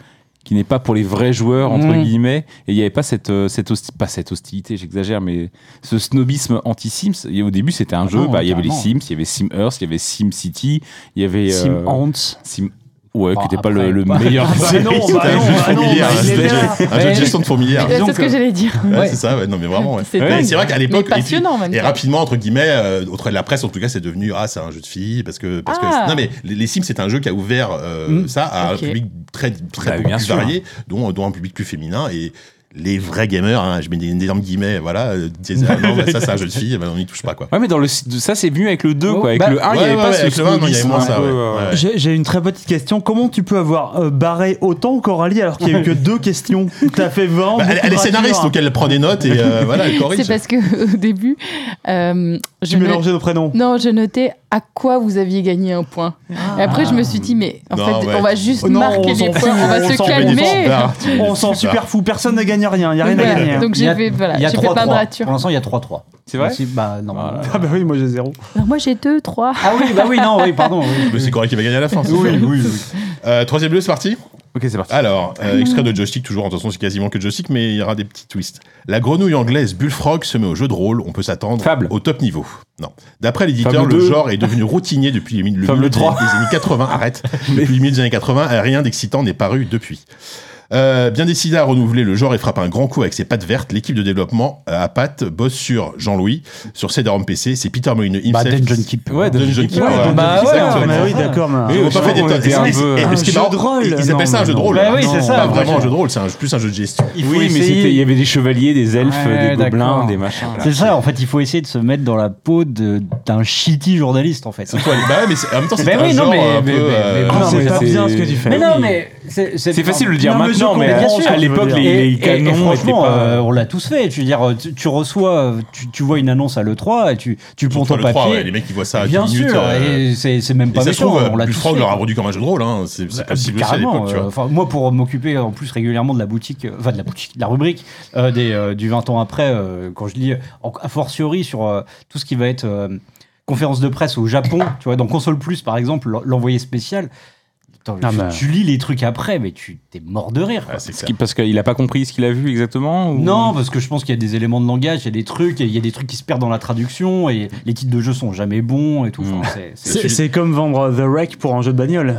[SPEAKER 4] qui n'est pas pour les vrais joueurs entre
[SPEAKER 6] Mm.
[SPEAKER 4] guillemets. Et il n'y avait pas cette, euh, cette hosti- pas cette hostilité, j'exagère, mais ce snobisme anti-Sims. Et au début, c'était un
[SPEAKER 6] Ah
[SPEAKER 4] jeu.
[SPEAKER 6] non,
[SPEAKER 4] bah, il y avait les
[SPEAKER 6] carrément.
[SPEAKER 4] Sims, il y avait Sim Earth, il y avait Sim City, il y avait euh,
[SPEAKER 6] Sim Ants.
[SPEAKER 4] Sim- Ouais,
[SPEAKER 6] Bon,
[SPEAKER 4] qui n'était pas
[SPEAKER 6] après,
[SPEAKER 4] le, le
[SPEAKER 6] bah-
[SPEAKER 4] meilleur.
[SPEAKER 1] Bah non,
[SPEAKER 3] C'était
[SPEAKER 1] bah
[SPEAKER 3] un
[SPEAKER 1] non,
[SPEAKER 3] jeu de
[SPEAKER 1] bah non,
[SPEAKER 3] fourmilière,
[SPEAKER 1] bah
[SPEAKER 3] un
[SPEAKER 1] il
[SPEAKER 3] jeu
[SPEAKER 1] est
[SPEAKER 3] de-
[SPEAKER 1] là.
[SPEAKER 3] un jeu de
[SPEAKER 6] Ouais.
[SPEAKER 3] gestion de fourmilière.
[SPEAKER 5] C'est
[SPEAKER 6] donc,
[SPEAKER 5] ce que
[SPEAKER 6] euh,
[SPEAKER 5] j'allais dire.
[SPEAKER 3] Ouais,
[SPEAKER 6] Ouais.
[SPEAKER 3] c'est ça, ouais, non mais vraiment. ouais.
[SPEAKER 5] C'est
[SPEAKER 3] Mais
[SPEAKER 5] dingue.
[SPEAKER 3] c'est vrai qu'à
[SPEAKER 5] Mais
[SPEAKER 3] l'époque, et puis-
[SPEAKER 5] passionnant en même
[SPEAKER 3] et
[SPEAKER 5] temps.
[SPEAKER 3] rapidement entre guillemets, euh, auprès de la presse en tout cas, c'est devenu ah c'est un jeu de filles parce que parce
[SPEAKER 5] Ah.
[SPEAKER 3] que non mais les, les Sims c'est un jeu qui a ouvert euh,
[SPEAKER 6] Mm.
[SPEAKER 3] ça à
[SPEAKER 5] Ok.
[SPEAKER 3] un public très très
[SPEAKER 4] Bah,
[SPEAKER 3] beaucoup
[SPEAKER 4] bien
[SPEAKER 3] plus
[SPEAKER 4] sûr.
[SPEAKER 3] varié, dont dont un public plus féminin et les vrais gamers, hein, je mets des énormes guillemets, voilà, euh, disaient, ah, non, bah, ça c'est un jeu de filles, bah, on n'y touche pas quoi.
[SPEAKER 4] Ouais, mais dans le ça, c'est venu avec le 2,
[SPEAKER 6] Oh,
[SPEAKER 4] quoi. Avec
[SPEAKER 6] bah,
[SPEAKER 4] le 1, il n'y
[SPEAKER 3] ouais,
[SPEAKER 4] avait
[SPEAKER 3] ouais,
[SPEAKER 4] pas
[SPEAKER 3] ouais,
[SPEAKER 4] ce
[SPEAKER 3] avec le 1, non, il y avait
[SPEAKER 4] snobisme
[SPEAKER 3] moins
[SPEAKER 4] un
[SPEAKER 3] ça,
[SPEAKER 4] peu,
[SPEAKER 3] ouais.
[SPEAKER 4] euh,
[SPEAKER 3] Ouais.
[SPEAKER 1] J'ai j'ai une très petite question. Comment tu peux avoir euh, barré autant Coralie alors qu'il n'y a eu que deux questions T'as fait 20.
[SPEAKER 3] Bah, elle, elle est
[SPEAKER 1] hein.
[SPEAKER 3] scénariste, donc elle prend des notes et euh, voilà, elle corrige.
[SPEAKER 5] C'est parce que au début, euh, je
[SPEAKER 1] Tu
[SPEAKER 5] me-
[SPEAKER 1] mélangeais nos prénoms.
[SPEAKER 5] non, je notais à quoi vous aviez gagné un point. Et après, je me suis dit, mais en
[SPEAKER 3] Non,
[SPEAKER 5] fait,
[SPEAKER 3] ouais.
[SPEAKER 5] on va juste
[SPEAKER 1] Oh non,
[SPEAKER 5] marquer
[SPEAKER 1] on
[SPEAKER 5] les
[SPEAKER 1] s'en
[SPEAKER 5] points,
[SPEAKER 1] fout,
[SPEAKER 5] on va
[SPEAKER 1] on
[SPEAKER 5] se
[SPEAKER 1] s'en fout,
[SPEAKER 3] Ah, Mais des
[SPEAKER 5] calmer.
[SPEAKER 3] standards, tu-
[SPEAKER 1] On s'en
[SPEAKER 3] tu pars.
[SPEAKER 1] super fou. Personne ne gagne rien. Il n'y a rien
[SPEAKER 5] Voilà.
[SPEAKER 1] à gagner. hein.
[SPEAKER 5] Donc
[SPEAKER 6] Il y
[SPEAKER 5] j'ai
[SPEAKER 6] a-
[SPEAKER 5] fait, voilà,
[SPEAKER 6] il y a
[SPEAKER 5] j'ai fait
[SPEAKER 6] 3-3.
[SPEAKER 5] plein de
[SPEAKER 6] Pour
[SPEAKER 5] ratures.
[SPEAKER 6] l'instant, il y a 3-3.
[SPEAKER 4] C'est vrai
[SPEAKER 6] Aussi, Bah, normalement.
[SPEAKER 1] Ah bah oui, moi j'ai zéro.
[SPEAKER 5] Alors moi, j'ai deux, trois.
[SPEAKER 6] Ah oui, bah oui, non, oui, pardon. oui.
[SPEAKER 3] Mais c'est correct qui va gagner à la fin. c'est
[SPEAKER 6] Oui,
[SPEAKER 3] sûr.
[SPEAKER 6] oui,
[SPEAKER 3] Euh, troisième jeu, c'est parti.
[SPEAKER 4] Ok, c'est parti.
[SPEAKER 3] Alors, euh, extrait de joystick, toujours, attention, c'est quasiment que joystick, mais il y aura des petits twists. La grenouille anglaise Bullfrog se met au jeu de rôle, on peut s'attendre
[SPEAKER 4] Fable.
[SPEAKER 3] au top niveau. Non. D'après l'éditeur,
[SPEAKER 4] Fable
[SPEAKER 3] le
[SPEAKER 4] deux.
[SPEAKER 3] genre est devenu routinier depuis le milieu
[SPEAKER 4] Fable
[SPEAKER 3] des-
[SPEAKER 4] trois.
[SPEAKER 3] des années 80. Arrête. Depuis le milieu des années 80, rien d'excitant n'est paru depuis. Euh, bien décidé à renouveler le genre et frappe un grand coup avec ses pattes vertes, l'équipe de développement euh, à pattes bosse sur Jean-Louis, sur CD-ROM PC, c'est Peter Molyneux himself.
[SPEAKER 6] Bah, Dungeon Keep.
[SPEAKER 4] Ouais, Dungeon
[SPEAKER 3] Dungeon
[SPEAKER 4] Keep.
[SPEAKER 3] Keeper,
[SPEAKER 4] Ah Ouais,
[SPEAKER 3] voilà.
[SPEAKER 9] bah ouais,
[SPEAKER 3] Exactement.
[SPEAKER 1] Ah, mais oui, d'accord. mais-
[SPEAKER 3] Ils ont pas fait des
[SPEAKER 4] on
[SPEAKER 3] tonnes.
[SPEAKER 4] était
[SPEAKER 3] Et-
[SPEAKER 4] un
[SPEAKER 3] et-
[SPEAKER 4] peu-
[SPEAKER 3] et-
[SPEAKER 4] un
[SPEAKER 3] ce qui est
[SPEAKER 6] jeu
[SPEAKER 3] marrant,
[SPEAKER 6] de rôle.
[SPEAKER 3] Ils ils
[SPEAKER 6] Non,
[SPEAKER 3] appellent ça un
[SPEAKER 6] mais
[SPEAKER 3] jeu de
[SPEAKER 6] non.
[SPEAKER 3] rôle.
[SPEAKER 6] Bah oui, c'est
[SPEAKER 3] C'est
[SPEAKER 6] ça,
[SPEAKER 3] pas
[SPEAKER 6] ouais,
[SPEAKER 3] vraiment un
[SPEAKER 6] genre.
[SPEAKER 3] jeu de rôle, c'est un- plus un jeu de gestion.
[SPEAKER 6] Il faut
[SPEAKER 4] Oui, mais
[SPEAKER 6] essayer-
[SPEAKER 4] c'était- il y avait des chevaliers, des elfes,
[SPEAKER 6] Ouais,
[SPEAKER 4] des gobelins,
[SPEAKER 6] d'accord.
[SPEAKER 4] des machins. voilà.
[SPEAKER 6] C'est ça, en fait, il faut essayer de se mettre dans la peau de- d'un shitty journaliste, en fait.
[SPEAKER 3] C'est quoi le- Bah ouais, mais c'est- en même temps, c'est
[SPEAKER 6] Ben
[SPEAKER 3] un
[SPEAKER 6] oui, non,
[SPEAKER 3] genre
[SPEAKER 6] mais-
[SPEAKER 3] un
[SPEAKER 6] mais-
[SPEAKER 3] peu.
[SPEAKER 6] mais-
[SPEAKER 3] euh,
[SPEAKER 6] mais
[SPEAKER 1] Ah,
[SPEAKER 6] bon,
[SPEAKER 1] c'est
[SPEAKER 4] mais
[SPEAKER 1] pas
[SPEAKER 4] c'est-
[SPEAKER 1] bien ce que tu fais.
[SPEAKER 6] Mais non,
[SPEAKER 1] Oui.
[SPEAKER 6] mais c'est
[SPEAKER 4] C'est facile de le dire
[SPEAKER 1] Non, mais je
[SPEAKER 4] maintenant, mais
[SPEAKER 1] comprends
[SPEAKER 4] à-
[SPEAKER 1] ce que tu
[SPEAKER 4] à
[SPEAKER 1] veux
[SPEAKER 4] l'époque,
[SPEAKER 1] dire.
[SPEAKER 4] les,
[SPEAKER 6] Et-
[SPEAKER 4] les
[SPEAKER 6] et- et
[SPEAKER 4] canons étaient
[SPEAKER 6] franchement,
[SPEAKER 4] pas.
[SPEAKER 6] euh, on l'a tous fait. Je veux dire, tu, tu reçois, euh, tu, tu vois une annonce à l'E3, et tu, tu prends
[SPEAKER 3] surtout
[SPEAKER 6] ton
[SPEAKER 3] le 3, ouais,
[SPEAKER 6] papier.
[SPEAKER 3] les mecs qui voient ça à 10
[SPEAKER 6] bien
[SPEAKER 3] minutes.
[SPEAKER 6] sûr,
[SPEAKER 3] euh,
[SPEAKER 6] et c'est c'est même
[SPEAKER 3] Et
[SPEAKER 6] pas
[SPEAKER 3] ça se
[SPEAKER 6] méchant.
[SPEAKER 3] trouve,
[SPEAKER 6] on l'a
[SPEAKER 3] plus
[SPEAKER 6] tous
[SPEAKER 3] Frog
[SPEAKER 6] fait.
[SPEAKER 3] l'aura produit comme un jeu de rôle, hein. c'est c'est possible aussi à
[SPEAKER 6] Carrément,
[SPEAKER 3] l'époque, tu
[SPEAKER 6] euh,
[SPEAKER 3] vois.
[SPEAKER 6] enfin, moi, pour m'occuper en plus régulièrement de la boutique, euh, enfin de la boutique, de la rubrique euh, des, euh, du 20 ans après, euh, quand je lis euh, en- a fortiori sur euh, tout ce qui va être euh, conférence de presse au Japon, tu vois, dans Console Plus par exemple, l'en- l'envoyé spécial. Attends,
[SPEAKER 1] Ah
[SPEAKER 6] tu,
[SPEAKER 1] bah.
[SPEAKER 6] tu lis les trucs après, mais tu t'es mort de rire. quoi.
[SPEAKER 3] Ah, c'est
[SPEAKER 4] Ce
[SPEAKER 3] clair.
[SPEAKER 4] qui- Parce qu'il a pas compris ce qu'il a vu exactement ou-
[SPEAKER 6] Non, parce que je pense qu'il y a des éléments de langage, il y a des trucs, et il y a des trucs qui se perdent dans la traduction, et les titres de jeux sont jamais bons et tout.
[SPEAKER 4] Mm.
[SPEAKER 1] Hmm.
[SPEAKER 6] Enfin, c'est- c'est-
[SPEAKER 1] C'est c'est comme vendre The Wreck pour un jeu de bagnole.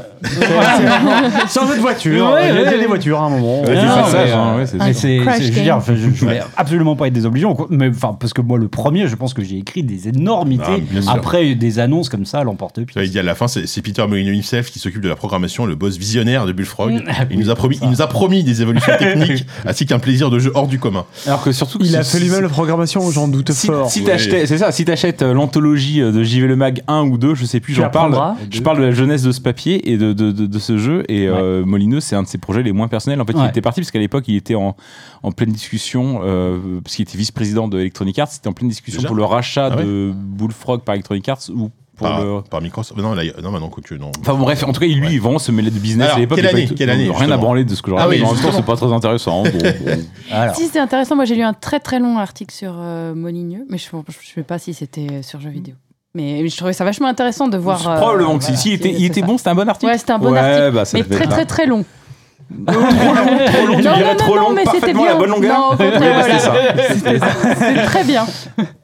[SPEAKER 1] C'est un jeu de voiture.
[SPEAKER 6] Ouais,
[SPEAKER 1] Il y a- il y a
[SPEAKER 6] ouais.
[SPEAKER 1] des voitures à un moment.
[SPEAKER 3] Ouais,
[SPEAKER 4] du
[SPEAKER 6] Non,
[SPEAKER 4] passage,
[SPEAKER 6] mais,
[SPEAKER 4] hein,
[SPEAKER 6] euh,
[SPEAKER 4] ouais, c'est
[SPEAKER 6] mais
[SPEAKER 4] sûr.
[SPEAKER 6] c'est-
[SPEAKER 10] Crash
[SPEAKER 6] c'est- je veux
[SPEAKER 10] game.
[SPEAKER 6] dire, je, je- je voulais absolument pas être désobligeant, quoi. mais enfin parce que moi le premier, je pense que j'ai écrit des
[SPEAKER 3] Ah,
[SPEAKER 6] énormités
[SPEAKER 3] bien sûr.
[SPEAKER 6] après des annonces comme ça à l'emporte-pièce.
[SPEAKER 3] J'avais dit à la fin, c'est c'est Peter Molyneux himself qui s'occupe de la programmation, le boss visionnaire de Bullfrog.
[SPEAKER 6] Mm, ah
[SPEAKER 3] Il
[SPEAKER 6] oui,
[SPEAKER 3] nous a promis,
[SPEAKER 6] ça.
[SPEAKER 3] il nous a promis des évolutions techniques, ainsi qu'un plaisir de jeu hors du commun.
[SPEAKER 4] Alors que surtout, que
[SPEAKER 1] Il a
[SPEAKER 4] si-
[SPEAKER 1] fait lui-même la programmation, j'en doute
[SPEAKER 4] Si,
[SPEAKER 1] fort.
[SPEAKER 4] si t'achetais, c'est ça, si t'achètes euh, l'anthologie euh, de JV Le Mag 1 ou 2, je sais plus,
[SPEAKER 1] Tu
[SPEAKER 4] j'en parle.
[SPEAKER 1] apprendras.
[SPEAKER 4] Je parle de la jeunesse de ce papier et de, de, de, de ce jeu. Et euh, Molineux, c'est un de ses projets les moins personnels. En fait, il
[SPEAKER 6] Ouais.
[SPEAKER 4] était parti parce qu'à l'époque, il était en, en pleine discussion, euh, parce qu'il était vice-président de Electronic Arts. C'était en pleine discussion
[SPEAKER 3] Déjà
[SPEAKER 4] pour le rachat
[SPEAKER 3] Ah ouais.
[SPEAKER 4] de Bullfrog par Electronic Arts ou pour
[SPEAKER 3] Par,
[SPEAKER 4] le.
[SPEAKER 3] par Microsoft. Non, là, non, maintenant, quoique, non.
[SPEAKER 4] Enfin bon, bref, en tout cas, lui,
[SPEAKER 3] Ouais.
[SPEAKER 4] il vend, se mêler de business
[SPEAKER 3] Alors,
[SPEAKER 4] à l'époque.
[SPEAKER 3] quelle
[SPEAKER 4] il est pas
[SPEAKER 3] année,
[SPEAKER 4] du tout-
[SPEAKER 3] quelle année,
[SPEAKER 4] Rien à
[SPEAKER 3] justement.
[SPEAKER 4] branler de ce que j'en
[SPEAKER 3] Ah oui,
[SPEAKER 4] mais en même temps,
[SPEAKER 3] justement.
[SPEAKER 4] c'est pas très intéressant. Bon, bon.
[SPEAKER 6] Alors,
[SPEAKER 10] Si, c'était intéressant. Moi, j'ai lu un très très long article sur euh, Molyneux, mais je ne sais pas si c'était sur jeux vidéo. Mais je trouvais ça vachement intéressant de voir. euh,
[SPEAKER 4] Probablement que si.
[SPEAKER 10] voilà,
[SPEAKER 4] Si, il était,
[SPEAKER 10] c'est-
[SPEAKER 4] il était
[SPEAKER 10] c'est
[SPEAKER 4] bon, c'était un bon
[SPEAKER 10] ça.
[SPEAKER 4] article.
[SPEAKER 10] Ouais, c'était un bon article.
[SPEAKER 4] bah, ça
[SPEAKER 10] mais
[SPEAKER 4] devait
[SPEAKER 10] très
[SPEAKER 4] être là.
[SPEAKER 10] très très long.
[SPEAKER 4] trop long, trop long, tu
[SPEAKER 10] non,
[SPEAKER 4] dirais
[SPEAKER 10] non,
[SPEAKER 4] trop
[SPEAKER 10] non,
[SPEAKER 4] long,
[SPEAKER 10] mais c'était
[SPEAKER 4] parfaitement
[SPEAKER 10] bien.
[SPEAKER 4] la bonne longueur.
[SPEAKER 10] Non, au contraire,
[SPEAKER 4] Mais bah,
[SPEAKER 10] voilà.
[SPEAKER 4] c'est ça.
[SPEAKER 10] C'était ça. C'était très bien.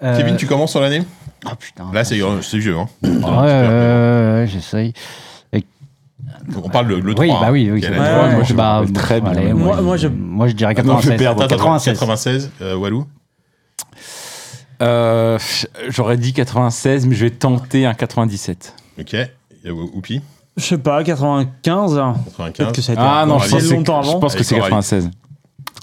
[SPEAKER 6] euh,
[SPEAKER 3] Kevin, tu commences sur l'année
[SPEAKER 6] ah, putain,
[SPEAKER 3] Là, c'est euh, c'est vieux. Hein.
[SPEAKER 6] ouais, euh, ouais, j'essaye.
[SPEAKER 3] On parle de le 3.
[SPEAKER 6] Oui, bah oui, oui.
[SPEAKER 3] Quelle
[SPEAKER 6] c'est
[SPEAKER 3] année
[SPEAKER 6] vrai.
[SPEAKER 1] Ouais, moi,
[SPEAKER 6] Bah,
[SPEAKER 4] je
[SPEAKER 6] bah,
[SPEAKER 4] me rappelle très bien.
[SPEAKER 6] allez,
[SPEAKER 1] Moi, moi, je-
[SPEAKER 6] moi, je dirais
[SPEAKER 4] non, je vais
[SPEAKER 6] 96.
[SPEAKER 4] perdre.
[SPEAKER 3] Attends, attends,
[SPEAKER 6] 96.
[SPEAKER 3] 96, euh, Walou.
[SPEAKER 4] Euh, J'aurais dit 96, mais je vais tenter un 97.
[SPEAKER 3] Ok. Et euh, Oupi,
[SPEAKER 1] Je sais pas, 95. Peut-être
[SPEAKER 3] 95.
[SPEAKER 1] que ça a été
[SPEAKER 4] Ah non,
[SPEAKER 3] bon,
[SPEAKER 4] je
[SPEAKER 3] allez,
[SPEAKER 4] pense, que
[SPEAKER 1] c'est
[SPEAKER 4] c'est-
[SPEAKER 1] longtemps
[SPEAKER 4] je
[SPEAKER 1] avant.
[SPEAKER 4] pense que c'est
[SPEAKER 3] Allez,
[SPEAKER 4] 96.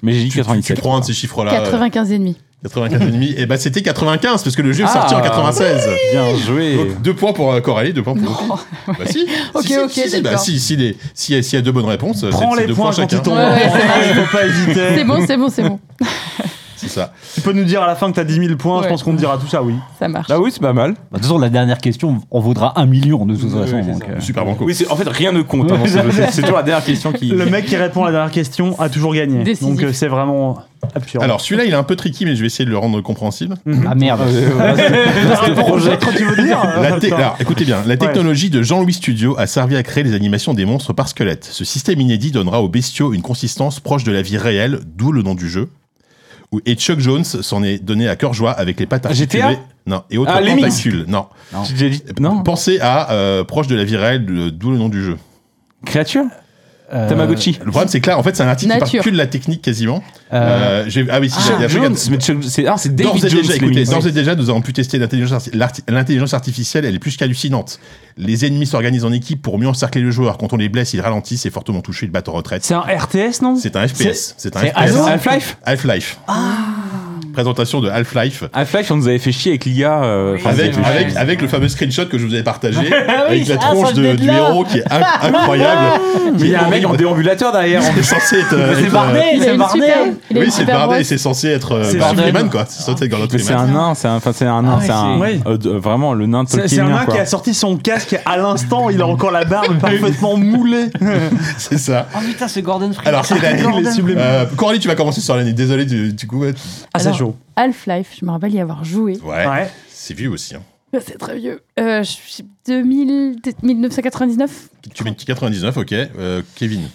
[SPEAKER 4] Mais j'ai dit
[SPEAKER 3] Tu- tu-
[SPEAKER 4] 97.
[SPEAKER 3] Tu prends un de ces chiffres-là, euh,
[SPEAKER 10] 95 et demi.
[SPEAKER 3] 95 et demi. Et bah, c'était 95, parce que le jeu est sorti
[SPEAKER 4] Ah,
[SPEAKER 3] en 96.
[SPEAKER 4] Bien joué.
[SPEAKER 3] Donc, deux points pour euh, Coralie, deux points pour Oupi. Bah si,
[SPEAKER 10] Ok,
[SPEAKER 3] si, si,
[SPEAKER 10] ok,
[SPEAKER 3] si, si, bah,
[SPEAKER 10] d'accord.
[SPEAKER 3] si, si, les- si, euh, s'il y a deux bonnes réponses, c'est
[SPEAKER 1] Prends
[SPEAKER 3] c'est
[SPEAKER 1] les
[SPEAKER 3] deux
[SPEAKER 1] points
[SPEAKER 3] points
[SPEAKER 1] quand
[SPEAKER 3] chacun.
[SPEAKER 1] ils tombent.
[SPEAKER 10] Ouais, ouais, c'est
[SPEAKER 1] Il faut pas hésiter.
[SPEAKER 10] C'est bon, c'est bon, c'est bon.
[SPEAKER 3] C'est ça.
[SPEAKER 1] Tu peux nous dire à la fin que t'as 10 000 points. Je
[SPEAKER 10] Ouais.
[SPEAKER 1] pense qu'on te dira tout ça, oui.
[SPEAKER 10] Ça marche.
[SPEAKER 4] Ah oui, c'est pas mal.
[SPEAKER 6] Bah, de toute façon, la dernière question, on vaudra un million de toute
[SPEAKER 4] Oui,
[SPEAKER 6] façon.
[SPEAKER 4] oui, c'est
[SPEAKER 6] donc,
[SPEAKER 4] ça.
[SPEAKER 6] euh,
[SPEAKER 3] Super banco.
[SPEAKER 4] Oui, c'est- en fait, rien ne compte. hein, dans ce jeu. C'est c'est toujours la dernière question qui.
[SPEAKER 1] Le mec qui répond à la dernière question a toujours gagné.
[SPEAKER 10] Décisif.
[SPEAKER 1] Donc euh, c'est vraiment absurde.
[SPEAKER 3] Alors celui-là, il est un peu tricky, mais je vais essayer de le rendre compréhensible.
[SPEAKER 6] Ah merde.
[SPEAKER 1] c'est projet que tu veux dire
[SPEAKER 3] La
[SPEAKER 1] Ah,
[SPEAKER 3] te-
[SPEAKER 1] Attends.
[SPEAKER 3] Alors, écoutez bien, la technologie de Jean-Louis Studio a servi à créer les animations des monstres par squelette. Ce système inédit donnera aux bestiaux une consistance proche de la vie réelle, d'où le nom du jeu. Ou- Et Chuck Jones s'en est donné à cœur joie avec les pattes
[SPEAKER 4] GTA?
[SPEAKER 3] articulées. Non, et autres
[SPEAKER 4] Ah, Lemmings. Oh.
[SPEAKER 3] tentacules. Non.
[SPEAKER 4] J'ai dit. Non.
[SPEAKER 3] Pensez à euh, proche de la vie réelle, de- d'où le nom du jeu.
[SPEAKER 4] Créature
[SPEAKER 6] Euh,
[SPEAKER 4] Tamagotchi
[SPEAKER 3] Le problème, c'est que là, en fait, c'est un article qui
[SPEAKER 10] Nature.
[SPEAKER 3] parle que de la technique quasiment.
[SPEAKER 6] euh,
[SPEAKER 3] Euh, j'ai- ah oui, si, il y a- il y
[SPEAKER 4] Chuck
[SPEAKER 3] a-
[SPEAKER 4] Jones, mais Chuck- c'est ah, c'est David
[SPEAKER 3] D'ores et
[SPEAKER 4] Jones.
[SPEAKER 3] déjà,
[SPEAKER 4] les
[SPEAKER 3] écoutez,
[SPEAKER 4] minimes.
[SPEAKER 3] d'ores et déjà, nous avons pu tester l'intelligence arti- l'arti- l'intelligence artificielle, elle est plus qu'hallucinante. Les ennemis s'organisent en équipe pour mieux encercler le joueur. Quand on les blesse, ils ralentissent et fortement touchés, ils battent en retraite.
[SPEAKER 1] C'est un RTS, non
[SPEAKER 3] C'est un FPS. C'est un
[SPEAKER 4] C'est Ah.
[SPEAKER 3] FPS.
[SPEAKER 4] Half-Life
[SPEAKER 3] Half-Life. Présentation de Half-Life.
[SPEAKER 4] Half-Life, on nous avait fait chier avec l'IA. euh, enfin,
[SPEAKER 3] Avec,
[SPEAKER 4] c'est-
[SPEAKER 3] avec, avec le fameux screenshot que je vous avais partagé, avec la
[SPEAKER 6] ah,
[SPEAKER 3] tronche
[SPEAKER 6] ça
[SPEAKER 3] de-
[SPEAKER 6] venait de
[SPEAKER 3] du
[SPEAKER 6] là.
[SPEAKER 3] héros qui est inc- incroyable.
[SPEAKER 4] Mais il y a un mec en
[SPEAKER 3] horrible.
[SPEAKER 4] déambulateur derrière.
[SPEAKER 3] C'est censé être. euh,
[SPEAKER 6] c'est
[SPEAKER 3] être,
[SPEAKER 6] Barney,
[SPEAKER 3] euh,
[SPEAKER 10] Il
[SPEAKER 6] c'est
[SPEAKER 10] a une
[SPEAKER 6] Barney.
[SPEAKER 10] super. il a
[SPEAKER 3] Oui,
[SPEAKER 10] une
[SPEAKER 3] c'est
[SPEAKER 10] super
[SPEAKER 3] Barney,
[SPEAKER 10] brosse.
[SPEAKER 3] c'est censé être euh,
[SPEAKER 1] C'est
[SPEAKER 3] Gordon
[SPEAKER 1] Superman.
[SPEAKER 3] Freeman, quoi. C'est censé être Gordon
[SPEAKER 4] Mais c'est un
[SPEAKER 3] Freeman.
[SPEAKER 4] nain, c'est un, enfin, c'est un nain, c'est un,
[SPEAKER 1] ouais.
[SPEAKER 4] euh, de- vraiment le nain
[SPEAKER 1] C'est c'est un
[SPEAKER 4] Tolkienien
[SPEAKER 1] nain qui
[SPEAKER 4] quoi.
[SPEAKER 1] a sorti son casque à l'instant, il a encore la barbe parfaitement moulée.
[SPEAKER 3] C'est ça.
[SPEAKER 6] Oh putain, c'est Gordon Freeman.
[SPEAKER 3] Alors, c'est l'année.
[SPEAKER 1] Il est sublime.
[SPEAKER 3] Euh, Coralie, tu vas commencer sur l'année. Désolé, du, du coup. ouais, tu-
[SPEAKER 1] Ah, c'est
[SPEAKER 10] Alors,
[SPEAKER 1] chaud.
[SPEAKER 10] Half-Life, je me rappelle y avoir joué.
[SPEAKER 3] Ouais.
[SPEAKER 1] Ouais.
[SPEAKER 3] C'est vieux aussi. Hein.
[SPEAKER 10] C'est très vieux. Euh, je suis 2000, peut-être 1999
[SPEAKER 3] Tu mets 99, ok. Euh, Kevin.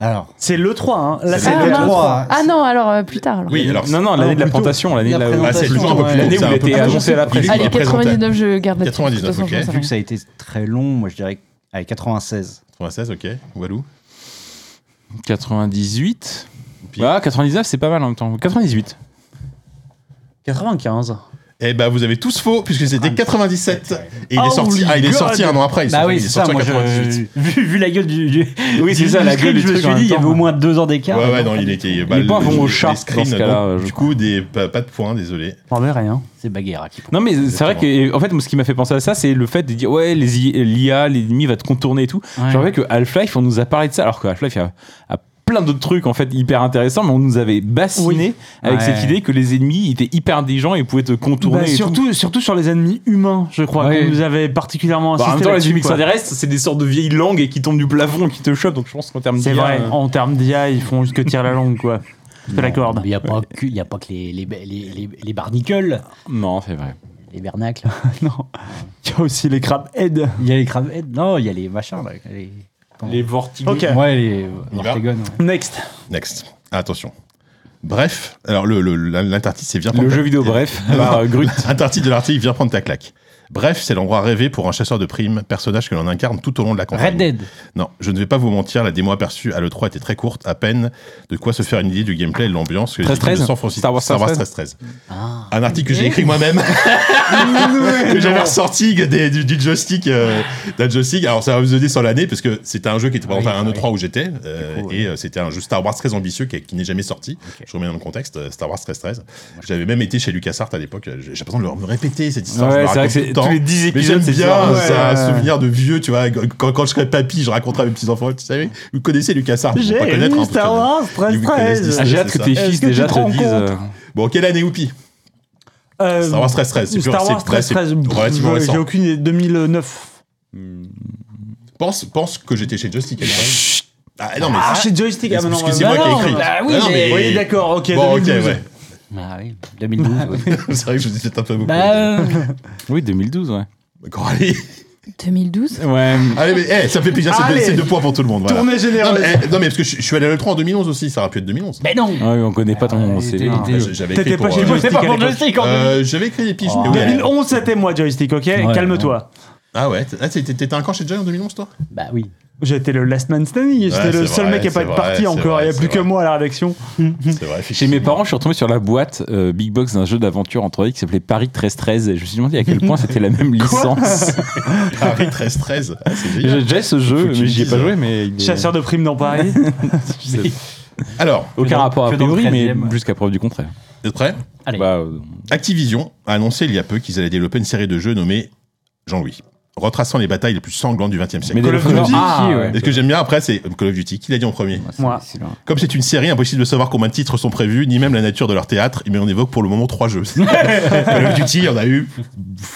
[SPEAKER 6] Alors,
[SPEAKER 1] C'est le 3, hein. Là,
[SPEAKER 3] C'est
[SPEAKER 1] c'est
[SPEAKER 10] le
[SPEAKER 1] le 3.
[SPEAKER 10] trois. Ah
[SPEAKER 6] Ah
[SPEAKER 10] non, alors euh, plus tard. Alors.
[SPEAKER 3] Oui, alors.
[SPEAKER 4] Non non, l'année de la
[SPEAKER 1] plutôt.
[SPEAKER 4] plantation, l'année de la
[SPEAKER 3] Ah, c'est toujours un peu plus
[SPEAKER 4] L'année
[SPEAKER 3] tôt, c'est
[SPEAKER 4] où il
[SPEAKER 3] un peu
[SPEAKER 4] était
[SPEAKER 3] plus
[SPEAKER 4] annoncé
[SPEAKER 3] tôt.
[SPEAKER 4] à la presse.
[SPEAKER 3] Ah, Il est
[SPEAKER 10] Allez,
[SPEAKER 3] présenté.
[SPEAKER 10] 99, je garde la
[SPEAKER 3] 99, ok.
[SPEAKER 6] Vu que ça a été très long, moi je dirais. Allez, 96.
[SPEAKER 3] 96, ok. Walou.
[SPEAKER 4] 98. Ah, 99, c'est pas mal en même temps. 98.
[SPEAKER 6] 95.
[SPEAKER 3] Eh ben, vous avez tous faux, puisque c'était 97. Et il
[SPEAKER 6] Oh
[SPEAKER 3] est sorti,
[SPEAKER 6] my
[SPEAKER 3] ah, il est
[SPEAKER 6] God.
[SPEAKER 3] sorti un an après. il est
[SPEAKER 6] Bah
[SPEAKER 3] sorti-
[SPEAKER 6] oui,
[SPEAKER 3] il est
[SPEAKER 6] c'est ça,
[SPEAKER 3] sorti en
[SPEAKER 6] moi, je-
[SPEAKER 3] 98.
[SPEAKER 6] vu, vu la gueule du, du,
[SPEAKER 4] Oui, c'est
[SPEAKER 6] du-
[SPEAKER 4] ça,
[SPEAKER 6] du
[SPEAKER 4] la
[SPEAKER 6] script,
[SPEAKER 4] gueule du
[SPEAKER 6] je me
[SPEAKER 4] truc
[SPEAKER 6] suis dit,
[SPEAKER 4] en même
[SPEAKER 6] il y avait
[SPEAKER 4] temps.
[SPEAKER 6] au moins deux ans d'écart.
[SPEAKER 3] Ouais, ouais, non, il était. bah,
[SPEAKER 4] Les points vont au
[SPEAKER 3] les
[SPEAKER 4] char, dans
[SPEAKER 3] screens,
[SPEAKER 4] ce cas-là,
[SPEAKER 3] donc,
[SPEAKER 4] je
[SPEAKER 3] Du coup, des, pas, pas de points, désolé.
[SPEAKER 1] J'en ai rien.
[SPEAKER 6] C'est Baguera qui prend.
[SPEAKER 4] Non, mais c'est vrai
[SPEAKER 3] Exactement.
[SPEAKER 4] que, en fait, moi, ce qui m'a fait penser à ça, c'est le fait de dire, ouais, les I- l'IA, l'ennemi va te contourner et tout.
[SPEAKER 6] Ouais.
[SPEAKER 4] Je rappelle que Half-Life, on nous a parlé de ça, alors que Half-Life a, a plein d'autres trucs, en fait, hyper intéressants, mais on nous avait bassiné avec
[SPEAKER 1] Ouais.
[SPEAKER 4] cette idée que les ennemis étaient hyper intelligents et pouvaient te contourner.
[SPEAKER 1] Bah,
[SPEAKER 4] et tout.
[SPEAKER 1] surtout, surtout sur les ennemis humains, je crois,
[SPEAKER 4] Ouais.
[SPEAKER 1] qu'on nous avait particulièrement
[SPEAKER 4] Bah,
[SPEAKER 1] insisté.
[SPEAKER 4] en même temps, les
[SPEAKER 1] là-dessus,
[SPEAKER 4] ennemis
[SPEAKER 1] quoi.
[SPEAKER 4] extraterrestres, c'est des sortes de vieilles langues et qui tombent du plafond, qui te chopent, donc je pense qu'en termes
[SPEAKER 1] C'est
[SPEAKER 4] d'IA,
[SPEAKER 1] vrai,
[SPEAKER 4] euh,
[SPEAKER 1] en termes d'IA, ils font juste que tirer la langue, quoi. Je te l'accorde.
[SPEAKER 6] Il n'y a, pas que- il y a pas que les, les, les, les, les barnacles,
[SPEAKER 4] Non, c'est vrai.
[SPEAKER 6] les vernacles.
[SPEAKER 1] Il y a aussi les crabes head.
[SPEAKER 6] Il y a les cravettes. Non, il y a les machins. Là, les...
[SPEAKER 4] Les vortiges.
[SPEAKER 1] Ok.
[SPEAKER 6] Ouais, les
[SPEAKER 3] Il va.
[SPEAKER 6] Vortegon, ouais.
[SPEAKER 1] Next.
[SPEAKER 3] Next. Attention. Bref, alors le- le- la- l'Antarctique, c'est bien.
[SPEAKER 4] Le jeu vidéo, bref. par, euh, Grut.
[SPEAKER 3] L'Antarctique de l'article, viens prendre ta claque. Bref, c'est l'endroit rêvé pour un chasseur de primes, personnage que l'on incarne tout au long de la campagne.
[SPEAKER 6] Red Dead.
[SPEAKER 3] Non, je ne vais pas vous mentir, la démo aperçue à l'E3 était très courte, à peine de quoi se faire une idée du gameplay et de l'ambiance que les
[SPEAKER 4] 13,
[SPEAKER 3] équipes de San Francisco.
[SPEAKER 4] Star Wars 13.
[SPEAKER 3] 13.
[SPEAKER 6] Ah.
[SPEAKER 3] Un article que j'ai écrit moi-même, que j'avais ressorti des- du, du joystick, euh, d'un joystick. Alors ça va vous aider sur l'année, parce que c'était un jeu qui était présenté
[SPEAKER 6] Oui,
[SPEAKER 3] à un
[SPEAKER 6] oui.
[SPEAKER 3] E3 où j'étais, euh, et euh, c'était un jeu Star Wars très ambitieux qui, qui n'est jamais sorti. Je remets dans le contexte, euh, Star Wars 13 13. J'avais même été chez LucasArts à l'époque, j'ai j'ai l'impression de leur me répéter cette histoire. je
[SPEAKER 4] Ouais,
[SPEAKER 3] me
[SPEAKER 4] c'est
[SPEAKER 3] raconte
[SPEAKER 4] vrai que
[SPEAKER 3] tout
[SPEAKER 4] c'est
[SPEAKER 3] le temps.
[SPEAKER 4] tous les 10
[SPEAKER 3] Mais j'aime
[SPEAKER 4] épisodes, c'est
[SPEAKER 3] bien, euh,
[SPEAKER 4] ça.
[SPEAKER 3] c'est un souvenir de vieux, tu vois. Quand, quand je serai papy, je raconterai à mes petits-enfants, tu savais, vous connaissez Lucas Sartre,
[SPEAKER 1] J'ai
[SPEAKER 3] pas connaître
[SPEAKER 1] vu
[SPEAKER 3] hein,
[SPEAKER 1] Star
[SPEAKER 3] parce que-
[SPEAKER 1] Wars
[SPEAKER 3] Ils connaissent
[SPEAKER 1] 13-13.
[SPEAKER 3] Disney.
[SPEAKER 4] Ah, j'ai hâte
[SPEAKER 3] C'est ça.
[SPEAKER 4] que tes
[SPEAKER 1] Est-ce
[SPEAKER 4] fils
[SPEAKER 1] que tu
[SPEAKER 4] déjà
[SPEAKER 1] te
[SPEAKER 4] te,
[SPEAKER 1] rends
[SPEAKER 4] disent. euh,
[SPEAKER 3] Bon, quelle année, Oupi
[SPEAKER 1] Euh,
[SPEAKER 3] Star Wars 13 13, c'est plus
[SPEAKER 1] Star Wars
[SPEAKER 3] c'est très-
[SPEAKER 1] 13,
[SPEAKER 3] c'est
[SPEAKER 1] 13,
[SPEAKER 3] relativement
[SPEAKER 1] je-
[SPEAKER 3] récent.
[SPEAKER 1] j'ai aucune idée, 2009.
[SPEAKER 3] Pense, pense que j'étais chez Joystick à l'époque. Ah non, mais
[SPEAKER 1] Ah,
[SPEAKER 3] ça-
[SPEAKER 1] chez Joystick, ah,
[SPEAKER 3] mais
[SPEAKER 1] mais non,
[SPEAKER 3] parce que c'est moi qui ai écrit.
[SPEAKER 1] Ah oui,
[SPEAKER 3] Ah, non, mais-
[SPEAKER 1] oui, d'accord, ok,
[SPEAKER 3] Bon, ok,
[SPEAKER 1] 2012.
[SPEAKER 3] ouais.
[SPEAKER 6] Ah oui, 2012. ouais.
[SPEAKER 3] C'est vrai que je vous dis peut-être un peu beaucoup.
[SPEAKER 6] bah, euh,
[SPEAKER 4] Oui, 2012, ouais.
[SPEAKER 3] D'accord, allez.
[SPEAKER 10] 2012
[SPEAKER 4] Ouais.
[SPEAKER 3] Allez, mais eh, ça fait plaisir, c'est deux-
[SPEAKER 1] Allez.
[SPEAKER 3] c'est deux points pour tout le monde. Voilà.
[SPEAKER 1] Tournée
[SPEAKER 3] Non
[SPEAKER 1] générale.
[SPEAKER 3] mais, eh, non, mais parce que je, je suis allé à l'E3 en 2011 aussi, ça aurait pu être 2011.
[SPEAKER 6] mais non
[SPEAKER 4] Ah oui, on connaît pas ton. c'est-
[SPEAKER 6] t'es- t'es-
[SPEAKER 3] J'avais
[SPEAKER 1] T'étais
[SPEAKER 3] écrit
[SPEAKER 1] pas
[SPEAKER 3] pour,
[SPEAKER 1] chez
[SPEAKER 3] euh,
[SPEAKER 1] Joystick.
[SPEAKER 6] C'est
[SPEAKER 1] à
[SPEAKER 6] pas pour
[SPEAKER 1] l'époque.
[SPEAKER 6] joystick en
[SPEAKER 3] euh, J'avais écrit des piges.
[SPEAKER 6] Oh.
[SPEAKER 3] mais ouais.
[SPEAKER 1] 2011, c'était moi, Joystick, ok
[SPEAKER 6] Ouais,
[SPEAKER 1] Calme-toi.
[SPEAKER 3] Ah ouais, t- ah, t'étais t'étais encore chez Joy en 2011 toi
[SPEAKER 6] Bah oui.
[SPEAKER 1] J'étais le last man standing, j'étais
[SPEAKER 3] c'est
[SPEAKER 1] le seul
[SPEAKER 3] vrai,
[SPEAKER 1] mec qui n'est pas
[SPEAKER 3] c'est
[SPEAKER 1] été
[SPEAKER 3] vrai, c'est
[SPEAKER 1] parti encore,
[SPEAKER 3] vrai,
[SPEAKER 1] il n'y a
[SPEAKER 3] c'est
[SPEAKER 1] plus que
[SPEAKER 3] vrai.
[SPEAKER 1] moi à la rédaction.
[SPEAKER 3] C'est vrai.
[SPEAKER 4] Chez mes parents, je suis retombé sur la boîte euh, Big Box d'un jeu d'aventure en 3D qui s'appelait Paris 1313 et je me suis demandé à quel point c'était la même licence.
[SPEAKER 3] Paris 13-13. Ah, c'est
[SPEAKER 4] J'ai
[SPEAKER 3] génial.
[SPEAKER 4] déjà ce jeu,
[SPEAKER 3] Faut que tu
[SPEAKER 4] mais
[SPEAKER 3] me
[SPEAKER 4] j'y ai
[SPEAKER 3] dises,
[SPEAKER 4] pas
[SPEAKER 3] hein.
[SPEAKER 4] joué. Mais il est-
[SPEAKER 1] Chasseur de primes dans Paris.
[SPEAKER 4] c'est-
[SPEAKER 3] Alors,
[SPEAKER 6] Que
[SPEAKER 4] Aucun
[SPEAKER 6] dans-
[SPEAKER 4] rapport
[SPEAKER 6] que
[SPEAKER 4] a
[SPEAKER 6] dans le
[SPEAKER 4] priori, mais
[SPEAKER 6] 13e.
[SPEAKER 4] jusqu'à preuve du contraire.
[SPEAKER 3] vous êtes prêts
[SPEAKER 6] Allez.
[SPEAKER 4] Bah, euh,
[SPEAKER 3] Activision a annoncé il y a peu qu'ils allaient développer une série de jeux nommée Jean-Louis, retraçant les batailles les plus sanglantes du XXe siècle.
[SPEAKER 4] Medal
[SPEAKER 1] of
[SPEAKER 4] of Honor.
[SPEAKER 1] Duty,
[SPEAKER 4] Ah,
[SPEAKER 6] qui, ouais.
[SPEAKER 4] ouais.
[SPEAKER 3] Et ce que j'aime bien après, c'est euh, Call of Duty. Qui l'a dit en premier
[SPEAKER 1] Moi.
[SPEAKER 6] C'est- c'est loin.
[SPEAKER 3] Comme c'est une série, impossible de savoir combien de titres sont prévus, ni même la nature de leur théâtre, mais on évoque pour le moment trois jeux. Call of Duty, il y en a eu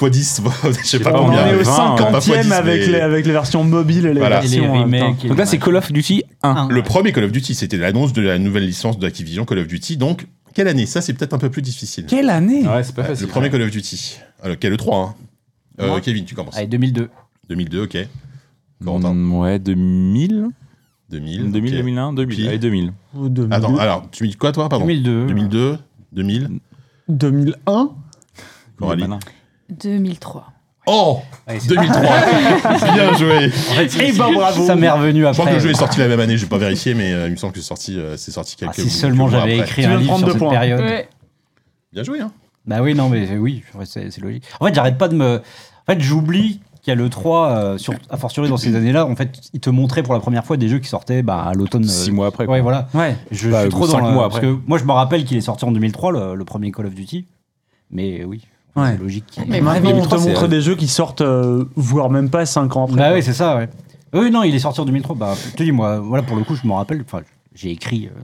[SPEAKER 3] x10, je sais pas
[SPEAKER 4] pas,
[SPEAKER 1] On en
[SPEAKER 3] combien.
[SPEAKER 1] est au
[SPEAKER 4] Pas fois
[SPEAKER 1] 50e
[SPEAKER 3] dix,
[SPEAKER 1] avec,
[SPEAKER 3] mais-
[SPEAKER 1] les, avec les versions mobiles et les
[SPEAKER 3] Voilà.
[SPEAKER 6] Et les
[SPEAKER 1] versions. euh,
[SPEAKER 6] remakes. et
[SPEAKER 4] Donc là,
[SPEAKER 6] les
[SPEAKER 4] c'est Call of Duty 1.
[SPEAKER 6] machins.
[SPEAKER 3] Le premier Call of Duty, c'était l'annonce de la nouvelle licence d'Activision Call of Duty. Donc, quelle année Ça, c'est peut-être un peu plus difficile.
[SPEAKER 1] Quelle année
[SPEAKER 4] Ah Ouais, c'est pas
[SPEAKER 3] Le premier Call of Duty. Alors, quel le 3 hein. Euh,
[SPEAKER 6] Moi
[SPEAKER 3] Kevin, tu commences.
[SPEAKER 6] Allez, 2002.
[SPEAKER 3] 2002, ok. Corentin.
[SPEAKER 4] Mm, Ouais, 2000
[SPEAKER 3] 2000.
[SPEAKER 4] 2000,
[SPEAKER 3] ok.
[SPEAKER 4] 2001, 2000.
[SPEAKER 3] Puis-
[SPEAKER 4] Allez, 2000.
[SPEAKER 1] Ou 2000
[SPEAKER 3] Attends, hein. alors, tu me dis quoi, toi, pardon
[SPEAKER 6] 2002.
[SPEAKER 3] 2002, 2000.
[SPEAKER 1] 2001
[SPEAKER 4] euh,
[SPEAKER 3] Coralie.
[SPEAKER 10] 2003.
[SPEAKER 3] Oh 2003 Bien joué Je
[SPEAKER 1] Eh ben bravo
[SPEAKER 6] Ça m'est revenu après. euh,
[SPEAKER 3] crois que le jeu est sorti la même année, j'ai pas vérifié, mais euh, il me semble que c'est sorti, euh, c'est sorti
[SPEAKER 6] Ah,
[SPEAKER 3] quelques
[SPEAKER 6] si seulement
[SPEAKER 3] quelques mois
[SPEAKER 6] j'avais
[SPEAKER 3] après.
[SPEAKER 6] écrit
[SPEAKER 1] Tu viens
[SPEAKER 6] un
[SPEAKER 1] de
[SPEAKER 6] livre
[SPEAKER 1] prendre
[SPEAKER 6] sur
[SPEAKER 1] deux
[SPEAKER 6] cette
[SPEAKER 1] points.
[SPEAKER 6] période.
[SPEAKER 10] Ouais.
[SPEAKER 3] Bien joué, hein
[SPEAKER 6] Bah oui, non, mais oui, ouais, c'est c'est logique. En fait, j'arrête pas de me. En fait, j'oublie qu'il y a le 3, euh, sur, a fortiori dans ces années-là, en fait, ils te montraient pour la première fois des jeux qui sortaient bah, à l'automne.
[SPEAKER 4] 6
[SPEAKER 6] euh,
[SPEAKER 4] mois après.
[SPEAKER 6] Ouais, voilà.
[SPEAKER 1] Ouais.
[SPEAKER 6] Je
[SPEAKER 4] Bah,
[SPEAKER 6] suis
[SPEAKER 4] ou
[SPEAKER 6] trop dans
[SPEAKER 4] cinq
[SPEAKER 6] la-
[SPEAKER 4] mois
[SPEAKER 6] parce
[SPEAKER 4] après.
[SPEAKER 6] que moi, je me rappelle qu'il est sorti en 2003, le, le premier Call of Duty. Mais oui,
[SPEAKER 1] Ouais.
[SPEAKER 6] c'est logique. qu'il-
[SPEAKER 10] Mais
[SPEAKER 5] Ah,
[SPEAKER 1] Maintenant, on te
[SPEAKER 4] 2003, c'est-
[SPEAKER 1] montre des jeux qui sortent, euh, voire même pas 5 ans après.
[SPEAKER 6] Bah oui, c'est ça, ouais. Oui, non, il est sorti en 2003. Bah, je te dis, moi, voilà, pour le coup, je me rappelle. Enfin, j'ai écrit. euh,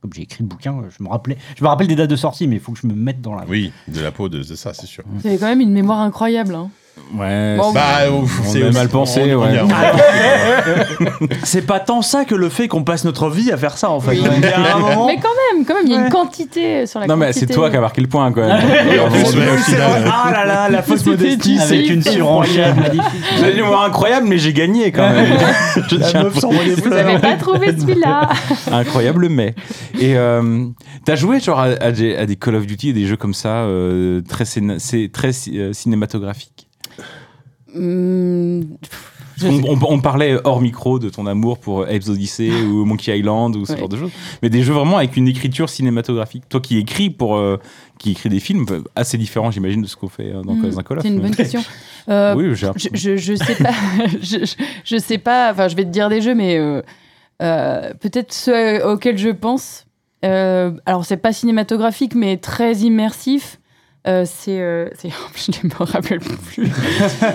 [SPEAKER 6] comme j'ai écrit le bouquin, je me rappelais. Je me rappelle des dates de sortie, mais il faut que je me mette dans la.
[SPEAKER 3] Oui, de la peau de, de ça, c'est sûr.
[SPEAKER 10] Vous avez quand même une mémoire incroyable. Hein.
[SPEAKER 4] Ouais,
[SPEAKER 10] Bon,
[SPEAKER 3] Bah,
[SPEAKER 4] on
[SPEAKER 3] ouf,
[SPEAKER 4] a
[SPEAKER 3] c'est
[SPEAKER 4] mal pensé,
[SPEAKER 3] on- on y
[SPEAKER 4] ouais.
[SPEAKER 3] a- on y a-
[SPEAKER 1] C'est pas tant ça que le fait qu'on passe notre vie à faire ça en fait.
[SPEAKER 10] Oui.
[SPEAKER 1] Il y a un moment-
[SPEAKER 10] Mais quand même, quand même, il y a
[SPEAKER 1] Ouais.
[SPEAKER 10] une quantité euh, sur la
[SPEAKER 4] Non, mais
[SPEAKER 10] quantité.
[SPEAKER 4] c'est toi qui as marqué le point, quand même.
[SPEAKER 3] Et en plus,
[SPEAKER 1] Oui,
[SPEAKER 3] ouais, au
[SPEAKER 1] c'est vrai.
[SPEAKER 3] final, euh,
[SPEAKER 1] Ah là là, la fausse modestie,
[SPEAKER 6] Avec
[SPEAKER 1] c'est
[SPEAKER 6] une surenchère magnifique.
[SPEAKER 4] J'ai une mémoire incroyable, mais j'ai gagné quand même. Je tiens
[SPEAKER 1] La
[SPEAKER 4] à
[SPEAKER 1] meuf s'envoie des
[SPEAKER 10] Vous
[SPEAKER 1] fleurs.
[SPEAKER 10] n'avez pas trouvé celui-là.
[SPEAKER 4] Incroyable, mais. Et euh, t'as joué genre à, à des, à des Call of Duty et des jeux comme ça, euh,
[SPEAKER 5] Mmh.
[SPEAKER 4] très, scéna- c'est très ci- euh, cinématographiques
[SPEAKER 10] Hum,
[SPEAKER 4] Parce qu'on- on, on parlait hors micro de ton amour pour Apes Odyssey ou Monkey Island ou ce
[SPEAKER 5] Ouais.
[SPEAKER 4] genre de choses. Mais des jeux vraiment avec une écriture cinématographique. Toi qui écris pour, euh, qui écrit des films euh, assez différents, j'imagine, de ce qu'on fait euh, dans
[SPEAKER 5] Mm.
[SPEAKER 4] Cause un Call of.
[SPEAKER 5] C'est une
[SPEAKER 4] mais-
[SPEAKER 5] bonne question. Euh,
[SPEAKER 4] Oui, j'ai un-
[SPEAKER 5] je, je, je sais pas. je, je- je sais pas. Enfin, je vais te dire des jeux, mais euh, euh, peut-être ceux auxquels je pense. Euh, alors, c'est pas cinématographique, mais très immersif. Euh, c'est, euh, c'est- je ne me rappelle plus.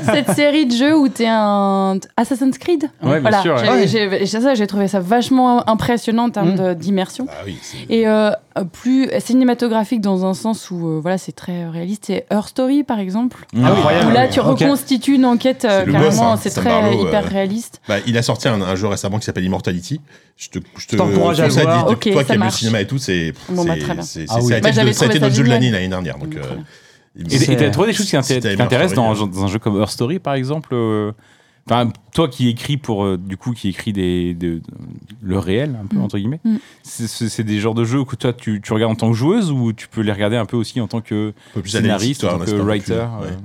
[SPEAKER 5] Cette série de jeux où t'es un Assassin's Creed.
[SPEAKER 4] Ouais, bien
[SPEAKER 5] voilà.
[SPEAKER 4] sûr, ouais. Mmh.
[SPEAKER 5] J'ai,
[SPEAKER 6] Ouais.
[SPEAKER 5] j'ai- j'ai- ça, j'ai trouvé ça vachement impressionnant en termes
[SPEAKER 6] Mm.
[SPEAKER 5] de- d'immersion.
[SPEAKER 3] Ah oui, c'est-
[SPEAKER 5] Et euh, plus cinématographique dans un sens où euh, voilà, c'est très réaliste. C'est Her Story, par exemple.
[SPEAKER 3] Ah
[SPEAKER 4] Mm.
[SPEAKER 5] Où là,
[SPEAKER 6] oui.
[SPEAKER 5] tu
[SPEAKER 6] Ok.
[SPEAKER 5] reconstitues une enquête euh,
[SPEAKER 3] C'est le boss,
[SPEAKER 5] carrément,
[SPEAKER 3] hein,
[SPEAKER 5] c'est
[SPEAKER 3] Sam
[SPEAKER 5] très
[SPEAKER 3] Barlow,
[SPEAKER 5] euh, hyper
[SPEAKER 3] euh,
[SPEAKER 5] réaliste.
[SPEAKER 3] bah, il a sorti un, un jeu récemment qui s'appelle Immortality. Je te, je te
[SPEAKER 6] T'encourage à le
[SPEAKER 3] conseille,
[SPEAKER 6] voir.
[SPEAKER 3] dis-
[SPEAKER 5] Ok,
[SPEAKER 3] toi
[SPEAKER 5] ça
[SPEAKER 3] qui aimes le
[SPEAKER 5] marche.
[SPEAKER 3] cinéma et tout, c'est
[SPEAKER 5] Bon, bah,
[SPEAKER 3] c'est-
[SPEAKER 5] très bien.
[SPEAKER 3] c'est-
[SPEAKER 6] Ah oui.
[SPEAKER 3] c'est- ça a
[SPEAKER 5] Bah,
[SPEAKER 3] été le-
[SPEAKER 5] j'avais
[SPEAKER 3] ça a été le jeu
[SPEAKER 5] trouvé ça
[SPEAKER 3] de
[SPEAKER 5] génial.
[SPEAKER 3] l'année l'année dernière. Donc,
[SPEAKER 5] Mm,
[SPEAKER 3] euh,
[SPEAKER 5] très bien.
[SPEAKER 3] il me
[SPEAKER 4] Et,
[SPEAKER 3] semble-
[SPEAKER 4] et t'as trouvé des choses qui
[SPEAKER 3] Si t'as
[SPEAKER 4] t'inté-
[SPEAKER 3] aimé
[SPEAKER 4] t'intéressent dans,
[SPEAKER 3] Her
[SPEAKER 4] un-
[SPEAKER 3] Story,
[SPEAKER 4] dans un jeu comme Her Story, par exemple euh, Enfin, toi qui écris pour, euh, du coup, qui écris des, de- de- le réel, un peu,
[SPEAKER 5] Mm.
[SPEAKER 4] entre guillemets,
[SPEAKER 5] Mm.
[SPEAKER 4] c'est- c'est c'est des genres de jeux que toi, tu, tu regardes en tant que joueuse ou tu peux les regarder un peu aussi en tant que
[SPEAKER 3] un peu plus analytique,
[SPEAKER 4] scénariste,
[SPEAKER 3] toi,
[SPEAKER 4] en tant
[SPEAKER 3] un
[SPEAKER 4] que
[SPEAKER 3] instant,
[SPEAKER 4] writer
[SPEAKER 3] plus,
[SPEAKER 4] euh,
[SPEAKER 3] ouais.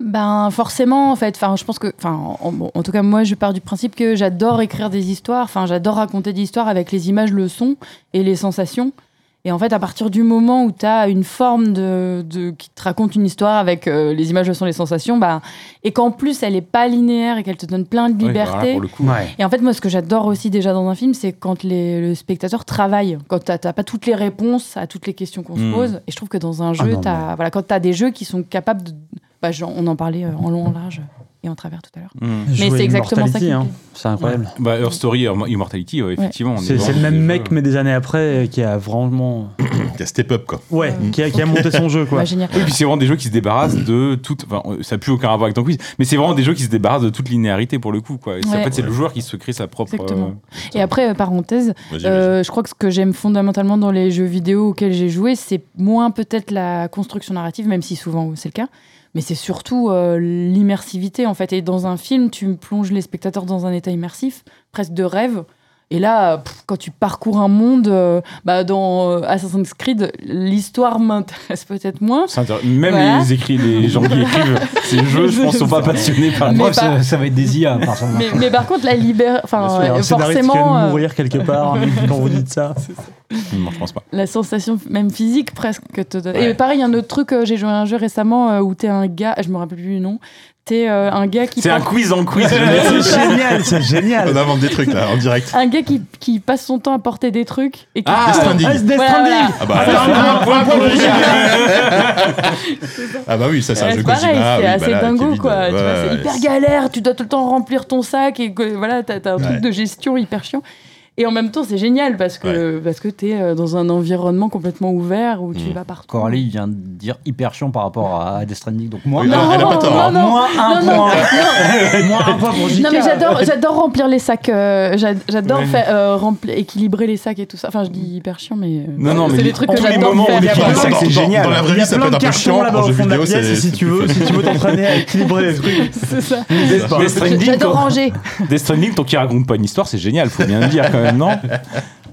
[SPEAKER 5] Ben forcément, en fait. Enfin, je pense que, enfin, en, bon, en tout cas, moi, je pars du principe que j'adore écrire des histoires. Enfin, j'adore raconter des histoires avec les images, le son et les sensations. Et en fait, à partir du moment où tu as une forme de, de- qui te raconte une histoire avec euh, les images, le son, les sensations, bah, et qu'en plus elle est pas linéaire et qu'elle te donne plein de
[SPEAKER 4] Ouais, bah, là,
[SPEAKER 5] liberté.
[SPEAKER 4] pour le coup.
[SPEAKER 6] Ouais.
[SPEAKER 5] Et en fait, moi, ce que j'adore aussi déjà dans un film, c'est quand les, le spectateur travaille, quand t'as t'as pas toutes les réponses à toutes les questions qu'on
[SPEAKER 4] Mm.
[SPEAKER 5] se pose. Et je trouve que dans un jeu,
[SPEAKER 1] Ah
[SPEAKER 6] non,
[SPEAKER 5] t'as- voilà, quand t'as des jeux qui sont capables de. bah, genre, on en parlait euh, en long, en large et en travers tout à l'heure.
[SPEAKER 4] Mm.
[SPEAKER 5] Mais
[SPEAKER 1] Jouer
[SPEAKER 5] c'est exactement ça qui
[SPEAKER 1] Immortality,
[SPEAKER 5] me
[SPEAKER 1] hein.
[SPEAKER 5] plaît.
[SPEAKER 1] C'est incroyable.
[SPEAKER 4] Bah, Her Story, Her- Immortality, ouais, effectivement. on est
[SPEAKER 1] C'est
[SPEAKER 4] vraiment
[SPEAKER 1] c'est le
[SPEAKER 4] sur
[SPEAKER 1] même
[SPEAKER 4] des
[SPEAKER 1] mec,
[SPEAKER 4] jeux.
[SPEAKER 1] mais des années après, euh, qui a vraiment.
[SPEAKER 3] Qui a step up, quoi.
[SPEAKER 1] Ouais, qui a, qui a monté son jeu, quoi.
[SPEAKER 5] Bah, génial.
[SPEAKER 4] Oui, puis c'est vraiment des jeux qui se débarrassent de toute. Enfin, euh, ça n'a plus aucun rapport avec ton quiz, mais c'est vraiment des jeux qui se débarrassent de toute linéarité pour le coup. Quoi. Et c'est- En
[SPEAKER 5] Ouais.
[SPEAKER 4] fait, c'est le joueur qui se crée sa propre.
[SPEAKER 5] Exactement.
[SPEAKER 4] euh,
[SPEAKER 5] Et après, euh, parenthèse,
[SPEAKER 3] Vas-y, vas-y.
[SPEAKER 5] Euh, je crois que ce que j'aime fondamentalement dans les jeux vidéo auxquels j'ai joué, c'est moins peut-être la construction narrative, même si souvent c'est le cas, mais c'est surtout euh, l'immersivité en fait. Et dans un film, tu plonges les spectateurs dans un état immersif, presque de rêve. Et là, pff, quand tu parcours un monde, euh, bah, dans euh, Assassin's Creed, l'histoire m'intéresse peut-être moins.
[SPEAKER 4] c'est intér- Même
[SPEAKER 5] Voilà.
[SPEAKER 4] les, écrits, les gens qui écrivent ces jeux, je pense, sont pas passionnés par
[SPEAKER 5] Mais
[SPEAKER 6] Moi,
[SPEAKER 5] pas-
[SPEAKER 6] ça, ça va être des IA, par
[SPEAKER 5] Mais, mais par contre, la libère, enfin,
[SPEAKER 1] Il y a
[SPEAKER 5] euh,
[SPEAKER 1] un scénariste qui vient
[SPEAKER 5] forcément,
[SPEAKER 1] de
[SPEAKER 5] euh,
[SPEAKER 1] mourir quelque part hein, quand vous dites ça.
[SPEAKER 4] Non, je pense pas.
[SPEAKER 5] la sensation même physique presque que te donne.
[SPEAKER 3] Ouais.
[SPEAKER 5] Et pareil, il y a un autre truc, euh, j'ai joué à un jeu récemment euh, où t'es un gars, je me rappelle plus du nom, t'es euh, un gars qui
[SPEAKER 4] C'est un
[SPEAKER 5] passe,
[SPEAKER 4] quiz en quiz.
[SPEAKER 1] C'est génial, c'est
[SPEAKER 3] On
[SPEAKER 1] génial.
[SPEAKER 3] invente des trucs, là, en direct.
[SPEAKER 5] un... gars qui, qui passe son temps à porter des trucs et qui
[SPEAKER 4] Ah,
[SPEAKER 3] Death Stranding.
[SPEAKER 1] Ah, c'est Death
[SPEAKER 5] Voilà,
[SPEAKER 1] Stranding.
[SPEAKER 5] voilà.
[SPEAKER 3] Ah bah,
[SPEAKER 1] Ah,
[SPEAKER 3] là,
[SPEAKER 1] un point pour Gilles.
[SPEAKER 3] ah bah oui, ça, c'est un
[SPEAKER 5] Ouais,
[SPEAKER 3] jeu
[SPEAKER 5] c'est
[SPEAKER 3] Kojima.
[SPEAKER 5] pareil,
[SPEAKER 3] ah
[SPEAKER 5] c'est
[SPEAKER 3] oui,
[SPEAKER 5] assez
[SPEAKER 3] bah là,
[SPEAKER 5] dingo
[SPEAKER 3] Kevin,
[SPEAKER 5] quoi.
[SPEAKER 3] ouais,
[SPEAKER 5] Tu vois, c'est
[SPEAKER 3] ouais,
[SPEAKER 5] hyper galère, tu dois tout le temps remplir ton sac et que- voilà, t'as t'as un
[SPEAKER 3] Ouais.
[SPEAKER 5] truc de gestion hyper chiant. Et en même temps, c'est génial parce que parce que t'es euh, dans un environnement complètement ouvert où tu
[SPEAKER 3] Mm.
[SPEAKER 5] vas partout.
[SPEAKER 6] Coralie il vient de dire hyper chiant par rapport à Death Stranding, donc moi,
[SPEAKER 3] Oui, elle a- elle a pas tort. hein.
[SPEAKER 5] non, non,
[SPEAKER 6] moins un
[SPEAKER 5] non, non,
[SPEAKER 6] point. moins un point pour JK.
[SPEAKER 5] Non mais j'adore, j'adore remplir les sacs. euh, j'a- j'adore faire, euh, rempli- équilibrer les sacs et tout ça. Enfin, je dis hyper chiant, mais euh,
[SPEAKER 4] Non, non,
[SPEAKER 5] c'est
[SPEAKER 4] mais
[SPEAKER 5] des trucs
[SPEAKER 4] tous
[SPEAKER 5] que
[SPEAKER 4] les
[SPEAKER 5] j'adore
[SPEAKER 4] moments où
[SPEAKER 5] faire.
[SPEAKER 4] on est
[SPEAKER 3] Dans-
[SPEAKER 4] pas-
[SPEAKER 1] c'est que c'est
[SPEAKER 3] dans-
[SPEAKER 1] génial.
[SPEAKER 3] Dans la vraie vie, ça peut être un peu chiant.
[SPEAKER 1] là-bas
[SPEAKER 3] En
[SPEAKER 1] au
[SPEAKER 3] jeu
[SPEAKER 1] fond de la
[SPEAKER 3] vidéo,
[SPEAKER 1] pièce,
[SPEAKER 3] c'est.
[SPEAKER 1] et si
[SPEAKER 3] c'est
[SPEAKER 1] tu
[SPEAKER 3] plus
[SPEAKER 1] veux,
[SPEAKER 3] facile.
[SPEAKER 1] si tu veux t'entraîner à équilibrer les trucs.
[SPEAKER 5] C'est ça.
[SPEAKER 4] Death Stranding,
[SPEAKER 5] J'adore
[SPEAKER 4] quand-
[SPEAKER 5] ranger.
[SPEAKER 4] Death Stranding, tant qu'il raconte pas une histoire, c'est génial, faut bien le dire quand même, non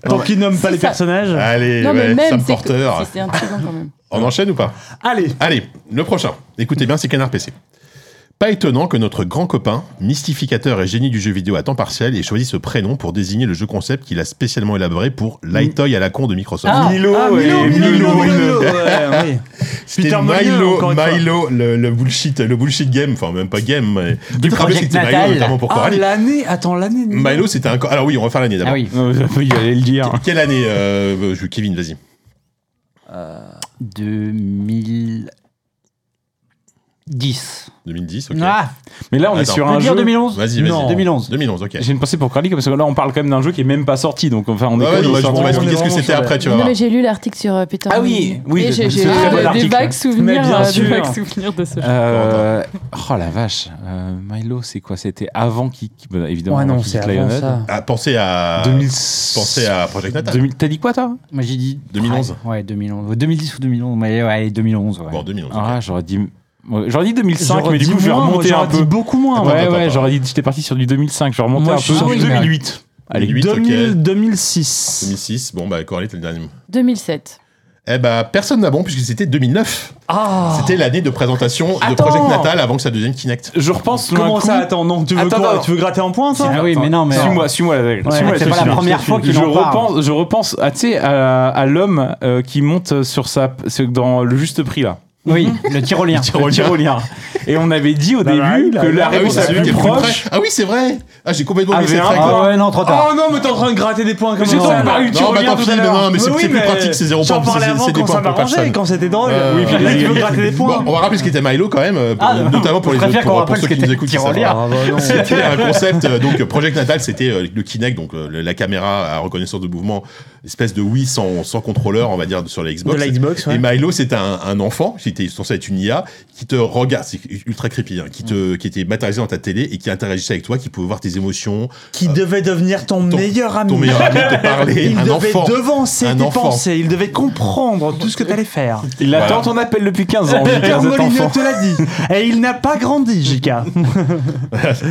[SPEAKER 1] Tant qu'ils nomment pas les
[SPEAKER 5] ça.
[SPEAKER 1] personnages.
[SPEAKER 3] Allez,
[SPEAKER 5] Non mais
[SPEAKER 3] ouais,
[SPEAKER 5] même
[SPEAKER 3] Sam
[SPEAKER 5] c'est
[SPEAKER 3] Porter.
[SPEAKER 5] c'est intriguant quand même.
[SPEAKER 3] On enchaîne ou pas
[SPEAKER 1] Allez,
[SPEAKER 3] Allez, le prochain. Écoutez bien, c'est Canard PC. Pas étonnant que notre grand copain, mystificateur et génie du jeu vidéo à temps partiel, ait choisi ce prénom pour désigner le jeu concept qu'il a spécialement élaboré pour Lightoy à la con de Microsoft.
[SPEAKER 1] Milo, Ah, Milo,
[SPEAKER 3] et Milo,
[SPEAKER 1] Milo, Milo,
[SPEAKER 3] Milo.
[SPEAKER 1] ouais, oui.
[SPEAKER 3] C'était
[SPEAKER 1] Peter Molyneux,
[SPEAKER 3] Milo,
[SPEAKER 1] encore une fois.
[SPEAKER 3] Milo le, le bullshit, le bullshit game, enfin même pas game, mais du
[SPEAKER 6] Project Natal.
[SPEAKER 3] Milo, notamment pour
[SPEAKER 1] Ah,
[SPEAKER 3] Coralie.
[SPEAKER 1] l'année, attends, l'année. de Milo.
[SPEAKER 3] Milo, c'était un. co- Alors oui, on va faire l'année
[SPEAKER 6] Ah
[SPEAKER 3] d'abord.
[SPEAKER 6] oui,
[SPEAKER 4] Il allait le dire.
[SPEAKER 3] Quelle année, euh, je- Kevin, vas-y.
[SPEAKER 6] 2010.
[SPEAKER 3] 2010, ok.
[SPEAKER 6] Ah,
[SPEAKER 4] Mais là, on est
[SPEAKER 3] Attends.
[SPEAKER 4] sur
[SPEAKER 6] on
[SPEAKER 4] un
[SPEAKER 6] peut dire
[SPEAKER 4] jeu.
[SPEAKER 6] 2011
[SPEAKER 3] Vas-y, vas-y.
[SPEAKER 6] Non. 2011.
[SPEAKER 3] 2011, ok.
[SPEAKER 4] J'ai une pensée pour Carly parce que là on parle quand même d'un jeu qui est même pas sorti donc enfin on est
[SPEAKER 3] Ouais, ouais,
[SPEAKER 4] collés,
[SPEAKER 3] non,
[SPEAKER 4] ils
[SPEAKER 3] bah, je-
[SPEAKER 4] sont
[SPEAKER 3] on va
[SPEAKER 4] vraiment-
[SPEAKER 3] expliquer ce que c'était après, tu vas
[SPEAKER 5] Non
[SPEAKER 3] voir.
[SPEAKER 5] mais j'ai lu l'article sur euh, Peter.
[SPEAKER 4] Ah oui,
[SPEAKER 5] Molyneux.
[SPEAKER 4] oui,
[SPEAKER 5] Et
[SPEAKER 4] c'est-
[SPEAKER 5] j'ai j'ai
[SPEAKER 4] c'est très bon
[SPEAKER 5] des- des
[SPEAKER 4] article.
[SPEAKER 5] vagues souvenirs,
[SPEAKER 1] Mais bien
[SPEAKER 5] euh,
[SPEAKER 1] sûr.
[SPEAKER 5] des vagues souvenirs de ce jeu.
[SPEAKER 4] Euh, oh la vache, Euh, Milo c'est quoi C'était avant qui évidemment
[SPEAKER 1] Ouais, non,
[SPEAKER 4] Kick
[SPEAKER 1] c'est avant
[SPEAKER 4] Lionhead.
[SPEAKER 1] ça.
[SPEAKER 3] Ah, pensez à.
[SPEAKER 4] 2000
[SPEAKER 3] Pensez à Project Natal.
[SPEAKER 4] 2000 T'as dit quoi toi
[SPEAKER 6] Moi j'ai dit
[SPEAKER 3] 2011.
[SPEAKER 6] Ouais, ouais, 2011. 2010 ou 2011, mais ouais, 2011. Ouais.
[SPEAKER 3] Bon, 2011. ok.
[SPEAKER 4] Ah j'aurais dit ouais, j'aurais dit 2005
[SPEAKER 1] J'aurais
[SPEAKER 4] mais du
[SPEAKER 1] dit
[SPEAKER 4] coup je vais
[SPEAKER 1] moins,
[SPEAKER 4] remonter
[SPEAKER 1] j'aurais
[SPEAKER 4] un peu.
[SPEAKER 1] dit beaucoup moins.
[SPEAKER 3] Attends,
[SPEAKER 4] ouais
[SPEAKER 3] attends,
[SPEAKER 4] ouais
[SPEAKER 3] attends.
[SPEAKER 4] j'aurais dit j'étais parti sur du 2005 je vais remonter
[SPEAKER 6] Moi,
[SPEAKER 4] un
[SPEAKER 6] je suis
[SPEAKER 4] peu.
[SPEAKER 6] sur du
[SPEAKER 4] 2008. Allez
[SPEAKER 3] 2008, ok.
[SPEAKER 1] 2000, 2006.
[SPEAKER 3] 2006, bon bah Coralie, t'es le dernier.
[SPEAKER 5] 2007.
[SPEAKER 3] Eh ben, personne n'a bon, puisque c'était 2009.
[SPEAKER 1] Ah
[SPEAKER 3] C'était l'année de présentation de
[SPEAKER 1] Attends.
[SPEAKER 3] Project Natal avant que ça devienne Kinect.
[SPEAKER 4] Je repense. tout d'un
[SPEAKER 1] Comment
[SPEAKER 4] coup-
[SPEAKER 1] ça Attends, non, tu veux
[SPEAKER 4] Attends,
[SPEAKER 1] quoi
[SPEAKER 4] non.
[SPEAKER 1] Tu veux gratter en point, ça
[SPEAKER 6] Ah oui, mais non, mais-
[SPEAKER 4] Suis-moi, suis-moi la règle.
[SPEAKER 6] Ouais,
[SPEAKER 4] Suis-moi
[SPEAKER 6] c'est
[SPEAKER 4] la
[SPEAKER 6] pas la
[SPEAKER 4] règle.
[SPEAKER 6] première fois qu'il
[SPEAKER 4] je
[SPEAKER 6] en parle.
[SPEAKER 4] repense, je repense à, tu sais, à, à l'homme euh, qui monte sur sa, sur- dans le juste prix là.
[SPEAKER 6] Oui, le tyrolien.
[SPEAKER 4] Le tyrolien. Et on avait dit au
[SPEAKER 1] Bah, bah,
[SPEAKER 4] début
[SPEAKER 1] il a-
[SPEAKER 4] que la
[SPEAKER 1] Ah oui,
[SPEAKER 4] réponse
[SPEAKER 1] ça
[SPEAKER 4] la
[SPEAKER 1] a
[SPEAKER 4] plus
[SPEAKER 1] été
[SPEAKER 3] plus
[SPEAKER 4] proche.
[SPEAKER 3] près. Ah oui, c'est vrai. Ah, j'ai complètement oublié
[SPEAKER 4] Avait
[SPEAKER 3] cette
[SPEAKER 4] un
[SPEAKER 3] règle.
[SPEAKER 6] Ah ouais, non, trop tard.
[SPEAKER 1] Oh non, mais t'es en train de gratter des points comme
[SPEAKER 4] J'ai
[SPEAKER 1] ça.
[SPEAKER 4] entendu parler
[SPEAKER 3] du Non, bah, Tyrolien tant tout à pis, l'heure. mais non, mais c'est- c'est plus pratique, c'est zéro
[SPEAKER 1] J'en
[SPEAKER 3] point,
[SPEAKER 1] parlais
[SPEAKER 3] c'est-
[SPEAKER 1] avant
[SPEAKER 3] c'est des
[SPEAKER 1] quand
[SPEAKER 3] points
[SPEAKER 1] ça
[SPEAKER 3] pour
[SPEAKER 1] m'arrangeait,
[SPEAKER 3] personne.
[SPEAKER 1] quand c'était drôle.
[SPEAKER 3] Euh,
[SPEAKER 1] Oui, puis
[SPEAKER 3] ouais.
[SPEAKER 1] là, tu veux gratter des points.
[SPEAKER 3] Bon, on va rappeler ce qu'était Milo quand même, euh,
[SPEAKER 6] Ah,
[SPEAKER 3] notamment pour
[SPEAKER 6] je
[SPEAKER 3] les autres,
[SPEAKER 6] préfère qu'on
[SPEAKER 3] pour, pour
[SPEAKER 6] rappelle
[SPEAKER 3] ceux
[SPEAKER 6] ce
[SPEAKER 3] qui nous
[SPEAKER 6] qu'était
[SPEAKER 3] écoutent. qui
[SPEAKER 6] Tyrolien.
[SPEAKER 3] savent pas.
[SPEAKER 6] Ah,
[SPEAKER 1] hein.
[SPEAKER 3] C'était un concept, euh, donc euh, Project Natal, c'était euh, le Kinect, donc euh, le- la caméra à reconnaissance de mouvement, espèce de Wii sans, sans contrôleur, on va dire, sur la Xbox.
[SPEAKER 1] De la Xbox, ouais.
[SPEAKER 3] Et Milo, c'était un, un enfant, qui était censé être une IA, qui te regarde, c'est ultra creepy, hein, qui,
[SPEAKER 1] Mm.
[SPEAKER 3] te, qui était matérialisé dans ta télé et qui interagissait avec toi, qui pouvait voir tes émotions, euh,
[SPEAKER 1] Qui devait devenir ton
[SPEAKER 3] ton-
[SPEAKER 1] meilleur ami.
[SPEAKER 3] ton meilleur ami te parlait,
[SPEAKER 1] Il
[SPEAKER 3] un
[SPEAKER 1] devait
[SPEAKER 3] enfant.
[SPEAKER 1] devancer
[SPEAKER 3] Un
[SPEAKER 1] tes
[SPEAKER 3] enfant.
[SPEAKER 1] pensées, il devait comprendre tout ce que t'allais faire.
[SPEAKER 4] Il attend
[SPEAKER 3] Voilà.
[SPEAKER 4] ton appel depuis 15 ans. Lucas,
[SPEAKER 1] Pierre
[SPEAKER 4] cet
[SPEAKER 1] Molyneux
[SPEAKER 4] enfant.
[SPEAKER 1] te l'a dit. Et il n'a pas grandi, Jika.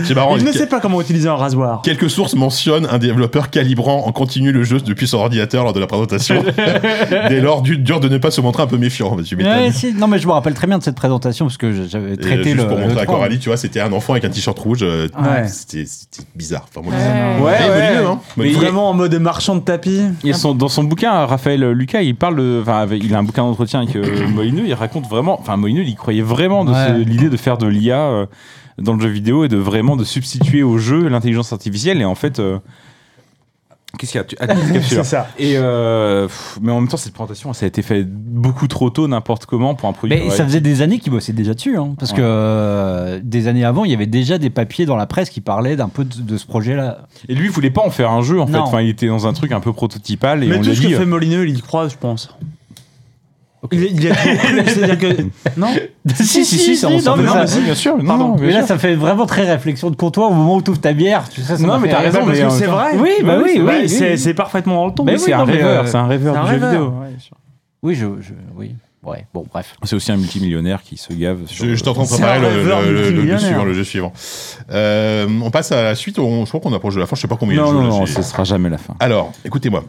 [SPEAKER 3] C'est marrant.
[SPEAKER 1] Il ne
[SPEAKER 3] que-
[SPEAKER 1] sait pas comment utiliser un rasoir.
[SPEAKER 3] Quelques sources mentionnent un développeur calibrant en continu le jeu depuis son ordinateur lors de la présentation. Dès lors, du- dur de ne pas se montrer un peu méfiant. mais tu m'étonnes.
[SPEAKER 6] Ouais, si. Non, mais je me rappelle très bien de cette présentation parce que je- j'avais
[SPEAKER 3] Et
[SPEAKER 6] traité
[SPEAKER 3] euh, juste
[SPEAKER 6] le.
[SPEAKER 3] pour
[SPEAKER 6] le
[SPEAKER 3] montrer à
[SPEAKER 6] trois.
[SPEAKER 3] Coralie, tu vois, c'était un enfant avec un t-shirt rouge. euh,
[SPEAKER 1] Ouais.
[SPEAKER 3] C'était c'était bizarre. Enfin, moi,
[SPEAKER 10] Ouais.
[SPEAKER 4] Ouais,
[SPEAKER 3] Eh,
[SPEAKER 4] ouais.
[SPEAKER 3] Molyneux, hein.
[SPEAKER 4] Mais il y a-
[SPEAKER 1] Vraiment en mode marchand de tapis.
[SPEAKER 4] Et son- dans son bouquin, Raphaël Lucas, il parle de, enfin, avec- il a un bouquin d'entretien avec euh, Molineux, il raconte vraiment, enfin, Molineux, il croyait vraiment de
[SPEAKER 6] Ouais.
[SPEAKER 4] ce- l'idée de faire de l'IA euh, dans le jeu vidéo et de vraiment de substituer au jeu l'intelligence artificielle. Et en fait, euh, qu'est-ce qu'il y a Tu- ah, tu-
[SPEAKER 1] C'est ça.
[SPEAKER 4] Et euh, pff, mais en même temps, cette présentation, ça a été fait beaucoup trop tôt, n'importe comment, pour un produit.
[SPEAKER 6] Mais
[SPEAKER 4] Ouais.
[SPEAKER 6] ça faisait des années qu'ils bossaient déjà dessus, hein, parce
[SPEAKER 4] Ouais.
[SPEAKER 6] que euh, des années avant, il y avait déjà des papiers dans la presse qui parlaient d'un peu de, de ce projet-là.
[SPEAKER 4] Et lui, il voulait pas en faire un jeu, en fait.
[SPEAKER 6] Non.
[SPEAKER 4] Enfin, il était dans un truc un peu prototypal. Et
[SPEAKER 1] Mais
[SPEAKER 4] on
[SPEAKER 1] tout
[SPEAKER 4] lui a
[SPEAKER 1] ce que
[SPEAKER 4] dit, euh.
[SPEAKER 6] hein.
[SPEAKER 1] fait Molineux, il y croit, je pense. Il, est- il y a c'est-à-dire que non
[SPEAKER 6] si, si, si, on s'en
[SPEAKER 4] Non, mais
[SPEAKER 6] fout.
[SPEAKER 4] non, mais si, bien sûr. non,
[SPEAKER 1] Pardon.
[SPEAKER 4] non, bien
[SPEAKER 6] Mais là,
[SPEAKER 4] sûr.
[SPEAKER 6] ça fait vraiment très réflexion de comptoir au moment où tu ouvres ta bière. Tu sais, ça
[SPEAKER 4] Non,
[SPEAKER 6] m'a
[SPEAKER 4] mais
[SPEAKER 6] fait
[SPEAKER 4] t'as
[SPEAKER 6] rire.
[SPEAKER 4] raison,
[SPEAKER 1] parce
[SPEAKER 4] mais
[SPEAKER 1] que
[SPEAKER 4] euh, en
[SPEAKER 1] c'est
[SPEAKER 4] même temps-
[SPEAKER 1] vrai.
[SPEAKER 6] Oui, bah oui,
[SPEAKER 1] Bah,
[SPEAKER 6] oui,
[SPEAKER 1] c'est
[SPEAKER 6] oui.
[SPEAKER 1] c'est parfaitement dans le ton.
[SPEAKER 6] Mais
[SPEAKER 4] Mais c'est
[SPEAKER 6] oui,
[SPEAKER 4] un
[SPEAKER 6] non, mais,
[SPEAKER 4] rêveur,
[SPEAKER 6] euh,
[SPEAKER 4] c'est un rêveur
[SPEAKER 1] c'est un
[SPEAKER 4] du jeu
[SPEAKER 1] rêveur.
[SPEAKER 4] vidéo.
[SPEAKER 6] Oui, je, je- oui, ouais, bon, bref.
[SPEAKER 4] C'est aussi un multimillionnaire qui se gave. Sur
[SPEAKER 3] Je, je t'entends
[SPEAKER 1] C'est
[SPEAKER 3] préparer
[SPEAKER 1] un
[SPEAKER 3] le,
[SPEAKER 1] rêveur
[SPEAKER 3] le- le- le jeu
[SPEAKER 1] multimillionnaire.
[SPEAKER 3] suivant. le jeu suivant. Euh, on passe à la suite. on- je crois qu'on approche de la fin. Je sais pas combien il y a
[SPEAKER 4] Non,
[SPEAKER 3] de jeux,
[SPEAKER 4] non,
[SPEAKER 3] là,
[SPEAKER 4] non,
[SPEAKER 3] j'ai-
[SPEAKER 4] ce sera jamais la fin.
[SPEAKER 3] Alors, écoutez-moi.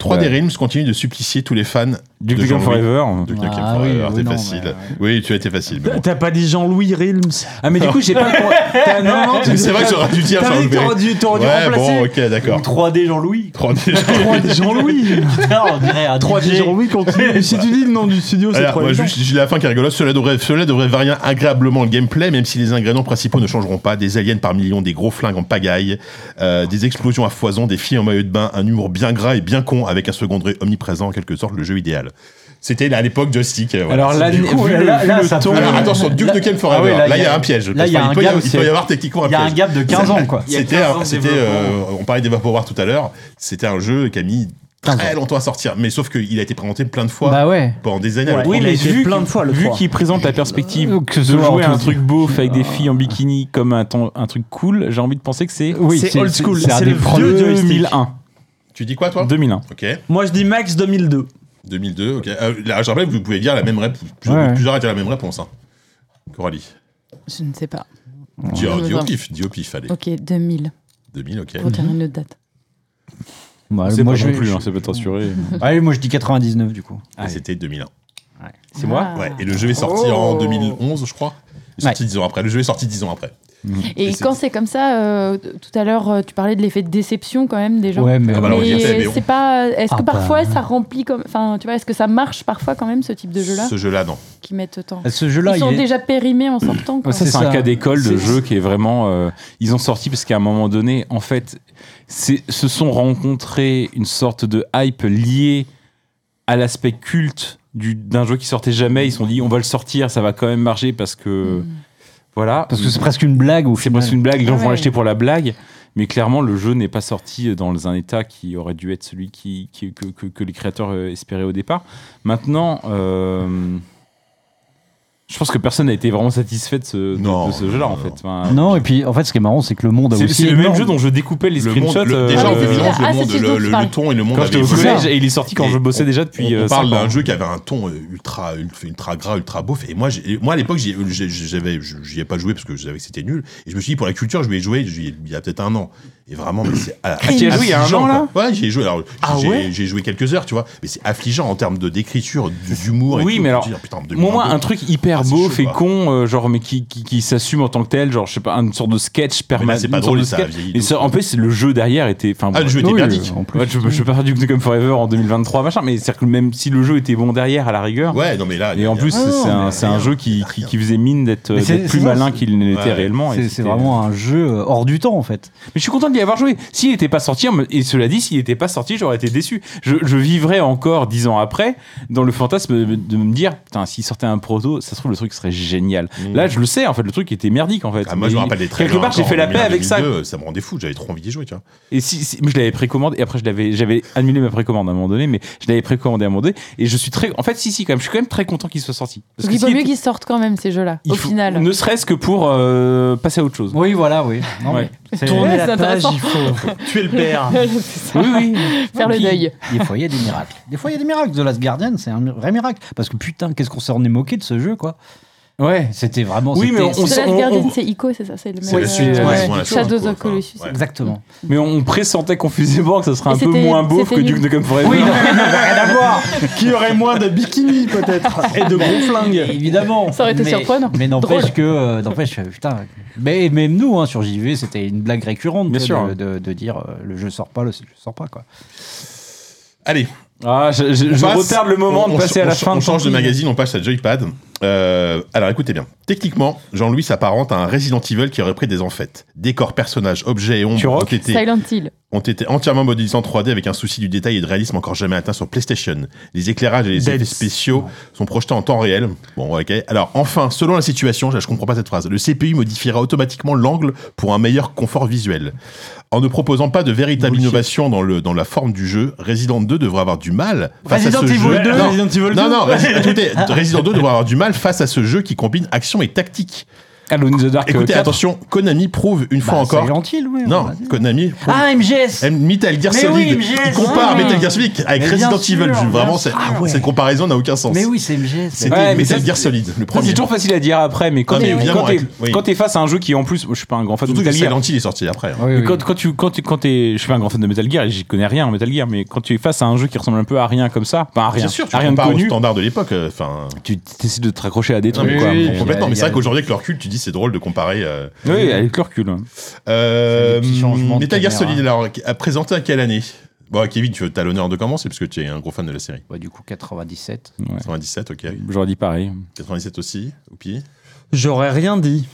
[SPEAKER 3] 3D
[SPEAKER 4] Ouais.
[SPEAKER 3] Realms continue de supplicier tous les fans
[SPEAKER 4] Du
[SPEAKER 3] De
[SPEAKER 4] Become
[SPEAKER 3] Jean-Louis.
[SPEAKER 4] Forever.
[SPEAKER 3] de Knuckles
[SPEAKER 6] Ah oui,
[SPEAKER 3] Forever.
[SPEAKER 6] oui,
[SPEAKER 3] T'es
[SPEAKER 6] non,
[SPEAKER 3] facile.
[SPEAKER 6] mais, euh,
[SPEAKER 3] Oui, tu as été facile. mais bon.
[SPEAKER 1] T'as pas dit Jean-Louis Rilms
[SPEAKER 4] Ah, mais du coup, j'ai pas le droit. Non, non,
[SPEAKER 3] C'est vrai que j'aurais dû dire
[SPEAKER 1] T'as
[SPEAKER 3] Jean-Louis.
[SPEAKER 1] dit que t'aurais dû, t'aurais dû
[SPEAKER 3] Ouais, bon,
[SPEAKER 1] remplacer
[SPEAKER 3] ok, d'accord.
[SPEAKER 6] 3D Jean-Louis
[SPEAKER 3] 3D
[SPEAKER 1] Trois des Jean-Louis
[SPEAKER 6] on dirait un
[SPEAKER 1] 3D
[SPEAKER 6] DJ.
[SPEAKER 1] Jean-Louis continue. Si tu dis le nom du studio, c'est
[SPEAKER 3] Alors,
[SPEAKER 1] trois
[SPEAKER 3] moi,
[SPEAKER 1] des
[SPEAKER 3] juste, j'ai la fin qui est rigolote. Cela devrait, cela devrait varier agréablement le gameplay, même si les ingrédients principaux ne changeront pas. Des aliens par millions, des gros flingues en pagaille, euh, des explosions à foison, des filles en maillot de bain, un humour bien gras et bien con, avec un secondré omniprésent, en quelque sorte, le jeu idéal. C'était à l'époque joystick. euh, voilà.
[SPEAKER 4] Alors là,
[SPEAKER 6] Du
[SPEAKER 4] vu
[SPEAKER 6] coup, euh, là,
[SPEAKER 4] le-
[SPEAKER 6] là,
[SPEAKER 4] vu
[SPEAKER 6] là,
[SPEAKER 4] le
[SPEAKER 6] ça
[SPEAKER 4] ton-
[SPEAKER 6] peut-
[SPEAKER 3] Alors,
[SPEAKER 6] là,
[SPEAKER 3] attention, Duke
[SPEAKER 6] là-
[SPEAKER 3] Nukem Forever.
[SPEAKER 6] ah oui,
[SPEAKER 3] là, il y a un piège.
[SPEAKER 6] Là, il y a
[SPEAKER 3] Enfin,
[SPEAKER 6] un
[SPEAKER 3] peut, y
[SPEAKER 6] gap,
[SPEAKER 3] avoir- il peut y
[SPEAKER 6] c'est-
[SPEAKER 3] avoir techniquement un
[SPEAKER 6] Il y a un
[SPEAKER 3] piège.
[SPEAKER 6] gap de 15 ans, quoi.
[SPEAKER 4] Il y a
[SPEAKER 3] C'était,
[SPEAKER 4] 15 ans de
[SPEAKER 3] c'était,
[SPEAKER 4] développement.
[SPEAKER 3] euh, on parlait des Vaporware tout à l'heure. C'était un jeu qui a mis
[SPEAKER 6] 15
[SPEAKER 3] très longtemps à sortir, mais sauf qu'il a été présenté plein de fois
[SPEAKER 6] Bah ouais.
[SPEAKER 3] pendant des années.
[SPEAKER 1] Ouais.
[SPEAKER 3] Alors,
[SPEAKER 1] Oui,
[SPEAKER 3] on
[SPEAKER 1] mais
[SPEAKER 3] a
[SPEAKER 1] vu plein de fois le
[SPEAKER 4] Vu
[SPEAKER 1] trois.
[SPEAKER 4] qu'il présente la perspective
[SPEAKER 6] Euh, que
[SPEAKER 4] de
[SPEAKER 6] ce soit
[SPEAKER 4] jouer
[SPEAKER 6] en
[SPEAKER 4] un
[SPEAKER 6] tout-
[SPEAKER 4] truc Ah. beau avec des filles en bikini comme un, ton- un truc cool, j'ai envie de penser que c'est
[SPEAKER 6] Oui,
[SPEAKER 1] C'est old school,
[SPEAKER 6] un
[SPEAKER 1] c'est
[SPEAKER 6] des
[SPEAKER 1] le
[SPEAKER 6] premiers-
[SPEAKER 1] vieux joystick.
[SPEAKER 4] 2001.
[SPEAKER 3] Tu dis quoi, toi
[SPEAKER 4] 2001.
[SPEAKER 3] Ok,
[SPEAKER 1] Moi, je dis Max 2002.
[SPEAKER 3] 2002, ok. Euh, là, je rappelle, vous pouvez dire la même réponse.
[SPEAKER 6] Ouais.
[SPEAKER 3] Plusieurs étaient la même réponse. Hein. Coralie.
[SPEAKER 10] Je ne sais pas.
[SPEAKER 3] Dis,
[SPEAKER 10] Ouais.
[SPEAKER 3] dis au pif, dis au pif, allez.
[SPEAKER 10] Ok, 2000.
[SPEAKER 3] 2000, ok.
[SPEAKER 10] Pour terminer notre date.
[SPEAKER 6] Moi,
[SPEAKER 4] C'est
[SPEAKER 6] Ah, moi,
[SPEAKER 4] pas
[SPEAKER 6] je,
[SPEAKER 4] non plus,
[SPEAKER 6] je-
[SPEAKER 4] hein, c'est pas censuré.
[SPEAKER 6] Allez, moi, je dis 99, du coup.
[SPEAKER 3] Et c'était 2001.
[SPEAKER 4] C'est moi
[SPEAKER 10] Ah.
[SPEAKER 3] Ouais, et le jeu est sorti
[SPEAKER 10] Oh.
[SPEAKER 3] en 2011, je crois. Il est
[SPEAKER 6] Ouais.
[SPEAKER 3] sorti 10 ans après. Le jeu est sorti 10 ans après.
[SPEAKER 10] Et
[SPEAKER 3] c'est-
[SPEAKER 10] quand c'est comme ça, euh, tout à l'heure, euh, tu parlais de l'effet de déception quand même des gens.
[SPEAKER 6] Ouais, mais.
[SPEAKER 3] Ah bah alors, on y était, mais
[SPEAKER 10] mais
[SPEAKER 3] on-
[SPEAKER 10] c'est pas. euh, Est-ce
[SPEAKER 6] Ah
[SPEAKER 10] que
[SPEAKER 6] bah.
[SPEAKER 10] parfois ça remplit comme. Enfin, tu vois, est-ce que ça marche parfois quand même ce type de jeu-là
[SPEAKER 3] Ce jeu-là, non.
[SPEAKER 10] qui mettent tant
[SPEAKER 6] Ce jeu-là,
[SPEAKER 10] Ils
[SPEAKER 6] il
[SPEAKER 10] sont
[SPEAKER 6] est-
[SPEAKER 10] déjà périmés en sortant. quoi.
[SPEAKER 4] Ça,
[SPEAKER 6] C'est
[SPEAKER 4] c'est
[SPEAKER 6] ça.
[SPEAKER 4] un cas d'école de
[SPEAKER 6] C'est-
[SPEAKER 4] jeu qui est vraiment. euh, ils ont sorti parce qu'à un moment donné, en fait, c'est- se sont rencontrés une sorte de hype liée à l'aspect culte du- d'un jeu qui sortait jamais. Ils se sont dit, on va le sortir, ça va quand même marcher parce que. Voilà.
[SPEAKER 6] Hmm. Parce que c'est presque une blague au
[SPEAKER 4] C'est
[SPEAKER 6] final.
[SPEAKER 4] presque une blague, les gens vont
[SPEAKER 10] Ouais.
[SPEAKER 4] l'acheter pour la blague. Mais clairement, le jeu n'est pas sorti dans un état qui aurait dû être celui qui, qui- que, que- que les créateurs euh, espéraient au départ. Maintenant, euh, je pense que personne n'a été vraiment satisfait de ce, de-
[SPEAKER 3] Non,
[SPEAKER 4] de ce jeu-là,
[SPEAKER 3] non,
[SPEAKER 4] en
[SPEAKER 3] non.
[SPEAKER 4] fait. Enfin,
[SPEAKER 6] Non, et puis en fait, ce qui est marrant, c'est que le monde a
[SPEAKER 4] c'est
[SPEAKER 6] aussi.
[SPEAKER 4] c'est le même
[SPEAKER 6] énorme-
[SPEAKER 4] jeu dont je découpais les
[SPEAKER 3] Le
[SPEAKER 4] screenshots
[SPEAKER 3] monde, le-
[SPEAKER 4] euh,
[SPEAKER 3] déjà,
[SPEAKER 10] Ah,
[SPEAKER 3] on
[SPEAKER 10] mais c'est
[SPEAKER 3] mélange
[SPEAKER 10] ça.
[SPEAKER 3] le
[SPEAKER 10] Ah,
[SPEAKER 3] monde,
[SPEAKER 10] c'est
[SPEAKER 3] le,
[SPEAKER 10] dont tu
[SPEAKER 3] le
[SPEAKER 10] parles.
[SPEAKER 3] ton et le monde
[SPEAKER 4] quand j'étais au
[SPEAKER 3] avaient-
[SPEAKER 4] collège et il est sorti quand
[SPEAKER 3] Et
[SPEAKER 4] je bossais déjà
[SPEAKER 3] on-
[SPEAKER 4] depuis.
[SPEAKER 3] on,
[SPEAKER 4] euh,
[SPEAKER 3] parle
[SPEAKER 4] cinq ans.
[SPEAKER 3] d'un jeu qui avait un ton euh, ultra, ultra, ultra gras, ultra beauf. Et moi, j'ai- moi à l'époque, j'y j'ai- j'avais, j'y ai pas joué parce que je savais que c'était nul. Et je me suis dit, pour la culture, je vais y jouer j'y ai- il y a peut-être un an. Et vraiment, mais c'est ah,
[SPEAKER 4] Tu y as joué il y a un
[SPEAKER 3] affligeant,
[SPEAKER 4] an, là
[SPEAKER 3] quoi. Ouais, j'y ai joué. Alors,
[SPEAKER 1] Ah
[SPEAKER 3] j'ai,
[SPEAKER 1] ouais
[SPEAKER 3] j'ai joué quelques heures, tu vois. Mais c'est affligeant en termes de d'écriture, d'humour. et
[SPEAKER 4] Oui,
[SPEAKER 3] tout,
[SPEAKER 4] mais
[SPEAKER 3] de
[SPEAKER 4] alors,
[SPEAKER 3] dire, putain, en
[SPEAKER 4] Moi, moi,
[SPEAKER 3] 2022,
[SPEAKER 4] un truc hyper
[SPEAKER 3] Ah, c'est
[SPEAKER 4] beau,
[SPEAKER 3] chaud,
[SPEAKER 4] fait
[SPEAKER 3] quoi.
[SPEAKER 4] con, euh, genre, mais qui, qui, qui s'assume en tant que tel, genre, je sais pas, une sorte de sketch permanent.
[SPEAKER 3] c'est pas
[SPEAKER 4] une sorte
[SPEAKER 3] drôle,
[SPEAKER 4] de
[SPEAKER 3] ça a
[SPEAKER 4] sketch.
[SPEAKER 3] vieilli,
[SPEAKER 4] Et
[SPEAKER 3] donc,
[SPEAKER 4] ça- en plus, le jeu derrière était. enfin,
[SPEAKER 3] Ah,
[SPEAKER 4] bon,
[SPEAKER 3] le jeu était
[SPEAKER 4] oui,
[SPEAKER 3] merdique.
[SPEAKER 4] en plus. Ouais, je, je peux pas faire du Kingdom Come Forever en 2023, machin, mais c'est-à-dire que même si le jeu était bon derrière, à la rigueur.
[SPEAKER 3] Ouais, non, mais là. y
[SPEAKER 4] Et
[SPEAKER 3] a-
[SPEAKER 4] en
[SPEAKER 3] y a-
[SPEAKER 4] plus,
[SPEAKER 3] Ah,
[SPEAKER 4] c'est
[SPEAKER 3] non,
[SPEAKER 4] un,
[SPEAKER 3] mais
[SPEAKER 4] c'est
[SPEAKER 3] rien,
[SPEAKER 4] un jeu
[SPEAKER 3] y
[SPEAKER 4] qui,
[SPEAKER 3] a
[SPEAKER 4] qui,
[SPEAKER 3] rien.
[SPEAKER 4] qui faisait mine d'être euh,
[SPEAKER 6] Mais c'est-
[SPEAKER 4] d'être plus
[SPEAKER 6] c'est ça,
[SPEAKER 4] malin qu'il n'était
[SPEAKER 3] Ouais.
[SPEAKER 4] réellement. et
[SPEAKER 6] C'est-
[SPEAKER 4] c'était-
[SPEAKER 6] C'est vraiment un jeu hors du temps en fait.
[SPEAKER 4] Mais je suis content de l'y avoir joué. S'il n'était pas sorti, on me- et cela dit, s'il n'était pas sorti, j'aurais été déçu. Je, je vivrais encore dix ans après dans le fantasme de- de me dire, putain, s'il sortait un proto, ça se trouve le truc serait génial.
[SPEAKER 3] Mm.
[SPEAKER 4] Là, je le sais, en fait, le truc était merdique en fait.
[SPEAKER 3] Ah, moi, je me
[SPEAKER 4] Mais
[SPEAKER 3] rappelle des trailers.
[SPEAKER 4] Quelque part, j'ai
[SPEAKER 3] encore
[SPEAKER 4] fait
[SPEAKER 3] en
[SPEAKER 4] la paix avec ça.
[SPEAKER 3] 2002, Ça me rendait fou, j'avais trop envie d'y jouer, tu vois.
[SPEAKER 4] Et si, si- mais je l'avais précommandé, et après je l'avais, j'avais annulé ma précommande à un moment donné, mais je l'avais précommandé à un moment donné, et je suis très, en fait, si, si, quand même, je suis quand même très content qu'il soit sorti. Parce
[SPEAKER 10] Donc il vaut
[SPEAKER 4] s'il
[SPEAKER 10] mieux
[SPEAKER 4] était-
[SPEAKER 10] qu'ils sortent quand même ces jeux-là,
[SPEAKER 4] il
[SPEAKER 10] au
[SPEAKER 4] faut-
[SPEAKER 10] final.
[SPEAKER 4] Ne serait-ce que pour euh, passer à autre chose.
[SPEAKER 6] Oui, voilà, oui. Non,
[SPEAKER 4] Ouais.
[SPEAKER 6] mais c'est-
[SPEAKER 1] Tourner
[SPEAKER 10] Ouais,
[SPEAKER 1] la
[SPEAKER 10] c'est
[SPEAKER 1] page,
[SPEAKER 10] intéressant.
[SPEAKER 1] il faut tuer le père.
[SPEAKER 10] C'est ça.
[SPEAKER 4] Oui, oui.
[SPEAKER 10] Faire le
[SPEAKER 6] Puis,
[SPEAKER 10] deuil.
[SPEAKER 6] Des fois, il y a des miracles. Des fois, il y a des miracles. The Last Guardian, c'est un mi- vrai miracle. Parce que putain, qu'est-ce qu'on s'en est moqué de ce jeu, quoi.
[SPEAKER 4] Ouais.
[SPEAKER 6] C'était vraiment.
[SPEAKER 4] Oui, mais
[SPEAKER 6] c'était-
[SPEAKER 4] on
[SPEAKER 10] The
[SPEAKER 4] s'en-
[SPEAKER 10] Last
[SPEAKER 4] on-
[SPEAKER 10] Guardian,
[SPEAKER 4] on-
[SPEAKER 10] c'est Ico, c'est ça C'est le
[SPEAKER 3] C'est
[SPEAKER 10] même,
[SPEAKER 3] la suite,
[SPEAKER 10] euh,
[SPEAKER 3] ouais,
[SPEAKER 10] ouais,
[SPEAKER 3] ils ont la suite,
[SPEAKER 10] Shadows
[SPEAKER 3] quoi,
[SPEAKER 10] of
[SPEAKER 3] enfin,
[SPEAKER 10] Colossus.
[SPEAKER 3] ouais.
[SPEAKER 6] Exactement.
[SPEAKER 4] Mais on pressentait confusément que ça serait un
[SPEAKER 10] Et
[SPEAKER 4] peu
[SPEAKER 10] c'était-
[SPEAKER 4] moins beau que
[SPEAKER 10] c'était
[SPEAKER 4] Duke
[SPEAKER 10] nul.
[SPEAKER 4] Nukem Forever.
[SPEAKER 6] Oui, non, rien à voir.
[SPEAKER 1] Qui aurait moins de bikini peut-être et de gros flingues.
[SPEAKER 6] Évidemment.
[SPEAKER 10] Ça aurait été
[SPEAKER 6] mais,
[SPEAKER 10] surprenant.
[SPEAKER 6] Mais n'empêche
[SPEAKER 10] Drôle.
[SPEAKER 6] que. euh, n'empêche, euh, putain. Mais même nous, hein, sur JV, c'était une blague récurrente
[SPEAKER 4] Bien
[SPEAKER 6] de,
[SPEAKER 4] sûr.
[SPEAKER 6] de, de dire euh, le jeu sort pas, le jeu sort pas, quoi.
[SPEAKER 3] Allez,
[SPEAKER 4] Ah, je, je-
[SPEAKER 3] On
[SPEAKER 4] je
[SPEAKER 3] passe-
[SPEAKER 4] retarde le moment
[SPEAKER 3] on-
[SPEAKER 4] de
[SPEAKER 3] on
[SPEAKER 4] passer
[SPEAKER 3] ch-
[SPEAKER 4] à la
[SPEAKER 3] on ch-
[SPEAKER 4] fin.
[SPEAKER 3] On change de
[SPEAKER 4] tant pis.
[SPEAKER 3] magazine, on passe à Joypad. Euh, alors écoutez bien. Techniquement, Jean-Louis s'apparente à un Resident Evil qui aurait pris des enfêtes. Décors, personnages, objets et ombres
[SPEAKER 4] Tu
[SPEAKER 3] ont
[SPEAKER 4] rock
[SPEAKER 3] été
[SPEAKER 10] Silent Hill.
[SPEAKER 3] ont été entièrement modélisés en 3D avec un souci du détail et de réalisme encore jamais atteint sur PlayStation. Les éclairages et les
[SPEAKER 1] Dead.
[SPEAKER 3] effets spéciaux sont projetés en temps réel. Bon, ok. Alors, enfin, selon la situation, je je comprends pas cette phrase, le CPU modifiera automatiquement l'angle pour un meilleur confort visuel. En ne proposant pas de véritable innovation dans, le, dans la forme du jeu, Resident 2 devrait avoir du mal face
[SPEAKER 1] Resident
[SPEAKER 3] à ce
[SPEAKER 1] Evil
[SPEAKER 3] jeu.
[SPEAKER 1] 2,
[SPEAKER 3] Non,
[SPEAKER 1] Resident Evil
[SPEAKER 3] non,
[SPEAKER 1] 2.
[SPEAKER 3] non, Resi- écoutez, Resident 2 devrait avoir du mal face à ce jeu qui combine action et tactique.
[SPEAKER 4] Alone in the Dark.
[SPEAKER 3] Écoutez,
[SPEAKER 4] euh, quatre.
[SPEAKER 3] attention, Konami prouve une fois
[SPEAKER 6] Bah,
[SPEAKER 3] encore.
[SPEAKER 6] Silent Hill, oui.
[SPEAKER 3] Non,
[SPEAKER 6] vas-y.
[SPEAKER 3] Konami prouve
[SPEAKER 6] Ah, MGS
[SPEAKER 3] M- Metal Gear
[SPEAKER 6] Mais
[SPEAKER 3] Solid.
[SPEAKER 6] oui, MGS,
[SPEAKER 3] il compare
[SPEAKER 6] ouais.
[SPEAKER 3] Metal Gear Solid avec
[SPEAKER 6] Mais bien
[SPEAKER 3] Resident
[SPEAKER 6] sûr,
[SPEAKER 3] Evil.
[SPEAKER 6] bien
[SPEAKER 3] Vraiment,
[SPEAKER 6] sûr.
[SPEAKER 3] cette,
[SPEAKER 6] Ah ouais.
[SPEAKER 3] cette comparaison n'a aucun sens.
[SPEAKER 6] Mais oui, c'est MGS.
[SPEAKER 3] C'était
[SPEAKER 4] Ouais, mais
[SPEAKER 3] Metal
[SPEAKER 4] ça,
[SPEAKER 3] Gear
[SPEAKER 4] c'est-
[SPEAKER 3] Solid, le
[SPEAKER 4] Ça,
[SPEAKER 3] premier.
[SPEAKER 4] C'est toujours facile à dire après, mais quand
[SPEAKER 3] Non, mais
[SPEAKER 4] t'es
[SPEAKER 3] évidemment,
[SPEAKER 4] quand t'es-
[SPEAKER 3] avec- oui.
[SPEAKER 4] quand t'es face à un jeu qui, en plus, moi, je suis pas un grand fan de
[SPEAKER 3] Surtout que
[SPEAKER 4] Metal Gear.
[SPEAKER 3] Silent Hill est sorti après. hein.
[SPEAKER 6] Oui,
[SPEAKER 4] Mais
[SPEAKER 6] oui.
[SPEAKER 4] quand, quand tu quand tu quand t'es je suis pas un grand fan de Metal Gear et j'y connais rien en Metal Gear mais quand tu es face à un jeu qui ressemble un peu à rien comme ça enfin à rien
[SPEAKER 3] Bien sûr, tu
[SPEAKER 4] à rien de
[SPEAKER 3] compares au
[SPEAKER 4] connu
[SPEAKER 3] standard de l'époque. euh, Enfin,
[SPEAKER 4] tu essaies de te raccrocher à des
[SPEAKER 3] non,
[SPEAKER 4] trucs
[SPEAKER 3] mais
[SPEAKER 4] quoi
[SPEAKER 3] quoi,
[SPEAKER 4] mais-
[SPEAKER 3] complètement.
[SPEAKER 6] il y a-
[SPEAKER 3] Mais
[SPEAKER 6] il y
[SPEAKER 3] c'est
[SPEAKER 6] a-
[SPEAKER 3] vrai qu'aujourd'hui, avec le recul, tu dis c'est drôle de comparer. euh,
[SPEAKER 4] oui avec le recul hein.
[SPEAKER 3] euh,
[SPEAKER 6] petits changements de
[SPEAKER 3] Metal Gear
[SPEAKER 6] caméra.
[SPEAKER 3] Solid, alors, à présenter à quelle année Bon, Kevin, tu as l'honneur de commencer parce que tu es un gros fan de la série.
[SPEAKER 6] Bah, du coup, 97.
[SPEAKER 3] 97, ok.
[SPEAKER 4] j'aurais dit pareil
[SPEAKER 3] 97 aussi, Oupi.
[SPEAKER 1] J'aurais rien dit.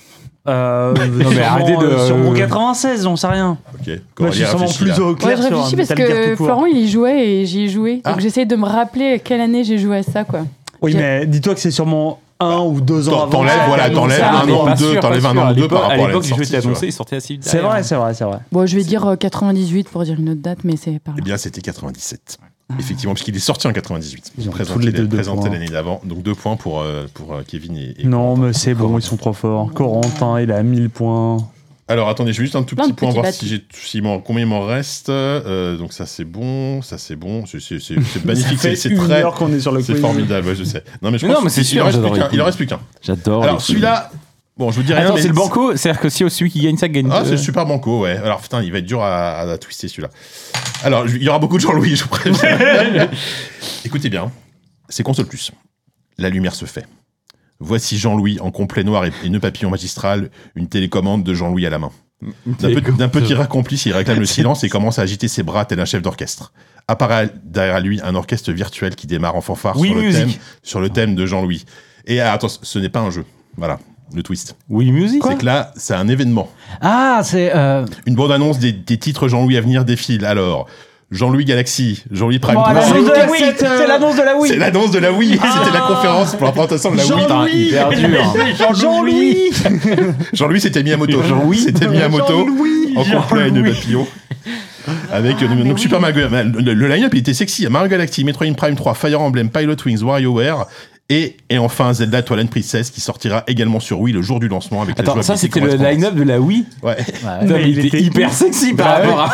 [SPEAKER 1] Euh,
[SPEAKER 4] mais
[SPEAKER 1] sûrement,
[SPEAKER 4] arrêtez de-
[SPEAKER 1] euh, Sur mon 96, j'en sais rien. Moi,
[SPEAKER 3] Ok.
[SPEAKER 1] je
[SPEAKER 3] Coralie
[SPEAKER 1] suis sûrement
[SPEAKER 3] réfléchit, là.
[SPEAKER 1] plus au
[SPEAKER 10] Ouais,
[SPEAKER 1] clair
[SPEAKER 10] je
[SPEAKER 1] sur
[SPEAKER 10] réfléchis
[SPEAKER 1] un
[SPEAKER 10] parce
[SPEAKER 1] Metal Gear
[SPEAKER 10] que
[SPEAKER 1] tout court.
[SPEAKER 10] Florent, il y jouait et j'y ai joué.
[SPEAKER 3] Ah.
[SPEAKER 10] Donc j'essaye de me rappeler quelle année j'ai joué à ça, quoi.
[SPEAKER 1] Oui,
[SPEAKER 10] J'ai-
[SPEAKER 1] mais dis-toi que c'est sûrement un ou deux ans
[SPEAKER 3] t'en-
[SPEAKER 1] avant.
[SPEAKER 3] t'enlèves,
[SPEAKER 1] Ah,
[SPEAKER 3] voilà,
[SPEAKER 1] donc
[SPEAKER 3] t'enlèves
[SPEAKER 1] ça-
[SPEAKER 3] un an. ou deux, t'enlèves un an ou deux par
[SPEAKER 4] à
[SPEAKER 3] rapport à la
[SPEAKER 4] l'époque les jeux
[SPEAKER 3] sortie,
[SPEAKER 4] étaient
[SPEAKER 3] tu vois.
[SPEAKER 4] annoncés ils sortaient assez vite
[SPEAKER 1] C'est vrai, c'est vrai, c'est vrai.
[SPEAKER 10] Bon, je vais dire euh, 98 pour dire une autre date, mais c'est
[SPEAKER 3] Eh
[SPEAKER 10] pas grave.
[SPEAKER 3] bien, c'était 97. Effectivement, puisqu'il est sorti en 98.
[SPEAKER 1] Ils ont
[SPEAKER 3] Présenté-
[SPEAKER 1] tous les deux deux
[SPEAKER 3] présenté
[SPEAKER 1] points.
[SPEAKER 3] l'année d'avant. Donc deux points pour, euh, pour euh, Kevin et, et
[SPEAKER 1] Non, mais c'est bon,
[SPEAKER 3] Corentin.
[SPEAKER 1] ils sont trop forts. Corentin, il a 1000 points.
[SPEAKER 3] Alors attendez, je vais juste un tout
[SPEAKER 10] Plein
[SPEAKER 3] petit
[SPEAKER 10] de
[SPEAKER 3] point,
[SPEAKER 10] petits
[SPEAKER 3] voir
[SPEAKER 10] battus.
[SPEAKER 3] si j'ai si m'en- combien il m'en reste. Euh, donc ça c'est bon, ça c'est bon. C'est- C'est c'est- c'est magnifique,
[SPEAKER 1] Ça fait
[SPEAKER 3] c'est c'est
[SPEAKER 1] une
[SPEAKER 3] très...
[SPEAKER 1] heure qu'on est sur le
[SPEAKER 3] C'est
[SPEAKER 1] quiz.
[SPEAKER 3] formidable, ouais, je sais. Non mais je
[SPEAKER 4] Mais
[SPEAKER 3] pense
[SPEAKER 4] non, mais c'est
[SPEAKER 3] qu'il-
[SPEAKER 4] sûr,
[SPEAKER 3] il en reste
[SPEAKER 4] j'adore
[SPEAKER 3] plus qu'un.
[SPEAKER 4] les
[SPEAKER 3] Il en reste plus qu'un.
[SPEAKER 4] j'adore
[SPEAKER 3] Alors
[SPEAKER 4] les-
[SPEAKER 3] celui-là, bon, je vous dis rien.
[SPEAKER 4] Attends,
[SPEAKER 3] mais
[SPEAKER 4] c'est le banco, c'est-à-dire que si celui qui gagne ça gagne.
[SPEAKER 3] Ah,
[SPEAKER 4] deux.
[SPEAKER 3] c'est super banco, ouais. Alors putain, il va être dur à, à- à twister celui-là. Alors, je- il y aura beaucoup de Jean-Louis, je vous préviens. Écoutez bien, c'est console plus. La lumière se fait. Voici Jean-Louis en complet noir et, et nœud papillon magistral, une télécommande de Jean-Louis à la main. D'un pe- d'un petit rat complice, il réclame le silence et commence à agiter ses bras tel un chef d'orchestre. Apparaît derrière lui un orchestre virtuel qui démarre en fanfare
[SPEAKER 4] Oui,
[SPEAKER 3] sur, le
[SPEAKER 4] musique.
[SPEAKER 3] thème, sur le thème de Jean-Louis. Et ah, attends, ce n'est pas un jeu. Voilà, le twist.
[SPEAKER 4] Wii Music.
[SPEAKER 3] C'est que là, c'est un événement.
[SPEAKER 6] Ah, c'est. euh,
[SPEAKER 3] Une bande-annonce des, des titres Jean-Louis à venir défile. Alors, Jean-Louis Galaxy, Jean-Louis Prime
[SPEAKER 6] bon,
[SPEAKER 3] Time.
[SPEAKER 6] l'annonce
[SPEAKER 1] oui,
[SPEAKER 6] de la
[SPEAKER 1] oui,
[SPEAKER 6] Wii.
[SPEAKER 1] c'est, euh,
[SPEAKER 6] C'est l'annonce de la
[SPEAKER 3] C'est
[SPEAKER 6] Wii.
[SPEAKER 3] l'annonce de la Wii, c'était la conférence pour la présentation de
[SPEAKER 4] Bah
[SPEAKER 3] la Wii.
[SPEAKER 4] Putain, hyper dur.
[SPEAKER 1] Jean-Louis
[SPEAKER 3] Jean-Louis s'était mis à moto.
[SPEAKER 4] Jean-Louis.
[SPEAKER 3] s'était mis à moto
[SPEAKER 1] Jean-Louis
[SPEAKER 3] en complet
[SPEAKER 1] Jean-Louis.
[SPEAKER 3] une papillon. Avec euh, donc Super Mario, le, le line-up il était sexy. Mario Galaxy, Metroid Prime 3, Fire Emblem, Pilot Wings, WarioWare Et, et enfin Zelda Twilight Princess qui sortira également sur Wii le jour du lancement avec
[SPEAKER 4] Attends,
[SPEAKER 3] la
[SPEAKER 4] ça
[SPEAKER 3] jouabilité
[SPEAKER 4] c'était le
[SPEAKER 3] correspondante.
[SPEAKER 4] line-up de la Wii.
[SPEAKER 3] Ouais,
[SPEAKER 4] Putain, Ah, mais il, était Bah hyper sexy par rapport à.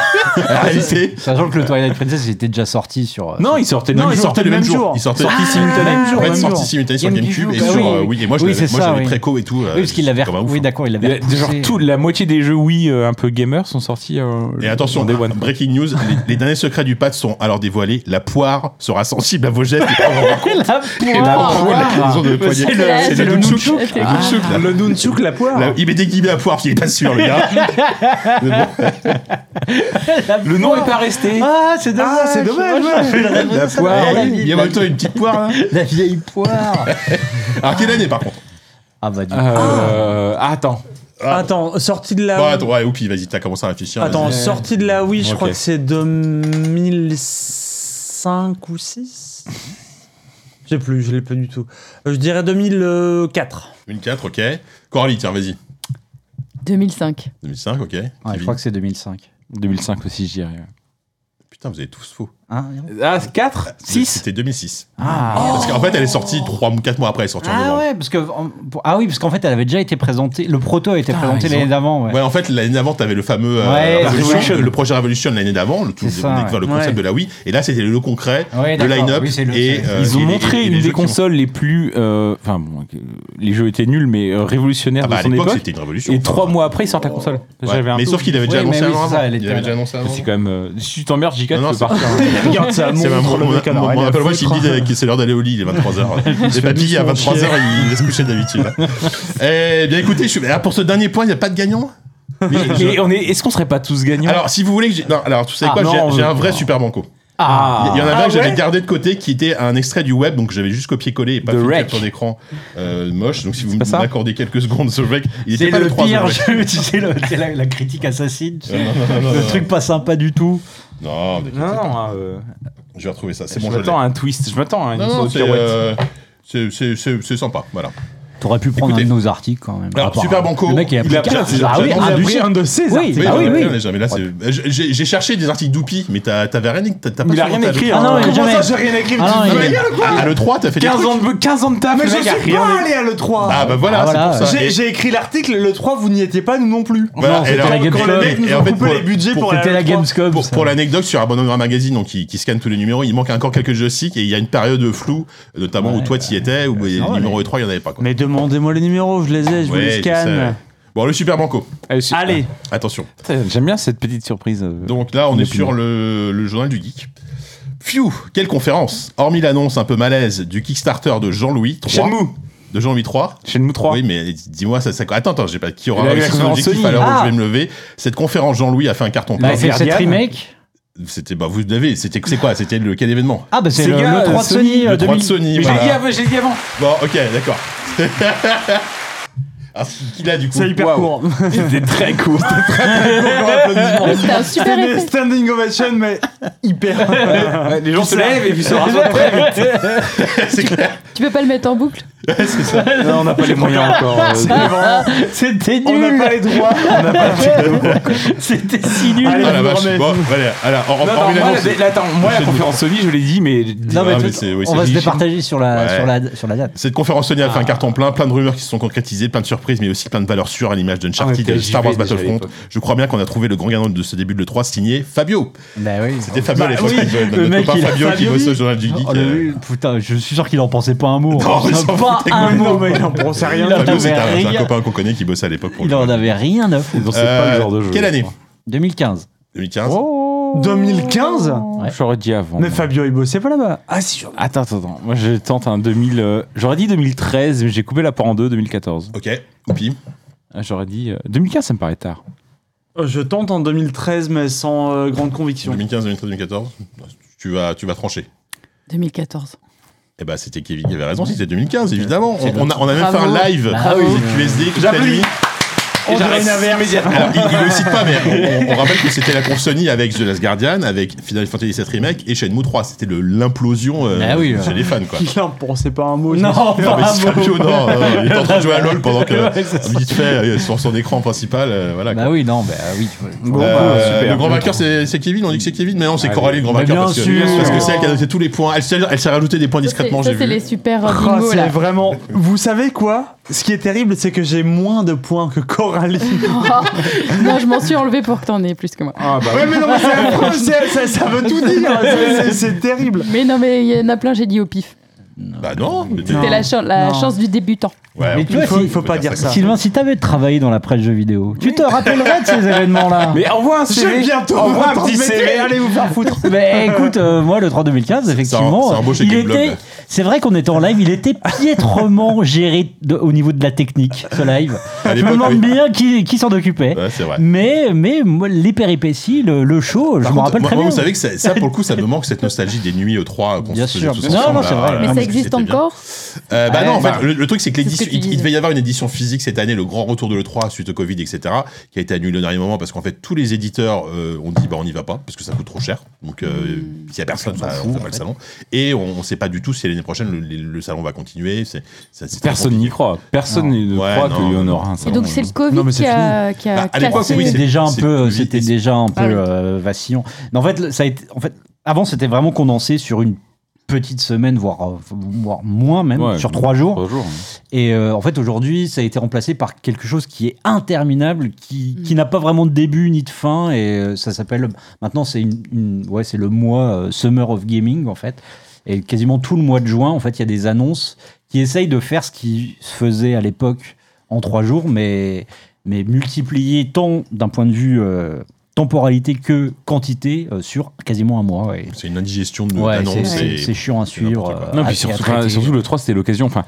[SPEAKER 3] en réalité.
[SPEAKER 6] Sachant que le Twilight Princess était déjà sorti sur. euh,
[SPEAKER 4] Non, il sortait le
[SPEAKER 1] Non,
[SPEAKER 4] même
[SPEAKER 1] il
[SPEAKER 4] jour.
[SPEAKER 1] sortait le même jour.
[SPEAKER 3] Il sortait
[SPEAKER 4] Sorti simultanément.
[SPEAKER 3] Ouais,
[SPEAKER 1] le même
[SPEAKER 3] sorti
[SPEAKER 1] jour.
[SPEAKER 3] simultané sur
[SPEAKER 6] GameCube,
[SPEAKER 3] GameCube et
[SPEAKER 6] bah
[SPEAKER 3] sur
[SPEAKER 6] oui.
[SPEAKER 3] euh, Wii. Et moi, je
[SPEAKER 6] Oui,
[SPEAKER 3] l'avais-
[SPEAKER 6] c'est
[SPEAKER 3] moi,
[SPEAKER 6] ça,
[SPEAKER 3] j'avais
[SPEAKER 6] oui.
[SPEAKER 3] préco et tout. euh,
[SPEAKER 6] Oui, parce qu'il
[SPEAKER 3] j'étais
[SPEAKER 6] l'avait.
[SPEAKER 3] comme un ouf,
[SPEAKER 6] Oui,
[SPEAKER 3] hein.
[SPEAKER 6] d'accord, il
[SPEAKER 4] Il y
[SPEAKER 6] l'avait.
[SPEAKER 4] a- Genre,
[SPEAKER 6] repoussé.
[SPEAKER 4] toute la moitié des jeux Wii euh, un peu gamers sont sortis. euh,
[SPEAKER 3] Et attention,
[SPEAKER 4] en Day One.
[SPEAKER 3] breaking news, les, les derniers secrets du pad sont alors dévoilés. La poire sera sensible à vos gestes. et prendra en compte la poire, de poignet.
[SPEAKER 1] C'est le-
[SPEAKER 3] C'est le nunchuk.
[SPEAKER 10] Nunchuk.
[SPEAKER 3] Le nunchuk, là.
[SPEAKER 1] Le Nunchuk, la poire.
[SPEAKER 3] Là, il met des guillemets à poire, il est pas sûr, le gars. Mais bon.
[SPEAKER 4] Le nom est pas resté.
[SPEAKER 6] Ah, c'est dommage.
[SPEAKER 1] Ah, c'est dommage. ouais.
[SPEAKER 3] La poire,
[SPEAKER 6] la
[SPEAKER 3] oui.
[SPEAKER 6] vie,
[SPEAKER 3] Eh, il y a
[SPEAKER 6] la
[SPEAKER 3] en même temps une petite poire. là.
[SPEAKER 6] La vieille poire.
[SPEAKER 3] Alors, quelle année par contre
[SPEAKER 6] Ah bah du coup.
[SPEAKER 4] Euh, Attends.
[SPEAKER 1] Attends, sortie de
[SPEAKER 3] Ah. Bon,
[SPEAKER 1] la.
[SPEAKER 3] Bah, Attends, ouais, oupi, vas-y, t'as commencé à réfléchir.
[SPEAKER 1] Attends,
[SPEAKER 3] vas-y.
[SPEAKER 1] sortie de la Wii, je crois
[SPEAKER 4] Ok.
[SPEAKER 1] que c'est 2005 ou 6 Je sais plus, je l'ai pas du tout. Euh, Je dirais 2004.
[SPEAKER 3] Une 4, ok. Coralie, tiens, vas-y.
[SPEAKER 10] 2005.
[SPEAKER 3] 2005, ok.
[SPEAKER 6] Ouais, Ah, je
[SPEAKER 3] Kevin.
[SPEAKER 6] crois que c'est 2005.
[SPEAKER 4] 2005 aussi, je dirais.
[SPEAKER 3] Putain, vous avez tous faux.
[SPEAKER 6] Hein
[SPEAKER 4] Ah, 4 6
[SPEAKER 3] C'était 2006.
[SPEAKER 6] ah,
[SPEAKER 3] Parce qu'en fait, elle est sortie 3 ou 4 mois après, elle est sortie en
[SPEAKER 6] ah
[SPEAKER 3] novembre.
[SPEAKER 6] ouais, parce que en- pour- ah oui, parce qu'en fait, elle avait déjà été présentée. Le proto a été
[SPEAKER 4] Putain,
[SPEAKER 6] présenté
[SPEAKER 4] ils ont-
[SPEAKER 6] l'année d'avant. Ouais.
[SPEAKER 3] Ouais, en fait, l'année d'avant, t'avais le fameux euh,
[SPEAKER 6] Ouais,
[SPEAKER 3] Revolution,
[SPEAKER 6] Revolution.
[SPEAKER 3] le projet Revolution l'année d'avant, le, tout,
[SPEAKER 6] C'est ça,
[SPEAKER 3] on découvre le concept
[SPEAKER 1] Ouais.
[SPEAKER 3] de la Wii. Et là, c'était le concret,
[SPEAKER 6] Ouais,
[SPEAKER 3] le
[SPEAKER 6] d'accord.
[SPEAKER 3] line-up.
[SPEAKER 6] Oui, c'est le-
[SPEAKER 3] et,
[SPEAKER 6] c'est-
[SPEAKER 3] euh,
[SPEAKER 4] Ils ont
[SPEAKER 3] et les- et
[SPEAKER 4] montré
[SPEAKER 3] les
[SPEAKER 4] une
[SPEAKER 3] jeux
[SPEAKER 4] des
[SPEAKER 3] qui ont-
[SPEAKER 4] consoles les plus. euh, Enfin, bon, euh, les jeux étaient nuls, mais euh, révolutionnaires
[SPEAKER 3] Ah bah, à
[SPEAKER 4] de son
[SPEAKER 3] l'époque,
[SPEAKER 4] époque.
[SPEAKER 3] c'était une révolution.
[SPEAKER 4] Et
[SPEAKER 3] Enfin,
[SPEAKER 4] trois
[SPEAKER 3] ouais.
[SPEAKER 4] mois après, ils sortent la console. J'avais un
[SPEAKER 3] Mais
[SPEAKER 4] peu-
[SPEAKER 3] sauf qu'il avait déjà
[SPEAKER 6] Oui, mais
[SPEAKER 3] annoncé
[SPEAKER 6] oui,
[SPEAKER 3] avant.
[SPEAKER 6] c'est ça, elle
[SPEAKER 3] Il
[SPEAKER 6] était
[SPEAKER 3] avait
[SPEAKER 6] là.
[SPEAKER 3] déjà annoncé avant.
[SPEAKER 4] C'est quand même. euh, si tu t'emmerdes, Giga,
[SPEAKER 3] Non,
[SPEAKER 4] tu
[SPEAKER 3] non,
[SPEAKER 4] peux
[SPEAKER 3] c'est-
[SPEAKER 4] partir. hein.
[SPEAKER 1] Regarde ça,
[SPEAKER 3] C'est ma- mon,
[SPEAKER 1] montre
[SPEAKER 3] mon,
[SPEAKER 1] le canard.
[SPEAKER 3] mon
[SPEAKER 1] elle a
[SPEAKER 3] appelle-moi, qui
[SPEAKER 1] foutre.
[SPEAKER 3] me dit euh, que c'est l'heure d'aller au lit, il est 23h. Les papilles, à 23h, ils laissent coucher d'habitude. Eh bien, écoutez, je suis- ah, pour ce dernier point, il n'y a pas de gagnant Mais je-
[SPEAKER 4] Et on est. Est-ce qu'on serait pas tous gagnants
[SPEAKER 3] Alors, si vous voulez que j'ai. non, alors, tu sais
[SPEAKER 4] Ah,
[SPEAKER 3] quoi,
[SPEAKER 4] non,
[SPEAKER 3] j'ai-
[SPEAKER 4] on
[SPEAKER 3] j'ai
[SPEAKER 4] veut
[SPEAKER 3] un vrai
[SPEAKER 4] pas.
[SPEAKER 3] super banco.
[SPEAKER 4] Ah.
[SPEAKER 3] Il y en avait
[SPEAKER 1] Ah
[SPEAKER 3] un que j'avais
[SPEAKER 1] ouais
[SPEAKER 3] gardé de côté qui était un extrait du web, donc j'avais juste copié-collé et pas
[SPEAKER 4] The
[SPEAKER 3] fait une
[SPEAKER 4] Wreck.
[SPEAKER 3] capture d'écran euh, moche. Donc si vous
[SPEAKER 4] pas ça
[SPEAKER 3] m'accordez quelques secondes, ce wreck, il
[SPEAKER 6] C'est
[SPEAKER 3] était pas
[SPEAKER 6] le
[SPEAKER 3] trois,
[SPEAKER 6] pire
[SPEAKER 3] The Wreck.
[SPEAKER 6] jeu, tu sais, le- c'est la, la critique assassine, tu sais.
[SPEAKER 3] Euh, Non, non, non, non,
[SPEAKER 6] le
[SPEAKER 3] non.
[SPEAKER 6] truc pas sympa du tout.
[SPEAKER 3] Non, mais
[SPEAKER 4] Non, non, hein, euh,
[SPEAKER 3] je vais retrouver ça. C'est
[SPEAKER 4] je hein,
[SPEAKER 3] bon, je l'ai.
[SPEAKER 4] m'attends à un twist. Je m'attends à une
[SPEAKER 3] Non,
[SPEAKER 4] histoire
[SPEAKER 3] non,
[SPEAKER 4] de
[SPEAKER 3] c'est,
[SPEAKER 4] pirouette.
[SPEAKER 3] euh, c'est- c'est c'est- c'est sympa. Voilà.
[SPEAKER 6] T'aurais pu prendre
[SPEAKER 3] euh, Écoutez.
[SPEAKER 6] un de nos articles quand même.
[SPEAKER 3] Alors,
[SPEAKER 6] À part-
[SPEAKER 3] Super Banco,
[SPEAKER 6] bah, le mec il a
[SPEAKER 3] il
[SPEAKER 6] pris
[SPEAKER 3] a pris
[SPEAKER 6] quatre.
[SPEAKER 3] un-
[SPEAKER 6] Ah oui,
[SPEAKER 3] j'en ai
[SPEAKER 6] un
[SPEAKER 3] pris
[SPEAKER 6] du chien.
[SPEAKER 1] un de ces
[SPEAKER 6] Oui,
[SPEAKER 1] articles.
[SPEAKER 4] Ah
[SPEAKER 6] bah
[SPEAKER 3] j'en ai
[SPEAKER 6] oui,
[SPEAKER 3] pris
[SPEAKER 6] oui.
[SPEAKER 3] un déjà, mais là, c'est- j'ai j'ai cherché des articles d'Oupi, mais t'as- t'avais rien. t'as- t'as pas
[SPEAKER 4] Il a
[SPEAKER 3] sur
[SPEAKER 4] rien
[SPEAKER 3] ta-
[SPEAKER 4] écrit.
[SPEAKER 6] Ah
[SPEAKER 4] hein.
[SPEAKER 6] non, il a jamais-
[SPEAKER 1] j'ai rien écrit
[SPEAKER 6] Ah non,
[SPEAKER 3] Ah,
[SPEAKER 6] il-
[SPEAKER 3] mais à, à l'E3, t'as fait des
[SPEAKER 4] 15
[SPEAKER 3] trucs.
[SPEAKER 4] ans de 15 ans de taf.
[SPEAKER 1] Mais
[SPEAKER 4] le
[SPEAKER 1] je
[SPEAKER 4] mec a
[SPEAKER 1] suis
[SPEAKER 4] rien
[SPEAKER 1] pas
[SPEAKER 4] écrit.
[SPEAKER 1] allé à l'E3
[SPEAKER 3] Ah bah
[SPEAKER 6] Ah,
[SPEAKER 3] voilà,
[SPEAKER 6] voilà.
[SPEAKER 3] c'est pour ça. Et-
[SPEAKER 1] J'ai j'ai écrit l'article, le 3, vous n'y étiez pas, nous non plus.
[SPEAKER 3] Voilà,
[SPEAKER 6] Non,
[SPEAKER 3] et
[SPEAKER 6] c'était
[SPEAKER 3] alors,
[SPEAKER 6] la
[SPEAKER 3] quand
[SPEAKER 6] Gamescom.
[SPEAKER 3] le mec-
[SPEAKER 1] Ils
[SPEAKER 3] et en
[SPEAKER 1] ont
[SPEAKER 3] fait,
[SPEAKER 1] coupé
[SPEAKER 3] pour-
[SPEAKER 1] les budgets pour
[SPEAKER 6] C'était la Gamescom.
[SPEAKER 3] Pour,
[SPEAKER 6] ça.
[SPEAKER 3] pour l'anecdote sur Abandonner Magazine, donc qui, qui scanne tous les numéros, il manque encore quelques jeux SIC et il y a une période floue, notamment où
[SPEAKER 6] Ouais,
[SPEAKER 3] toi t'y étais, où les
[SPEAKER 6] normal,
[SPEAKER 3] numéros E3, il n'y en avait pas. Quoi.
[SPEAKER 1] Mais demandez-moi les numéros, je les ai, je vous
[SPEAKER 3] Ouais,
[SPEAKER 1] les
[SPEAKER 3] je
[SPEAKER 1] scanne.
[SPEAKER 3] sais. Bon, le Super Banco,
[SPEAKER 4] Elle suit-
[SPEAKER 1] Allez,
[SPEAKER 6] Bah,
[SPEAKER 3] attention.
[SPEAKER 4] Ah, Putain, J'aime bien cette petite surprise. euh.
[SPEAKER 3] Donc là, on est
[SPEAKER 4] Opinion.
[SPEAKER 3] sur le, le journal du geek. Phew, quelle conférence Hormis l'annonce un peu malaise du Kickstarter de Jean-Louis III.
[SPEAKER 4] Shenmue.
[SPEAKER 3] De Jean-Louis III.
[SPEAKER 4] Shenmue 3.
[SPEAKER 3] Oui, mais dis-moi, ça, ça- Attends, attends, j'ai pas. Qui aura
[SPEAKER 4] La
[SPEAKER 3] réussi son
[SPEAKER 4] conférence
[SPEAKER 3] objectif
[SPEAKER 4] Sony.
[SPEAKER 3] à l'heure où
[SPEAKER 6] Ah.
[SPEAKER 3] je vais me lever Cette conférence, Jean-Louis a fait un carton
[SPEAKER 6] Bah,
[SPEAKER 3] plein.
[SPEAKER 6] c'est cette
[SPEAKER 4] Guardian.
[SPEAKER 6] remake.
[SPEAKER 3] C'était, bah, vous devez, c'était c'est quoi C'était le, quel événement
[SPEAKER 6] Ah bah c'est le,
[SPEAKER 4] Sega,
[SPEAKER 6] le 3 de
[SPEAKER 4] Sony,
[SPEAKER 6] Sony. euh,
[SPEAKER 3] Le 3 de
[SPEAKER 6] 2000.
[SPEAKER 3] Sony.
[SPEAKER 4] Mais j'ai
[SPEAKER 3] voilà.
[SPEAKER 4] dit avant, j'ai dit avant.
[SPEAKER 3] Bon, ok, d'accord. Ah, Alors, ce qu'il a du coup.
[SPEAKER 1] c'est hyper
[SPEAKER 4] Waouh.
[SPEAKER 1] court.
[SPEAKER 4] C'était très court.
[SPEAKER 5] Ah,
[SPEAKER 10] C'était un super
[SPEAKER 1] C'était des
[SPEAKER 10] effet.
[SPEAKER 1] standing ovation, mais hyper.
[SPEAKER 4] Les gens se lèvent et puis se rasent.
[SPEAKER 3] c'est clair.
[SPEAKER 10] Tu peux pas le mettre en boucle
[SPEAKER 3] c'est ça.
[SPEAKER 4] Non, on n'a pas les moyens encore.
[SPEAKER 6] C'était
[SPEAKER 1] On n'a
[SPEAKER 6] nul.
[SPEAKER 1] pas les droits.
[SPEAKER 6] C'était si nul.
[SPEAKER 1] Allez,
[SPEAKER 3] Ah la
[SPEAKER 1] vous
[SPEAKER 3] vache.
[SPEAKER 1] remettez.
[SPEAKER 3] Bon, voilà. Alors, en- en-
[SPEAKER 4] Non,
[SPEAKER 3] hormis
[SPEAKER 4] attends, moi,
[SPEAKER 3] l'annonce,
[SPEAKER 4] la- la- attends, moi, la conférence Sony, je l'ai dit, mais.
[SPEAKER 6] Non mais,
[SPEAKER 3] Ah, mais
[SPEAKER 6] tout-
[SPEAKER 3] c'est- oui,
[SPEAKER 6] on
[SPEAKER 3] c'est
[SPEAKER 6] va se Ah.
[SPEAKER 3] riche.
[SPEAKER 6] départager sur la,
[SPEAKER 3] Ouais.
[SPEAKER 6] sur la sur la date.
[SPEAKER 3] Cette conférence Sony a fait un carton plein, plein de rumeurs qui se sont concrétisées, plein de surprises, mais aussi plein de valeurs sûres à l'image
[SPEAKER 4] Ah, mais
[SPEAKER 3] d'Uncharted
[SPEAKER 4] t'es
[SPEAKER 3] et de Star Wars
[SPEAKER 4] JV déjà à
[SPEAKER 3] Battlefront.
[SPEAKER 4] l'époque.
[SPEAKER 3] Je crois bien qu'on a trouvé le grand gagnant de ce début de l'E3 signé Fabio.
[SPEAKER 6] Bah oui.
[SPEAKER 3] C'était Fabio à l'époque,
[SPEAKER 6] oui, le
[SPEAKER 3] notre- notre
[SPEAKER 6] mec,
[SPEAKER 3] copain
[SPEAKER 6] il a-
[SPEAKER 3] Fabio qui
[SPEAKER 6] Fabio,
[SPEAKER 3] bosse au
[SPEAKER 6] oui.
[SPEAKER 3] journal du geek.
[SPEAKER 6] Oh,
[SPEAKER 3] euh,
[SPEAKER 6] le- putain, je suis sûr qu'il en pensait pas un mot.
[SPEAKER 3] Non, il s'en
[SPEAKER 6] pas
[SPEAKER 3] foutait
[SPEAKER 6] un mot, mec.
[SPEAKER 1] rien.
[SPEAKER 6] Il en
[SPEAKER 3] Fabio, c'est
[SPEAKER 6] avait
[SPEAKER 3] un, c'est un
[SPEAKER 6] rien.
[SPEAKER 3] copain qu'on connaît qui bossait à l'époque pour le
[SPEAKER 6] Il en
[SPEAKER 3] journal.
[SPEAKER 6] avait rien à foutre.
[SPEAKER 4] Donc, c'est pas
[SPEAKER 3] Euh,
[SPEAKER 4] le genre de jeu.
[SPEAKER 3] Quelle année
[SPEAKER 6] 2015.
[SPEAKER 3] 2015.
[SPEAKER 4] Oh.
[SPEAKER 1] 2015
[SPEAKER 6] Ouais.
[SPEAKER 4] J'aurais dit avant.
[SPEAKER 1] Mais Fabio, il bossait pas là-bas. Ah, si, j'en-
[SPEAKER 4] Attends, attends, attends. Moi, je tente un 2000. euh, J'aurais dit 2013, mais j'ai coupé la part en deux, 2014.
[SPEAKER 3] Ok. Oupi.
[SPEAKER 4] Ah, J'aurais dit. euh, 2015, ça me paraît tard.
[SPEAKER 1] Euh, Je tente en 2013, mais sans euh, grande conviction.
[SPEAKER 3] 2015, 2013, 2014. Tu vas, tu vas trancher.
[SPEAKER 10] 2014.
[SPEAKER 3] Eh ben, c'était Kevin qui avait raison, c'était 2015, évidemment. On, on a, on a même
[SPEAKER 10] Bravo.
[SPEAKER 3] fait un live
[SPEAKER 6] Bah oui.
[SPEAKER 3] du QSD toute la
[SPEAKER 1] J'applaudis.
[SPEAKER 3] nuit.
[SPEAKER 1] On dirait une averse.
[SPEAKER 3] Alors, il, il le cite pas, mais on, on- on rappelle que c'était la console Sony avec The Last Guardian, avec Final Fantasy VII Remake et Shenmue 3. C'était le- l'implosion euh,
[SPEAKER 6] Ah oui, ouais.
[SPEAKER 3] chez les fans, quoi.
[SPEAKER 1] Non, bon, c'est pas un mot. je
[SPEAKER 6] Non,
[SPEAKER 1] me suis fait
[SPEAKER 3] Non, mais
[SPEAKER 1] avoir.
[SPEAKER 3] si Fabio, non, non, il est en train de jouer à LoL pendant que, vite fait, euh, sur son écran principal, euh, voilà. quoi.
[SPEAKER 6] Bah oui, non, bah oui. tu vois.
[SPEAKER 4] Bon,
[SPEAKER 3] Euh,
[SPEAKER 4] bah, super.
[SPEAKER 3] le grand vainqueur, c'est c'est Kevin. On dit que c'est Kevin, mais non, c'est
[SPEAKER 4] Allez.
[SPEAKER 3] Coralie le grand
[SPEAKER 6] Mais
[SPEAKER 3] vainqueur.
[SPEAKER 6] bien
[SPEAKER 3] parce que-
[SPEAKER 6] sûr.
[SPEAKER 3] Parce que c'est elle qui a noté tous les points. Elle s'est elle s'est rajouté des points
[SPEAKER 5] Ça, c'est-
[SPEAKER 3] discrètement,
[SPEAKER 5] ça,
[SPEAKER 3] j'ai
[SPEAKER 5] c'est
[SPEAKER 3] vu.
[SPEAKER 5] les super
[SPEAKER 1] Ah,
[SPEAKER 5] bingo
[SPEAKER 1] c'est
[SPEAKER 5] là.
[SPEAKER 1] vraiment. Vous savez quoi Ce qui est terrible, c'est que j'ai moins de points que Coralie.
[SPEAKER 5] non, je m'en suis enlevé pour que t'en aies plus que moi.
[SPEAKER 4] Ah, bah,
[SPEAKER 1] Ouais, mais non, mais c'est affreux, c'est- ça, ça veut tout dire. c'est- c'est- C'est terrible.
[SPEAKER 5] Mais non, mais il y en a plein, j'ai dit au pif.
[SPEAKER 3] Bah non, mais t'es-
[SPEAKER 1] Non.
[SPEAKER 5] C'était la, chan- la
[SPEAKER 1] non.
[SPEAKER 5] chance du débutant.
[SPEAKER 3] Ouais,
[SPEAKER 6] Mais
[SPEAKER 3] on
[SPEAKER 6] tu
[SPEAKER 3] peut-
[SPEAKER 6] vois,
[SPEAKER 1] Il faut,
[SPEAKER 6] si-
[SPEAKER 1] il faut pas
[SPEAKER 3] Ah.
[SPEAKER 1] dire ça.
[SPEAKER 6] Sylvain, si t'avais travaillé dans la presse jeux vidéo, tu te rappellerais de ces événements-là
[SPEAKER 4] Mais envoie un
[SPEAKER 1] J'ai
[SPEAKER 4] CV.
[SPEAKER 1] bientôt
[SPEAKER 4] Envoie un
[SPEAKER 1] 20 ans de
[SPEAKER 4] petit
[SPEAKER 1] métier,
[SPEAKER 4] CV.
[SPEAKER 1] Allez vous faire foutre.
[SPEAKER 6] Mais écoute, euh, moi le 3 2015, effectivement,
[SPEAKER 3] c'est un beau chez
[SPEAKER 6] il
[SPEAKER 3] Gameblog,
[SPEAKER 6] était,
[SPEAKER 3] là.
[SPEAKER 6] c'est vrai qu'on était en live, il était piètrement géré de- au niveau de la technique, ce live. Je
[SPEAKER 3] À
[SPEAKER 6] me
[SPEAKER 3] l'époque,
[SPEAKER 6] demande
[SPEAKER 3] oui.
[SPEAKER 6] bien qui, qui s'en occupait.
[SPEAKER 3] Ouais, c'est vrai.
[SPEAKER 6] Mais, mais moi, les péripéties, le, le show, je
[SPEAKER 3] Par
[SPEAKER 6] me
[SPEAKER 3] contre,
[SPEAKER 6] rappelle
[SPEAKER 3] moi,
[SPEAKER 6] très
[SPEAKER 3] moi,
[SPEAKER 6] bien.
[SPEAKER 3] vous savez que ça, ça, pour le coup, ça me manque cette nostalgie des nuits aux trois qu'on
[SPEAKER 6] Bien
[SPEAKER 3] se faisait
[SPEAKER 6] sûr,
[SPEAKER 3] tous
[SPEAKER 6] bien sûr.
[SPEAKER 3] ensemble,
[SPEAKER 6] Non, non, c'est
[SPEAKER 3] là.
[SPEAKER 6] vrai.
[SPEAKER 5] Mais
[SPEAKER 3] Ah,
[SPEAKER 5] ça
[SPEAKER 3] mais
[SPEAKER 5] existe
[SPEAKER 3] c'était bien.
[SPEAKER 5] encore
[SPEAKER 3] Euh, bah
[SPEAKER 6] Ouais,
[SPEAKER 3] non,
[SPEAKER 6] bah,
[SPEAKER 3] enfin, le, le truc c'est que
[SPEAKER 5] ce
[SPEAKER 3] l'édition,
[SPEAKER 5] que
[SPEAKER 3] il,
[SPEAKER 5] tu
[SPEAKER 3] il
[SPEAKER 5] disais.
[SPEAKER 3] devait y avoir une édition physique cette année, le grand retour de l'E3 suite au Covid, etc., qui a été annulé au dernier moment parce qu'en fait tous les éditeurs euh, ont dit bah on n'y va pas parce que ça coûte trop cher, donc euh, s'il y a personne,
[SPEAKER 6] Personne
[SPEAKER 3] bah,
[SPEAKER 6] s'en
[SPEAKER 3] on
[SPEAKER 6] fout,
[SPEAKER 3] fait pas
[SPEAKER 6] en
[SPEAKER 3] le
[SPEAKER 6] fait.
[SPEAKER 3] salon, et on, on sait pas du tout si l'année prochaine le, le- le salon va continuer. c'est- ça- c'est très
[SPEAKER 4] Personne n'y croit. Personne ne
[SPEAKER 3] Ouais,
[SPEAKER 4] croit
[SPEAKER 3] non.
[SPEAKER 4] qu'il y en aura un.
[SPEAKER 5] Et
[SPEAKER 4] salon.
[SPEAKER 5] donc c'est le Covid
[SPEAKER 1] Non, mais c'est
[SPEAKER 5] qui a, qui a
[SPEAKER 3] Bah, à l'époque,
[SPEAKER 5] cassé.
[SPEAKER 3] oui,
[SPEAKER 6] c'était
[SPEAKER 3] c'est-
[SPEAKER 6] déjà un
[SPEAKER 3] c'est
[SPEAKER 6] peu,
[SPEAKER 3] plus
[SPEAKER 6] c'était
[SPEAKER 3] vite.
[SPEAKER 6] déjà un peu
[SPEAKER 5] Ah oui.
[SPEAKER 6] euh, vacillant. Mais en fait, ça a été, en fait, avant c'était vraiment condensé sur une petite semaine, voire, euh, voire moins même,
[SPEAKER 4] Ouais,
[SPEAKER 6] sur trois jours.
[SPEAKER 4] Trois jours.
[SPEAKER 5] Ah,
[SPEAKER 6] Et euh, en fait, aujourd'hui, ça a été remplacé par quelque chose qui est interminable, qui, qui
[SPEAKER 5] Mm.
[SPEAKER 6] n'a pas vraiment de début ni de fin. Et euh, ça s'appelle. Maintenant, c'est une, une- ouais, c'est le mois euh, Summer of Gaming, en fait. Et quasiment tout le mois de juin, en fait, il y a des annonces qui essayent de faire ce qui se faisait à l'époque en trois jours, mais, mais multiplié tant d'un point de vue euh, temporalité que quantité euh, sur quasiment un mois. ouais.
[SPEAKER 3] C'est une indigestion de
[SPEAKER 6] Ouais,
[SPEAKER 3] d'annonces
[SPEAKER 6] c'est- c'est
[SPEAKER 3] et-
[SPEAKER 6] c'est chiant à suivre.
[SPEAKER 3] n'importe quoi.
[SPEAKER 6] euh,
[SPEAKER 4] Non,
[SPEAKER 6] à-
[SPEAKER 4] puis
[SPEAKER 6] à
[SPEAKER 4] surtout,
[SPEAKER 6] traiter.
[SPEAKER 4] enfin, surtout, le 3, c'était l'occasion. Enfin,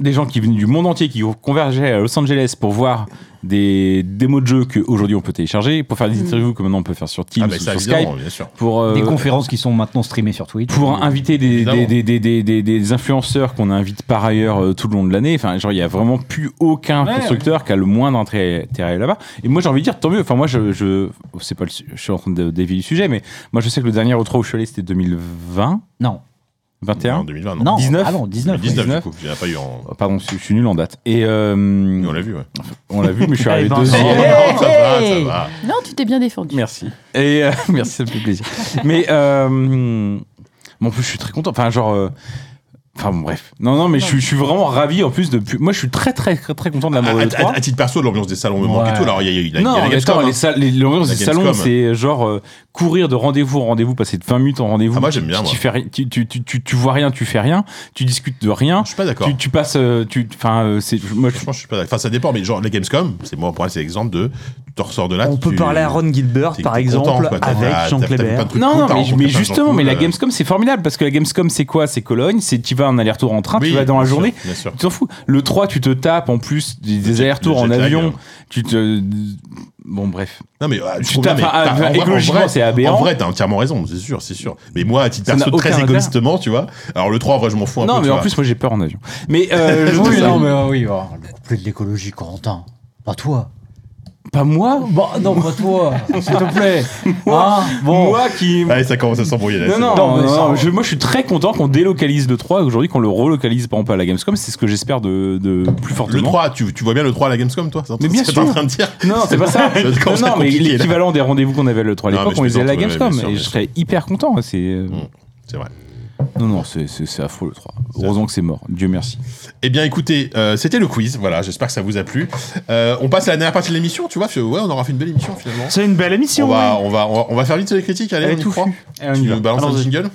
[SPEAKER 4] des gens qui venaient du monde entier, qui convergeaient à Los Angeles pour voir des démos de jeux qu'aujourd'hui on peut télécharger, pour faire des
[SPEAKER 5] Mm.
[SPEAKER 4] interviews que maintenant on peut faire sur Teams
[SPEAKER 3] Ah, bah,
[SPEAKER 4] ou
[SPEAKER 3] ça,
[SPEAKER 4] sur Skype,
[SPEAKER 3] évidemment, bien sûr.
[SPEAKER 4] pour, euh,
[SPEAKER 6] Des conférences qui sont maintenant streamées sur Twitch.
[SPEAKER 4] pour inviter des,
[SPEAKER 3] Évidemment.
[SPEAKER 4] des, des, des, des, des- des influenceurs qu'on invite par ailleurs euh, tout le long de l'année. Enfin, genre, il n'y a vraiment plus aucun
[SPEAKER 6] Ouais,
[SPEAKER 4] constructeur qui a le moindre intérêt intérêt là-bas. Et moi, j'ai envie de dire, tant mieux. Enfin, moi, je, je, c'est pas le su- je suis en train de dévier le sujet, mais moi, je sais que le dernier E3 où je suis allé, c'était 2020,
[SPEAKER 6] Non,
[SPEAKER 4] 21.
[SPEAKER 3] En 2020, non.
[SPEAKER 6] non,
[SPEAKER 4] 19.
[SPEAKER 6] ah non, 19.
[SPEAKER 3] 19, du
[SPEAKER 4] 19.
[SPEAKER 3] coup, il n'y en a pas eu en.
[SPEAKER 4] Oh, Pardon, je je suis nul en date. Et euh,
[SPEAKER 3] On l'a vu, ouais.
[SPEAKER 4] on l'a vu, mais je suis arrivé
[SPEAKER 1] Eh ben,
[SPEAKER 4] deux
[SPEAKER 1] c'est-
[SPEAKER 4] ans.
[SPEAKER 3] Non, ça va, ça va.
[SPEAKER 4] Ah,
[SPEAKER 5] Non, tu t'es bien défendu.
[SPEAKER 4] Merci. Et euh, merci, ça me fait plaisir. Mais euh, bon, en plus, je suis très content. Enfin, genre. euh, Enfin bon, bref. Non, non, mais je suis, je suis vraiment ravi en plus de. pu- Moi, je suis très, très, très, très content de la
[SPEAKER 3] À,
[SPEAKER 4] mode.
[SPEAKER 3] à- à titre perso, l'ambiance des salons me manque et
[SPEAKER 6] Ouais.
[SPEAKER 3] tout. Alors, il y a ah, il y a eu la, il y a
[SPEAKER 4] Non,
[SPEAKER 3] la
[SPEAKER 4] mais
[SPEAKER 3] Gamescom,
[SPEAKER 4] attends,
[SPEAKER 3] hein.
[SPEAKER 4] les salles- les- l'ambiance
[SPEAKER 3] La
[SPEAKER 4] des salons,
[SPEAKER 3] Gamescom.
[SPEAKER 4] c'est genre euh, courir de rendez-vous en rendez-vous, passer de 20 minutes en rendez-vous.
[SPEAKER 3] Ah, moi, j'aime bien,
[SPEAKER 4] Tu,
[SPEAKER 3] moi.
[SPEAKER 4] tu, fais ri- tu, tu, tu, tu- tu vois rien, tu fais rien, tu discutes de rien.
[SPEAKER 3] Je suis pas d'accord.
[SPEAKER 4] Tu, tu passes. euh, tu- Enfin, euh, c'est. Moi, je
[SPEAKER 3] Franchement, je suis pas d'accord. Enfin, ça dépend, mais genre, la Gamescom, c'est moi, pour moi, c'est l'exemple de. Tu t'en ressors de là.
[SPEAKER 1] On
[SPEAKER 3] Ah, tu-
[SPEAKER 1] peut parler à Ron Gilbert,
[SPEAKER 3] t'es-
[SPEAKER 1] par
[SPEAKER 3] t'es
[SPEAKER 1] exemple,
[SPEAKER 3] content, quoi. T'as- t'as-
[SPEAKER 1] avec Jean
[SPEAKER 3] t'as- t'as
[SPEAKER 1] Kléber.
[SPEAKER 3] plein de trucs
[SPEAKER 4] Non,
[SPEAKER 3] cool,
[SPEAKER 4] non,
[SPEAKER 3] t'as
[SPEAKER 4] mais,
[SPEAKER 3] rencontré
[SPEAKER 4] mais
[SPEAKER 3] plein de gens
[SPEAKER 4] justement,
[SPEAKER 3] cool,
[SPEAKER 4] mais la
[SPEAKER 3] euh,
[SPEAKER 4] Gamescom, c'est formidable parce que la Gamescom, c'est quoi C'est Cologne, c'est tu vas en aller-retour en train,
[SPEAKER 3] oui,
[SPEAKER 4] tu vas dans la
[SPEAKER 3] bien sûr,
[SPEAKER 4] journée.
[SPEAKER 3] Bien sûr.
[SPEAKER 4] Tu t'en fous. Le 3, tu te tapes en plus des, des allers-retours
[SPEAKER 3] le
[SPEAKER 4] en
[SPEAKER 3] jet lag,
[SPEAKER 4] avion.
[SPEAKER 3] hein.
[SPEAKER 4] Tu te. Bon, bref.
[SPEAKER 3] Non, mais ah, je
[SPEAKER 4] Tu
[SPEAKER 3] trouve-
[SPEAKER 4] tapes.
[SPEAKER 3] non, mais
[SPEAKER 4] ah,
[SPEAKER 3] t'as- en vrai- en vrai-
[SPEAKER 4] écologiquement, c'est aberrant.
[SPEAKER 3] En vrai, t'as entièrement raison, c'est sûr, c'est sûr. Mais moi, à titre
[SPEAKER 4] Ça
[SPEAKER 3] perso,
[SPEAKER 4] n'a aucun
[SPEAKER 3] très
[SPEAKER 4] intérêt.
[SPEAKER 3] égoïstement, tu vois. Alors, le 3, en vrai, je m'en fous un
[SPEAKER 4] non,
[SPEAKER 3] peu.
[SPEAKER 4] mais
[SPEAKER 3] tu
[SPEAKER 4] en
[SPEAKER 3] vois.
[SPEAKER 4] plus, moi, j'ai peur en avion. Mais euh, je trouve
[SPEAKER 6] oui,
[SPEAKER 4] ça-
[SPEAKER 6] non, mais euh, oui, oh, le couplet de l'écologie, Corentin. Pas toi.
[SPEAKER 4] pas moi.
[SPEAKER 6] Bon, non, pas toi, s'il te plaît.
[SPEAKER 4] Moi,
[SPEAKER 6] Hein, bon.
[SPEAKER 4] Moi qui.
[SPEAKER 3] Allez, ça commence à s'embrouiller là.
[SPEAKER 4] Non,
[SPEAKER 3] c'est
[SPEAKER 4] non,
[SPEAKER 3] bon.
[SPEAKER 6] Non, mais
[SPEAKER 4] non,
[SPEAKER 6] ça,
[SPEAKER 4] non,
[SPEAKER 6] ouais.
[SPEAKER 4] je- moi je suis très content qu'on délocalise le 3 et aujourd'hui qu'on le relocalise par exemple à la Gamescom, c'est ce que j'espère de, de plus fortement.
[SPEAKER 3] Le 3, tu, tu vois bien le 3 à la Gamescom, toi C'est
[SPEAKER 4] Mais bien
[SPEAKER 3] ce que t'es en
[SPEAKER 4] sûr.
[SPEAKER 3] train de dire.
[SPEAKER 4] Non, c'est pas ça.
[SPEAKER 3] Ça commence
[SPEAKER 4] non,
[SPEAKER 3] à
[SPEAKER 4] non, mais
[SPEAKER 3] compliquer, là.
[SPEAKER 4] l'équivalent des rendez-vous qu'on avait le 3 à
[SPEAKER 3] Non,
[SPEAKER 4] l'époque,
[SPEAKER 3] mais je
[SPEAKER 4] on les a à la
[SPEAKER 3] plaisante, ouais,
[SPEAKER 4] Gamescom.
[SPEAKER 3] bien sûr,
[SPEAKER 4] et
[SPEAKER 3] bien
[SPEAKER 4] je
[SPEAKER 3] sûr.
[SPEAKER 4] serais hyper content. C'est euh,
[SPEAKER 3] Mm. C'est vrai.
[SPEAKER 4] non, non, c'est- c'est c'est affreux le 3. Heureusement que c'est mort. Dieu merci.
[SPEAKER 3] Eh bien, écoutez, euh, c'était le quiz. Voilà, j'espère que ça vous a plu. Euh, on passe à la dernière partie de l'émission, tu vois. fi- Ouais, on aura fait une belle émission finalement.
[SPEAKER 1] C'est une belle émission.
[SPEAKER 3] On
[SPEAKER 1] ouais.
[SPEAKER 3] va, on, va, on va- on va faire vite les critiques. Allez,
[SPEAKER 1] Elle
[SPEAKER 3] on
[SPEAKER 1] est
[SPEAKER 3] y
[SPEAKER 1] tout
[SPEAKER 3] croit.
[SPEAKER 4] Allez, on
[SPEAKER 3] Oh, Tu
[SPEAKER 4] y va.
[SPEAKER 3] nous balances un
[SPEAKER 1] Allons-y.
[SPEAKER 3] jingle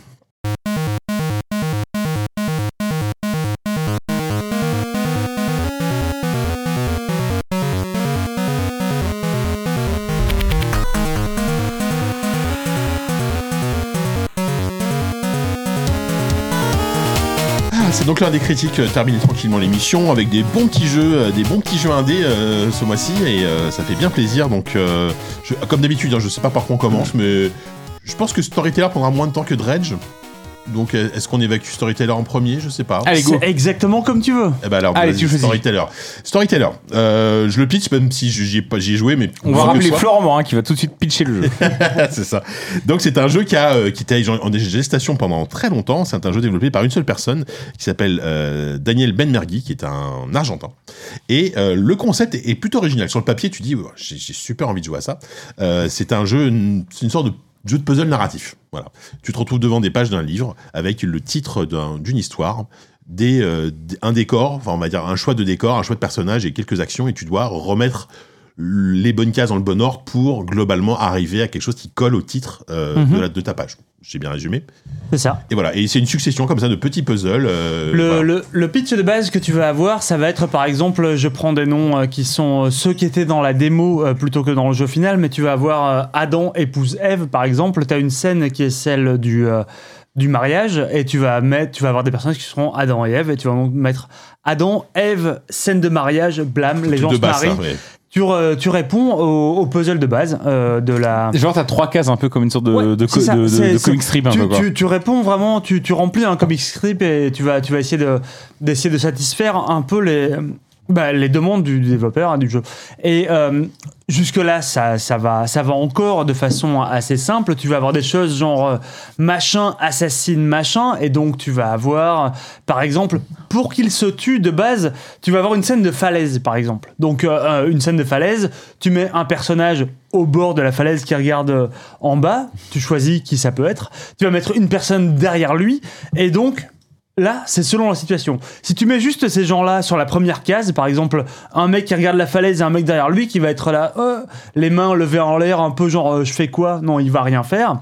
[SPEAKER 3] Ah, C'est donc l'un des critiques euh, termine tranquillement l'émission avec des bons petits jeux, euh, des bons petits jeux indés euh, ce mois-ci et euh, ça fait bien plaisir. Donc, euh, je- comme d'habitude, hein, je sais pas par quoi on commence, mais je pense que Storyteller prendra moins de temps que Dredge. Donc, euh, est-ce qu'on évacue Storyteller en premier Je sais pas.
[SPEAKER 4] Allez, go.
[SPEAKER 1] C'est exactement comme tu veux.
[SPEAKER 3] Eh ben alors,
[SPEAKER 4] Allez,
[SPEAKER 3] vas-y,
[SPEAKER 4] tu choisis.
[SPEAKER 3] Storyteller. Storyteller. Euh, je le pitch, même si j'y ai, pas- j'y ai joué, mais.
[SPEAKER 4] On va
[SPEAKER 3] quoi que
[SPEAKER 4] rappeler
[SPEAKER 3] soit.
[SPEAKER 4] Florent Morin qui va tout de suite pitcher le jeu.
[SPEAKER 3] c'est ça. Donc c'est un jeu qui a euh, qui était en gestation pendant très longtemps. C'est un jeu développé par une seule personne qui s'appelle euh, Daniel Benmergui, qui est un Argentin. Et euh, le concept est, est plutôt original. Sur le papier, tu dis Ouais, j'ai j'ai super envie de jouer à ça. Euh, c'est un jeu, une- c'est une sorte de jeu de puzzle narratif. Voilà. Tu te retrouves devant des pages d'un livre avec le titre d'un- d'une histoire. Des, euh, d- un décor, enfin on va dire un choix de décor, un choix de personnage et quelques actions et tu dois remettre les bonnes cases dans le bon ordre pour globalement arriver à quelque chose qui colle au titre euh,
[SPEAKER 1] Mhm.
[SPEAKER 3] de, la- de ta page. J'ai bien résumé.
[SPEAKER 1] C'est ça.
[SPEAKER 3] Et voilà, et c'est une succession comme ça de petits puzzles. euh,
[SPEAKER 1] Le,
[SPEAKER 3] voilà.
[SPEAKER 1] le- le pitch de base que tu vas avoir, ça va être par exemple, je prends des noms euh, qui sont euh, ceux qui étaient dans la démo euh, plutôt que dans le jeu final, mais tu vas avoir euh, Adam épouse Ève par exemple, tu as une scène qui est celle du, euh, du mariage et tu vas, mettre, tu vas avoir des personnages qui seront Adam et Ève et tu vas donc mettre Adam, Ève, scène de mariage, blâme, les
[SPEAKER 3] Tout
[SPEAKER 1] gens
[SPEAKER 3] de
[SPEAKER 1] se
[SPEAKER 3] base,
[SPEAKER 1] marient.
[SPEAKER 3] hein, ouais.
[SPEAKER 1] Tu, re- tu réponds au, au puzzle de base euh, de la...
[SPEAKER 4] Genre, t'as trois cases un peu comme une sorte de,
[SPEAKER 1] Ouais,
[SPEAKER 4] de,
[SPEAKER 1] c'est
[SPEAKER 4] co-
[SPEAKER 1] ça,
[SPEAKER 4] de- de-
[SPEAKER 1] c'est-
[SPEAKER 4] de
[SPEAKER 1] c'est-
[SPEAKER 4] comic strip un peu
[SPEAKER 1] tu,
[SPEAKER 4] quoi.
[SPEAKER 1] tu- tu réponds vraiment, tu, tu remplis un comic strip et tu vas, tu vas essayer de, d'essayer de satisfaire un peu les, bah, les demandes du développeur hein, du jeu. Et euh, jusque-là, ça, ça, va, ça va encore de façon assez simple. Tu vas avoir des choses genre euh, machin, assassine, machin, et donc tu vas avoir, euh, par exemple, pour qu'il se tue de base, tu vas avoir une scène de falaise, par exemple. Donc euh, euh, une scène de falaise, tu mets un personnage au bord de la falaise qui regarde euh, en bas, tu choisis qui ça peut être, tu vas mettre une personne derrière lui, et donc là, c'est selon la situation. Si tu mets juste ces gens-là sur la première case, par exemple, un mec qui regarde la falaise et un mec derrière lui qui va être là, euh, les mains levées en l'air, un peu genre euh, je fais quoi Non, il va rien faire.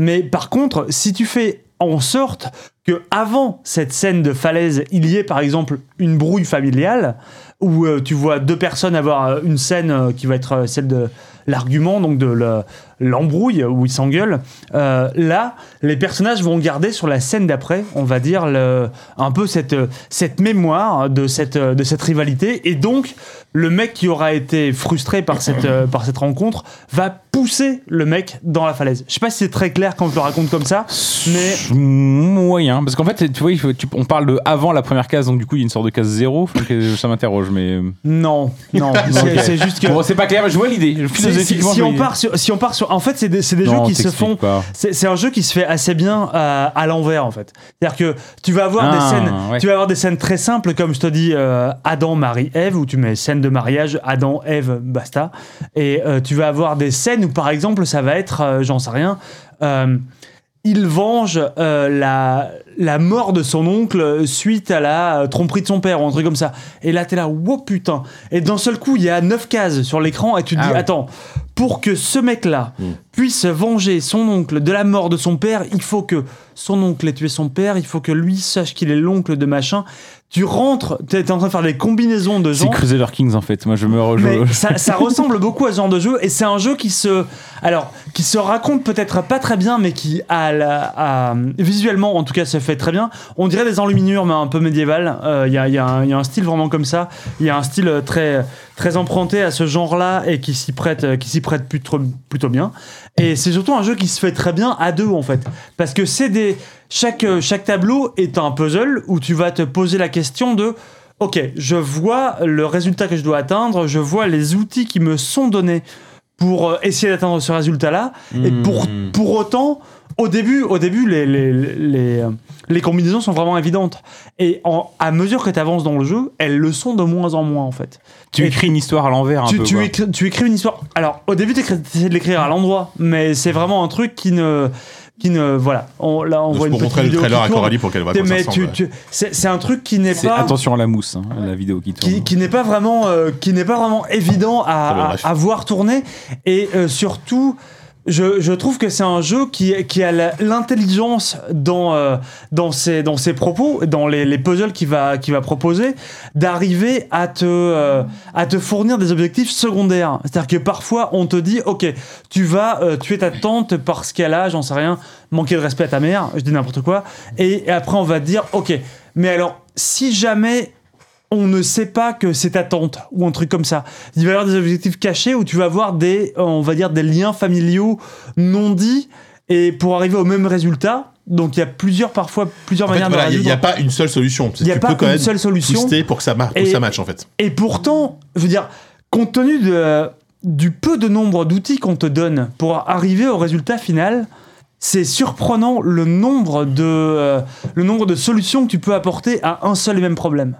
[SPEAKER 1] Mais par contre, si tu fais en sorte que avant cette scène de falaise, il y ait par exemple une brouille familiale, où euh, tu vois deux personnes avoir euh, une scène euh, qui va être euh, celle de l'argument, donc de le- l'embrouille où ils s'engueulent, euh, là, les personnages vont garder sur la scène d'après, on va dire, le, un peu cette, euh, cette mémoire de cette, euh, de cette rivalité. Et donc, le mec qui aura été frustré par cette, euh, par cette rencontre va pousser le mec dans la falaise. Je sais pas si c'est très clair quand je le raconte comme ça. Mais-
[SPEAKER 4] moyen parce qu'en fait tu vois il faut- tu- on parle de avant la première case donc du coup il y a une sorte de case zéro Faut que ça m'interroge mais
[SPEAKER 1] Non, non, c'est c'est juste que...
[SPEAKER 4] bon c'est pas clair mais je vois l'idée
[SPEAKER 1] Si, si-
[SPEAKER 4] philosophiquement
[SPEAKER 1] si
[SPEAKER 4] je vois
[SPEAKER 1] on
[SPEAKER 4] l'idée.
[SPEAKER 1] part sur, si on part sur, en fait, c'est des, c'est des
[SPEAKER 4] Non,
[SPEAKER 1] jeux qui se
[SPEAKER 4] t'expliques
[SPEAKER 1] font
[SPEAKER 4] pas.
[SPEAKER 1] C'est c'est un jeu qui se fait assez bien euh, à l'envers en fait. C'est-à-dire que tu vas avoir des
[SPEAKER 4] Ah,
[SPEAKER 1] scènes,
[SPEAKER 4] ouais.
[SPEAKER 1] tu vas avoir des scènes très simples comme je te dis euh, Adam, Marie, Ève où tu mets scène de mariage Adam, Ève, basta. Et euh, tu vas avoir des scènes où par exemple ça va être, euh, j'en sais rien. euh, il venge euh, la, la mort de son oncle suite à la euh, tromperie de son père ou un truc comme ça. Et là, t'es là, wow putain. Et d'un seul coup, il y a 9 cases sur l'écran et tu te
[SPEAKER 4] Ah
[SPEAKER 1] dis,
[SPEAKER 4] oui. Hmm.
[SPEAKER 1] attends, pour que ce mec-là puisse venger son oncle de la mort de son père, il faut que son oncle ait tué son père, il faut que lui sache qu'il est l'oncle de machin. Tu rentres, t'es t'es en train de faire des combinaisons de
[SPEAKER 4] c'est
[SPEAKER 1] gens.
[SPEAKER 4] Crusader Kings en fait moi je me rejoins
[SPEAKER 1] Mais ça, ça ressemble beaucoup à ce genre de jeu et c'est un jeu qui se, alors, qui se raconte peut-être pas très bien, mais qui à la- à- visuellement en tout cas se fait très bien. On dirait des enluminures mais un peu médiévales. Euh, Il y, a, il y a un- il y a un style vraiment comme ça. Il y a un style euh, très très emprunté à ce genre-là et qui s'y prête, euh, qui s'y prête plutôt plutôt bien. Et c'est surtout un jeu qui se fait très bien à deux en fait, parce que c'est des chaque euh, chaque tableau est un puzzle où tu vas te poser la question de Ok, je vois le résultat que je dois atteindre, je vois les outils qui me sont donnés pour euh, essayer d'atteindre ce résultat-là. Et
[SPEAKER 3] Hmm.
[SPEAKER 1] pour, pour autant, au début, au début les, les, les, euh, les combinaisons sont vraiment évidentes. Et en- à mesure que tu avances dans le jeu, elles le sont de moins en moins, en fait
[SPEAKER 4] tu écris une histoire à l'envers un
[SPEAKER 1] tu,
[SPEAKER 4] peu
[SPEAKER 1] tu
[SPEAKER 4] quoi.
[SPEAKER 1] écris, tu écris une histoire. Alors, au début, tu essaies de l'écrire à l'endroit, mais c'est vraiment un truc qui ne. Qui ne voilà. On, là, on
[SPEAKER 3] Donc,
[SPEAKER 1] voit une
[SPEAKER 3] pour
[SPEAKER 1] petite
[SPEAKER 3] montrer le
[SPEAKER 1] vidéo.
[SPEAKER 3] trailer
[SPEAKER 1] qui
[SPEAKER 3] à
[SPEAKER 1] tourne.
[SPEAKER 3] Coralie pour qu'elle voit à quoi ça
[SPEAKER 1] mais tu-
[SPEAKER 3] ressemble.
[SPEAKER 1] tu- c'est c'est un truc qui n'est
[SPEAKER 4] c'est
[SPEAKER 1] pas.
[SPEAKER 4] attention à la mousse hein, la vidéo qui tourne
[SPEAKER 1] Qui, qui n'est pas vraiment euh, qui n'est pas vraiment évident
[SPEAKER 3] Ça va,
[SPEAKER 1] à,
[SPEAKER 3] bref.
[SPEAKER 1] à, à voir tourner et euh, surtout je, je trouve que c'est un jeu qui, qui a la- l'intelligence dans, euh, dans, ses, dans ses propos, dans les, les puzzles qu'il va, qu'il va proposer, d'arriver à, te, euh, à te fournir des objectifs secondaires. C'est-à-dire que parfois, on te dit Ok, tu vas euh, tuer ta tante parce qu'elle a, j'en sais rien, manqué de respect à ta mère, je dis n'importe quoi. Et, et après, on va te dire Ok, mais alors, si jamais on ne sait pas que c'est ta tante ou un truc comme ça. Il va y avoir des objectifs cachés où tu vas avoir des, euh, on va dire, des liens familiaux non dits et pour arriver au même résultat, Donc il y a plusieurs, parfois, plusieurs
[SPEAKER 3] En fait,
[SPEAKER 1] manières
[SPEAKER 3] voilà,
[SPEAKER 1] de
[SPEAKER 3] il
[SPEAKER 1] la
[SPEAKER 3] n'y a
[SPEAKER 1] résoudre.
[SPEAKER 3] pas une seule solution.
[SPEAKER 1] Il n'y a,
[SPEAKER 3] tu
[SPEAKER 1] pas
[SPEAKER 3] peux quand
[SPEAKER 1] une
[SPEAKER 3] même
[SPEAKER 1] seule solution.
[SPEAKER 3] twister pour que ça marche, pour que
[SPEAKER 1] Et-
[SPEAKER 3] ça matche en fait.
[SPEAKER 1] Et pourtant, je veux dire, compte tenu de- du peu de nombre d'outils qu'on te donne pour arriver au résultat final, c'est surprenant le nombre, de, euh, le nombre de solutions que tu peux apporter à un seul et même problème.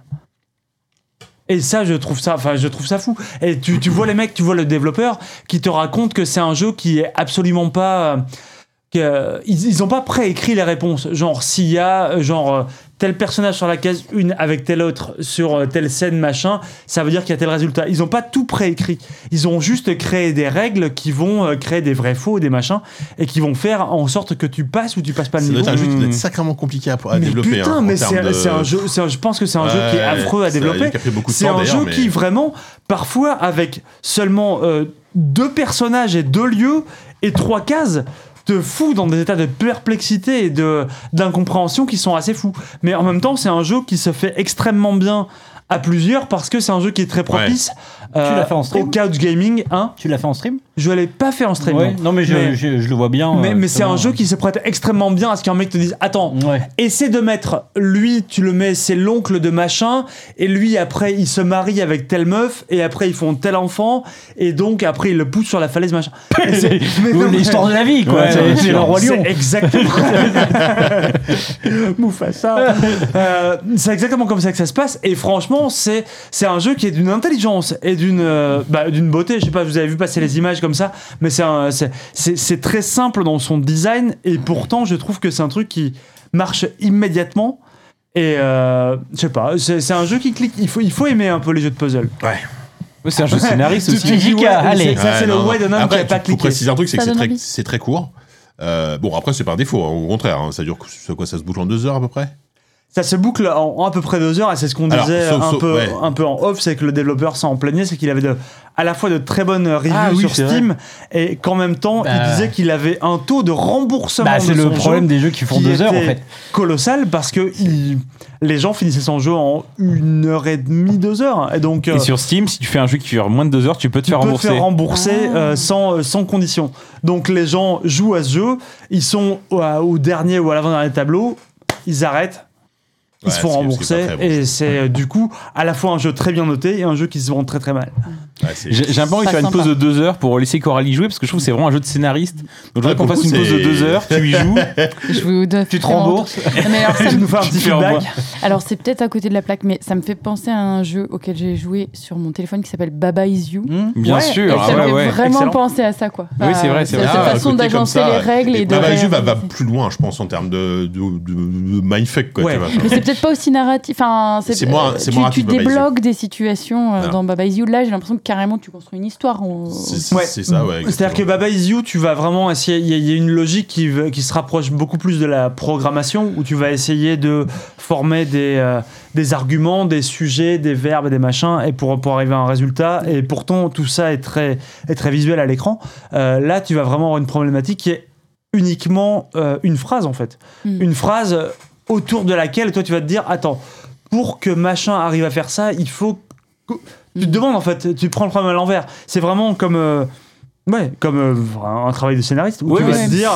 [SPEAKER 1] Et ça, je trouve ça, enfin, je trouve ça fou. Et tu, tu vois les mecs, tu vois le développeur qui te raconte que c'est un jeu qui est absolument pas. euh, que, euh, ils, ils ont pas préécrit les réponses. Genre, s'il y a, euh, genre, euh, tel personnage sur la case une avec tel autre sur euh, telle scène, machin, ça veut dire qu'il y a tel résultat. Ils ont pas tout préécrit. Ils ont juste créé des règles qui vont euh, créer des vrais faux, des machins, et qui vont faire en sorte que tu passes ou tu passes pas le
[SPEAKER 3] Ça doit
[SPEAKER 1] niveau.
[SPEAKER 3] être un jeu qui doit
[SPEAKER 4] Hmm.
[SPEAKER 3] être sacrément compliqué à, à
[SPEAKER 1] Mais
[SPEAKER 3] développer.
[SPEAKER 1] putain,
[SPEAKER 3] hein, en
[SPEAKER 1] mais
[SPEAKER 3] termes
[SPEAKER 1] c'est
[SPEAKER 3] de-
[SPEAKER 1] c'est un jeu, c'est un- je pense que c'est un jeu qui est
[SPEAKER 3] Ouais,
[SPEAKER 1] affreux à
[SPEAKER 3] ça-
[SPEAKER 1] développer.
[SPEAKER 3] qui a pris beaucoup de
[SPEAKER 1] C'est
[SPEAKER 3] temps,
[SPEAKER 1] un jeu
[SPEAKER 3] d'ailleurs, mais-
[SPEAKER 1] qui vraiment, parfois avec seulement euh, deux personnages et deux lieux et trois cases, te fout dans des états de perplexité et de d'incompréhension qui sont assez fous. Mais en même temps, c'est un jeu qui se fait extrêmement bien à plusieurs parce que c'est un jeu qui est très propice euh,
[SPEAKER 6] Tu l'as fait en
[SPEAKER 1] au
[SPEAKER 6] stream
[SPEAKER 1] couch gaming. Hein
[SPEAKER 6] Tu l'as fait en stream
[SPEAKER 1] je l'ai pas fait en stream.
[SPEAKER 6] Ouais,
[SPEAKER 1] non.
[SPEAKER 6] Non, mais je,
[SPEAKER 1] Mais-
[SPEAKER 6] je- je le vois bien.
[SPEAKER 1] Mais,
[SPEAKER 6] euh,
[SPEAKER 1] mais c'est un
[SPEAKER 6] justement.
[SPEAKER 1] jeu qui se prête extrêmement bien à ce qu'un mec te dise Attends,
[SPEAKER 6] Ouais.
[SPEAKER 1] essaie de mettre lui tu le mets c'est l'oncle de machin et lui après il se marie avec telle meuf et après ils font tel enfant et donc après il le pousse sur la falaise machin Et c'est- mais non, mais-
[SPEAKER 6] L'histoire de la vie, quoi.
[SPEAKER 4] Ouais,
[SPEAKER 6] c'est
[SPEAKER 4] ouais,
[SPEAKER 6] c'est le roi lion.
[SPEAKER 1] c'est exactement Mufasa Euh, c'est exactement comme ça que ça se passe et franchement c'est c'est un jeu qui est d'une intelligence et d'une euh, bah, d'une beauté je sais pas vous avez vu passer les images comme ça mais c'est un- c'est- c'est c'est très simple dans son design et pourtant je trouve que c'est un truc qui marche immédiatement et euh, je sais pas c'est c'est un jeu qui clique il faut il faut aimer un peu les jeux de puzzle
[SPEAKER 4] Ouais, C'est un jeu scénariste
[SPEAKER 1] Tu- tu
[SPEAKER 4] aussi.
[SPEAKER 1] dis,
[SPEAKER 4] hein,
[SPEAKER 1] ouais,
[SPEAKER 6] allez.
[SPEAKER 1] c'est- ça c'est
[SPEAKER 3] Ouais,
[SPEAKER 1] le
[SPEAKER 3] non,
[SPEAKER 1] way
[SPEAKER 3] non.
[SPEAKER 1] d'un homme qui
[SPEAKER 3] Après,
[SPEAKER 1] a pas
[SPEAKER 3] tu- Pour
[SPEAKER 1] cliqué
[SPEAKER 3] préciser un truc, c'est que
[SPEAKER 10] Ça
[SPEAKER 3] c'est
[SPEAKER 10] donne
[SPEAKER 3] très,
[SPEAKER 10] envie.
[SPEAKER 3] c'est très court. Euh, bon, après, c'est pas un défaut, hein, au contraire. hein, ça dure quoi, ça- quoi Ça se bouge en deux heures à peu près
[SPEAKER 1] Ça se boucle en, en à peu près deux heures et c'est ce qu'on
[SPEAKER 3] Alors,
[SPEAKER 1] disait
[SPEAKER 3] sauf-
[SPEAKER 1] un,
[SPEAKER 3] sauf-
[SPEAKER 1] peu,
[SPEAKER 3] ouais.
[SPEAKER 1] un peu en off, c'est que le développeur s'en plaignait, c'est qu'il avait de, à la fois de très bonnes reviews
[SPEAKER 4] Ah oui,
[SPEAKER 1] sur
[SPEAKER 4] c'est
[SPEAKER 1] Steam et qu'en même temps
[SPEAKER 6] Bah.
[SPEAKER 1] il disait qu'il avait un taux de remboursement
[SPEAKER 6] Bah, c'est
[SPEAKER 1] de
[SPEAKER 6] le
[SPEAKER 1] son
[SPEAKER 6] problème
[SPEAKER 1] jeu
[SPEAKER 6] des jeux qui font
[SPEAKER 1] qui
[SPEAKER 6] deux heures, en
[SPEAKER 1] était
[SPEAKER 6] fait.
[SPEAKER 1] colossal parce que il- les gens finissaient son jeu en une heure et demie, deux heures et donc euh,
[SPEAKER 4] Et sur Steam, si tu fais un jeu qui dure moins de deux heures, tu peux te
[SPEAKER 1] tu
[SPEAKER 4] faire
[SPEAKER 1] peux te
[SPEAKER 4] rembourser.
[SPEAKER 1] faire rembourser euh, sans, euh, sans condition. Donc les gens jouent à ce jeu, ils sont au, à- au dernier ou à l'avant-dernier tableau, ils arrêtent, ils
[SPEAKER 3] Ouais,
[SPEAKER 1] se font
[SPEAKER 3] c'est- c'est
[SPEAKER 1] rembourser,
[SPEAKER 3] pas très bon
[SPEAKER 1] et c'est euh, du coup à la fois un jeu très bien noté et un jeu qui se vend très très mal.
[SPEAKER 3] Ouais, c'est-
[SPEAKER 4] J'ai j'ai un peu envie de
[SPEAKER 10] Pas
[SPEAKER 4] faire une
[SPEAKER 10] sympa.
[SPEAKER 4] pause de deux heures pour laisser Coralie jouer parce que je trouve que c'est vraiment un jeu de scénariste. Donc je voudrais
[SPEAKER 3] Ah, pour
[SPEAKER 4] qu'on
[SPEAKER 3] le
[SPEAKER 4] fasse
[SPEAKER 3] coup,
[SPEAKER 4] une pause de
[SPEAKER 3] c'est-
[SPEAKER 4] deux heures, tu y joues.
[SPEAKER 10] Je vous donne-
[SPEAKER 6] Tu te rembourses
[SPEAKER 10] Non, mais alors, ça
[SPEAKER 1] Tu
[SPEAKER 10] me-
[SPEAKER 1] nous fais un petit
[SPEAKER 4] fais un
[SPEAKER 1] feedback.
[SPEAKER 10] alors, c'est peut-être à côté de la plaque, mais ça me fait penser à un jeu auquel j'ai joué sur mon téléphone qui s'appelle Baba Is You.
[SPEAKER 4] Bien
[SPEAKER 10] Ouais, et
[SPEAKER 4] sûr,
[SPEAKER 10] ça
[SPEAKER 4] ah
[SPEAKER 10] me
[SPEAKER 4] ouais,
[SPEAKER 10] fait
[SPEAKER 4] ouais.
[SPEAKER 10] vraiment
[SPEAKER 1] Excellent.
[SPEAKER 10] penser à ça, quoi. Euh,
[SPEAKER 4] Oui, c'est vrai, c'est vrai.
[SPEAKER 10] Cette
[SPEAKER 4] Ah,
[SPEAKER 10] façon
[SPEAKER 3] côté
[SPEAKER 10] d'agencer
[SPEAKER 3] comme ça,
[SPEAKER 10] les règles et de.
[SPEAKER 3] Baba Is You va, va
[SPEAKER 10] réaliser.
[SPEAKER 3] plus loin, je pense, en termes de, de, de- de mindfuck. Quoi,
[SPEAKER 1] Ouais.
[SPEAKER 3] tu vois.
[SPEAKER 10] Mais c'est peut-être pas aussi narratif. Enfin,
[SPEAKER 3] C'est moins- c'est
[SPEAKER 10] tu,
[SPEAKER 3] moins
[SPEAKER 10] tu
[SPEAKER 3] rapide, Baba Is You.
[SPEAKER 10] débloques des situations euh,
[SPEAKER 3] Voilà.
[SPEAKER 10] dans Baba Is You. Là, j'ai l'impression que carrément tu construis une histoire. On-
[SPEAKER 3] C'est c'est-
[SPEAKER 1] Ouais.
[SPEAKER 3] c'est ça, ouais.
[SPEAKER 1] C'est-à-dire que
[SPEAKER 3] exactement.
[SPEAKER 1] Baba Is You, tu vas vraiment essayer. Il y, a- il y a une logique qui, veut- qui se rapproche beaucoup plus de la programmation, où tu vas essayer de former des, euh, des arguments, des sujets, des verbes, et des machins, et pour, pour arriver à un résultat. Et pourtant, tout ça est très, est très visuel à l'écran. Euh, là, tu vas vraiment avoir une problématique qui est uniquement euh, une phrase, en fait.
[SPEAKER 10] Mm.
[SPEAKER 1] Une phrase euh, autour de laquelle toi, tu vas te dire Attends, pour que machin arrive à faire ça, il faut. que- Tu
[SPEAKER 10] Hmm.
[SPEAKER 1] te demandes, en fait, tu prends le problème à l'envers. C'est vraiment comme. euh, Ouais, comme euh, un travail de scénariste où
[SPEAKER 4] Ouais,
[SPEAKER 1] tu vas
[SPEAKER 10] ouais.
[SPEAKER 1] te dire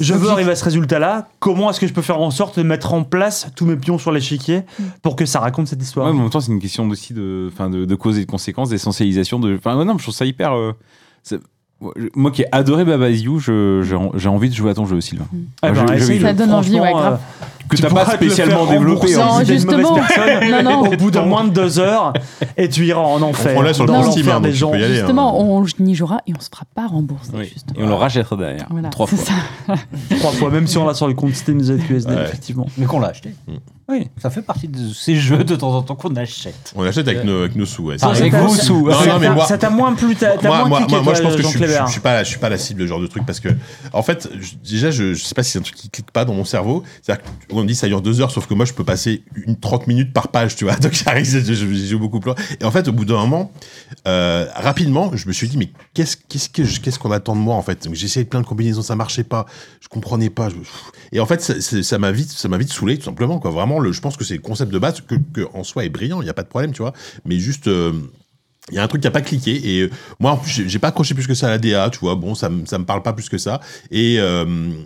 [SPEAKER 1] je veux
[SPEAKER 10] Logique.
[SPEAKER 1] arriver à ce résultat-là, comment est-ce que je peux faire en sorte de mettre en place tous mes pions sur l'échiquier
[SPEAKER 10] Hmm.
[SPEAKER 1] pour que ça raconte cette
[SPEAKER 4] Ouais,
[SPEAKER 1] histoire
[SPEAKER 4] mais en même temps, c'est une question aussi de, enfin, de, de cause et de conséquence, d'essentialisation. De, enfin, ouais, non, je trouve ça hyper. euh, c'est- ouais, je- moi qui ai adoré Baba Is You, je- j'ai en- j'ai envie de jouer à ton jeu, Sylvain.
[SPEAKER 1] Eh ben,
[SPEAKER 4] Moi, je- je-
[SPEAKER 1] essaye-le.
[SPEAKER 10] Ça donne envie, ouais,
[SPEAKER 1] Franchement,
[SPEAKER 10] grave.
[SPEAKER 1] euh,
[SPEAKER 4] Que
[SPEAKER 1] tu
[SPEAKER 4] t'as pas
[SPEAKER 1] pourras te le
[SPEAKER 4] spécialement
[SPEAKER 1] faire
[SPEAKER 4] développé.
[SPEAKER 3] hein.
[SPEAKER 1] rembourser
[SPEAKER 10] Non,
[SPEAKER 1] si t'es une mauvaise
[SPEAKER 10] justement.
[SPEAKER 1] personne.
[SPEAKER 10] Non, non.
[SPEAKER 1] Au bout de moins de deux heures, et tu iras en enfer.
[SPEAKER 3] prend là sur le
[SPEAKER 1] dans
[SPEAKER 3] plan Steam,
[SPEAKER 1] l'enfer
[SPEAKER 3] hein,
[SPEAKER 1] des
[SPEAKER 3] donc tu
[SPEAKER 1] gens.
[SPEAKER 3] peux y aller.
[SPEAKER 10] Justement, on y jouera et on se fera pas rembourser.
[SPEAKER 4] Oui.
[SPEAKER 10] justement.
[SPEAKER 4] Et on le rachètera derrière.
[SPEAKER 10] Voilà,
[SPEAKER 4] Trois
[SPEAKER 10] c'est
[SPEAKER 4] fois.
[SPEAKER 10] ça.
[SPEAKER 1] Trois fois, même si on l'a sur le compte Steam ZQSD,
[SPEAKER 3] Ouais.
[SPEAKER 1] effectivement.
[SPEAKER 6] Mais qu'on l'a acheté.
[SPEAKER 1] Oui.
[SPEAKER 6] Ça fait partie de ces jeux de temps en temps qu'on achète.
[SPEAKER 3] On l'achète avec, nos, avec nos sous. ouais, c'est
[SPEAKER 6] Avec
[SPEAKER 3] ça.
[SPEAKER 1] Ça t'a-
[SPEAKER 6] vos sous.
[SPEAKER 3] Non, non, mais moi-
[SPEAKER 1] Ça t'a moins plu, t'as t'as
[SPEAKER 3] moi,
[SPEAKER 1] moins
[SPEAKER 3] moi,
[SPEAKER 1] cliqué,
[SPEAKER 3] moi, moi, je
[SPEAKER 1] toi,
[SPEAKER 3] pense que je
[SPEAKER 1] Jean
[SPEAKER 3] suis, je,
[SPEAKER 1] Clébert.
[SPEAKER 3] je suis pas, je suis pas la cible de ce genre de truc parce que, en fait, je- déjà, je, je sais pas si c'est un truc qui clique pas dans mon cerveau. C'est-à-dire qu'on me dit ça dure deux heures, sauf que moi, je peux passer une 30 minutes par page, tu vois. Donc, j'arrive, je, je- je joue beaucoup plus. loin. Et en fait, au bout d'un moment, euh, rapidement, je me suis dit, mais qu'est-ce, qu'est-ce que, je- qu'est-ce qu'on attend de moi, en fait? Donc, j'ai essayé plein de combinaisons, ça marchait pas. Je comprenais pas. je- Et en fait, ça, c'est- ça m'a vite, ça m'a vite saoulé, tout simplement, quoi. Vraiment, le, je pense que c'est le concept de base que, que en soi est brillant, il n'y a pas de problème, tu vois. Mais juste, euh, Il y a un truc qui a pas cliqué et euh, moi en plus j'ai j'ai pas accroché plus que ça à la DA, tu vois. Bon, ça me ça me parle pas plus que ça. Et euh,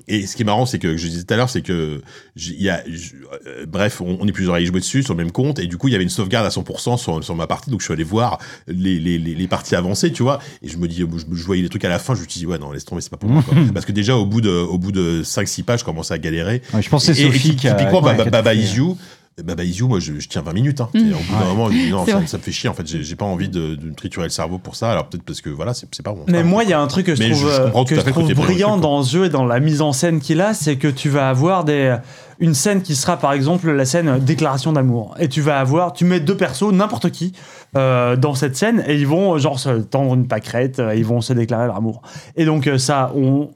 [SPEAKER 3] et ce qui est marrant c'est que je disais tout à l'heure c'est que j'ai- il y a je- euh, bref, on, on est plusieurs à y jouer dessus sur le même compte et du coup il y avait une sauvegarde à 100% sur sur ma partie donc je suis allé voir les les les, les parties avancées, tu vois. Et je me dis je, je voyais les trucs à la fin, je me suis dit ouais non, laisse tomber, c'est pas pour moi quoi. Parce que déjà au bout de au bout de 5 6 pages, je commençais à galérer
[SPEAKER 6] Ouais, je pense que c'est
[SPEAKER 3] et- et
[SPEAKER 6] Sophie
[SPEAKER 3] typ-
[SPEAKER 6] qui a- hein.
[SPEAKER 3] Typiquement,
[SPEAKER 6] ouais,
[SPEAKER 3] Baba,
[SPEAKER 6] qui a
[SPEAKER 3] Baba
[SPEAKER 6] tout fait.
[SPEAKER 3] Is You. Baba Is You, moi, je, je tiens 20 minutes. Hein.
[SPEAKER 1] Mm.
[SPEAKER 3] Et au bout d'un moment, je me dis, non,
[SPEAKER 10] C'est
[SPEAKER 3] ça,
[SPEAKER 10] vrai.
[SPEAKER 3] ça me fait chier. En fait, j'ai j'ai pas envie de, de me triturer le cerveau pour ça. Alors peut-être parce que voilà, c'est c'est pas bon.
[SPEAKER 1] Mais
[SPEAKER 3] Enfin,
[SPEAKER 1] moi, il y a un truc que je
[SPEAKER 3] Mais
[SPEAKER 1] trouve,
[SPEAKER 3] je- je
[SPEAKER 1] euh,
[SPEAKER 3] comprends tout
[SPEAKER 1] que
[SPEAKER 3] à
[SPEAKER 1] je
[SPEAKER 3] fait le
[SPEAKER 1] trouve
[SPEAKER 3] côté pris au
[SPEAKER 1] brillant
[SPEAKER 3] truc,
[SPEAKER 1] dans ce jeu et dans la mise en scène qu'il a, c'est que tu vas avoir des, une scène qui sera par exemple la scène euh, déclaration d'amour. Et tu vas avoir, tu mets deux persos, n'importe qui, euh, dans cette scène et ils vont euh, genre se tendre une pâquerette, euh, ils vont se déclarer leur amour. Et donc euh, ça, on...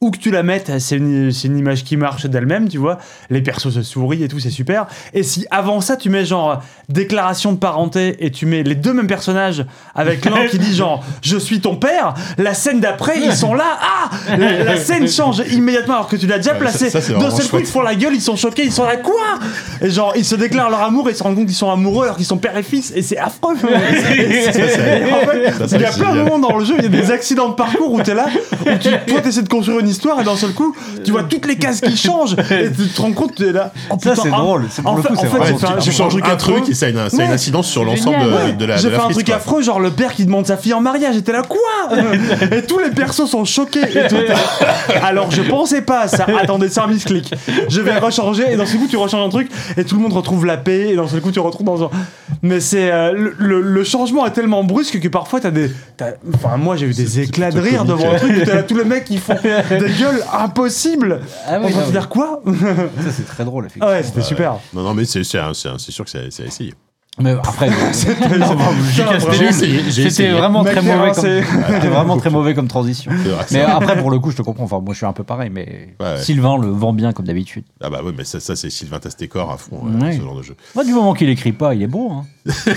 [SPEAKER 1] Où que tu la mettes, c'est une, c'est une image qui marche d'elle-même, tu vois. Les persos se sourient et tout, c'est super. Et si avant ça, tu mets genre euh, déclaration de parenté et tu mets les deux mêmes personnages avec l'un qui dit genre je suis ton père, la scène d'après, ils sont là, ah la, la scène change immédiatement alors que tu l'as déjà
[SPEAKER 3] Ouais,
[SPEAKER 1] placée.
[SPEAKER 3] ça- ça, c'est
[SPEAKER 1] de
[SPEAKER 3] vraiment
[SPEAKER 1] seul coup, ils
[SPEAKER 3] chouette.
[SPEAKER 1] te font la gueule, ils sont choqués, ils sont là, quoi Et genre, ils se déclarent leur amour et ils se rendent compte qu'ils sont amoureux alors qu'ils sont père et fils et c'est affreux.
[SPEAKER 3] Ça, c'est-
[SPEAKER 1] En fait,
[SPEAKER 3] Ça, ça,
[SPEAKER 1] il y a
[SPEAKER 3] c'est
[SPEAKER 1] plein de
[SPEAKER 3] génial.
[SPEAKER 1] moments dans le jeu, il y a des accidents de parcours où t'es là, où tu, toi t'essaies de construire une histoire et d'un seul coup, tu vois toutes les cases qui changent et tu te rends compte, t'es là. Oh,
[SPEAKER 6] Ça,
[SPEAKER 1] putain,
[SPEAKER 6] c'est
[SPEAKER 1] ah,
[SPEAKER 6] drôle. C'est pour
[SPEAKER 1] en
[SPEAKER 6] le
[SPEAKER 1] fait-
[SPEAKER 6] coup,
[SPEAKER 1] en
[SPEAKER 6] c'est
[SPEAKER 1] fait,
[SPEAKER 6] vraiment-
[SPEAKER 3] Ouais,
[SPEAKER 1] j'ai fait un-
[SPEAKER 3] tu, tu changes
[SPEAKER 1] un truc
[SPEAKER 3] un truc
[SPEAKER 1] affreux.
[SPEAKER 3] et ça a une, ça a une
[SPEAKER 1] Ouais.
[SPEAKER 3] incidence sur l'ensemble
[SPEAKER 10] Génial.
[SPEAKER 3] de,
[SPEAKER 1] Ouais,
[SPEAKER 3] de la.
[SPEAKER 1] J'ai
[SPEAKER 3] de la
[SPEAKER 1] fait un
[SPEAKER 3] frise,
[SPEAKER 1] truc
[SPEAKER 3] quoi.
[SPEAKER 1] affreux, genre le père qui demande sa fille en mariage, était là quoi Et tous les persos sont choqués. et tout. Alors je pensais pas à ça. Attendez, c'est un misclic. Je vais rechanger et dans ce coup tu rechanges un truc et tout le monde retrouve la paix et dans ce coup tu retrouves dans un. Mais c'est euh, le, le- le changement est tellement brusque que parfois t'as des. t'as- Enfin moi j'ai eu des éclats de rire devant un truc. où T'as là tous les mecs qui font des gueules impossibles.
[SPEAKER 6] Ah oui,
[SPEAKER 1] On
[SPEAKER 6] non,
[SPEAKER 1] va dire quoi
[SPEAKER 6] mais Ça, c'est très drôle, effectivement.
[SPEAKER 1] Ouais c'était super.
[SPEAKER 3] Non, non, mais c'est c'est un- c'est un- c'est sûr que c'est c'est à essayer.
[SPEAKER 6] Mais après, Non, bah,
[SPEAKER 1] Putain,
[SPEAKER 6] Castelli,
[SPEAKER 1] vraiment.
[SPEAKER 3] essayé, j'ai essayé.
[SPEAKER 6] c'était vraiment
[SPEAKER 1] Mec,
[SPEAKER 6] très
[SPEAKER 1] j'ai
[SPEAKER 6] mauvais. comme-
[SPEAKER 1] rincé.
[SPEAKER 6] C'était vraiment très mauvais comme transition.
[SPEAKER 3] C'est vrai,
[SPEAKER 6] Mais
[SPEAKER 3] ça.
[SPEAKER 6] après, pour le coup, je te comprends. Enfin, moi, je suis un peu pareil, mais
[SPEAKER 3] Ouais, ouais.
[SPEAKER 6] Sylvain le vend bien comme d'habitude.
[SPEAKER 3] Ah bah ouais, mais ça, ça c'est Sylvain Tastécor à fond,
[SPEAKER 6] Ouais.
[SPEAKER 3] euh, ce genre de jeu.
[SPEAKER 6] Moi, du moment qu'il écrit pas, il est bon. Hein.
[SPEAKER 3] Hein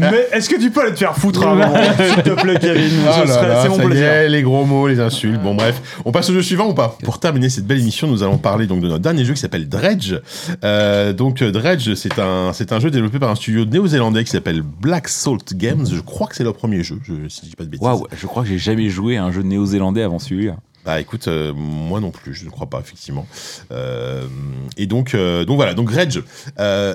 [SPEAKER 1] Mais est-ce que tu peux aller te faire foutre à un moment S'il te plaît Kevin. Je
[SPEAKER 3] Ah là
[SPEAKER 1] serai-
[SPEAKER 3] là,
[SPEAKER 1] C'est mon
[SPEAKER 3] ça y
[SPEAKER 1] plaisir.
[SPEAKER 3] est, les gros mots, les insultes. Bon, bref, on passe au jeu suivant ou pas Pour terminer cette belle émission, nous allons parler donc de notre dernier jeu qui s'appelle Dredge. Euh, donc euh, Dredge, c'est un, c'est un jeu développé par un studio néo-zélandais qui s'appelle Black Salt Games. Je crois que c'est leur premier jeu, je, si je dis pas de bêtises.
[SPEAKER 4] Waouh, je crois que j'ai jamais joué à un jeu néo-zélandais avant celui-là.
[SPEAKER 3] Bah écoute, euh, moi non plus, je ne crois pas, effectivement. Euh, et donc, euh, donc voilà, donc Reg, euh,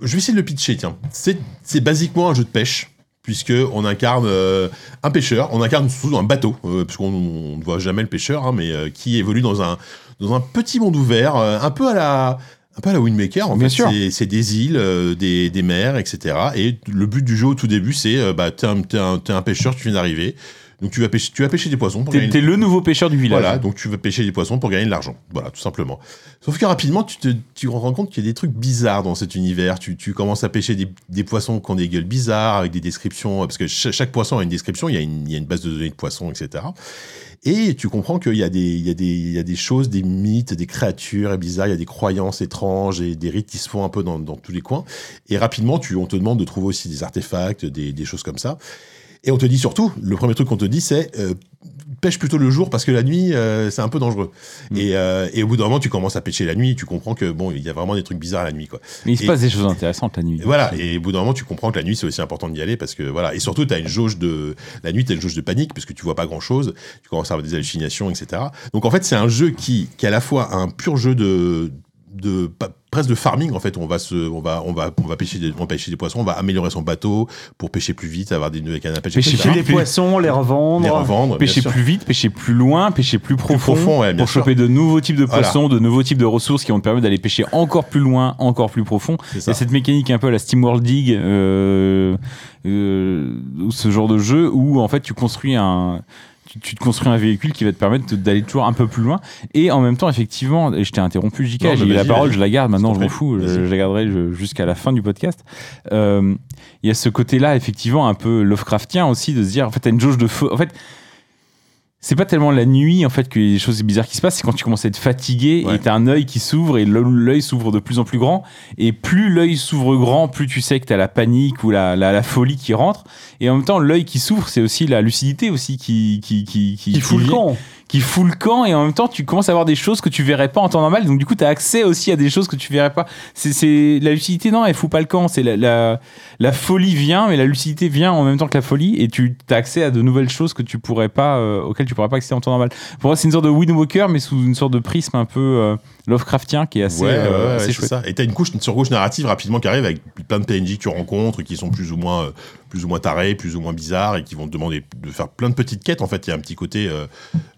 [SPEAKER 3] je vais essayer de le pitcher, tiens. C'est c'est basiquement un jeu de pêche, puisque on incarne euh, un pêcheur, on incarne sous un bateau, euh, parce qu'on on ne voit jamais le pêcheur, hein, mais euh, qui évolue dans un, dans un petit monde ouvert, euh, un peu à la... Un peu à la Windmaker, en
[SPEAKER 4] Bien
[SPEAKER 3] fait,
[SPEAKER 4] sûr.
[SPEAKER 3] C'est- c'est des îles, euh, des, des mers, etc. Et le but du jeu au tout début, c'est euh, bah, t'es un, t'es un, t'es un pêcheur, tu viens d'arriver, donc tu vas pêcher, tu vas pêcher des poissons. pour
[SPEAKER 4] T'es
[SPEAKER 3] gagner-
[SPEAKER 4] t'es le nouveau pêcheur du village.
[SPEAKER 3] voilà, donc tu veux pêcher des poissons pour gagner de l'argent. Voilà, tout simplement. Sauf que rapidement, tu te tu te rends compte qu'il y a des trucs bizarres dans cet univers. Tu, tu commences à pêcher des, des poissons qui ont des gueules bizarres, avec des descriptions, parce que cha- chaque, poisson a une description, il y a une, il y a une base de données de poissons, etc. Et tu comprends qu'il y, a des- il y, a des- il y a des choses, des mythes, des créatures bizarres, il y a des croyances étranges et des rites qui se font un peu dans, dans tous les coins. Et rapidement, tu, on te demande de trouver aussi des artefacts, des, des choses comme ça. Et on te dit surtout, le premier truc qu'on te dit, c'est euh, pêche plutôt le jour parce que la nuit, euh, c'est un peu dangereux.
[SPEAKER 4] Mm.
[SPEAKER 3] Et, euh, et au bout d'un moment, tu commences à pêcher la nuit, tu comprends que bon, il y a vraiment des trucs bizarres la nuit, quoi.
[SPEAKER 4] Mais il se
[SPEAKER 3] Et-
[SPEAKER 4] passe des choses intéressantes la nuit.
[SPEAKER 3] Et voilà. Et au bout d'un moment, tu comprends que la nuit, c'est aussi important d'y aller parce que voilà. Et surtout, t'as une jauge de la nuit, t'as une jauge de panique parce que tu vois pas grand chose. Tu commences à avoir des hallucinations, etc. Donc en fait, c'est un jeu qui, qui est à la fois un pur jeu de de pa- presque de farming en fait on va se on va on va on va pêcher des, on va pêcher des poissons on va améliorer son bateau pour pêcher plus vite avoir des nouvelles cannes à pêche
[SPEAKER 4] Pêcher
[SPEAKER 3] etc.
[SPEAKER 1] Pêcher des poissons, les revendre. hein.
[SPEAKER 3] les revendre bien
[SPEAKER 4] Pêcher
[SPEAKER 3] sûr.
[SPEAKER 4] plus vite, pêcher plus loin, pêcher plus profond,
[SPEAKER 3] profond, ouais, bien
[SPEAKER 4] pour
[SPEAKER 3] sûr.
[SPEAKER 4] choper de nouveaux types de
[SPEAKER 3] Voilà.
[SPEAKER 4] poissons, de nouveaux types de ressources qui vont te permettre d'aller pêcher encore plus loin, encore plus profond.
[SPEAKER 3] C'est ça.
[SPEAKER 4] Et cette mécanique un peu à la SteamWorld Dig euh, euh, ou ce genre de jeu où en fait tu construis un tu- tu te construis un véhicule qui va te permettre de- d'aller toujours un peu plus loin et en même temps effectivement et je t'ai interrompu
[SPEAKER 3] Non,
[SPEAKER 4] JK j'ai
[SPEAKER 3] mais
[SPEAKER 4] eu la
[SPEAKER 3] vas-y,
[SPEAKER 4] parole
[SPEAKER 3] vas-y.
[SPEAKER 4] je la garde maintenant
[SPEAKER 3] Je t'en
[SPEAKER 4] je m'en
[SPEAKER 3] prie.
[SPEAKER 4] fous je,
[SPEAKER 3] Vas-y.
[SPEAKER 4] je la garderai je- jusqu'à la fin du podcast Euh, il y a ce côté là effectivement un peu Lovecraftien aussi de se dire en fait t'as une jauge de feu en fait c'est pas tellement la nuit en fait que les choses bizarres qui se passent, c'est quand tu commences à être fatigué
[SPEAKER 3] Ouais.
[SPEAKER 4] et t'as un œil qui s'ouvre et le- l'œil s'ouvre de plus en plus grand et plus l'œil s'ouvre grand, plus tu sais que t'as la panique ou la, la, la folie qui rentre et en même temps l'œil qui s'ouvre c'est aussi la lucidité aussi qui qui qui qui,
[SPEAKER 1] Qui fout le
[SPEAKER 4] vient-
[SPEAKER 1] camp.
[SPEAKER 4] qui fout le camp et en même temps tu commences à voir des choses que tu verrais pas en temps normal donc du coup tu as accès aussi à des choses que tu verrais pas c'est c'est la lucidité non elle fout pas le camp c'est la, la la folie vient mais la lucidité vient en même temps que la folie et tu as accès à de nouvelles choses que tu pourrais pas euh, auxquelles tu pourrais pas accéder en temps normal pour moi c'est une sorte de Wind Walker mais sous une sorte de prisme un peu euh, Lovecraftien qui est assez,
[SPEAKER 3] Ouais, ouais,
[SPEAKER 4] euh,
[SPEAKER 3] ouais,
[SPEAKER 4] assez
[SPEAKER 3] c'est
[SPEAKER 4] chouette
[SPEAKER 3] ça. Et t'as une couche, une surcouche narrative rapidement qui arrive avec plein de PNJ que tu rencontres, qui sont plus ou moins, euh, plus ou moins tarés, plus ou moins bizarres et qui vont te demander de faire plein de petites quêtes. En fait, il y a un petit côté euh,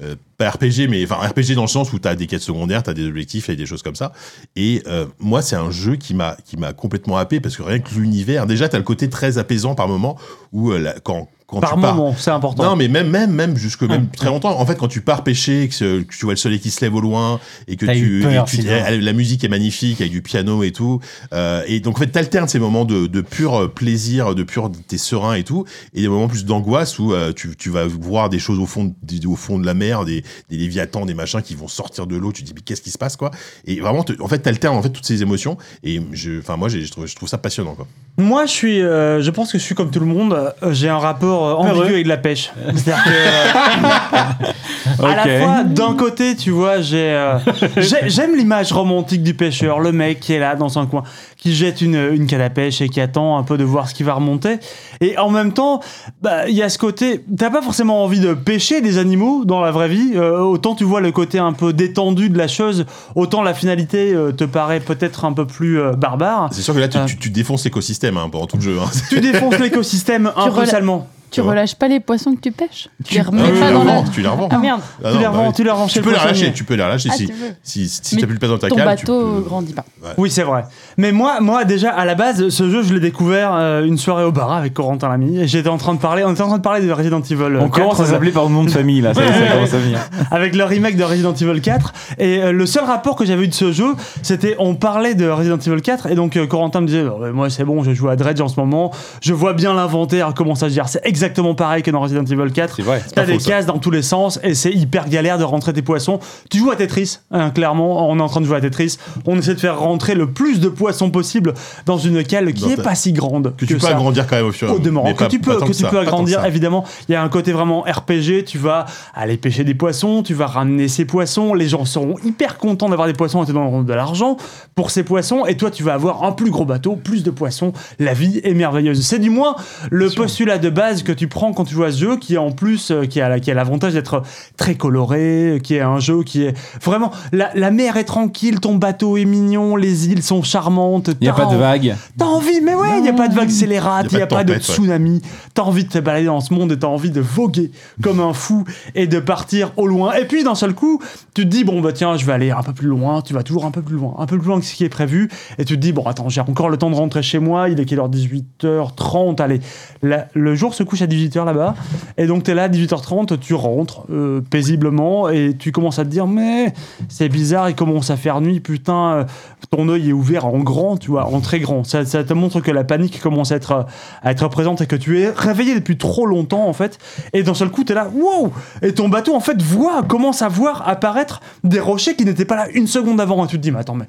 [SPEAKER 3] euh, pas RPG, mais enfin RPG dans le sens où t'as des quêtes secondaires, t'as des objectifs et des choses comme ça. Et euh, moi, c'est un jeu qui m'a, qui m'a complètement happé parce que rien que l'univers, déjà, t'as le côté très apaisant par moment où euh, la- quand quand
[SPEAKER 1] Par
[SPEAKER 3] tu pars,
[SPEAKER 1] moment, c'est important.
[SPEAKER 3] non, mais même, même, même, jusque même très longtemps. En fait, quand tu pars pêcher, que, ce- que tu vois le soleil qui se lève au loin, et que
[SPEAKER 6] T'as
[SPEAKER 3] tu,
[SPEAKER 6] eu peur,
[SPEAKER 3] et tu-
[SPEAKER 6] Sylvain.
[SPEAKER 3] eh, la musique est magnifique avec du piano et tout. euh, et donc, en fait, t'alternes ces moments de, de pur euh, plaisir, de pur t'es serein et tout, et des moments plus d'angoisse où euh, tu, tu vas voir des choses au fond, de, au fond de la mer, des, des léviathans, des machins qui vont sortir de l'eau. Tu te dis, mais qu'est-ce qui se passe, quoi? Et vraiment, te- en fait, t'alternes, en fait, toutes ces émotions. Et je, enfin, moi, j'ai- je trouve, je trouve ça passionnant, quoi.
[SPEAKER 1] Moi, je suis, euh, je pense que je suis comme tout le monde. euh, J'ai un rapport euh, ambigu avec de la pêche. C'est-à-dire que, euh, à la
[SPEAKER 4] Ok.
[SPEAKER 1] fois, d'un côté, tu vois, j'ai, euh, j'ai- j'aime l'image romantique du pêcheur, le mec qui est là dans un coin, qui jette une, une canne à pêche et qui attend un peu de voir ce qui va remonter. Et en même temps, bah, il y a ce côté, t'as pas forcément envie de pêcher des animaux dans la vraie vie. euh, autant tu vois le côté un peu détendu de la chose, autant la finalité euh, te paraît peut-être un peu plus euh, barbare.
[SPEAKER 3] C'est sûr que là, tu,
[SPEAKER 1] Ah.
[SPEAKER 3] tu, tu défonces l'écosystème, hein, pendant tout le jeu. hein.
[SPEAKER 1] Tu défonces l'écosystème un peu
[SPEAKER 10] rela-
[SPEAKER 1] salement.
[SPEAKER 10] Tu
[SPEAKER 3] Ouais.
[SPEAKER 10] relâches pas les poissons que tu pêches Tu les
[SPEAKER 3] Ah
[SPEAKER 10] remets
[SPEAKER 3] oui, tu
[SPEAKER 10] pas dans
[SPEAKER 3] les
[SPEAKER 10] la.
[SPEAKER 3] revends, tu les revends.
[SPEAKER 10] Ah merde
[SPEAKER 3] Ah
[SPEAKER 1] tu
[SPEAKER 3] non,
[SPEAKER 1] les
[SPEAKER 3] bah
[SPEAKER 1] revends,
[SPEAKER 3] oui.
[SPEAKER 1] tu les revends chez
[SPEAKER 3] Tu
[SPEAKER 1] le
[SPEAKER 3] peux les
[SPEAKER 1] poissonnier.
[SPEAKER 3] relâcher, tu peux les relâcher
[SPEAKER 10] Ah,
[SPEAKER 3] si,
[SPEAKER 10] tu veux.
[SPEAKER 3] si, si
[SPEAKER 10] Mais
[SPEAKER 3] t'as plus le place dans ta
[SPEAKER 10] Ton
[SPEAKER 3] cale. tu
[SPEAKER 10] bateau
[SPEAKER 3] peux-
[SPEAKER 10] grandit pas.
[SPEAKER 1] Oui, c'est vrai. Mais moi, moi, déjà, à la base, ce jeu, je l'ai découvert euh, une soirée au bar avec Corentin Lamy. Et J'étais en train de parler, on était en train de parler de Resident Evil.
[SPEAKER 4] on commence
[SPEAKER 1] 4,
[SPEAKER 4] à s'appeler par le nom de famille là ça, y est, ça commence à venir
[SPEAKER 1] avec le remake de Resident Evil 4. Et euh, le seul rapport que j'avais eu de ce jeu, c'était on parlait de Resident Evil 4 et donc euh, Corentin me disait Oh, ouais, moi c'est bon, je joue à Dredge en ce moment, je vois bien l'inventaire, comment ça se gère. C'est exactement pareil que dans Resident Evil 4.
[SPEAKER 4] c'est vrai
[SPEAKER 1] T'as
[SPEAKER 3] pas
[SPEAKER 1] des
[SPEAKER 3] faux, ça.
[SPEAKER 1] cases dans tous les sens et c'est hyper galère de rentrer tes poissons. Tu joues à Tetris, hein, clairement, on est en train de jouer à Tetris. On essaie de faire rentrer le plus de poissons possible dans une cale qui
[SPEAKER 3] Dans
[SPEAKER 1] est
[SPEAKER 3] ta-
[SPEAKER 1] pas si grande
[SPEAKER 3] Que tu peux
[SPEAKER 1] ça.
[SPEAKER 3] agrandir quand même au fur et à
[SPEAKER 1] Au demeurant,
[SPEAKER 3] mais
[SPEAKER 1] que
[SPEAKER 3] pas-
[SPEAKER 1] tu peux,
[SPEAKER 3] pas tant
[SPEAKER 1] que tu
[SPEAKER 3] ça,
[SPEAKER 1] peux
[SPEAKER 3] pas tant
[SPEAKER 1] agrandir,
[SPEAKER 3] ça.
[SPEAKER 1] évidemment, il y a un côté vraiment RPG, tu vas aller pêcher des poissons, tu vas ramener ces poissons, les gens seront hyper contents d'avoir des poissons et te donneront de l'argent pour ces poissons, et toi tu vas avoir un plus gros bateau, plus de poissons, la vie est merveilleuse. C'est du moins le postulat de base que tu prends quand tu joues à ce jeu, qui est en plus, euh, qui a, la- qui a l'avantage d'être très coloré, qui est un jeu qui est vraiment, la, la mer est tranquille, ton bateau est mignon, les îles sont charmantes.
[SPEAKER 4] il n'y a
[SPEAKER 1] t'as
[SPEAKER 4] pas de
[SPEAKER 1] en-
[SPEAKER 4] vague
[SPEAKER 1] T'as envie, mais ouais, il n'y a pas de vague scélérate, il
[SPEAKER 3] Y
[SPEAKER 1] n'y
[SPEAKER 3] a
[SPEAKER 1] a
[SPEAKER 3] pas
[SPEAKER 1] pas
[SPEAKER 3] de
[SPEAKER 1] de,
[SPEAKER 3] tempête, ouais.
[SPEAKER 1] tsunami. T'as envie de te balader dans ce monde et t'as envie de voguer comme un fou et de partir au loin. Et puis d'un seul coup, tu te dis, bon, bah tiens, je vais aller un peu plus loin, tu vas toujours un peu plus loin, un peu plus loin que ce qui est prévu. Et tu te dis, bon, attends, j'ai encore le temps de rentrer chez moi, il est quelle heure 18h30, allez. La- le jour se couche à 18h là-bas. Et donc t'es là, 18h30, tu rentres euh, paisiblement et tu commences à te dire, mais c'est bizarre, il commence à faire nuit, putain. euh, ton œil est ouvert en grand, tu vois, en très grand. Ça, ça te montre que la panique commence à être, euh, à être présente et que tu es réveillé depuis trop longtemps, en fait. Et d'un seul coup, tu es là, wow Et ton bateau, en fait, voit, commence à voir apparaître des rochers qui n'étaient pas là une seconde avant. Et tu te dis, mais attends, mais.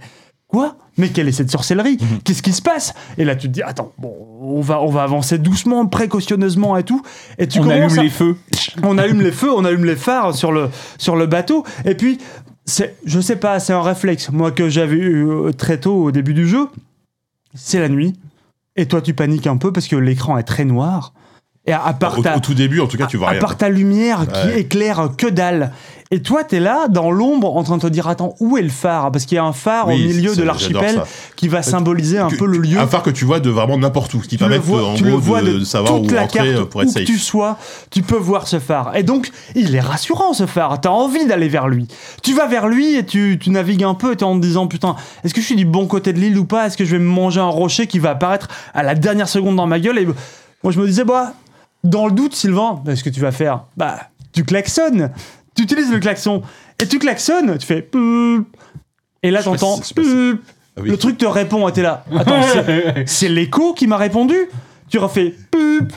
[SPEAKER 1] Quoi Mais quelle est cette sorcellerie
[SPEAKER 4] Mhm.
[SPEAKER 1] Qu'est-ce qui se passe Et là, tu te dis, attends, bon, on va, on va avancer doucement, précautionneusement et tout. Et tu
[SPEAKER 4] on
[SPEAKER 1] commences
[SPEAKER 4] allume
[SPEAKER 1] à-
[SPEAKER 4] les feux
[SPEAKER 1] on allume les feux, on allume les phares sur le, sur le bateau. Et puis, c'est, je sais pas, c'est un réflexe, moi, que j'avais eu euh, très tôt au début du jeu. C'est la nuit. Et toi, tu paniques un peu parce que l'écran est très noir. Et à, à part
[SPEAKER 3] Au,
[SPEAKER 1] ta,
[SPEAKER 3] au tout début, en tout cas, tu vois
[SPEAKER 1] à
[SPEAKER 3] rien.
[SPEAKER 1] part ta lumière qui
[SPEAKER 3] Ouais.
[SPEAKER 1] éclaire que dalle. Et toi, t'es là, dans l'ombre, en train de te dire Attends, où est le phare Parce qu'il y a un phare au
[SPEAKER 3] Oui,
[SPEAKER 1] milieu
[SPEAKER 3] ça,
[SPEAKER 1] de l'archipel
[SPEAKER 3] j'adore ça. Euh,
[SPEAKER 1] qui va symboliser un
[SPEAKER 3] Que-
[SPEAKER 1] peu le lieu
[SPEAKER 3] Un phare que tu vois de vraiment n'importe où, ce qui
[SPEAKER 1] tu le
[SPEAKER 3] permet de-
[SPEAKER 1] vois,
[SPEAKER 3] en
[SPEAKER 1] tu le
[SPEAKER 3] gros
[SPEAKER 1] vois
[SPEAKER 3] de, de savoir
[SPEAKER 1] toute
[SPEAKER 3] où
[SPEAKER 1] la
[SPEAKER 3] rentrer
[SPEAKER 1] carte,
[SPEAKER 3] euh, pour être
[SPEAKER 1] où que
[SPEAKER 3] safe.
[SPEAKER 1] tu sois, tu peux voir ce phare. Et donc, il est rassurant ce phare. T'as envie d'aller vers lui. Tu vas vers lui et tu, tu navigues un peu et t'es en te disant putain, est-ce que je suis du bon côté de l'île ou pas Est-ce que je vais me manger un rocher qui va apparaître à la dernière seconde dans ma gueule Et moi, je me disais bah, dans le doute, Sylvain, bah, ce que tu vas faire, bah, tu klaxonnes. Tu utilises le klaxon et tu klaxonnes. Tu fais. Poup Et là,
[SPEAKER 3] Je sais pas
[SPEAKER 1] t'entends.
[SPEAKER 3] si- je sais pas si-
[SPEAKER 1] Poup
[SPEAKER 3] Ah oui.
[SPEAKER 1] le truc te répond et t'es là. Attends, c'est- c'est l'écho qui m'a répondu. Tu refais poup.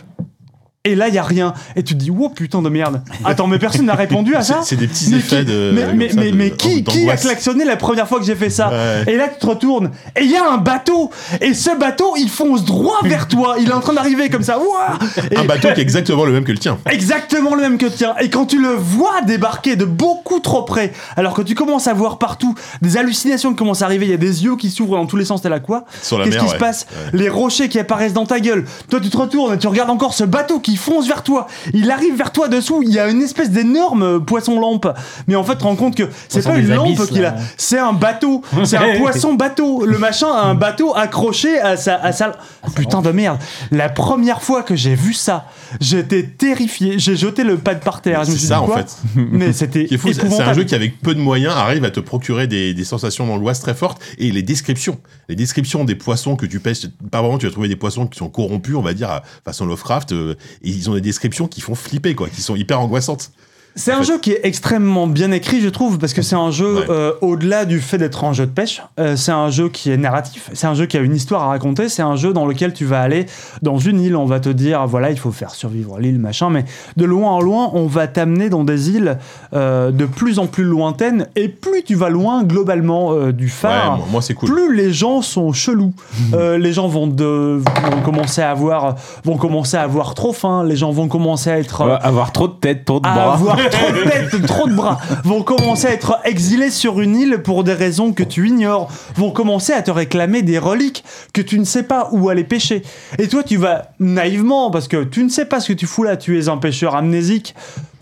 [SPEAKER 1] et là il y a rien et tu te dis wow putain de merde attends mais personne n'a répondu à ça
[SPEAKER 3] C'est des petits
[SPEAKER 1] mais
[SPEAKER 3] effets
[SPEAKER 1] qui-
[SPEAKER 3] de.
[SPEAKER 1] mais,
[SPEAKER 3] comme
[SPEAKER 1] mais-
[SPEAKER 3] ça,
[SPEAKER 1] mais-
[SPEAKER 3] de-
[SPEAKER 1] mais qui, qui a
[SPEAKER 3] d'angoisse.
[SPEAKER 1] klaxonné la première fois que j'ai fait ça
[SPEAKER 3] Ouais.
[SPEAKER 1] Et là, tu te retournes, et il y a un bateau, et ce bateau, il fonce droit vers toi, il est en train d'arriver comme ça, ouah et
[SPEAKER 3] Un bateau qui est exactement le même que le tien.
[SPEAKER 1] Exactement le même que le tien. Et quand tu le vois débarquer de beaucoup trop près, alors que tu commences à voir partout des hallucinations qui commencent à arriver, il y a des yeux qui s'ouvrent dans tous les sens, t'es là quoi
[SPEAKER 3] Sur la
[SPEAKER 1] Qu'est-ce
[SPEAKER 3] mer,
[SPEAKER 1] qui se
[SPEAKER 3] ouais.
[SPEAKER 1] passe Les rochers qui apparaissent dans ta gueule. Toi, tu te retournes et tu regardes encore ce bateau qui fonce vers toi. Il arrive vers toi dessous. Il y a une espèce d'énorme euh, poisson-lampe. Mais en fait, tu te rends compte que c'est
[SPEAKER 6] Poisson
[SPEAKER 1] pas une
[SPEAKER 6] des
[SPEAKER 1] lampe
[SPEAKER 6] abysses,
[SPEAKER 1] qu'il
[SPEAKER 6] là.
[SPEAKER 1] a. C'est un bateau. C'est un poisson-bateau. Le machin a un bateau accroché à sa. À sa...
[SPEAKER 6] Ah,
[SPEAKER 1] Putain de merde. La première fois que j'ai vu ça, j'étais terrifié. J'ai jeté le pad par terre. Je me
[SPEAKER 3] C'est
[SPEAKER 1] suis
[SPEAKER 3] ça
[SPEAKER 1] dit,
[SPEAKER 3] en
[SPEAKER 1] quoi
[SPEAKER 3] fait.
[SPEAKER 1] Mais c'était
[SPEAKER 3] Ce qui est fou, c'est- c'est un
[SPEAKER 1] épouvantable.
[SPEAKER 3] jeu qui, avec peu de moyens, arrive à te procurer des, des sensations d'angoisse très fortes et les descriptions. Les descriptions des poissons que tu pêches. Par moment, tu vas trouver des poissons qui sont corrompus, on va dire, à- façon Lovecraft. euh, et ils ont des descriptions qui font flipper, quoi, qui sont hyper angoissantes.
[SPEAKER 1] C'est
[SPEAKER 3] en
[SPEAKER 1] un
[SPEAKER 3] fait.
[SPEAKER 1] jeu qui est extrêmement bien écrit, je trouve, parce que c'est un jeu
[SPEAKER 3] Ouais.
[SPEAKER 1] euh, au-delà du fait d'être un jeu de pêche. Euh, c'est un jeu qui est narratif, c'est un jeu qui a une histoire à raconter, c'est un jeu dans lequel tu vas aller dans une île, on va te dire, voilà, il faut faire survivre l'île, machin, mais de loin en loin, on va t'amener dans des îles euh, de plus en plus lointaines, et plus tu vas loin globalement euh, du phare,
[SPEAKER 3] Ouais, moi, moi, c'est cool.
[SPEAKER 1] plus les gens sont chelous. Euh, les gens vont, de, vont commencer à avoir, vont commencer à avoir trop faim. Les gens vont commencer à être euh,
[SPEAKER 4] Ouais, avoir trop de tête, trop de
[SPEAKER 1] à
[SPEAKER 4] bras.
[SPEAKER 1] avoir trop de têtes, trop de bras, vont commencer à être exilés sur une île pour des raisons que tu ignores, vont commencer à te réclamer des reliques que tu ne sais pas où aller pêcher. Et toi, tu vas naïvement, parce que tu ne sais pas ce que tu fous là, tu es un pêcheur amnésique.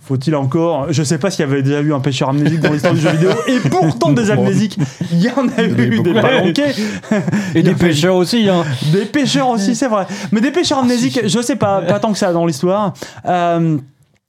[SPEAKER 1] Faut-il encore Je sais pas s'il y avait déjà eu un pêcheur amnésique dans l'histoire du jeu vidéo, et pourtant des amnésiques, il y en a eu des pas manqués.
[SPEAKER 6] Et des pêcheurs aussi. Hein.
[SPEAKER 1] Des pêcheurs aussi, c'est vrai. Mais des pêcheurs amnésiques, je sais pas, pas tant que ça dans l'histoire. Euh,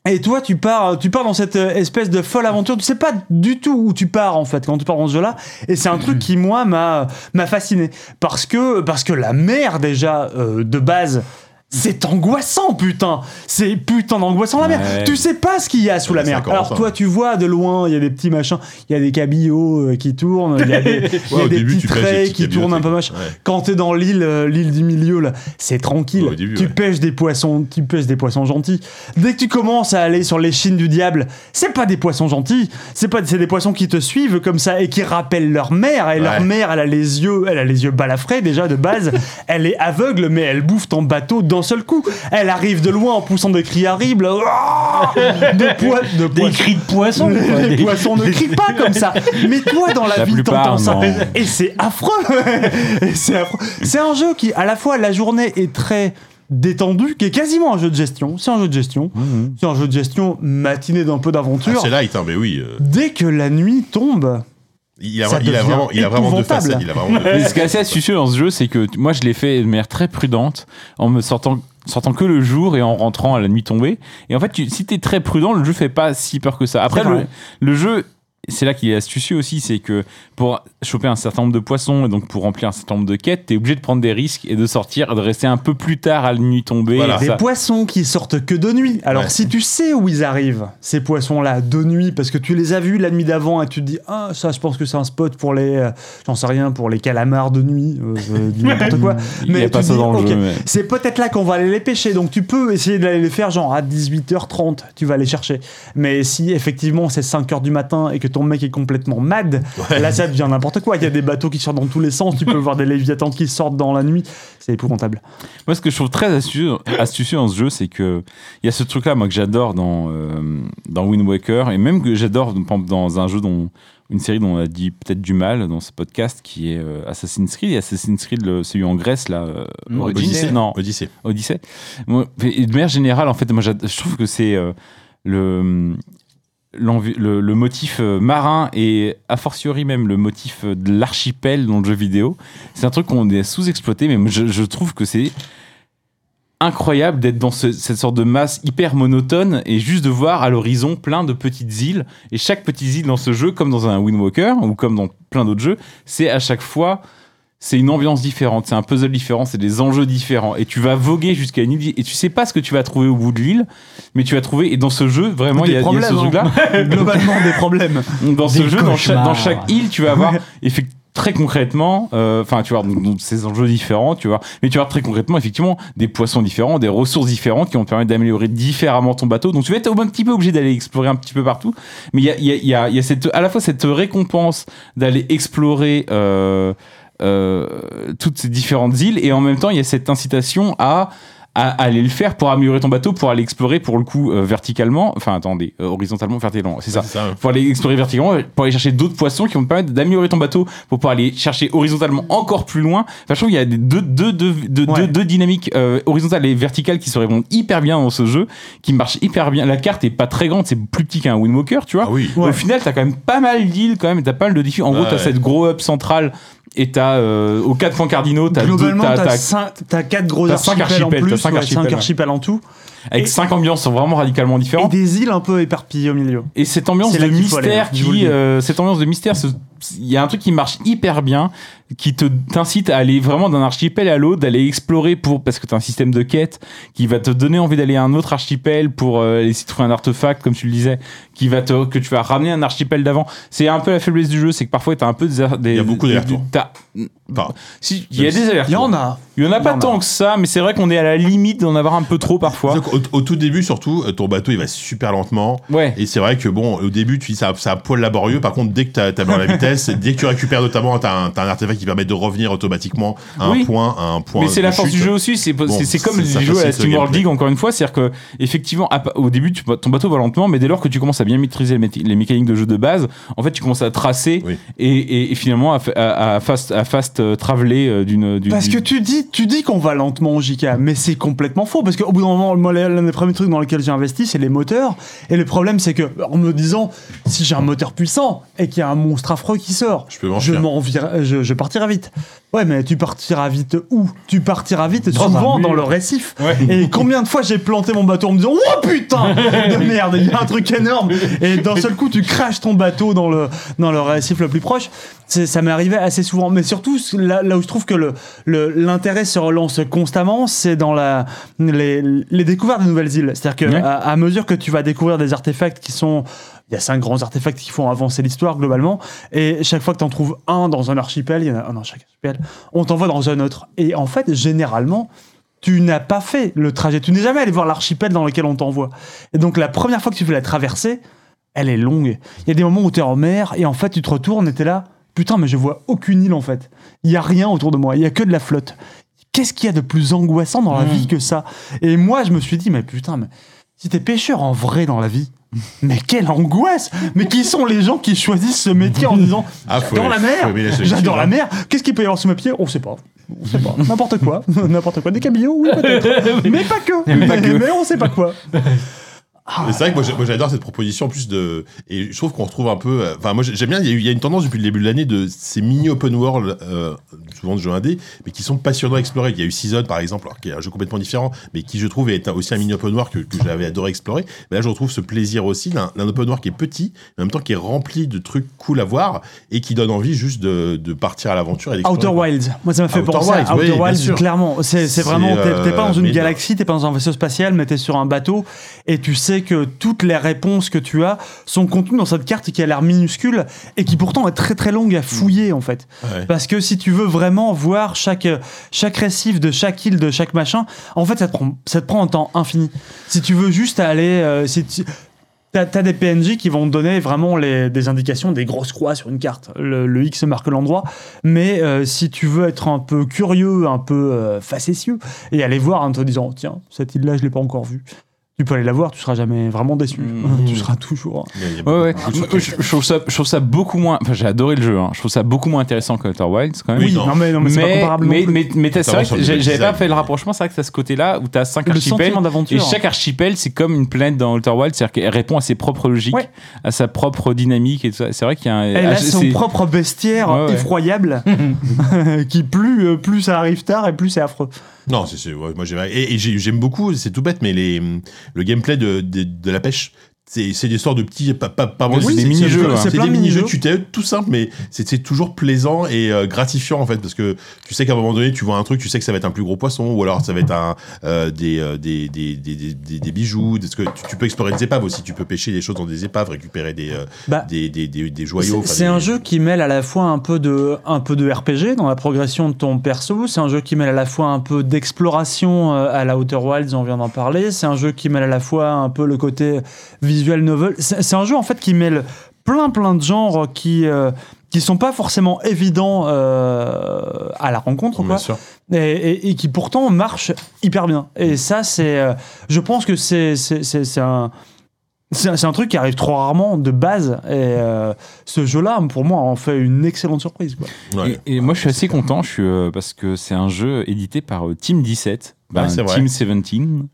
[SPEAKER 1] et toi, tu pars, tu pars dans cette euh, espèce de folle aventure. Tu sais pas du tout où tu pars en fait quand tu pars dans ce jeu-là. Et c'est un
[SPEAKER 3] Mhm.
[SPEAKER 1] truc qui moi m'a m'a fasciné parce que parce que la mer déjà euh, de base. C'est angoissant, putain! C'est putain d'angoissant la mer!
[SPEAKER 4] Ouais.
[SPEAKER 1] Tu sais pas ce qu'il y a sous la
[SPEAKER 3] C'est
[SPEAKER 1] mer!
[SPEAKER 3] encore
[SPEAKER 1] Alors
[SPEAKER 3] ensemble.
[SPEAKER 1] toi, tu vois de loin, il y a des petits machins, il y a des cabillots euh, qui tournent, il y a des, il y a
[SPEAKER 3] Ouais, au
[SPEAKER 1] des
[SPEAKER 3] début,
[SPEAKER 1] petits
[SPEAKER 3] tu pêches des
[SPEAKER 1] traits
[SPEAKER 3] petits
[SPEAKER 1] qui
[SPEAKER 3] cabillots,
[SPEAKER 1] tournent un peu
[SPEAKER 3] t'es-
[SPEAKER 1] moche
[SPEAKER 3] ouais.
[SPEAKER 1] quand t'es dans l'île, euh, l'île du milieu là, c'est tranquille.
[SPEAKER 3] Ouais, au début,
[SPEAKER 1] tu
[SPEAKER 3] ouais.
[SPEAKER 1] pêches des poissons, tu pêches des poissons gentils. Dès que tu commences à aller sur les chines du diable, c'est pas des poissons gentils, c'est pas c'est des poissons qui te suivent comme ça et qui rappellent leur mère. Et leur
[SPEAKER 3] Ouais.
[SPEAKER 1] mère, elle a les yeux, elle a les yeux balafrés déjà de base. elle est aveugle, mais elle bouffe ton bateau d'un seul coup. Elle arrive de loin en poussant des cris horribles. Ah de poids, de
[SPEAKER 6] Des
[SPEAKER 1] poissons.
[SPEAKER 6] cris de poisson. quoi.
[SPEAKER 1] Les
[SPEAKER 6] Des-
[SPEAKER 1] poissons ne crient pas comme ça. Mais toi, dans la,
[SPEAKER 4] La
[SPEAKER 1] vie,
[SPEAKER 4] plupart,
[SPEAKER 1] t'entends ça.
[SPEAKER 4] non.
[SPEAKER 1] Et c'est affreux. Et c'est affreux. C'est un jeu qui, à la fois, la journée est très détendue, qui est quasiment un jeu de gestion. C'est un jeu de gestion. C'est un jeu de gestion matinée d'un peu
[SPEAKER 3] Ah,
[SPEAKER 1] d'aventure.
[SPEAKER 3] c'est light, hein, mais oui. euh,
[SPEAKER 1] Dès que la nuit tombe,
[SPEAKER 3] il, a,
[SPEAKER 1] Ça
[SPEAKER 3] il a
[SPEAKER 1] devient
[SPEAKER 3] vraiment, il a vraiment deux
[SPEAKER 1] épouvantable.
[SPEAKER 3] facettes. Il a vraiment deux
[SPEAKER 4] Mais ce qui est assez astucieux dans ce jeu, c'est que t- moi je l'ai fait de manière très prudente en me sortant sortant que le jour et en rentrant à la nuit tombée. Et en fait, tu, si t'es très prudent, le jeu fait pas si peur que ça. Après,
[SPEAKER 1] C'est
[SPEAKER 4] le,
[SPEAKER 1] vrai.
[SPEAKER 4] le jeu, c'est là qu'il est astucieux aussi, c'est que pour choper un certain nombre de poissons et donc pour remplir un certain nombre de quêtes, t'es obligé de prendre des risques et de sortir, de rester un peu plus tard à la nuit tombée.
[SPEAKER 3] Voilà.
[SPEAKER 4] et
[SPEAKER 1] des
[SPEAKER 4] Ah, ça.
[SPEAKER 1] poissons qui sortent que de nuit. Alors
[SPEAKER 3] Ouais.
[SPEAKER 1] si tu sais où ils arrivent, ces poissons-là, de nuit, parce que tu les as vus la nuit d'avant et tu te dis ah ça, je pense que c'est un spot pour les, euh, j'en sais rien, pour les calamars de nuit, euh, je dis n'importe quoi.
[SPEAKER 4] Il y a
[SPEAKER 1] tu
[SPEAKER 4] pas
[SPEAKER 1] te
[SPEAKER 4] ça
[SPEAKER 1] dis,
[SPEAKER 4] dans le
[SPEAKER 1] ok,
[SPEAKER 4] jeu, mais-
[SPEAKER 1] C'est peut-être là qu'on va aller les pêcher. Donc tu peux essayer d'aller les faire genre à 18h30, tu vas les chercher. Mais si effectivement c'est 5h du matin et que ton mec est complètement mad,
[SPEAKER 3] Ouais.
[SPEAKER 1] là ça devient n'importe quoi. Il y a des bateaux qui sortent dans tous les sens, tu peux voir des léviathans qui sortent dans la nuit. C'est épouvantable.
[SPEAKER 4] Moi, ce que je trouve très astucieux, astucieux dans ce jeu, c'est que il y a ce truc-là, moi, que j'adore dans, euh, dans Wind Waker, et même que j'adore par exemple, dans un jeu dont une série dont on a dit peut-être du mal dans ce podcast, qui est euh, Assassin's Creed. Et Assassin's Creed, le- celui en Grèce, là, euh,
[SPEAKER 6] Mm,
[SPEAKER 4] Origins,
[SPEAKER 3] Odyssey.
[SPEAKER 4] non,
[SPEAKER 3] Odyssey.
[SPEAKER 4] Odyssey. Moi, et de manière générale, en fait, moi, j'ad- je trouve que c'est euh, le, mm, l'envi- le, le motif euh, marin et a fortiori même le motif euh, de l'archipel dans le jeu vidéo. C'est un truc qu'on est sous-exploité, mais moi, je, je trouve que c'est incroyable d'être dans ce- cette sorte de masse hyper monotone et juste de voir à l'horizon plein de petites îles. Et chaque petite île dans ce jeu, comme dans un Wind Walker ou comme dans plein d'autres jeux, c'est à chaque fois c'est une ambiance différente, c'est un puzzle différent, c'est des enjeux différents. Et tu vas voguer jusqu'à une île et tu sais pas ce que tu vas trouver au bout de l'île, mais tu vas trouver. Et dans ce jeu, vraiment, il y, a- il y a ce
[SPEAKER 1] problèmes, hein.
[SPEAKER 4] truc-là.
[SPEAKER 1] Globalement des problèmes.
[SPEAKER 4] Dans ce
[SPEAKER 6] Des
[SPEAKER 4] jeu, dans chaque, dans
[SPEAKER 6] cauchemars.
[SPEAKER 4] chaque île, tu vas avoir effectivement très concrètement, euh, enfin, tu vois, donc, donc, ces enjeux différents, tu vois, mais tu vois, très concrètement, effectivement, des poissons différents, des ressources différentes qui vont te permettre d'améliorer différemment ton bateau. Donc, tu vas être un petit peu obligé d'aller explorer un petit peu partout. Mais il y a, il y a- il y a- il y a cette, à la fois cette récompense d'aller explorer. euh, euh, toutes ces différentes îles et en même temps il y a cette incitation à à aller le faire pour améliorer ton bateau, pour aller explorer pour le coup euh, verticalement, enfin attendez, euh, horizontalement, verticalement, c'est ça.
[SPEAKER 3] C'est ça. hein.
[SPEAKER 4] Pour aller explorer verticalement, euh, pour aller chercher d'autres poissons qui vont te permettre d'améliorer ton bateau, pour pouvoir aller chercher horizontalement encore plus loin. Enfin, je trouve qu'il y a des deux, deux, deux, deux,
[SPEAKER 1] Ouais.
[SPEAKER 4] deux- deux dynamiques euh, horizontales et verticales qui se répondent hyper bien dans ce jeu, qui marchent hyper bien. La carte est pas très grande, c'est plus petit qu'un Windwalker, tu vois.
[SPEAKER 3] Ah oui.
[SPEAKER 1] Ouais.
[SPEAKER 4] Au final, t'as quand même pas mal d'îles, quand même, et t'as pas mal de défis. En gros,
[SPEAKER 3] Ouais,
[SPEAKER 4] t'as
[SPEAKER 3] ouais.
[SPEAKER 4] cette gros hub centrale et t'as euh, aux quatre points cardinaux, t'as deux-
[SPEAKER 1] Globalement,
[SPEAKER 4] t'as-
[SPEAKER 1] t'as
[SPEAKER 4] t'as-
[SPEAKER 1] cinq- t'as quatre gros
[SPEAKER 4] t'as cinq
[SPEAKER 1] archipels, en
[SPEAKER 4] archipels,
[SPEAKER 1] plus,
[SPEAKER 4] t'as cinq
[SPEAKER 1] ouais,
[SPEAKER 4] archipels, ouais.
[SPEAKER 1] archipels en tout,
[SPEAKER 4] avec
[SPEAKER 1] et-
[SPEAKER 4] cinq ambiances vraiment radicalement
[SPEAKER 1] et
[SPEAKER 4] différentes.
[SPEAKER 1] des îles un peu éparpillées au milieu.
[SPEAKER 4] Et cette ambiance
[SPEAKER 1] C'est
[SPEAKER 4] de
[SPEAKER 1] là qu'il faut aller,
[SPEAKER 4] mystère
[SPEAKER 1] hein, je vous le
[SPEAKER 4] qui,
[SPEAKER 1] dis.
[SPEAKER 4] euh, cette ambiance de mystère, ce- il y a un truc qui marche hyper bien, qui te t'incite à aller vraiment d'un archipel à l'autre, d'aller explorer pour parce que t'as un système de quête qui va te donner envie d'aller à un autre archipel pour euh, aller essayer de trouver un artefact, comme tu le disais, qui va te que tu vas ramener un archipel d'avant. C'est un peu la faiblesse du jeu, c'est que parfois t'as un peu des, ar- des
[SPEAKER 3] Il y a beaucoup
[SPEAKER 4] des-
[SPEAKER 3] d'allers-retours.
[SPEAKER 4] t'as-
[SPEAKER 3] Pardon.
[SPEAKER 4] si, il y a des allers
[SPEAKER 1] Il y en a.
[SPEAKER 4] Il y en a
[SPEAKER 1] Il
[SPEAKER 4] pas
[SPEAKER 1] y en a.
[SPEAKER 4] tant que ça, mais c'est vrai qu'on est à la limite d'en avoir un peu trop parfois.
[SPEAKER 3] Au, au tout début, surtout, euh, ton bateau il va super lentement.
[SPEAKER 4] Ouais.
[SPEAKER 3] Et c'est vrai que bon, au début, tu dis ça, c'est un poil laborieux. Par contre, dès que t'as t'améliores la vitesse, dès que tu récupères notamment, t'as un, t'as un artefact qui permet de revenir automatiquement à un
[SPEAKER 4] Oui.
[SPEAKER 3] point, à un point.
[SPEAKER 4] Mais c'est
[SPEAKER 3] de
[SPEAKER 4] la force
[SPEAKER 3] chute.
[SPEAKER 4] du jeu aussi, c'est
[SPEAKER 3] Bon,
[SPEAKER 4] c'est- c'est comme
[SPEAKER 3] c'est- ça
[SPEAKER 4] les jeux à la
[SPEAKER 3] facilite le
[SPEAKER 4] Steam World
[SPEAKER 3] gameplay.
[SPEAKER 4] League, encore une fois, c'est-à-dire que, effectivement, à pa- au début, tu- ton bateau va lentement, mais dès lors que tu commences à bien maîtriser les, mé- les mécaniques de jeu de base, en fait, tu commences à tracer
[SPEAKER 3] Oui.
[SPEAKER 4] et, et- et finalement à, fa- à- à fast, à fast euh, traveler euh, d'une. d'une-
[SPEAKER 1] Parce que tu dis, tu dis qu'on va lentement au JK, mais c'est complètement faux. Parce qu'au bout d'un moment, moi, l'un des premiers trucs dans lesquels j'ai investi, c'est les moteurs. Et le problème, c'est que, en me disant, si j'ai un moteur puissant et qu'il y a un monstre affreux qui sort,
[SPEAKER 3] Je peux m'en
[SPEAKER 1] je,
[SPEAKER 3] faire.
[SPEAKER 1] m'en vira- je, je partirai vite. Ouais, mais tu partiras vite où Tu partiras vite
[SPEAKER 6] Dans un
[SPEAKER 1] souvent
[SPEAKER 6] mur.
[SPEAKER 1] dans le récif.
[SPEAKER 4] Ouais.
[SPEAKER 1] Et combien de fois j'ai planté mon bateau en me disant Oh putain de merde, il y a un truc énorme Et d'un seul coup, tu craches ton bateau dans le, dans le récif le plus proche. C'est- Ça m'est arrivé assez souvent. Mais surtout, ce- là, là où je trouve que l'intérêt le, l'intérêt se relance constamment, c'est dans la, les, les découvertes de nouvelles îles. C'est-à-dire que
[SPEAKER 4] Ouais.
[SPEAKER 1] à, à mesure que tu vas découvrir des artefacts qui sont. Il y a cinq grands artefacts qui font avancer l'histoire globalement. Et chaque fois que tu en trouves un dans un archipel, il y en a un dans chaque archipel, on t'envoie dans un autre. Et en fait, généralement, tu n'as pas fait le trajet. Tu n'es jamais allé voir l'archipel dans lequel on t'envoie. Et donc, la première fois que tu fais la traversée, elle est longue. Il y a des moments où tu es en mer et en fait, tu te retournes et tu es là. Putain, mais je vois aucune île en fait. Il y a rien autour de moi. Il y a que de la flotte. Qu'est-ce qu'il y a de plus angoissant dans la
[SPEAKER 4] Mm.
[SPEAKER 1] vie que ça Et moi, je me suis dit, mais putain, mais si t'es pêcheur en vrai dans la vie, mais quelle angoisse Mais qui sont les gens qui choisissent ce métier en disant
[SPEAKER 3] Ah, faut
[SPEAKER 1] J'adore la
[SPEAKER 3] aimer- faut
[SPEAKER 1] mer
[SPEAKER 3] aimer la solitude,
[SPEAKER 1] J'adore
[SPEAKER 3] hein.
[SPEAKER 1] la mer Qu'est-ce qu'il peut y avoir sous mes pieds On sait pas. On sait pas. N'importe quoi. N'importe quoi. Des cabillots, oui, peut-être. Mais pas que.
[SPEAKER 4] Mais pas que.
[SPEAKER 1] Mais on sait pas quoi.
[SPEAKER 3] Mais C'est vrai que moi, j'ai- moi, j'adore cette proposition en plus de et je trouve qu'on retrouve un peu euh, enfin moi j'ai- j'aime bien il y, a eu- il y a une tendance depuis le début de l'année de ces mini open world euh, souvent de jeux indés mais qui sont passionnants à explorer il y a eu Season par exemple alors qui est un jeu complètement différent mais qui je trouve est un- aussi un mini open world que, que j'avais adoré explorer mais là je retrouve ce plaisir aussi d'un d'un open world qui est petit mais en même temps qui est rempli de trucs cool à voir et qui donne envie juste de, de partir à l'aventure et d'explorer,
[SPEAKER 1] Outer
[SPEAKER 3] quoi.
[SPEAKER 1] Wilds. Moi, ça m'a fait
[SPEAKER 3] Outer
[SPEAKER 1] penser
[SPEAKER 3] Wilds,
[SPEAKER 1] à
[SPEAKER 3] oui,
[SPEAKER 1] Outer
[SPEAKER 3] bien
[SPEAKER 1] Wilds,
[SPEAKER 3] sûr.
[SPEAKER 1] clairement. C'est
[SPEAKER 3] C'est,
[SPEAKER 1] c'est vraiment. t'es- T'es pas dans
[SPEAKER 3] euh,
[SPEAKER 1] une
[SPEAKER 3] mais-
[SPEAKER 1] galaxie, t'es pas dans un vaisseau spatial, mais t'es sur un bateau. Et tu sais que toutes les réponses que tu as sont contenues dans cette carte qui a l'air minuscule et qui pourtant est très très longue à fouiller, en fait.
[SPEAKER 3] Ouais.
[SPEAKER 1] Parce que si tu veux vraiment voir chaque, euh, chaque récif de chaque île, de chaque machin, en fait, ça te prend, ça te prend un temps infini. Si tu veux juste aller. euh, si tu- T'as t'as des PNJ qui vont te donner vraiment les, des indications, des grosses croix sur une carte. Le, le X marque l'endroit. Mais euh, si tu veux être un peu curieux, un peu euh, facétieux, et aller voir en te disant Tiens, cette île-là, je l'ai pas encore vue. Tu peux aller la voir, tu seras jamais vraiment déçu.
[SPEAKER 4] Mmh.
[SPEAKER 1] tu seras toujours.
[SPEAKER 3] Il y a- il y a
[SPEAKER 4] Ouais, ouais.
[SPEAKER 3] beaucoup de
[SPEAKER 4] Moi,
[SPEAKER 3] trucs.
[SPEAKER 4] Je, je trouve ça, je trouve ça beaucoup moins. Enfin, j'ai adoré le jeu. hein. Je trouve ça beaucoup moins intéressant que Outer Wilds quand même.
[SPEAKER 3] Oui, non.
[SPEAKER 1] mais, non, mais c'est pas comparable. non
[SPEAKER 4] mais,
[SPEAKER 1] plus.
[SPEAKER 4] mais- mais t'as- c'est vrai
[SPEAKER 3] Notamment sur
[SPEAKER 4] que
[SPEAKER 3] le
[SPEAKER 4] j'ai-
[SPEAKER 3] design.
[SPEAKER 4] j'avais pas fait le rapprochement. C'est vrai que t'as ce côté-là où t'as cinq
[SPEAKER 1] le
[SPEAKER 4] archipels.
[SPEAKER 1] sentiment
[SPEAKER 4] Et
[SPEAKER 1] d'aventure.
[SPEAKER 4] chaque archipel, c'est comme une planète dans Outer Wild, c'est-à-dire qu'elle répond à ses propres logiques,
[SPEAKER 1] Ouais.
[SPEAKER 4] à sa propre dynamique et tout ça. C'est vrai qu'il y a un.
[SPEAKER 1] Elle
[SPEAKER 4] ah,
[SPEAKER 1] a
[SPEAKER 4] c'est-
[SPEAKER 1] son
[SPEAKER 4] c'est-
[SPEAKER 1] propre bestiaire
[SPEAKER 4] Ouais, ouais.
[SPEAKER 1] effroyable qui plus euh, plus ça arrive tard et plus c'est affreux.
[SPEAKER 3] Non, c'est, c'est- ouais, moi j'aime, et, et j'ai- j'aime beaucoup, c'est tout bête, mais les, le gameplay de, de, de la pêche. C'est c'est des sortes de petits. Pas, pas, pas
[SPEAKER 4] Oui,
[SPEAKER 3] c'est
[SPEAKER 4] des
[SPEAKER 3] c'est-
[SPEAKER 4] mini-jeux,
[SPEAKER 3] c'est-
[SPEAKER 4] ouais.
[SPEAKER 3] C'est
[SPEAKER 1] plein
[SPEAKER 3] des
[SPEAKER 1] de
[SPEAKER 3] mini-jeux
[SPEAKER 1] mini-jeux.
[SPEAKER 3] tutelles, tout simple, mais c'est c'est toujours plaisant et euh, gratifiant en fait, parce que tu sais qu'à un moment donné, tu vois un truc, tu sais que ça va être un plus gros poisson, ou alors ça va être un, euh, des, euh, des, des, des, des, des- des bijoux, des- parce que tu, tu peux explorer des épaves aussi, tu peux pêcher des choses dans des épaves, récupérer des, euh,
[SPEAKER 1] Bah,
[SPEAKER 3] des, des, des, des
[SPEAKER 1] C'est-
[SPEAKER 3] joyaux. enfin,
[SPEAKER 1] C'est
[SPEAKER 3] des-
[SPEAKER 1] un jeu qui mêle à la fois un peu de, un peu de RPG dans la progression de ton perso, c'est un jeu qui mêle à la fois un peu d'exploration euh, à la Outer Wilds, on vient d'en parler, c'est un jeu qui mêle à la fois un peu le côté visual novel, c'est c'est un jeu en fait qui mêle plein plein de genres qui... euh, qui sont pas forcément évidents euh, à la rencontre,
[SPEAKER 3] Bien
[SPEAKER 1] quoi,
[SPEAKER 3] sûr.
[SPEAKER 1] et, et- et qui pourtant marchent hyper bien. Et ça, c'est, euh, je pense que c'est c'est- c'est- c'est un, c'est un- c'est un truc qui arrive trop rarement de base. Et euh, ce jeu-là, pour moi, en fait une excellente surprise. Quoi.
[SPEAKER 3] Ouais.
[SPEAKER 4] Et, et moi, je suis assez content je suis, euh, parce que c'est un jeu édité par euh, Team 17. Ben,
[SPEAKER 3] Ouais, Ah, c'est vrai.
[SPEAKER 4] Team 17.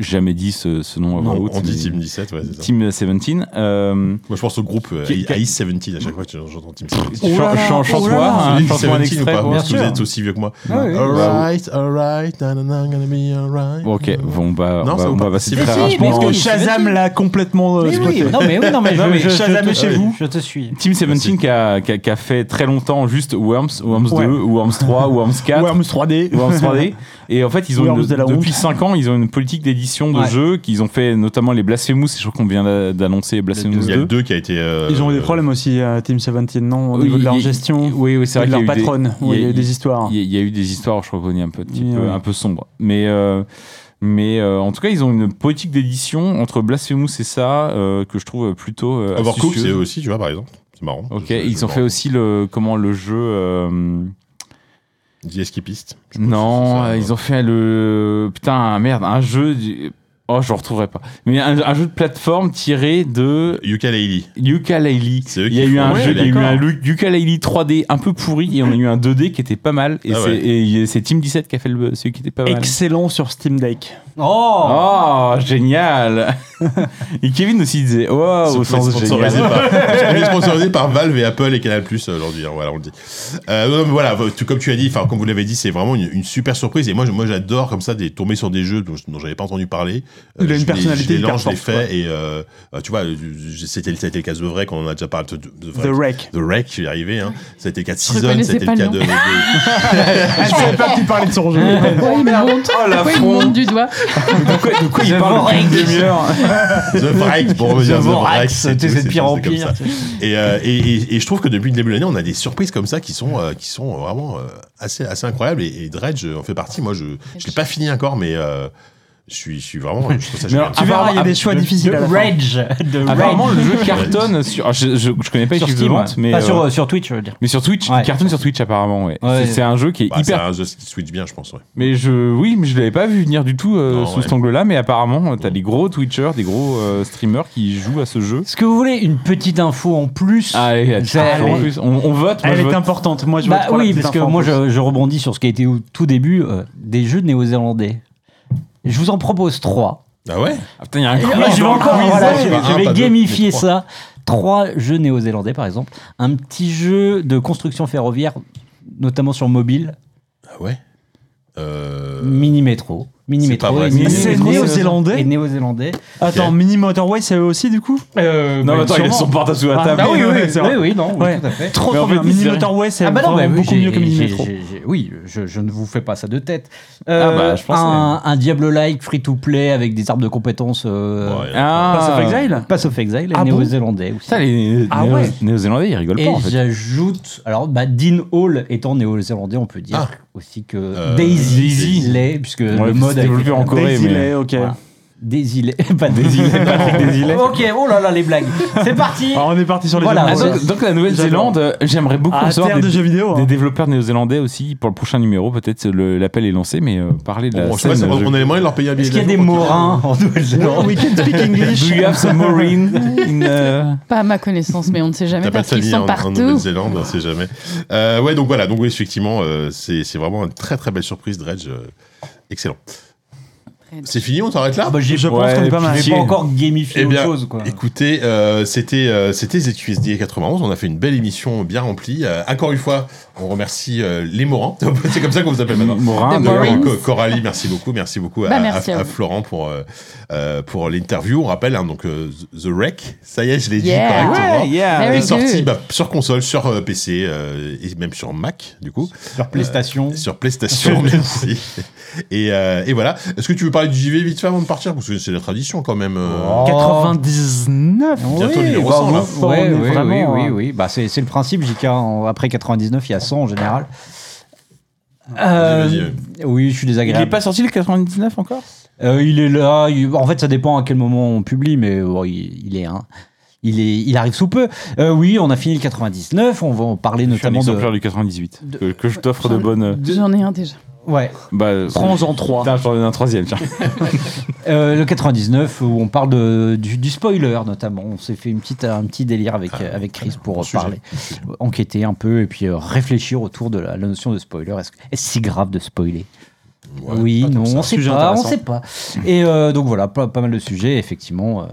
[SPEAKER 4] Jamais dit ce, ce nom à voix
[SPEAKER 3] Non,
[SPEAKER 4] haute,
[SPEAKER 3] on dit
[SPEAKER 4] mais-
[SPEAKER 3] Team 17, ouais, c'est ça.
[SPEAKER 4] Team 17. Euh,
[SPEAKER 3] Moi, je pense au groupe euh,
[SPEAKER 4] Qui-
[SPEAKER 3] Ice 17 à chaque fois que j'entends Team 17.
[SPEAKER 1] Oh là là,
[SPEAKER 4] chan- chan-
[SPEAKER 1] oh là
[SPEAKER 4] Chante-moi
[SPEAKER 1] là.
[SPEAKER 4] Ah, un-
[SPEAKER 3] Team
[SPEAKER 4] chante-moi un
[SPEAKER 3] 17 ou
[SPEAKER 4] extrait.
[SPEAKER 3] pas
[SPEAKER 4] pour voir
[SPEAKER 3] Parce
[SPEAKER 4] si
[SPEAKER 3] que vous
[SPEAKER 4] vous
[SPEAKER 3] êtes aussi vieux que moi.
[SPEAKER 6] Ouais, ouais.
[SPEAKER 3] Alright, alright, na, na, na, gonna be Mmh. alright.
[SPEAKER 4] êtes- Bon, ok, bon, bah,
[SPEAKER 3] Non,
[SPEAKER 4] on va-
[SPEAKER 3] ça
[SPEAKER 4] on
[SPEAKER 3] vous
[SPEAKER 4] va
[SPEAKER 3] parle.
[SPEAKER 4] passer
[SPEAKER 3] Si,
[SPEAKER 4] très
[SPEAKER 3] si,
[SPEAKER 4] rapidement.
[SPEAKER 1] Je pense
[SPEAKER 6] mais
[SPEAKER 1] que
[SPEAKER 6] oui,
[SPEAKER 1] Shazam
[SPEAKER 6] c'est-
[SPEAKER 1] l'a complètement euh,
[SPEAKER 6] Mais oui,
[SPEAKER 1] spoté.
[SPEAKER 6] non, mais oui, non, mais,
[SPEAKER 1] Non,
[SPEAKER 6] je,
[SPEAKER 1] mais
[SPEAKER 6] je- je
[SPEAKER 1] Shazam
[SPEAKER 6] te-
[SPEAKER 1] est chez
[SPEAKER 6] je-
[SPEAKER 1] vous.
[SPEAKER 6] Je te suis.
[SPEAKER 4] Team 17 qui a, qui a- qui a fait très longtemps juste Worms, Worms 2, Worms 3, Worms 4.
[SPEAKER 1] Worms 3D.
[SPEAKER 4] Worms 3D. Et en fait, ils ont
[SPEAKER 1] Worms
[SPEAKER 4] une-
[SPEAKER 1] de la
[SPEAKER 4] depuis
[SPEAKER 1] honte.
[SPEAKER 4] 5 ans, ils ont une politique d'édition de
[SPEAKER 6] Ouais.
[SPEAKER 4] jeux qu'ils ont fait notamment les Blasphemous. Je crois qu'on vient d'a- d'annoncer Blasphemous
[SPEAKER 3] Il y a le
[SPEAKER 4] 2.
[SPEAKER 3] 2 qui a été. euh,
[SPEAKER 1] Ils ont eu des problèmes aussi, euh, Team 17, non Au
[SPEAKER 4] Oui,
[SPEAKER 1] niveau de leur
[SPEAKER 4] il-
[SPEAKER 1] gestion,
[SPEAKER 4] Oui, oui, c'est
[SPEAKER 1] de
[SPEAKER 4] vrai
[SPEAKER 1] leur
[SPEAKER 4] qu'il y a eu des-
[SPEAKER 1] patronne.
[SPEAKER 4] il y
[SPEAKER 1] où
[SPEAKER 4] a-
[SPEAKER 1] Il y a eu
[SPEAKER 4] il-
[SPEAKER 1] des histoires.
[SPEAKER 4] Il y, a- il y a eu des histoires, je crois qu'on est un peu, petit
[SPEAKER 1] Oui,
[SPEAKER 4] peu-
[SPEAKER 1] ouais.
[SPEAKER 4] un peu sombre. Mais, euh, mais euh, en tout cas, ils ont une politique d'édition entre Blasphemous et ça euh, que je trouve plutôt euh,
[SPEAKER 3] Ah, Overcooked, c'est
[SPEAKER 4] astucieuse.
[SPEAKER 3] eux aussi, tu vois, par exemple. C'est marrant.
[SPEAKER 4] Ok,
[SPEAKER 3] Je- je-
[SPEAKER 4] ils ont fait aussi le comment le jeu. euh,
[SPEAKER 3] The Escapist. je pense
[SPEAKER 4] non,
[SPEAKER 3] que c'est ça.
[SPEAKER 4] euh, ils ont fait le putain merde un jeu. du- Oh, je le retrouverai pas. Mais un, un jeu de plateforme tiré de
[SPEAKER 3] Yooka-Laylee.
[SPEAKER 4] Yooka-Laylee.
[SPEAKER 3] C'est eux
[SPEAKER 4] Il y a
[SPEAKER 3] qui
[SPEAKER 4] eu
[SPEAKER 3] font-
[SPEAKER 4] un
[SPEAKER 3] Ouais,
[SPEAKER 4] jeu, il y a eu
[SPEAKER 1] d'accord.
[SPEAKER 4] un Lu- Yooka-Laylee 3D un peu pourri et on a eu un 2D qui était pas mal. Et
[SPEAKER 3] Ah
[SPEAKER 4] c'est-
[SPEAKER 3] ouais.
[SPEAKER 4] et il y a- c'est Team 17 qui a fait le, celui qui était pas mal.
[SPEAKER 1] Excellent sur Steam Deck.
[SPEAKER 6] Oh,
[SPEAKER 4] Oh, génial Et Kevin aussi disait, wow, Ah, au
[SPEAKER 3] Ils sont
[SPEAKER 4] sens génial.
[SPEAKER 3] sponsorisés par- on est sponsorisé par Valve et Apple et Canal Plus aujourd'hui. hein, voilà, on le dit. Euh, non, mais voilà, tout comme tu as dit, enfin comme vous l'avez dit, c'est vraiment une, une super surprise. Et moi, je- moi, j'adore comme ça des tomber sur des jeux dont, je- dont j'avais pas entendu parler.
[SPEAKER 1] Il
[SPEAKER 3] Euh,
[SPEAKER 1] a une
[SPEAKER 3] je les-
[SPEAKER 1] personnalité
[SPEAKER 3] Je les
[SPEAKER 1] hyper
[SPEAKER 3] lance, je les
[SPEAKER 1] forte, quoi.
[SPEAKER 3] fais et euh, euh, tu vois, je- c'était c'était le cas de vrai quand on a déjà parlé de, de, de
[SPEAKER 1] The
[SPEAKER 3] vrai.
[SPEAKER 1] Wreck.
[SPEAKER 3] The Wreck, je suis arrivé. Hein. Ça a été le cas de
[SPEAKER 10] Je
[SPEAKER 3] Season,
[SPEAKER 10] connaissais
[SPEAKER 3] ça a été
[SPEAKER 10] pas
[SPEAKER 3] le cas
[SPEAKER 10] le
[SPEAKER 3] de,
[SPEAKER 10] nom.
[SPEAKER 3] de-
[SPEAKER 1] Je savais pas que tu parlais de son jeu.
[SPEAKER 10] Pourquoi il me montre,
[SPEAKER 4] Oh la
[SPEAKER 10] pourquoi il me montre du doigt
[SPEAKER 4] De quoi il parle depuis une demi-heure
[SPEAKER 3] The Wreck, pour revenir à The Wreck.
[SPEAKER 6] Vorax,
[SPEAKER 3] tout,
[SPEAKER 6] tu sais, de pire en
[SPEAKER 3] comme
[SPEAKER 6] pire.
[SPEAKER 3] ça. Et, euh, et, et, et je trouve que depuis le début de l'année, on a des surprises comme ça qui sont, euh, qui sont vraiment euh, assez, assez incroyables. Et, et Dredge en fait partie. Moi, je ne l'ai pas fini encore, mais euh, je, suis, je suis vraiment. Je trouve ça génial.
[SPEAKER 1] Tu verras, il y a des choix difficiles à la
[SPEAKER 6] de
[SPEAKER 1] fin.
[SPEAKER 6] Rage. De
[SPEAKER 4] Apparemment,
[SPEAKER 6] Rage.
[SPEAKER 4] le jeu cartonne sur. alors, je, je, je connais pas les
[SPEAKER 6] Sur
[SPEAKER 4] chiffres de
[SPEAKER 6] Steam.
[SPEAKER 4] vente, mais.
[SPEAKER 6] Pas sur,
[SPEAKER 4] euh,
[SPEAKER 6] euh, sur Twitch, je veux dire.
[SPEAKER 4] mais sur Twitch,
[SPEAKER 6] Ouais.
[SPEAKER 4] il cartonne sur Twitch apparemment, ouais.
[SPEAKER 6] Ouais.
[SPEAKER 4] C'est c'est un jeu qui est
[SPEAKER 3] Bah, C'est
[SPEAKER 4] hyper.
[SPEAKER 3] un jeu qui switch bien, je pense. Ouais.
[SPEAKER 4] Mais je, oui, mais je l'avais pas vu venir du tout euh,
[SPEAKER 3] Non,
[SPEAKER 4] sous
[SPEAKER 3] ouais. Mm.
[SPEAKER 4] cet angle-là. Mais apparemment, euh, t'as des gros Twitchers, des gros euh, streamers qui jouent à ce jeu. Ah,
[SPEAKER 6] Est-ce que vous voulez une petite info en plus
[SPEAKER 4] Allez,
[SPEAKER 6] C'est-
[SPEAKER 4] attends, en
[SPEAKER 6] allez.
[SPEAKER 4] plus, on, on vote. Moi,
[SPEAKER 1] Elle
[SPEAKER 4] je
[SPEAKER 1] est
[SPEAKER 4] vote.
[SPEAKER 1] importante. Moi, je
[SPEAKER 6] Bah
[SPEAKER 1] vote pour la
[SPEAKER 6] oui,
[SPEAKER 1] petite
[SPEAKER 6] parce que
[SPEAKER 1] info en
[SPEAKER 6] moi
[SPEAKER 1] plus.
[SPEAKER 6] je, je rebondis sur ce qui a été au tout début euh, des jeux néo-zélandais. Je vous en propose trois.
[SPEAKER 3] Ah ouais
[SPEAKER 4] Ah, putain, il y a un
[SPEAKER 6] Ah,
[SPEAKER 4] quiz
[SPEAKER 6] je vais
[SPEAKER 4] dans le
[SPEAKER 6] encore,
[SPEAKER 4] quiz.
[SPEAKER 6] voilà,
[SPEAKER 3] ouais,
[SPEAKER 6] je,
[SPEAKER 3] bah,
[SPEAKER 6] je
[SPEAKER 3] un, pas
[SPEAKER 6] vais
[SPEAKER 3] deux, mais
[SPEAKER 6] gamifier
[SPEAKER 3] trois.
[SPEAKER 6] ça. Trois jeux néo-zélandais par exemple. Un petit jeu de construction ferroviaire, notamment sur mobile,
[SPEAKER 3] Ah ouais Euh,
[SPEAKER 6] mini métro. Mini
[SPEAKER 3] c'est pas
[SPEAKER 6] métro.
[SPEAKER 3] vrai,
[SPEAKER 6] et
[SPEAKER 3] c'est-
[SPEAKER 6] Mini
[SPEAKER 1] c'est
[SPEAKER 6] Métro
[SPEAKER 1] néo-zélandais
[SPEAKER 6] Et néo-zélandais.
[SPEAKER 1] Attends,
[SPEAKER 3] Ok.
[SPEAKER 1] Mini Motorway, c'est eux aussi du coup
[SPEAKER 4] Non, mais attends, il a
[SPEAKER 1] sûrement.
[SPEAKER 4] son portable sous la
[SPEAKER 1] Ah,
[SPEAKER 4] table.
[SPEAKER 1] bah oui, oui, c'est
[SPEAKER 6] oui,
[SPEAKER 1] vrai.
[SPEAKER 6] oui, non, oui,
[SPEAKER 1] Ouais.
[SPEAKER 6] tout à fait.
[SPEAKER 1] Trop,
[SPEAKER 4] Mais en
[SPEAKER 1] trop
[SPEAKER 4] fait,
[SPEAKER 1] bien.
[SPEAKER 4] oui,
[SPEAKER 1] Mini
[SPEAKER 4] c'est vrai.
[SPEAKER 1] Motorway, c'est
[SPEAKER 6] Ah bah non,
[SPEAKER 1] vraiment
[SPEAKER 6] bah oui,
[SPEAKER 1] beaucoup
[SPEAKER 6] j'ai-
[SPEAKER 1] mieux que Mini
[SPEAKER 6] j'ai-
[SPEAKER 1] Metro.
[SPEAKER 6] j'ai- j'ai- Oui, je, je ne vous fais pas ça de tête. Euh,
[SPEAKER 4] Ah bah, je pensais.
[SPEAKER 6] Un, un Diablo-like free-to-play avec des arbres de compétences. euh,
[SPEAKER 3] ouais,
[SPEAKER 4] Ah,
[SPEAKER 1] Pass of Exile
[SPEAKER 6] Pass of Exile,
[SPEAKER 1] Ah bon
[SPEAKER 6] néo-zélandais aussi.
[SPEAKER 4] Putain, les
[SPEAKER 1] Ah
[SPEAKER 4] Néo-
[SPEAKER 1] ouais.
[SPEAKER 4] néo-zélandais, ils rigolent
[SPEAKER 6] Et
[SPEAKER 4] pas en fait.
[SPEAKER 6] j'ajoute, alors bah, Dean Hall étant néo-zélandais, on peut dire
[SPEAKER 3] Ah.
[SPEAKER 6] aussi que
[SPEAKER 3] Euh,
[SPEAKER 6] Daisy,
[SPEAKER 3] Daisy.
[SPEAKER 6] l'est, puisque
[SPEAKER 4] Ouais,
[SPEAKER 6] le
[SPEAKER 4] c'est
[SPEAKER 6] mode a été
[SPEAKER 4] développé en Corée,
[SPEAKER 1] Daisy
[SPEAKER 4] mais-
[SPEAKER 1] Lay, ok.
[SPEAKER 6] Voilà. Daisy l'est, pas Daisy l'est, Patrick Daisy l'est. Ok, oh là là, les blagues. C'est parti
[SPEAKER 1] Alors, on est parti sur les
[SPEAKER 6] Voilà,
[SPEAKER 1] jeux
[SPEAKER 4] Ah,
[SPEAKER 1] vidéo.
[SPEAKER 4] donc, donc la Nouvelle-Zélande, euh, j'aimerais beaucoup
[SPEAKER 1] Ah,
[SPEAKER 4] savoir
[SPEAKER 1] terre
[SPEAKER 4] des,
[SPEAKER 1] de jeux vidéo.
[SPEAKER 4] des
[SPEAKER 1] hein.
[SPEAKER 4] développeurs néo-zélandais aussi pour le prochain numéro. Peut-être le- l'appel est lancé, mais euh, parler de la
[SPEAKER 3] Bon, Oh, je sais
[SPEAKER 4] scène.
[SPEAKER 3] pas, si
[SPEAKER 4] euh,
[SPEAKER 3] on,
[SPEAKER 4] jeu-
[SPEAKER 3] on a les moyens de leur payer un billet.
[SPEAKER 6] Est-ce qu'il y a des
[SPEAKER 3] d'avion,
[SPEAKER 6] morins en Nouvelle-Zélande
[SPEAKER 1] We can speak
[SPEAKER 4] Do
[SPEAKER 1] English.
[SPEAKER 4] you have some marine in, euh,
[SPEAKER 10] Pas à ma connaissance, mais on ne sait jamais
[SPEAKER 3] T'appelles
[SPEAKER 10] parce
[SPEAKER 3] ça
[SPEAKER 10] qu'ils
[SPEAKER 3] vie
[SPEAKER 10] sont
[SPEAKER 3] hein, en, en
[SPEAKER 10] partout.
[SPEAKER 3] Nouvelle-Zélande, on sait jamais. Euh, ouais, donc voilà, donc oui, effectivement, euh, c'est c'est vraiment une très très belle surprise, Dredge. euh, excellent. C'est fini, on s'arrête là
[SPEAKER 6] Ah bah, j'y-
[SPEAKER 1] Je pense qu'on est pas mal.
[SPEAKER 6] j'ai
[SPEAKER 1] Si.
[SPEAKER 6] pas encore gamifié
[SPEAKER 3] Eh bien,
[SPEAKER 6] autre chose, quoi.
[SPEAKER 3] Écoutez, euh, c'était euh, c'était ZQSD 91. On a fait une belle émission bien remplie. Euh, encore une fois, on remercie euh, les Morans. C'est comme ça qu'on vous appelle maintenant.
[SPEAKER 10] Ah,
[SPEAKER 4] Morin,
[SPEAKER 5] Des
[SPEAKER 3] Donc,
[SPEAKER 5] Morans.
[SPEAKER 4] d'ailleurs,
[SPEAKER 5] Morins.
[SPEAKER 3] Co- Coralie, merci beaucoup, merci beaucoup à,
[SPEAKER 5] Bah, merci
[SPEAKER 3] à-
[SPEAKER 5] à
[SPEAKER 3] à
[SPEAKER 5] vous.
[SPEAKER 3] Florent pour euh, euh, pour l'interview. On rappelle hein, donc euh, The Wreck, ça y est, je l'ai
[SPEAKER 5] Yeah.
[SPEAKER 3] dit correctement.
[SPEAKER 5] Very
[SPEAKER 3] est
[SPEAKER 5] good.
[SPEAKER 3] sorti bah, sur console, sur euh, PC euh, et même sur Mac du coup,
[SPEAKER 6] Sur PlayStation.
[SPEAKER 3] Euh, sur PlayStation merci. Et, euh, et voilà. Est-ce que tu veux parler du JV vite fait avant de partir parce que c'est la tradition quand même. euh.
[SPEAKER 9] 99
[SPEAKER 5] Oh,
[SPEAKER 3] Bientôt
[SPEAKER 6] oui,
[SPEAKER 3] numéro
[SPEAKER 6] bah,
[SPEAKER 3] 100, là.
[SPEAKER 6] vous- ouais, oui, oui, oui, oui. Bah, c'est, c'est le principe, JK. en- Après 99, il y a 100 en général. Euh,
[SPEAKER 3] Vas-y, vas-y.
[SPEAKER 6] oui, je suis
[SPEAKER 4] il
[SPEAKER 6] désagréable.
[SPEAKER 4] n'est pas sorti le 99 encore
[SPEAKER 6] Euh, il est là. il- En fait, ça dépend à quel moment on publie, mais bon, il, il est un. Il, est, il arrive sous peu. Euh, oui, on a fini le 99. On va en parler
[SPEAKER 4] Je suis un
[SPEAKER 6] notamment de.
[SPEAKER 4] exemplaire du 98
[SPEAKER 6] de-
[SPEAKER 4] que, que je t'offre de bonne. euh,
[SPEAKER 10] J'en ai un déjà.
[SPEAKER 6] Ouais,
[SPEAKER 4] Bah,
[SPEAKER 6] prends-en trois.
[SPEAKER 4] Putain, j'en ai un troisième, tiens.
[SPEAKER 6] Euh, le 99, où on parle de, du, du spoiler notamment. On s'est fait une petite, un petit délire avec, euh, avec Chris pour euh,
[SPEAKER 3] sujet.
[SPEAKER 6] parler, enquêter un peu et puis euh, réfléchir autour de la, la notion de spoiler. Est-ce que- est-ce si grave de spoiler
[SPEAKER 3] Ouais.
[SPEAKER 6] Oui, non,
[SPEAKER 9] c'est un
[SPEAKER 6] on
[SPEAKER 1] Oh,
[SPEAKER 6] sait
[SPEAKER 9] sujet
[SPEAKER 6] pas, on
[SPEAKER 9] intéressant.
[SPEAKER 6] sait pas. Et euh, donc voilà, pas, pas mal de sujets, effectivement. euh,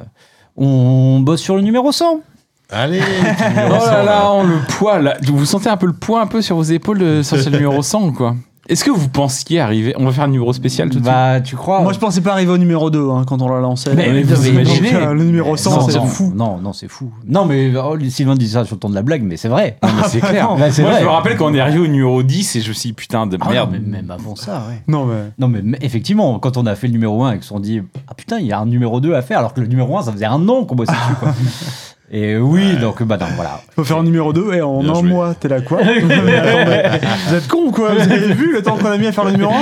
[SPEAKER 6] on bosse sur le numéro 100.
[SPEAKER 3] Allez.
[SPEAKER 4] Oh
[SPEAKER 3] numéro 100,
[SPEAKER 4] là
[SPEAKER 3] là.
[SPEAKER 4] là, on le poids là. Vous sentez un peu le poids un peu sur vos épaules de- sur ce numéro 100 ou quoi Est-ce que vous pensiez arriver On va faire un numéro spécial tout de suite.
[SPEAKER 6] Bah, tu crois
[SPEAKER 9] Moi, je pensais pas arriver au numéro 2 hein, quand on l'a lancé.
[SPEAKER 6] Mais-
[SPEAKER 9] Donc,
[SPEAKER 6] vous
[SPEAKER 9] euh,
[SPEAKER 6] imaginez
[SPEAKER 9] Le numéro 100,
[SPEAKER 6] non,
[SPEAKER 9] c'est
[SPEAKER 6] non,
[SPEAKER 9] fou.
[SPEAKER 6] Non, non, c'est fou. Non, mais oh, Sylvain dit ça sur le ton de la blague, mais c'est vrai.
[SPEAKER 4] Non, mais c'est clair.
[SPEAKER 6] Là, c'est
[SPEAKER 4] Moi,
[SPEAKER 6] vrai.
[SPEAKER 4] je me rappelle quand on est arrivé au numéro 10 et je me suis dit, putain de
[SPEAKER 6] Ah,
[SPEAKER 4] merde.
[SPEAKER 6] mais même avant ça, ouais.
[SPEAKER 9] Non, mais.
[SPEAKER 6] Non, mais m- effectivement, quand on a fait le numéro 1 et qu'on se dit Ah putain, il y a un numéro 2 à faire, alors que le numéro 1, ça faisait un an qu'on bossait dessus. Quoi. Et oui, donc bah non, voilà.
[SPEAKER 9] Faut faire un numéro 2 et en
[SPEAKER 3] Bien
[SPEAKER 9] un
[SPEAKER 3] joué.
[SPEAKER 9] mois, t'es là quoi Mais attendez, Vous êtes con ou quoi Vous avez vu le temps qu'on a mis à faire le numéro 1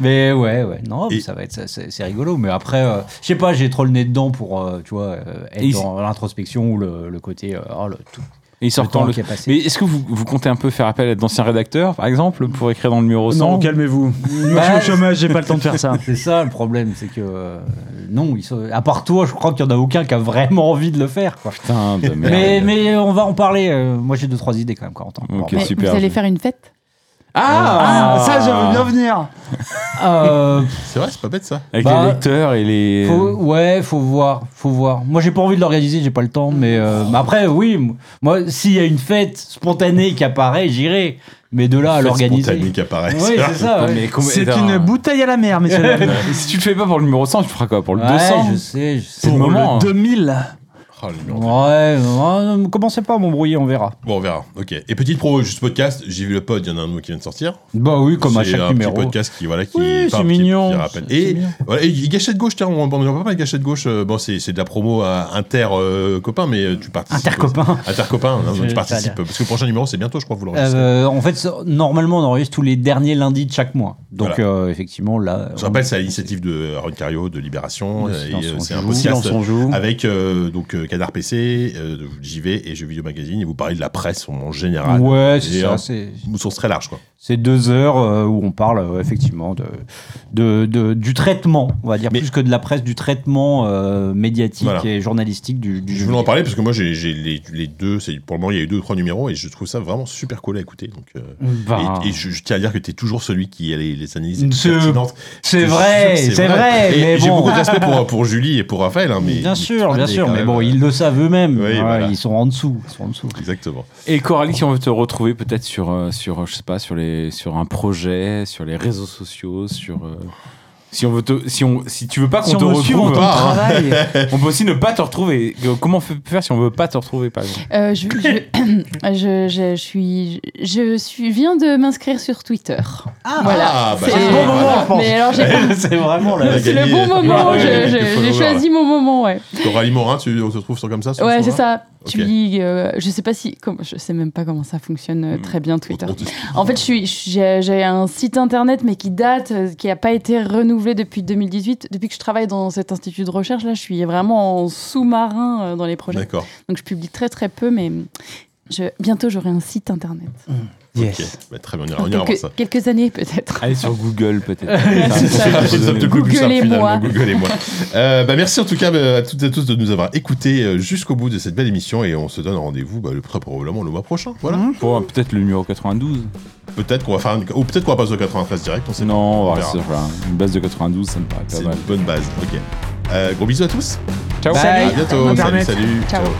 [SPEAKER 6] Mais ouais, ouais, non,
[SPEAKER 3] Et-
[SPEAKER 6] ça va être, ça- c'est c'est rigolo. Mais après, euh, je sais pas, j'ai trop le nez dedans pour, euh, tu vois, euh, être
[SPEAKER 4] Et
[SPEAKER 6] dans l'introspection ou le, le côté, euh, oh, le, tout,
[SPEAKER 4] Et il sort
[SPEAKER 6] le temps
[SPEAKER 4] quand le-
[SPEAKER 6] qui est passé.
[SPEAKER 4] Mais est-ce que vous, vous comptez un peu faire appel à d'anciens rédacteurs, par exemple, pour écrire dans le numéro 100
[SPEAKER 9] Non, calmez-vous. Moi, je suis au chômage, j'ai pas le temps de faire ça.
[SPEAKER 6] Hein, C'est ça le problème, c'est que euh, non, ils sont- à part toi, je crois qu'il y en a aucun qui a vraiment envie de le faire. Quoi.
[SPEAKER 4] Putain de merde.
[SPEAKER 6] Mais, mais on va en parler. euh, moi, j'ai deux trois idées quand même, 40 ans.
[SPEAKER 4] Ok,
[SPEAKER 10] Mais
[SPEAKER 4] super.
[SPEAKER 10] Vous allez faire une fête
[SPEAKER 4] Ah,
[SPEAKER 9] Ah, ça, j'aimerais bien venir.
[SPEAKER 6] Euh,
[SPEAKER 3] C'est vrai, c'est pas bête ça.
[SPEAKER 4] Avec
[SPEAKER 6] Bah,
[SPEAKER 4] les lecteurs et les.
[SPEAKER 6] Faut- ouais, faut voir, faut voir. Moi, j'ai pas envie de l'organiser, j'ai pas le temps, mais euh, mais après, oui, m- moi, s'il y a une fête spontanée qui apparaît, j'irai. Mais de là à
[SPEAKER 3] Fête
[SPEAKER 6] l'organiser.
[SPEAKER 3] spontanée qui apparaît.
[SPEAKER 6] Oui, c'est ça.
[SPEAKER 4] Non,
[SPEAKER 6] Ah, ouais.
[SPEAKER 4] mais comment-
[SPEAKER 9] C'est
[SPEAKER 4] Attends.
[SPEAKER 9] une bouteille à la mer, messieurs. dames.
[SPEAKER 4] si tu le fais pas pour le numéro 100, tu le feras quoi Pour le
[SPEAKER 6] Ouais,
[SPEAKER 4] 200
[SPEAKER 6] je sais, je sais.
[SPEAKER 4] C'est le
[SPEAKER 9] Pour
[SPEAKER 4] moment. hein.
[SPEAKER 9] le 2000.
[SPEAKER 3] Oh, le numéro
[SPEAKER 6] Ouais, ouais, commencez pas à m'embrouiller, on verra.
[SPEAKER 3] Bon, on verra. Ok. Et petite promo, juste podcast. J'ai vu le pod. Il y en a un nouveau qui vient de sortir.
[SPEAKER 6] Bah oui, comme à
[SPEAKER 3] C'est
[SPEAKER 6] chaque
[SPEAKER 3] un
[SPEAKER 6] numéro.
[SPEAKER 3] petit podcast qui voilà qui.
[SPEAKER 6] Oui,
[SPEAKER 3] enfin,
[SPEAKER 6] c'est
[SPEAKER 3] un petit-
[SPEAKER 6] mignon,
[SPEAKER 3] qui rappelle.
[SPEAKER 6] c'est- c'est
[SPEAKER 3] Et
[SPEAKER 6] mignon.
[SPEAKER 3] voilà. Et gâchette gauche. Tiens, on on en parle pas mal de gâchette gauche. euh, Bon, c'est c'est de la promo à inter euh, copain, mais euh, tu participes.
[SPEAKER 6] Intercopain.
[SPEAKER 3] Inter copain.
[SPEAKER 6] Je-
[SPEAKER 3] tu participes parce que le prochain numéro c'est bientôt, je crois, vous l'enregistrez.
[SPEAKER 6] Euh, en fait, ça- normalement, on enregistre tous les derniers lundis de chaque mois. Donc,
[SPEAKER 3] Voilà.
[SPEAKER 6] euh, effectivement, là.
[SPEAKER 3] Je rappelle, c'est à l'initiative de Aaron Cario, de Libération.
[SPEAKER 6] Le
[SPEAKER 3] euh, et,
[SPEAKER 6] silence
[SPEAKER 3] euh,
[SPEAKER 6] on
[SPEAKER 3] C'est un
[SPEAKER 6] joue.
[SPEAKER 3] podcast
[SPEAKER 6] Silence on joue.
[SPEAKER 3] avec euh, donc euh, Canard PC, euh, JV et Jeux Vidéo Magazine. Et vous parlez de la presse en général.
[SPEAKER 6] Ouais, c'est
[SPEAKER 3] Et,
[SPEAKER 6] ça.
[SPEAKER 3] euh,
[SPEAKER 6] c'est-
[SPEAKER 3] Une source très large, quoi.
[SPEAKER 6] C'est deux heures euh, où on parle euh, effectivement de, de, de- du traitement, on va dire,
[SPEAKER 3] Mais-
[SPEAKER 6] plus que de la presse, du traitement euh, médiatique
[SPEAKER 3] Voilà.
[SPEAKER 6] et journalistique du, du
[SPEAKER 3] Je
[SPEAKER 6] jeu
[SPEAKER 3] voulais en
[SPEAKER 6] vidéo.
[SPEAKER 3] parler parce que moi j'ai j'ai les, les deux, c'est- pour le moment il y a eu deux ou trois numéros et je trouve ça vraiment super cool à écouter. Donc, euh,
[SPEAKER 4] Bah.
[SPEAKER 3] et, et je, je tiens à dire que tu es toujours celui qui a les, les analyses les plus
[SPEAKER 6] C'est-
[SPEAKER 3] pertinentes.
[SPEAKER 6] C'est
[SPEAKER 3] Je te
[SPEAKER 6] vrai,
[SPEAKER 3] jure,
[SPEAKER 6] c'est vrai,
[SPEAKER 3] Et
[SPEAKER 6] mais
[SPEAKER 3] J'ai
[SPEAKER 6] bon.
[SPEAKER 3] beaucoup de respect pour, pour Julie et pour Raphaël. hein, mais,
[SPEAKER 6] bien
[SPEAKER 3] mais
[SPEAKER 6] sûr,
[SPEAKER 3] putain,
[SPEAKER 6] bien
[SPEAKER 3] mais
[SPEAKER 6] sûr,
[SPEAKER 3] quand
[SPEAKER 6] mais
[SPEAKER 3] même,
[SPEAKER 6] bon,
[SPEAKER 3] euh,
[SPEAKER 6] ils le savent eux-mêmes.
[SPEAKER 3] Oui,
[SPEAKER 6] Ouais,
[SPEAKER 3] voilà.
[SPEAKER 6] Ils sont en dessous, ils sont en dessous.
[SPEAKER 3] Exactement.
[SPEAKER 4] Et Coralie, si on veut te retrouver peut-être sur, euh, sur, euh, je sais pas, sur, les, sur un projet, sur les réseaux sociaux, sur. euh, si on veut te, si on, si tu veux pas qu'on
[SPEAKER 9] Si on
[SPEAKER 4] te
[SPEAKER 9] veut suivre
[SPEAKER 4] retrouve,
[SPEAKER 9] ton
[SPEAKER 3] pas, hein.
[SPEAKER 9] travail.
[SPEAKER 4] on peut aussi ne pas te retrouver. Euh, Comment on peut faire si on veut pas te retrouver, par exemple
[SPEAKER 10] Euh, je, je, je, je suis, je suis, viens de m'inscrire sur Twitter.
[SPEAKER 6] Ah,
[SPEAKER 10] voilà.
[SPEAKER 3] bah,
[SPEAKER 10] C'est-
[SPEAKER 3] c'est le bon
[SPEAKER 6] moment, je pense.
[SPEAKER 10] Mais alors, j'ai pas-
[SPEAKER 6] c'est vraiment la.
[SPEAKER 3] Ouais.
[SPEAKER 10] c'est le
[SPEAKER 3] gagné
[SPEAKER 10] bon moment.
[SPEAKER 3] quelques
[SPEAKER 10] je- je-
[SPEAKER 3] followers,
[SPEAKER 10] J'ai choisi mon moment, ouais.
[SPEAKER 3] Coralie Morin, tu, on se trouve sur comme ça sur
[SPEAKER 10] Ouais,
[SPEAKER 3] ce
[SPEAKER 10] c'est
[SPEAKER 3] moment-là
[SPEAKER 10] ça.
[SPEAKER 3] Ok.
[SPEAKER 10] Tu lis, euh, je sais pas si, comme, je sais même pas comment ça fonctionne
[SPEAKER 3] Hmm.
[SPEAKER 10] euh, très bien Twitter.
[SPEAKER 3] On- on te-
[SPEAKER 10] En fait, je suis- j'ai j'ai un site internet, mais qui date, euh, qui n'a pas été renouvelé depuis 2018. Depuis que je travaille dans cet institut de recherche, là, je suis vraiment en sous-marin euh, dans les projets.
[SPEAKER 3] D'accord.
[SPEAKER 10] Donc, je publie très, très peu, mais je, bientôt, j'aurai un site internet.
[SPEAKER 3] Ok. Bah, très bien, on ira, on ira voir
[SPEAKER 5] Quelques-
[SPEAKER 3] ça.
[SPEAKER 5] quelques années peut-être.
[SPEAKER 4] Allez sur Google peut-être.
[SPEAKER 3] C'est un peu plus simple, finalement.
[SPEAKER 5] Googlez-moi.
[SPEAKER 3] Googlez-moi. Euh, bah, merci en tout cas euh, à toutes et à tous de nous avoir écoutés euh, jusqu'au bout de cette belle émission et on se donne rendez-vous bah, le, très probablement le mois prochain. Voilà.
[SPEAKER 4] Pour hein, peut-être le numéro 92.
[SPEAKER 3] Peut-être qu'on va faire un- ou peut-être qu'on va passer au 93 direct. On sait pas.
[SPEAKER 4] Non, on va
[SPEAKER 3] verra.
[SPEAKER 4] rester sur un- une base de 92, ça me paraît
[SPEAKER 3] C'est
[SPEAKER 4] pas
[SPEAKER 3] une
[SPEAKER 4] mal.
[SPEAKER 3] bonne base. Ok. Euh, gros bisous à tous.
[SPEAKER 4] Ciao.
[SPEAKER 3] À bientôt. Salut,
[SPEAKER 1] Internet.
[SPEAKER 3] salut.
[SPEAKER 5] Ciao.
[SPEAKER 3] Ciao.